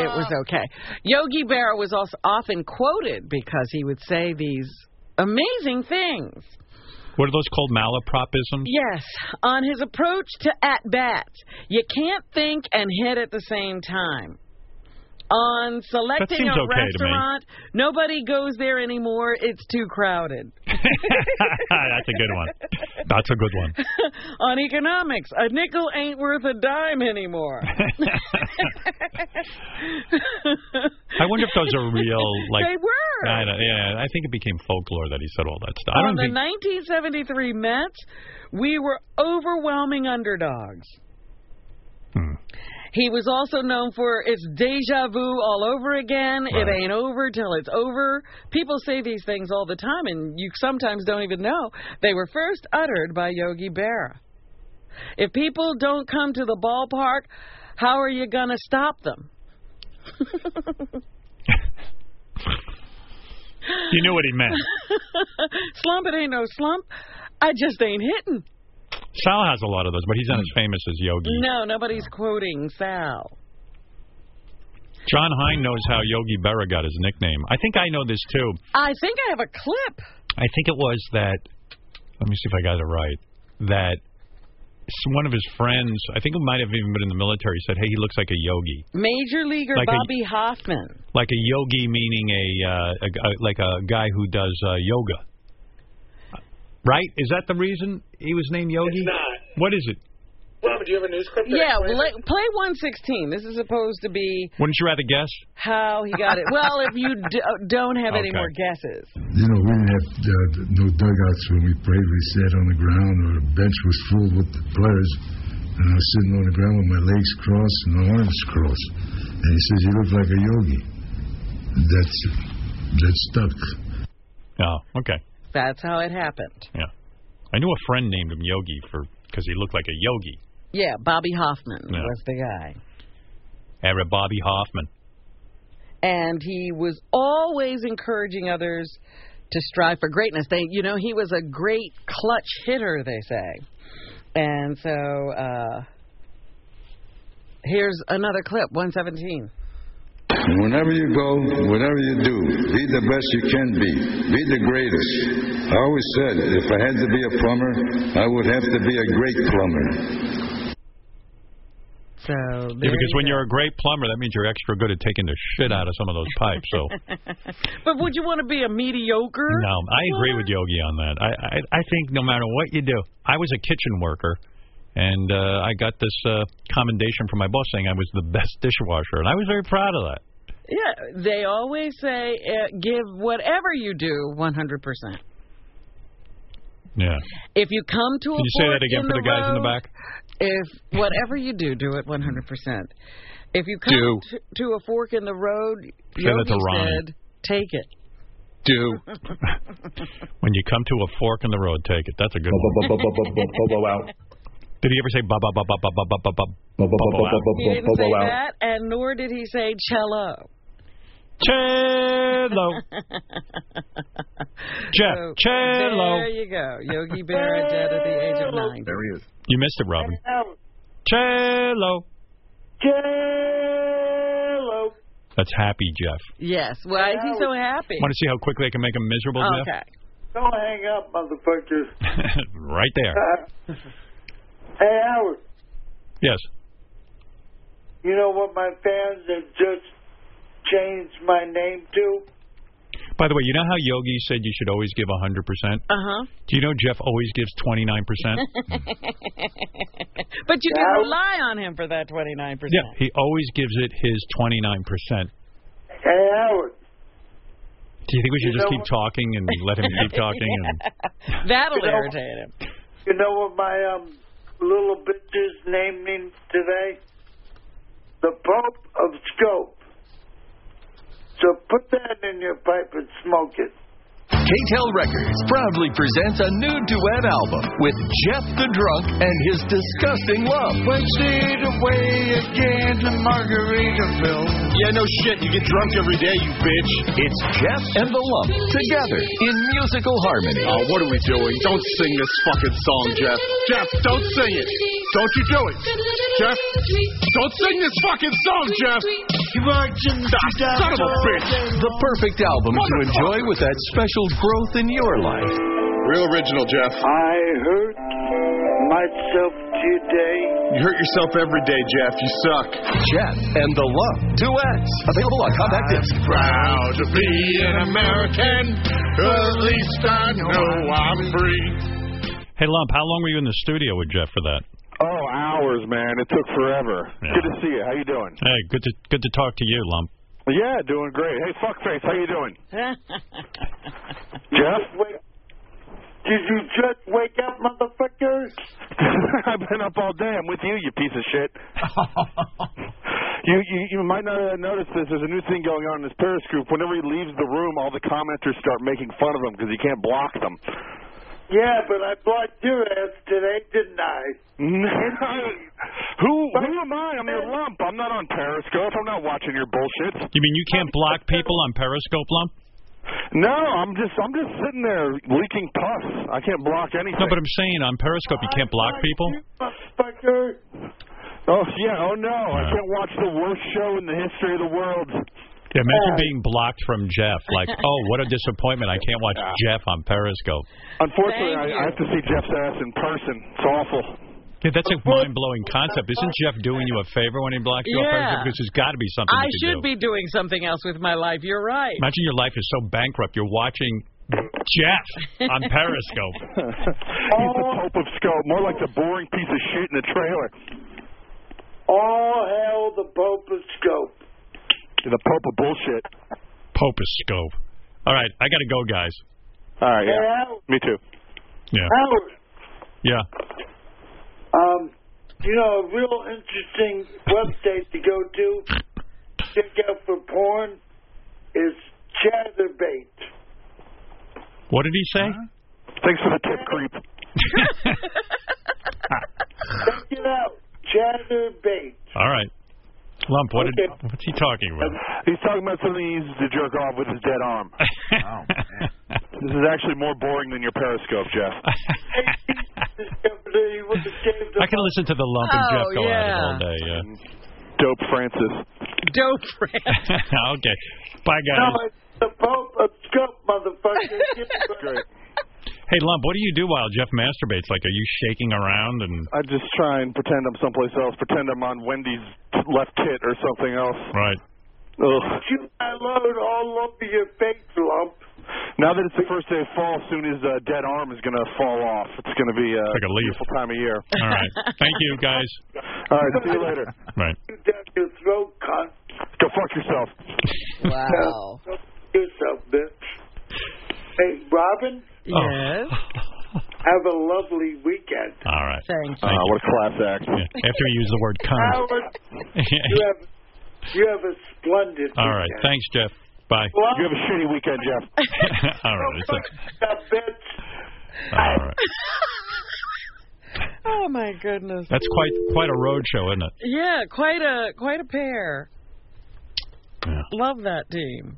Speaker 5: it was okay. Yogi Berra was also often quoted because he would say these amazing things.
Speaker 3: What are those called? Malapropisms?
Speaker 5: Yes, on his approach to at bats, you can't think and hit at the same time. On selecting
Speaker 3: seems
Speaker 5: a
Speaker 3: okay to me.
Speaker 5: restaurant, nobody goes there anymore. It's too crowded.
Speaker 3: That's a good one. That's a good one.
Speaker 5: on economics, a nickel ain't worth a dime anymore.
Speaker 3: I wonder if those are real. Like
Speaker 5: They were.
Speaker 3: I don't, yeah, I think it became folklore that he said all that stuff. I
Speaker 5: on
Speaker 3: don't
Speaker 5: the
Speaker 3: think.
Speaker 5: 1973 Mets, we were overwhelming underdogs.
Speaker 3: Hmm.
Speaker 5: He was also known for it's deja vu all over again. It ain't over till it's over. People say these things all the time, and you sometimes don't even know. They were first uttered by Yogi Berra. If people don't come to the ballpark, how are you going to stop them?
Speaker 3: You knew what he meant.
Speaker 5: slump, it ain't no slump. I just ain't hitting.
Speaker 3: Sal has a lot of those, but he's not as famous as Yogi.
Speaker 5: No, nobody's quoting Sal.
Speaker 3: John Hine knows how Yogi Berra got his nickname. I think I know this too.
Speaker 5: I think I have a clip.
Speaker 3: I think it was that. Let me see if I got it right. That s- one of his friends, I think it might have even been in the military, said, "Hey, he looks like a yogi."
Speaker 5: Major leaguer
Speaker 3: Like a-
Speaker 5: Bobby Hoffman.
Speaker 3: Like a yogi meaning a, uh, a, a like a guy who does uh, yoga. Uh, Right? Is that the reason he was named Yogi? What is it?
Speaker 48: Robin, do you have a news clip? that
Speaker 5: Yeah,
Speaker 48: explains
Speaker 5: play,
Speaker 48: it?
Speaker 5: play 116. This is supposed to be
Speaker 3: Wouldn't you rather guess?
Speaker 5: how he got it. Well, if you d- uh, don't have any
Speaker 22: Okay.
Speaker 5: more guesses.
Speaker 22: You know, we didn't have uh, no dugouts when we played. We sat on the ground, or the bench was full with the players, and I was sitting on the ground with my legs crossed and my arms crossed. And he says, "You look like a yogi." That's that stuck.
Speaker 3: Oh, okay.
Speaker 5: That's how it happened.
Speaker 3: Yeah. I knew a friend named him Yogi for because he looked like a yogi.
Speaker 5: Yeah, Bobby Hoffman
Speaker 3: Yeah.
Speaker 5: was the guy.
Speaker 3: Era Bobby Hoffman.
Speaker 5: And he was always encouraging others to strive for greatness. They, you know, he was a great clutch hitter, they say. And so uh, here's another clip, 117.
Speaker 1: And whenever you go, whatever you do, be the best you can be. Be the greatest. I always said, if I had to be a plumber, I would have to be a great plumber.
Speaker 5: So
Speaker 3: Yeah, because when you're a great plumber, that means you're extra good at taking the shit out of some of those pipes. So
Speaker 5: but would you want to be a mediocre?
Speaker 3: no, I agree with Yogi on that. I I, I think no matter what you do, I was a kitchen worker, and uh, I got this uh, commendation from my boss saying I was the best dishwasher, and I was very proud of that.
Speaker 5: Yeah, they always say uh, give whatever you do 100%.
Speaker 3: Yeah.
Speaker 5: If you come to a
Speaker 3: Can you say
Speaker 5: fork
Speaker 3: that again
Speaker 5: in
Speaker 3: for the guys in the
Speaker 5: road,
Speaker 3: back?
Speaker 5: If whatever you do, do it 100%. If you come
Speaker 3: Do.
Speaker 5: t- to a fork in the road,
Speaker 3: Say that to
Speaker 5: Yogi
Speaker 3: Ronnie.
Speaker 5: said, take it.
Speaker 3: Do. when you come to a fork in the road, take it. That's a good
Speaker 5: bu-
Speaker 3: one.
Speaker 5: bu- bu- bu-
Speaker 3: Bobo out. Did he ever say ba ba ba ba ba ba ba ba ba Bobo out?
Speaker 5: He didn't say that, and nor did he say cello.
Speaker 3: Cello. Jeff,
Speaker 5: So,
Speaker 3: cello.
Speaker 5: There you go. Yogi Berra dead at the age of nine.
Speaker 3: There he is. You missed it, Robin.
Speaker 5: Oh,
Speaker 3: Cello.
Speaker 5: Jello.
Speaker 3: That's happy, Jeff.
Speaker 5: Yes. Why is he so happy?
Speaker 3: Want to see how quickly I can make him miserable,
Speaker 5: Okay.
Speaker 19: Don't hang up, motherfuckers.
Speaker 3: Jeff? right there.
Speaker 19: Uh, hey, Howard,
Speaker 3: Yes.
Speaker 19: you know what my fans have just changed my name to?
Speaker 3: By the way, you know how Yogi said you should always give 100%?
Speaker 5: Uh huh.
Speaker 3: Do you know Jeff always gives 29%?
Speaker 5: but you can
Speaker 19: Yeah.
Speaker 5: rely on him for that twenty nine percent.
Speaker 3: yeah, he always gives it his 29%.
Speaker 19: Hey, Howard.
Speaker 3: Do you think we should
Speaker 19: You
Speaker 3: just
Speaker 19: know
Speaker 3: keep talking and let him keep talking? And
Speaker 5: That'll
Speaker 19: You know-
Speaker 5: irritate him.
Speaker 19: You know what my um, little bitch's name means today? The Pope of Scope. So put that in your pipe and smoke it.
Speaker 22: KTEL Records proudly presents a new duet album with Jeff the Drunk and his disgusting love.
Speaker 49: Wasted away again to Margaritaville.
Speaker 22: Yeah, no shit. You get drunk every day, you bitch. It's Jeff and the Lump together in musical harmony.
Speaker 50: Oh, what are we doing? Don't sing this fucking song, Jeff. Jeff, don't sing it. Don't you do it. Jeff, don't sing this fucking song, Jeff. Ah, Son of a bitch.
Speaker 22: The perfect album to enjoy with that special growth in your life.
Speaker 50: Real original, Jeff.
Speaker 19: I hurt myself today.
Speaker 22: You hurt yourself every day, Jeff. You suck. Jeff and the Lump duets available on compact disc.
Speaker 50: Proud to be an American. At least I know I'm free.
Speaker 3: hey, Lump, how long were you in the studio with Jeff for that?
Speaker 11: Oh, hours, man. It took forever. Good to see you. How you doing?
Speaker 3: Hey, good to good to talk to you, Lump.
Speaker 11: Yeah, doing great. Hey, fuckface, how you doing?
Speaker 19: Jeff? Did you just wake up, motherfuckers?
Speaker 11: I've been up all day. I'm with you, you piece of shit. you, you you might not have noticed this. There's a new thing going on in this Periscope. Whenever he leaves the room, all the commenters start making fun of him because he can't block them.
Speaker 19: Yeah, but I blocked your ass today, didn't I?
Speaker 11: who who am I? I'm your lump. I'm not on Periscope. I'm not watching your bullshit.
Speaker 3: You mean you can't block people on Periscope, Lump?
Speaker 11: No, I'm just I'm just sitting there leaking pus. I can't block anything.
Speaker 3: No, but I'm saying on Periscope you can't block people.
Speaker 19: Fucker.
Speaker 11: Oh yeah. Oh no. I
Speaker 3: Yeah.
Speaker 11: can't watch the worst show in the history of the world.
Speaker 3: Yeah,
Speaker 11: Uh,
Speaker 3: imagine being blocked from Jeff. Like, oh, what a disappointment! I can't watch Jeff on Periscope.
Speaker 11: Unfortunately,
Speaker 3: Thank
Speaker 11: I, I
Speaker 3: you.
Speaker 11: have to see Jeff's ass in person. It's awful.
Speaker 3: Yeah, that's a mind blowing concept. Isn't Jeff doing you a favor when he blocks you on
Speaker 5: Yeah.
Speaker 3: Periscope? Because there's got to be something
Speaker 5: I
Speaker 3: you can
Speaker 5: should
Speaker 3: do.
Speaker 5: be doing something else with my life. You're right.
Speaker 3: Imagine your life is so bankrupt. You're watching Jeff on Periscope.
Speaker 11: He's the Pope of Scope, more like the boring piece of shit in the trailer.
Speaker 19: All hail the Pope of Scope.
Speaker 11: The Pope of bullshit.
Speaker 3: Pope of Scope. All right, I got to go, guys.
Speaker 11: All right.
Speaker 19: Yeah.
Speaker 11: Me too.
Speaker 3: Yeah.
Speaker 19: Howard,
Speaker 3: Yeah.
Speaker 19: um, you know, a real interesting website to go to, check out for porn, is Chatterbait.
Speaker 3: What did he say?
Speaker 11: Thanks for the tip, creep.
Speaker 19: Check it out, Chatterbait.
Speaker 3: All right. Lump, what did,
Speaker 19: Okay.
Speaker 3: what's he talking about?
Speaker 11: He's talking about something he uses to jerk off with his dead arm.
Speaker 3: oh,
Speaker 11: This is actually more boring than your Periscope, Jeff.
Speaker 3: I can listen to the Lump and Jeff
Speaker 11: Oh,
Speaker 3: go at it
Speaker 11: yeah.
Speaker 3: all day. Yeah.
Speaker 11: Dope Francis.
Speaker 5: Dope friend.
Speaker 3: okay. Bye, guys.
Speaker 19: No, it's the Pope of Scope, motherfucker.
Speaker 11: Great.
Speaker 3: Hey, Lump, what do you do while Jeff masturbates? Like, are you shaking around and.
Speaker 11: I just try and pretend I'm someplace else. Pretend I'm on Wendy's left tit or something else.
Speaker 3: Right.
Speaker 11: Ugh.
Speaker 19: You got load all over your face, lump.
Speaker 11: Now that it's the first day of fall, soon his uh, dead arm is going to fall off. It's going to be uh,
Speaker 3: Like a leaf.
Speaker 11: beautiful time of year.
Speaker 3: All right. Thank you, guys.
Speaker 11: All right. See you later.
Speaker 3: Right.
Speaker 19: You down your throat, cunt.
Speaker 11: Go fuck yourself.
Speaker 19: Wow. yourself, bitch. Hey, Robin.
Speaker 3: Yes?
Speaker 19: Have a lovely weekend.
Speaker 3: All right.
Speaker 5: Thank
Speaker 11: you. Uh, what a class act.
Speaker 3: After you use the word cunt.
Speaker 19: Howard, you have you have a splendid.
Speaker 3: All right. Thanks, Jeff. Bye.
Speaker 11: You have a shitty weekend, Jeff.
Speaker 3: All right. It's a- all right.
Speaker 5: Oh my goodness.
Speaker 3: That's quite quite a road show, isn't it?
Speaker 5: Yeah, quite a quite a pair. Love that team.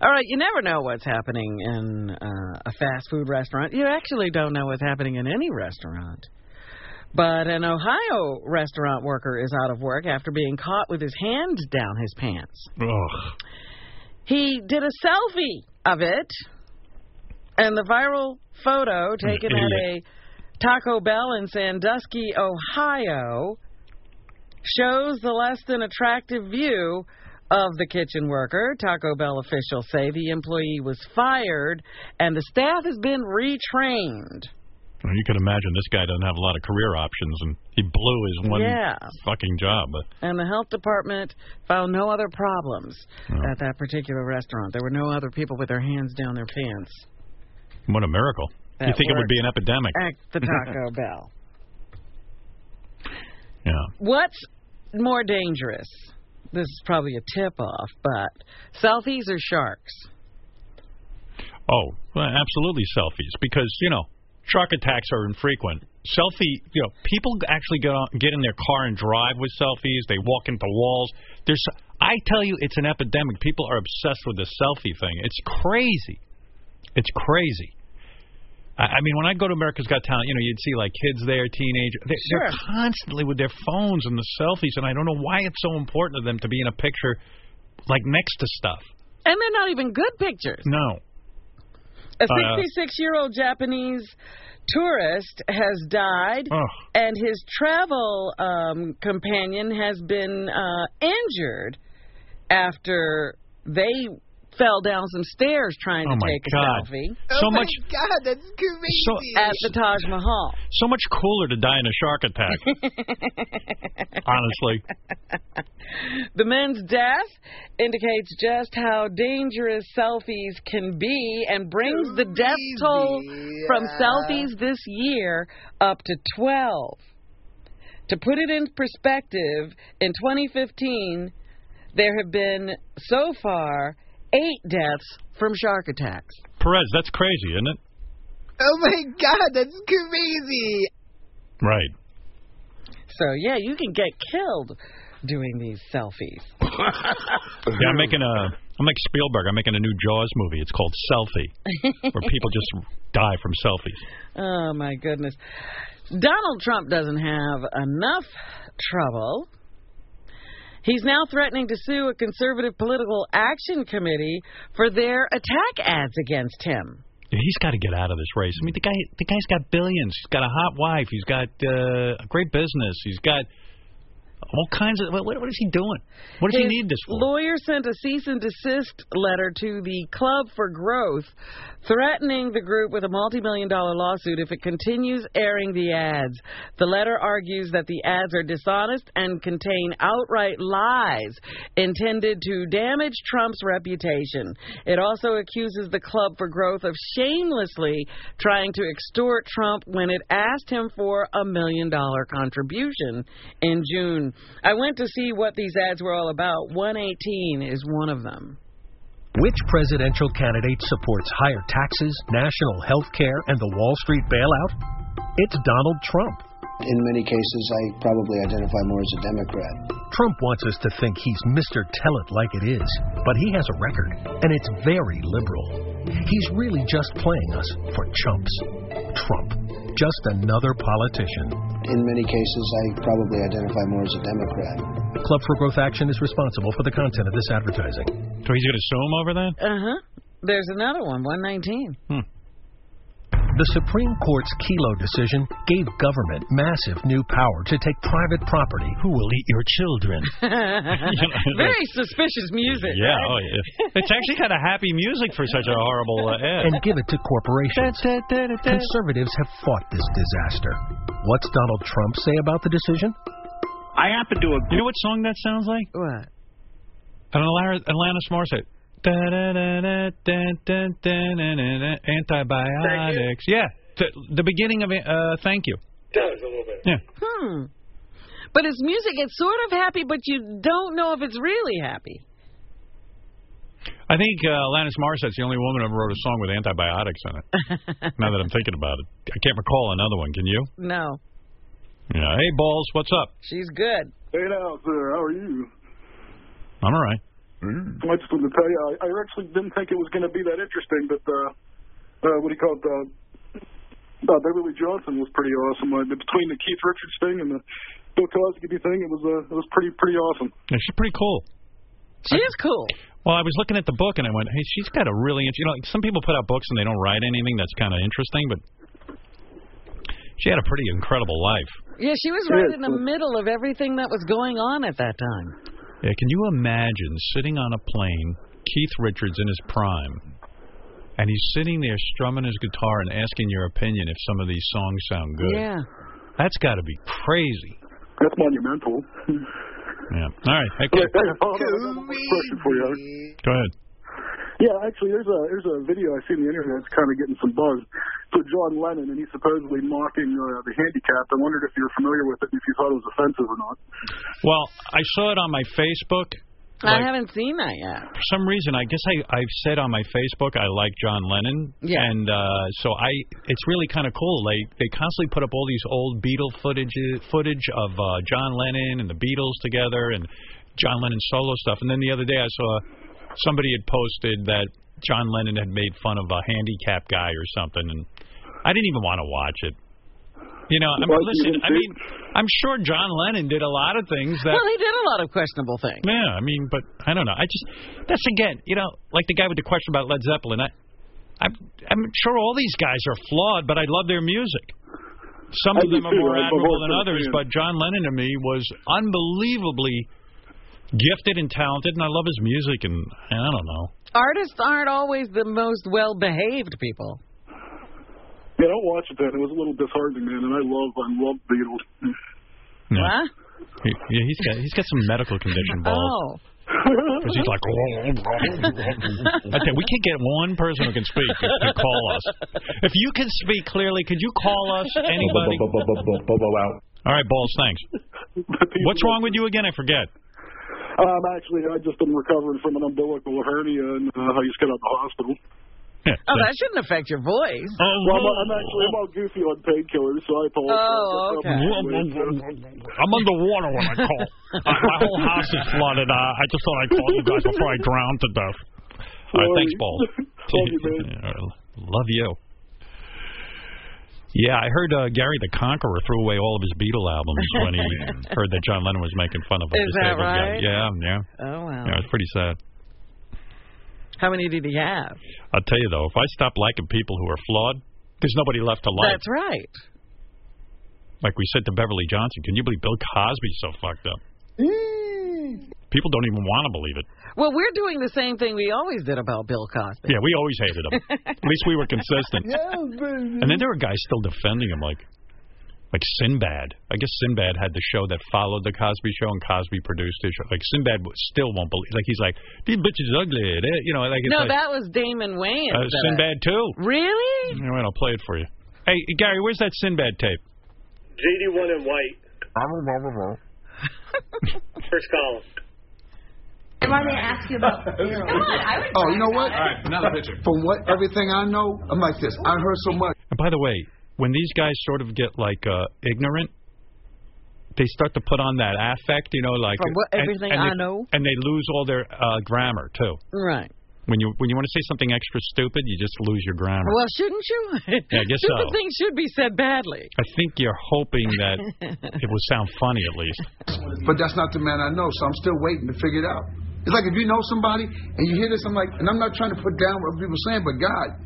Speaker 5: All right, you never know what's happening in uh, a fast food restaurant. You actually don't know what's happening in any restaurant. But an Ohio restaurant worker is out of work after being caught with his hands down his pants.
Speaker 3: Ugh.
Speaker 5: He did a selfie of it, and the viral photo taken at a
Speaker 22: idiot.
Speaker 5: Taco Bell in Sandusky, Ohio, shows the less than attractive view of the kitchen worker. Taco Bell officials say the employee was fired, and the staff has been retrained.
Speaker 3: Well, you can imagine this guy doesn't have a lot of career options, and he blew his one
Speaker 5: Yeah.
Speaker 3: fucking job. But
Speaker 5: And the health department found no other problems at that particular restaurant. There were no other people with their hands down their pants
Speaker 3: what a miracle! you
Speaker 5: That
Speaker 3: think it would be an epidemic?
Speaker 5: at the Taco Bell.
Speaker 3: Yeah.
Speaker 5: What's more dangerous? This is probably a tip off, but selfies or sharks?
Speaker 3: Oh, well, absolutely selfies because you know shark attacks are infrequent. Selfie, you know, people actually get on, get in their car and drive with selfies. They walk into walls. There's, I tell you, it's an epidemic. People are obsessed with the selfie thing. It's crazy. It's crazy. I, I mean, when I go to America's Got Talent, you know, you'd see like kids there, teenagers. They, They're constantly with their phones and the selfies, and I don't know why it's so important to them to be in a picture like next to stuff.
Speaker 5: And they're not even good pictures.
Speaker 3: No.
Speaker 5: A
Speaker 3: Uh,
Speaker 5: 66 year old Japanese tourist has died,
Speaker 3: Ugh.
Speaker 5: and his travel um, companion has been uh, injured after they fell down some stairs trying
Speaker 3: Oh,
Speaker 5: to
Speaker 3: my
Speaker 5: take a
Speaker 3: God.
Speaker 5: selfie.
Speaker 3: So Oh, my much-
Speaker 5: God, that's crazy. at the Taj Mahal.
Speaker 3: So much cooler to die in a shark attack. Honestly.
Speaker 5: The men's death indicates just how dangerous selfies can be and brings the death toll from selfies this year up to 12. To put it in perspective, in 2015, there have been so far eight deaths from shark attacks.
Speaker 3: Perez, that's crazy, isn't it?
Speaker 5: Oh my God, that's crazy.
Speaker 3: Right.
Speaker 5: So, yeah, you can get killed doing these selfies.
Speaker 3: Yeah, I'm making a I'm like Spielberg. I'm making a new Jaws movie. It's called Selfie, where people just die from selfies.
Speaker 5: Oh my goodness. Donald Trump doesn't have enough trouble. He's now threatening to sue a conservative political action committee for their attack ads against him.
Speaker 3: Yeah, He's got to get out of this race. I mean, the guy the guy's got billions. He's got a hot wife. He's got uh, a great business. He's got all kinds of what, what is he doing? What does he
Speaker 5: His
Speaker 3: need this for?
Speaker 5: Lawyer sent a cease and desist letter to the Club for Growth, threatening the group with a multi-million dollar lawsuit if it continues airing the ads. The letter argues that the ads are dishonest and contain outright lies intended to damage Trump's reputation. It also accuses the Club for Growth of shamelessly trying to extort Trump when it asked him for a million dollar contribution in June. I went to see what these ads were all about. 118 is one of them.
Speaker 36: Which presidential candidate supports higher taxes, national health care, and the Wall Street bailout? It's Donald Trump.
Speaker 12: In many cases, I probably identify more as a Democrat.
Speaker 36: Trump wants us to think he's Mr. Tell It Like It Is, but he has a record, and it's very liberal. He's really just playing us for chumps. Trump, just another politician.
Speaker 12: In many cases, I probably identify more as a Democrat.
Speaker 36: Club for Growth Action is responsible for the content of this advertising.
Speaker 3: So he's going to sue him over that?
Speaker 5: Uh huh. There's another one, 119.
Speaker 36: Hmm. The Supreme Court's Kelo decision gave government massive new power to take private property. Who will eat your children?
Speaker 5: Very suspicious music.
Speaker 3: Yeah,
Speaker 5: right?
Speaker 3: oh, yeah. it's actually kind of happy music for such a horrible uh, ad.
Speaker 36: and give it to corporations. Conservatives have fought this disaster. What's Donald Trump say about the decision?
Speaker 3: I happen to agree. You know what song that sounds like?
Speaker 5: What?
Speaker 3: An Alar- Alanis Morissette. Da-da-da-da-da-da-da-da-da-da. Antibiotics. Yeah, the, the beginning of it. Uh, thank you.
Speaker 51: Does a little bit.
Speaker 3: Yeah.
Speaker 5: Hmm. But it's music. It's sort of happy, but you don't know if it's really happy.
Speaker 3: I think uh, Alanis Morissette's the only woman who ever wrote a song with antibiotics in it. now that I'm thinking about it, I can't recall another one. Can you?
Speaker 5: No,
Speaker 3: Yeah. Hey, balls, what's up?
Speaker 5: she's good.
Speaker 52: Hey now, sir. How are you?
Speaker 3: I'm all right.
Speaker 52: I just wanted to tell you, I, I actually didn't think it was going to be that interesting, but uh, uh, what do you call it? Uh, Uh, Beverly Johnson was pretty awesome. Uh, between the Keith Richards thing and the Bill Cosby thing, it was uh, it was pretty pretty awesome.
Speaker 3: Yeah, she's pretty cool.
Speaker 5: She is cool.
Speaker 3: Well, I was looking at the book and I went, hey, she's got a really interesting. You know, like some people put out books and they don't write anything that's kind of interesting, but she had a pretty incredible life.
Speaker 5: Yeah, she was right in the middle of everything that was going on at that time.
Speaker 3: Yeah, can you imagine sitting on a plane, Keith Richards in his prime, and he's sitting there strumming his guitar and asking your opinion if some of these songs sound good?
Speaker 5: Yeah.
Speaker 3: That's got to be crazy.
Speaker 52: That's monumental.
Speaker 3: Yeah. All right. Hey,
Speaker 52: Yeah, hey, hold on, I got one more question for you. Howard.
Speaker 3: Go ahead.
Speaker 52: Yeah, actually, there's a there's a video I see on the internet that's kind of getting some buzz. It's with John Lennon, and he's supposedly mocking uh, the handicapped. I wondered if you were familiar with it and if you thought it was offensive or not.
Speaker 3: Well, I saw it on my Facebook.
Speaker 5: I haven't seen that yet.
Speaker 3: For some reason, I guess I I've said on my Facebook I like John Lennon,
Speaker 5: Yeah.
Speaker 3: and uh, so I it's really kind of cool. They they constantly put up all these old Beatle footage footage of uh, John Lennon and the Beatles together and John Lennon solo stuff. And then the other day I saw somebody had posted that John Lennon had made fun of a handicapped guy or something, and I didn't even want to watch it. You know, I mean,
Speaker 5: Well, you
Speaker 3: listen,
Speaker 5: didn't
Speaker 3: I
Speaker 5: see-
Speaker 3: mean, I'm sure John Lennon did a lot of things that
Speaker 5: well, he did a lot of questionable things.
Speaker 3: yeah, I mean, but I don't know. I just that's again, you know, like the guy with the question about Led Zeppelin. I, I'm I'm sure all these guys are flawed, but I love their music. Some
Speaker 53: I
Speaker 3: of
Speaker 53: do
Speaker 3: them are
Speaker 53: too.
Speaker 3: more
Speaker 53: I'm a
Speaker 3: admirable
Speaker 53: whole
Speaker 3: than
Speaker 53: fan.
Speaker 3: others, but John Lennon to me was unbelievably gifted and talented, and I love his music. And, and I don't know.
Speaker 5: Artists aren't always the most well behaved people.
Speaker 52: Yeah, don't watch it then. It was a little disheartening, man. And I love I love Beatles.
Speaker 3: No. He, yeah, he's got he's got some medical condition, balls.
Speaker 5: Oh.
Speaker 3: Because he's like, okay, we can't get one person who can speak to call us. If you can speak clearly, could you call us? Anybody? All right, balls. Thanks. What's wrong with you again? I forget.
Speaker 52: Um, actually, I just been recovering from an umbilical hernia, and uh, I just got out of the hospital.
Speaker 5: Oh, that shouldn't affect your voice.
Speaker 52: Well, I'm, I'm actually I'm all goofy on painkillers, so I apologize.
Speaker 5: Oh, okay.
Speaker 3: I'm underwater when I call. My my whole house is flooded. Uh, I just thought I'd call you guys before I drown to death. All right, thanks, balls.
Speaker 53: Love you,
Speaker 3: Yeah, Love you. Yeah, I heard uh, Gary the Conqueror threw away all of his Beatle albums when he heard that John Lennon was making fun of him.
Speaker 5: Is that right?
Speaker 3: Yeah, yeah.
Speaker 5: Oh, wow.
Speaker 3: Yeah, it's pretty sad.
Speaker 5: How many did he have?
Speaker 3: I'll tell you though, if I stop liking people who are flawed, there's nobody left to like.
Speaker 5: That's right.
Speaker 3: Like we said to Beverly Johnson, can you believe Bill Cosby's so fucked up?
Speaker 5: Mm.
Speaker 3: People don't even want to believe it.
Speaker 5: Well, we're doing the same thing we always did about Bill Cosby.
Speaker 3: Yeah, we always hated him. At least we were consistent.
Speaker 5: baby.
Speaker 3: And then there were guys still defending him, like like Sinbad. I guess Sinbad had the show that followed the Cosby Show, and Cosby produced his show. Like Sinbad w- still won't believe. Like he's like these bitches ugly. They- You know, like it's
Speaker 5: no,
Speaker 3: like,
Speaker 5: that was Damon Wayans.
Speaker 3: uh,
Speaker 5: that-
Speaker 3: Sinbad too.
Speaker 5: Really?
Speaker 3: All right, I'll play it for you. Hey Gary, where's that Sinbad tape?
Speaker 54: JD1 and White, first column.
Speaker 22: Am I going to ask you about? Come on, I would.
Speaker 28: Oh, you know what? From what everything I know, I'm like this. I heard so much.
Speaker 3: And by the way, when these guys sort of get like uh, ignorant, they start to put on that affect, you know, like
Speaker 5: From what
Speaker 3: and-
Speaker 5: everything
Speaker 3: and
Speaker 5: I
Speaker 3: they-
Speaker 5: know.
Speaker 3: and they lose all their uh, grammar too.
Speaker 5: Right.
Speaker 3: When you when you want to say something extra stupid, you just lose your grammar.
Speaker 5: Well, shouldn't you?
Speaker 3: Yeah, I guess
Speaker 5: Stupid
Speaker 3: so.
Speaker 5: things should be said badly.
Speaker 3: I think you're hoping that it will sound funny at least.
Speaker 28: But that's not the man I know, so I'm still waiting to figure it out. It's like if you know somebody and you hear this, I'm like, and I'm not trying to put down what people saying, but God,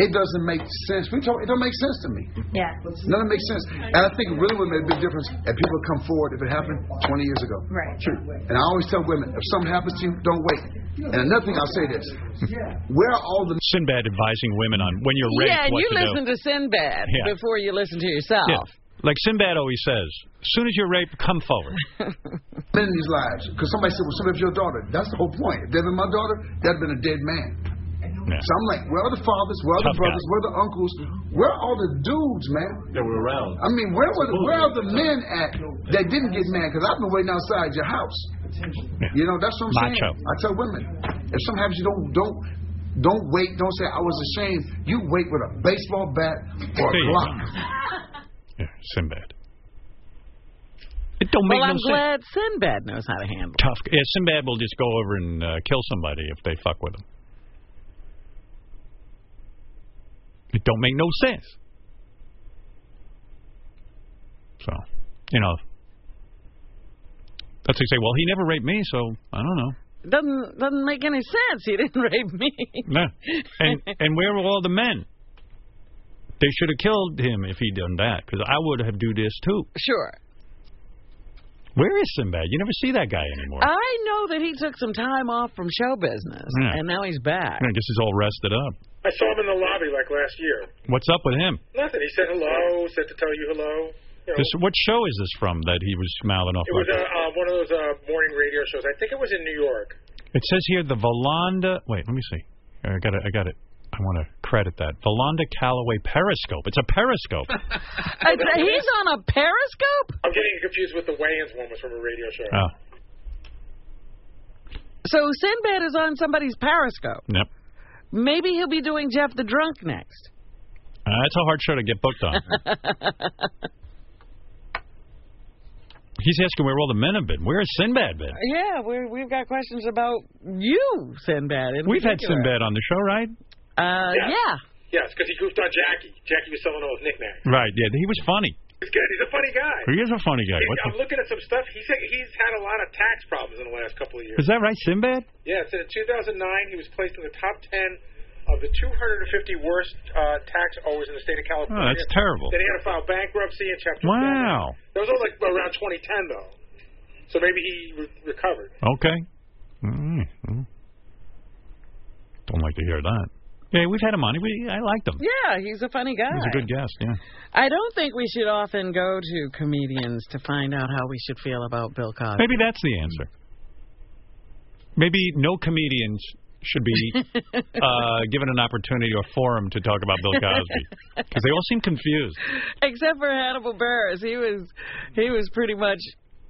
Speaker 28: it doesn't make sense. We told, it don't make sense to me.
Speaker 22: Yeah.
Speaker 28: None of it makes sense. And I think it really would make a big difference if people come forward if it happened 20 years ago.
Speaker 22: Right.
Speaker 28: And I always tell women, if something happens to you, don't wait. And another thing, I'll say this. Where are all the
Speaker 3: Sinbad advising women on when you're raped,
Speaker 5: yeah, and
Speaker 3: what
Speaker 5: you
Speaker 3: to do.
Speaker 5: listen to Sinbad
Speaker 3: Yeah.
Speaker 5: before you listen to yourself.
Speaker 3: Yeah. Like Sinbad always says, as soon as you're raped, come forward.
Speaker 28: men in these lives. Because somebody said, well, somebody's your daughter. That's the whole point. If that had been my daughter, that'd been a dead man. So I'm like, where are the fathers? Where are the Tough brothers? Where are the uncles? Where are all the dudes, man? That were around. I mean, where were the, where are the men at that didn't get mad? Because I've been waiting outside your house. You know, that's what
Speaker 3: Macho.
Speaker 28: I'm saying. I tell women, if something happens, you don't don't don't wait. Don't say I was ashamed. You wait with a baseball bat or a
Speaker 3: There you go.
Speaker 28: Glock.
Speaker 3: Yeah, Sinbad. It don't make
Speaker 5: well,
Speaker 3: no
Speaker 5: I'm
Speaker 3: sense.
Speaker 5: glad Sinbad knows how to handle. it.
Speaker 3: Tough. Yeah, Sinbad will just go over and uh, kill somebody if they fuck with him. It don't make no sense. So, you know, that's what you say. Well, he never raped me, so I don't know.
Speaker 5: Doesn't doesn't make any sense. He didn't rape me.
Speaker 3: Yeah. And and where were all the men? They should have killed him if he'd done that, because I would have do this too.
Speaker 5: Sure.
Speaker 3: Where is Sinbad? You never see that guy anymore.
Speaker 5: I know that he took some time off from show business,
Speaker 3: Yeah.
Speaker 5: and now he's back.
Speaker 3: I guess he's all rested up.
Speaker 7: I saw him in the lobby like last year.
Speaker 3: What's up with him?
Speaker 7: Nothing. He said hello, said to tell you hello. You know,
Speaker 3: This what show is this from that he was mouthing off?
Speaker 7: it was
Speaker 3: Like
Speaker 7: uh,
Speaker 3: that?
Speaker 7: uh, one of those uh, morning radio shows. I think it was in New York.
Speaker 3: It says here the Volanda. Wait, let me see. I got it. I got it. I want to credit that Volanda Calloway Periscope. It's a Periscope.
Speaker 5: It's- he's on a Periscope.
Speaker 7: I'm getting confused with the Wayans one was from a radio show.
Speaker 3: Oh.
Speaker 5: So Sinbad is on somebody's Periscope.
Speaker 3: Yep.
Speaker 5: Maybe he'll be doing Jeff the Drunk next.
Speaker 3: Uh, that's a hard show to get booked on. He's asking where all the men have been. Where has Sinbad been?
Speaker 5: Yeah, we're, we've got questions about you, Sinbad. in
Speaker 3: We've had
Speaker 5: particular.
Speaker 3: Sinbad on the show, right?
Speaker 5: Uh, yeah.
Speaker 7: Yes, because he goofed on Jackie. Jackie was selling all his knickknacks.
Speaker 3: Right. Yeah, he was funny.
Speaker 7: He's good. He's a funny guy.
Speaker 3: He is a funny guy.
Speaker 7: He's-
Speaker 3: What
Speaker 7: I'm looking at some stuff. He's he's had a lot of tax problems in the last couple of
Speaker 3: the-
Speaker 7: years.
Speaker 3: Is that right, Sinbad?
Speaker 7: Yeah, so in 2009, he was placed in the top 10 of the 250 worst uh, tax owers in the state of California.
Speaker 3: Oh, that's terrible.
Speaker 7: Then he had to file bankruptcy in Chapter
Speaker 3: Wow.
Speaker 7: 7. That was all like around 2010, though. So maybe he re- recovered.
Speaker 3: Okay. Mm, mm. Don't like to hear that. Yeah, we've had him on. We, I liked him.
Speaker 5: Yeah, he's a funny guy.
Speaker 3: He was a good guest. Yeah.
Speaker 5: I don't think we should often go to comedians to find out how we should feel about Bill Cosby.
Speaker 3: Maybe that's the answer. Maybe no comedians should be uh, given an opportunity or forum to talk about Bill Cosby because they all seem confused.
Speaker 5: Except for Hannibal Burris, he was he was pretty much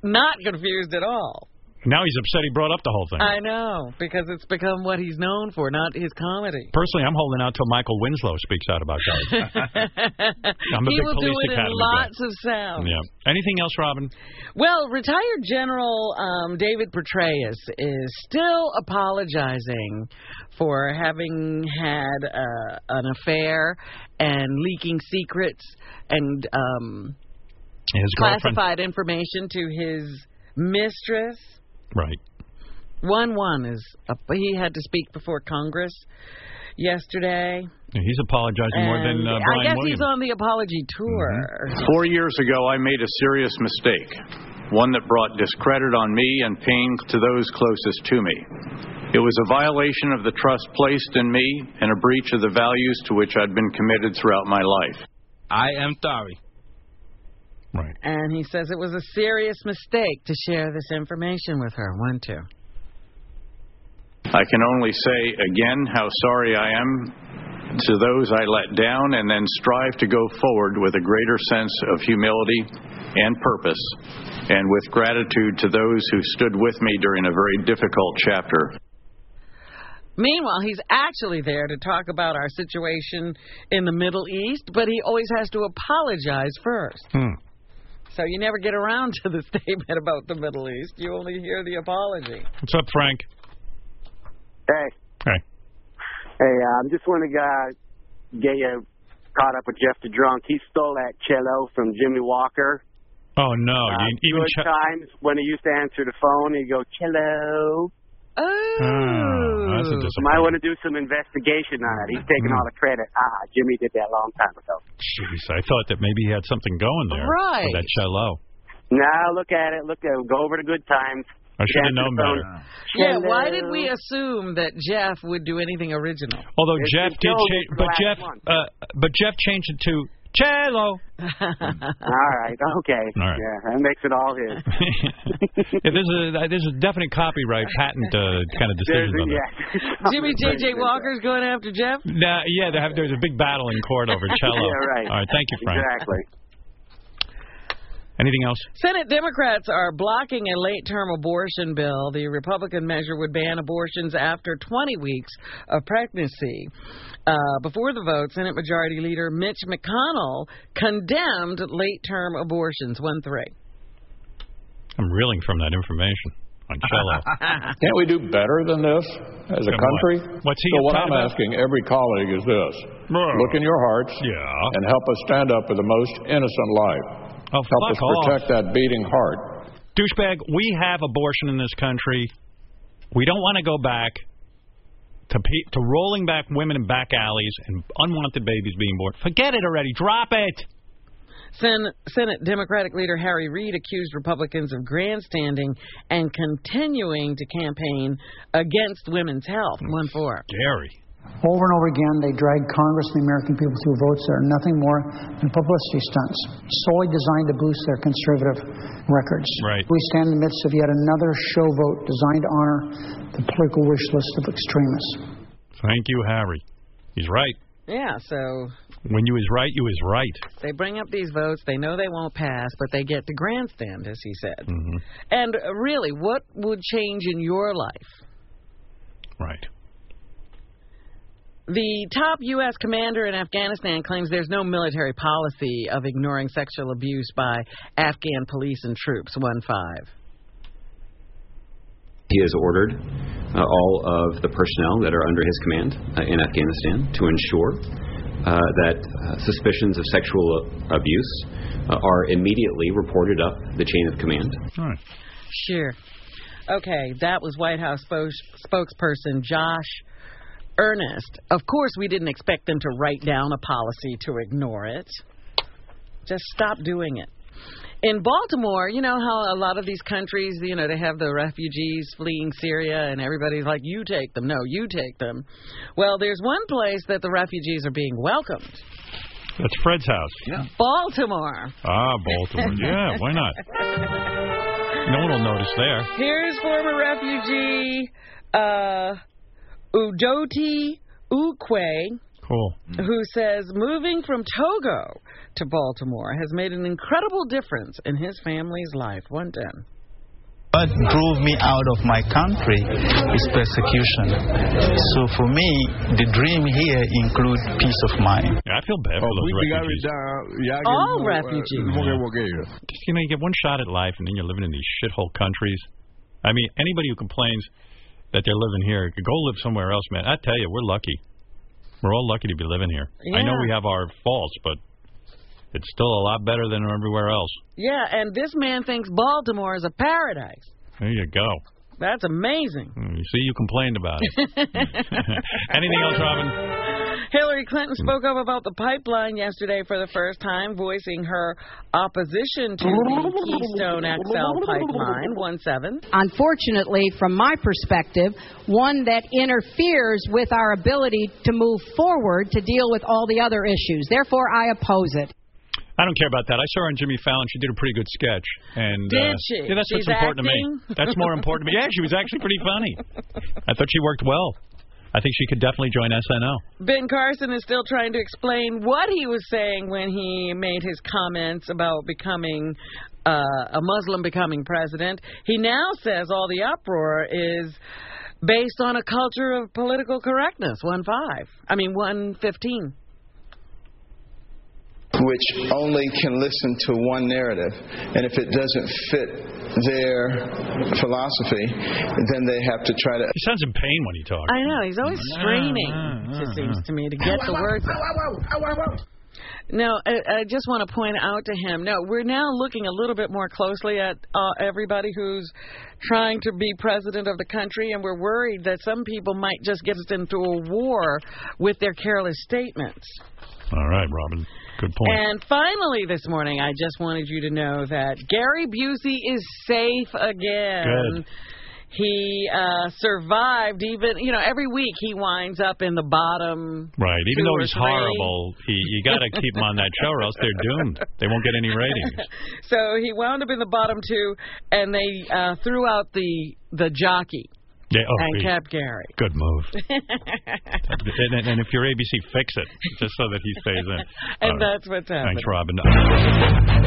Speaker 5: not confused at all.
Speaker 3: Now he's upset he brought up the whole thing.
Speaker 5: I know because it's become what he's known for, not his comedy.
Speaker 3: Personally, I'm holding out till Michael Winslow speaks out about Cosby. I'm a
Speaker 5: he
Speaker 3: big
Speaker 5: will do
Speaker 3: Police
Speaker 5: it in
Speaker 3: Academy guy.
Speaker 5: lots of sound.
Speaker 3: Yeah. Anything else, Robin?
Speaker 5: Well, retired General um, David Petraeus is still apologizing for having had uh, an affair and leaking secrets and um,
Speaker 3: His girlfriend.
Speaker 5: classified information to his mistress.
Speaker 3: Right.
Speaker 5: One one is up. He had to speak before Congress yesterday.
Speaker 3: Yeah, He's apologizing more than
Speaker 5: And
Speaker 3: uh,
Speaker 5: I guess
Speaker 3: Brian Williams. Mm-hmm.
Speaker 5: he's on the apology tour.
Speaker 18: Four years ago, I made a serious mistake, one that brought discredit on me and pain to those closest to me. It was a violation of the trust placed in me and a breach of the values to which I'd been committed throughout my life. I am sorry.
Speaker 5: And he says it was a serious mistake to share this information with her. One two.
Speaker 18: I can only say again how sorry I am to those I let down and then strive to go forward with a greater sense of humility and purpose and with gratitude to those who stood with me during a very difficult chapter
Speaker 5: Meanwhile, he's actually there to talk about our situation in the Middle East, but he always has to apologize first.
Speaker 3: Hmm.
Speaker 5: So you never get around to the statement about the Middle East. You only hear the apology.
Speaker 3: What's up, Frank?
Speaker 15: Hey.
Speaker 3: Hey.
Speaker 15: Hey, um, just want to uh, get you uh, caught up with Jeff the Drunk. He stole that cello from Jimmy Walker.
Speaker 3: Oh no!
Speaker 15: Uh,
Speaker 3: you, even Ch-
Speaker 15: good times when he used to answer the phone, he'd go cello.
Speaker 3: Oh, that's a
Speaker 15: Might
Speaker 3: disappointment.
Speaker 15: want to do some investigation on it. He's taking
Speaker 3: Mm.
Speaker 15: all the credit. Ah, Jimmy did that a long time ago.
Speaker 3: Jeez, I thought that maybe he had something going there.
Speaker 15: Right.
Speaker 3: With that cello.
Speaker 15: Now look at it. Look at it. Go over the good times.
Speaker 3: I should have
Speaker 15: Answer the
Speaker 3: known
Speaker 15: phone.
Speaker 3: better.
Speaker 5: Yeah, why did we assume that Jeff would do anything original?
Speaker 3: Although Jeff did change, but Jeff, uh, but Jeff changed it to cello.
Speaker 15: all right. Okay.
Speaker 3: All right.
Speaker 15: Yeah, that makes it all his.
Speaker 3: yeah, there's a uh, there's a definite copyright patent uh, kind of decision on that.
Speaker 5: Jimmy J.J. Walker's going after Jeff?
Speaker 3: Nah, yeah, they have, there's a big battle in court over cello.
Speaker 5: Yeah, right.
Speaker 3: All right, thank you, Frank.
Speaker 15: Exactly.
Speaker 3: Anything else?
Speaker 5: Senate Democrats are blocking a late term abortion bill. The Republican measure would ban abortions after 20 weeks of pregnancy. Uh, before the vote, Senate Majority Leader Mitch McConnell condemned late term abortions. 1 3.
Speaker 3: I'm reeling from that information on cello.
Speaker 23: Can't we do better than this as
Speaker 3: Then
Speaker 23: a country?
Speaker 3: what? What's he
Speaker 23: so what
Speaker 3: upset
Speaker 23: I'm
Speaker 3: about?
Speaker 23: asking every colleague is this:
Speaker 3: Well.
Speaker 23: look in your hearts
Speaker 3: yeah.
Speaker 23: and help us stand up for the most innocent life.
Speaker 3: Oh,
Speaker 23: Help us
Speaker 3: fuck off.
Speaker 23: protect that beating heart.
Speaker 3: Douchebag, we have abortion in this country. We don't want to go back to pe to rolling back women in back alleys and unwanted babies being born. Forget it already. Drop it.
Speaker 5: Sen- Senate Democratic leader Harry Reid accused Republicans of grandstanding and continuing to campaign against women's health. One four.
Speaker 3: Gary.
Speaker 12: Over and over again, they drag Congress and the American people through votes that are nothing more than publicity stunts, solely designed to boost their conservative records.
Speaker 3: Right.
Speaker 12: We stand in the midst of yet another show vote designed to honor the political wish list of extremists.
Speaker 3: Thank you, Harry. He's right.
Speaker 5: Yeah, so
Speaker 3: When you is right, you is right.
Speaker 5: they bring up these votes. They know they won't pass, but they get to grandstand, as he said.
Speaker 23: Mm-hmm.
Speaker 5: And uh, really, what would change in your life?
Speaker 3: Right.
Speaker 5: The top U.S. commander in Afghanistan claims there's no military policy of ignoring sexual abuse by Afghan police and troops. One five.
Speaker 16: He has ordered uh, all of the personnel that are under his command uh, in Afghanistan to ensure uh, that uh, suspicions of sexual abuse uh, are immediately reported up the chain of command.
Speaker 5: Sure. Okay, that was White House spo- spokesperson Josh Earnest. Of course, we didn't expect them to write down a policy to ignore it. Just stop doing it. In Baltimore, you know how a lot of these countries, you know, they have the refugees fleeing Syria and everybody's like, you take them. No, you take them. Well, there's one place that the refugees are being welcomed
Speaker 3: That's Fred's house. Yeah.
Speaker 5: Baltimore.
Speaker 3: Ah, Baltimore. yeah, why not? No one will notice there.
Speaker 5: Here's former refugee uh, Udoti Ukwe,
Speaker 3: Cool.
Speaker 5: who says moving from Togo to Baltimore has made an incredible difference in his family's life. 110.
Speaker 38: What drove me out of my country is persecution. So for me, the dream here includes peace of mind.
Speaker 3: I feel bad for those refugees.
Speaker 38: All refugees.
Speaker 3: Just, you know, you get one shot at life, and then you're living in these shithole countries. I mean, anybody who complains that they're living here, go live somewhere else, man. I tell you, we're lucky. We're all lucky to be living here. I know
Speaker 5: Yeah.
Speaker 3: we have our faults, but it's still a lot better than everywhere else.
Speaker 5: Yeah, and this man thinks Baltimore is a paradise.
Speaker 3: There you go.
Speaker 5: That's amazing.
Speaker 3: Mm, You see, you complained about it. Anything else, Robin?
Speaker 5: Hillary Clinton spoke up about the pipeline yesterday for the first time, voicing her opposition to the Keystone XL pipeline. One seven.
Speaker 9: unfortunately, from my perspective, one that interferes with our ability to move forward to deal with all the other issues. Therefore, I oppose it.
Speaker 3: I don't care about that. I saw her on Jimmy Fallon. She did a pretty good sketch. And
Speaker 9: Did
Speaker 3: uh,
Speaker 9: she?
Speaker 3: Yeah, that's
Speaker 9: She's
Speaker 3: what's important to me.
Speaker 9: acting?
Speaker 3: That's more important to me. Yeah, she was actually pretty funny. I thought she worked well. I think she could definitely join SNL.
Speaker 5: Ben Carson is still trying to explain what he was saying when he made his comments about becoming uh, a Muslim becoming president. He now says all the uproar is based on a culture of political correctness. One five. I mean one fifteen.
Speaker 28: which only can listen to one narrative. And if it doesn't fit their philosophy, then they have to try to.
Speaker 3: He sounds in pain when he talks.
Speaker 5: I know he's always straining. It just seems to me to get the words. Now, I, I just want to point out to him. No, we're now looking a little bit more closely at uh, everybody who's trying to be president of the country, and we're worried that some people might just get us into a war with their careless statements.
Speaker 3: All right, Robin. Good point.
Speaker 5: And finally, this morning, I just wanted you to know that Gary Busey is safe again.
Speaker 3: Good.
Speaker 5: He uh, survived even, you know, every week he winds up in the bottom.
Speaker 3: Right, even
Speaker 5: two
Speaker 3: though
Speaker 5: or
Speaker 3: he's
Speaker 5: three.
Speaker 3: horrible, he, you got to keep him on that show, or else they're doomed. They won't get any ratings.
Speaker 5: So he wound up in the bottom two, and they uh, threw out the the jockey
Speaker 3: Yeah, oh,
Speaker 5: and
Speaker 3: gee.
Speaker 5: kept Gary.
Speaker 3: Good move. and, and, and if you're ABC, fix it just so that he stays in.
Speaker 5: and
Speaker 3: All right.
Speaker 5: that's what's happening.
Speaker 3: Thanks, Robin.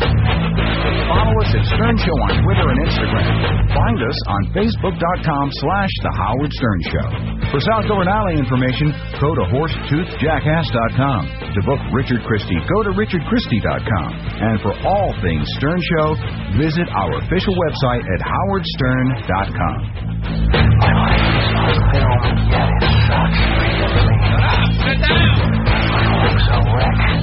Speaker 22: Follow us at Stern Show on Twitter and Instagram. Find us on Facebook.com slash The Howard Stern Show. For Southdoor and Alley information, go to HorsetoothJackass.com. To book Richard Christie, go to RichardChristie.com. And for all things Stern Show, visit our official website at HowardStern.com.
Speaker 55: Sit down.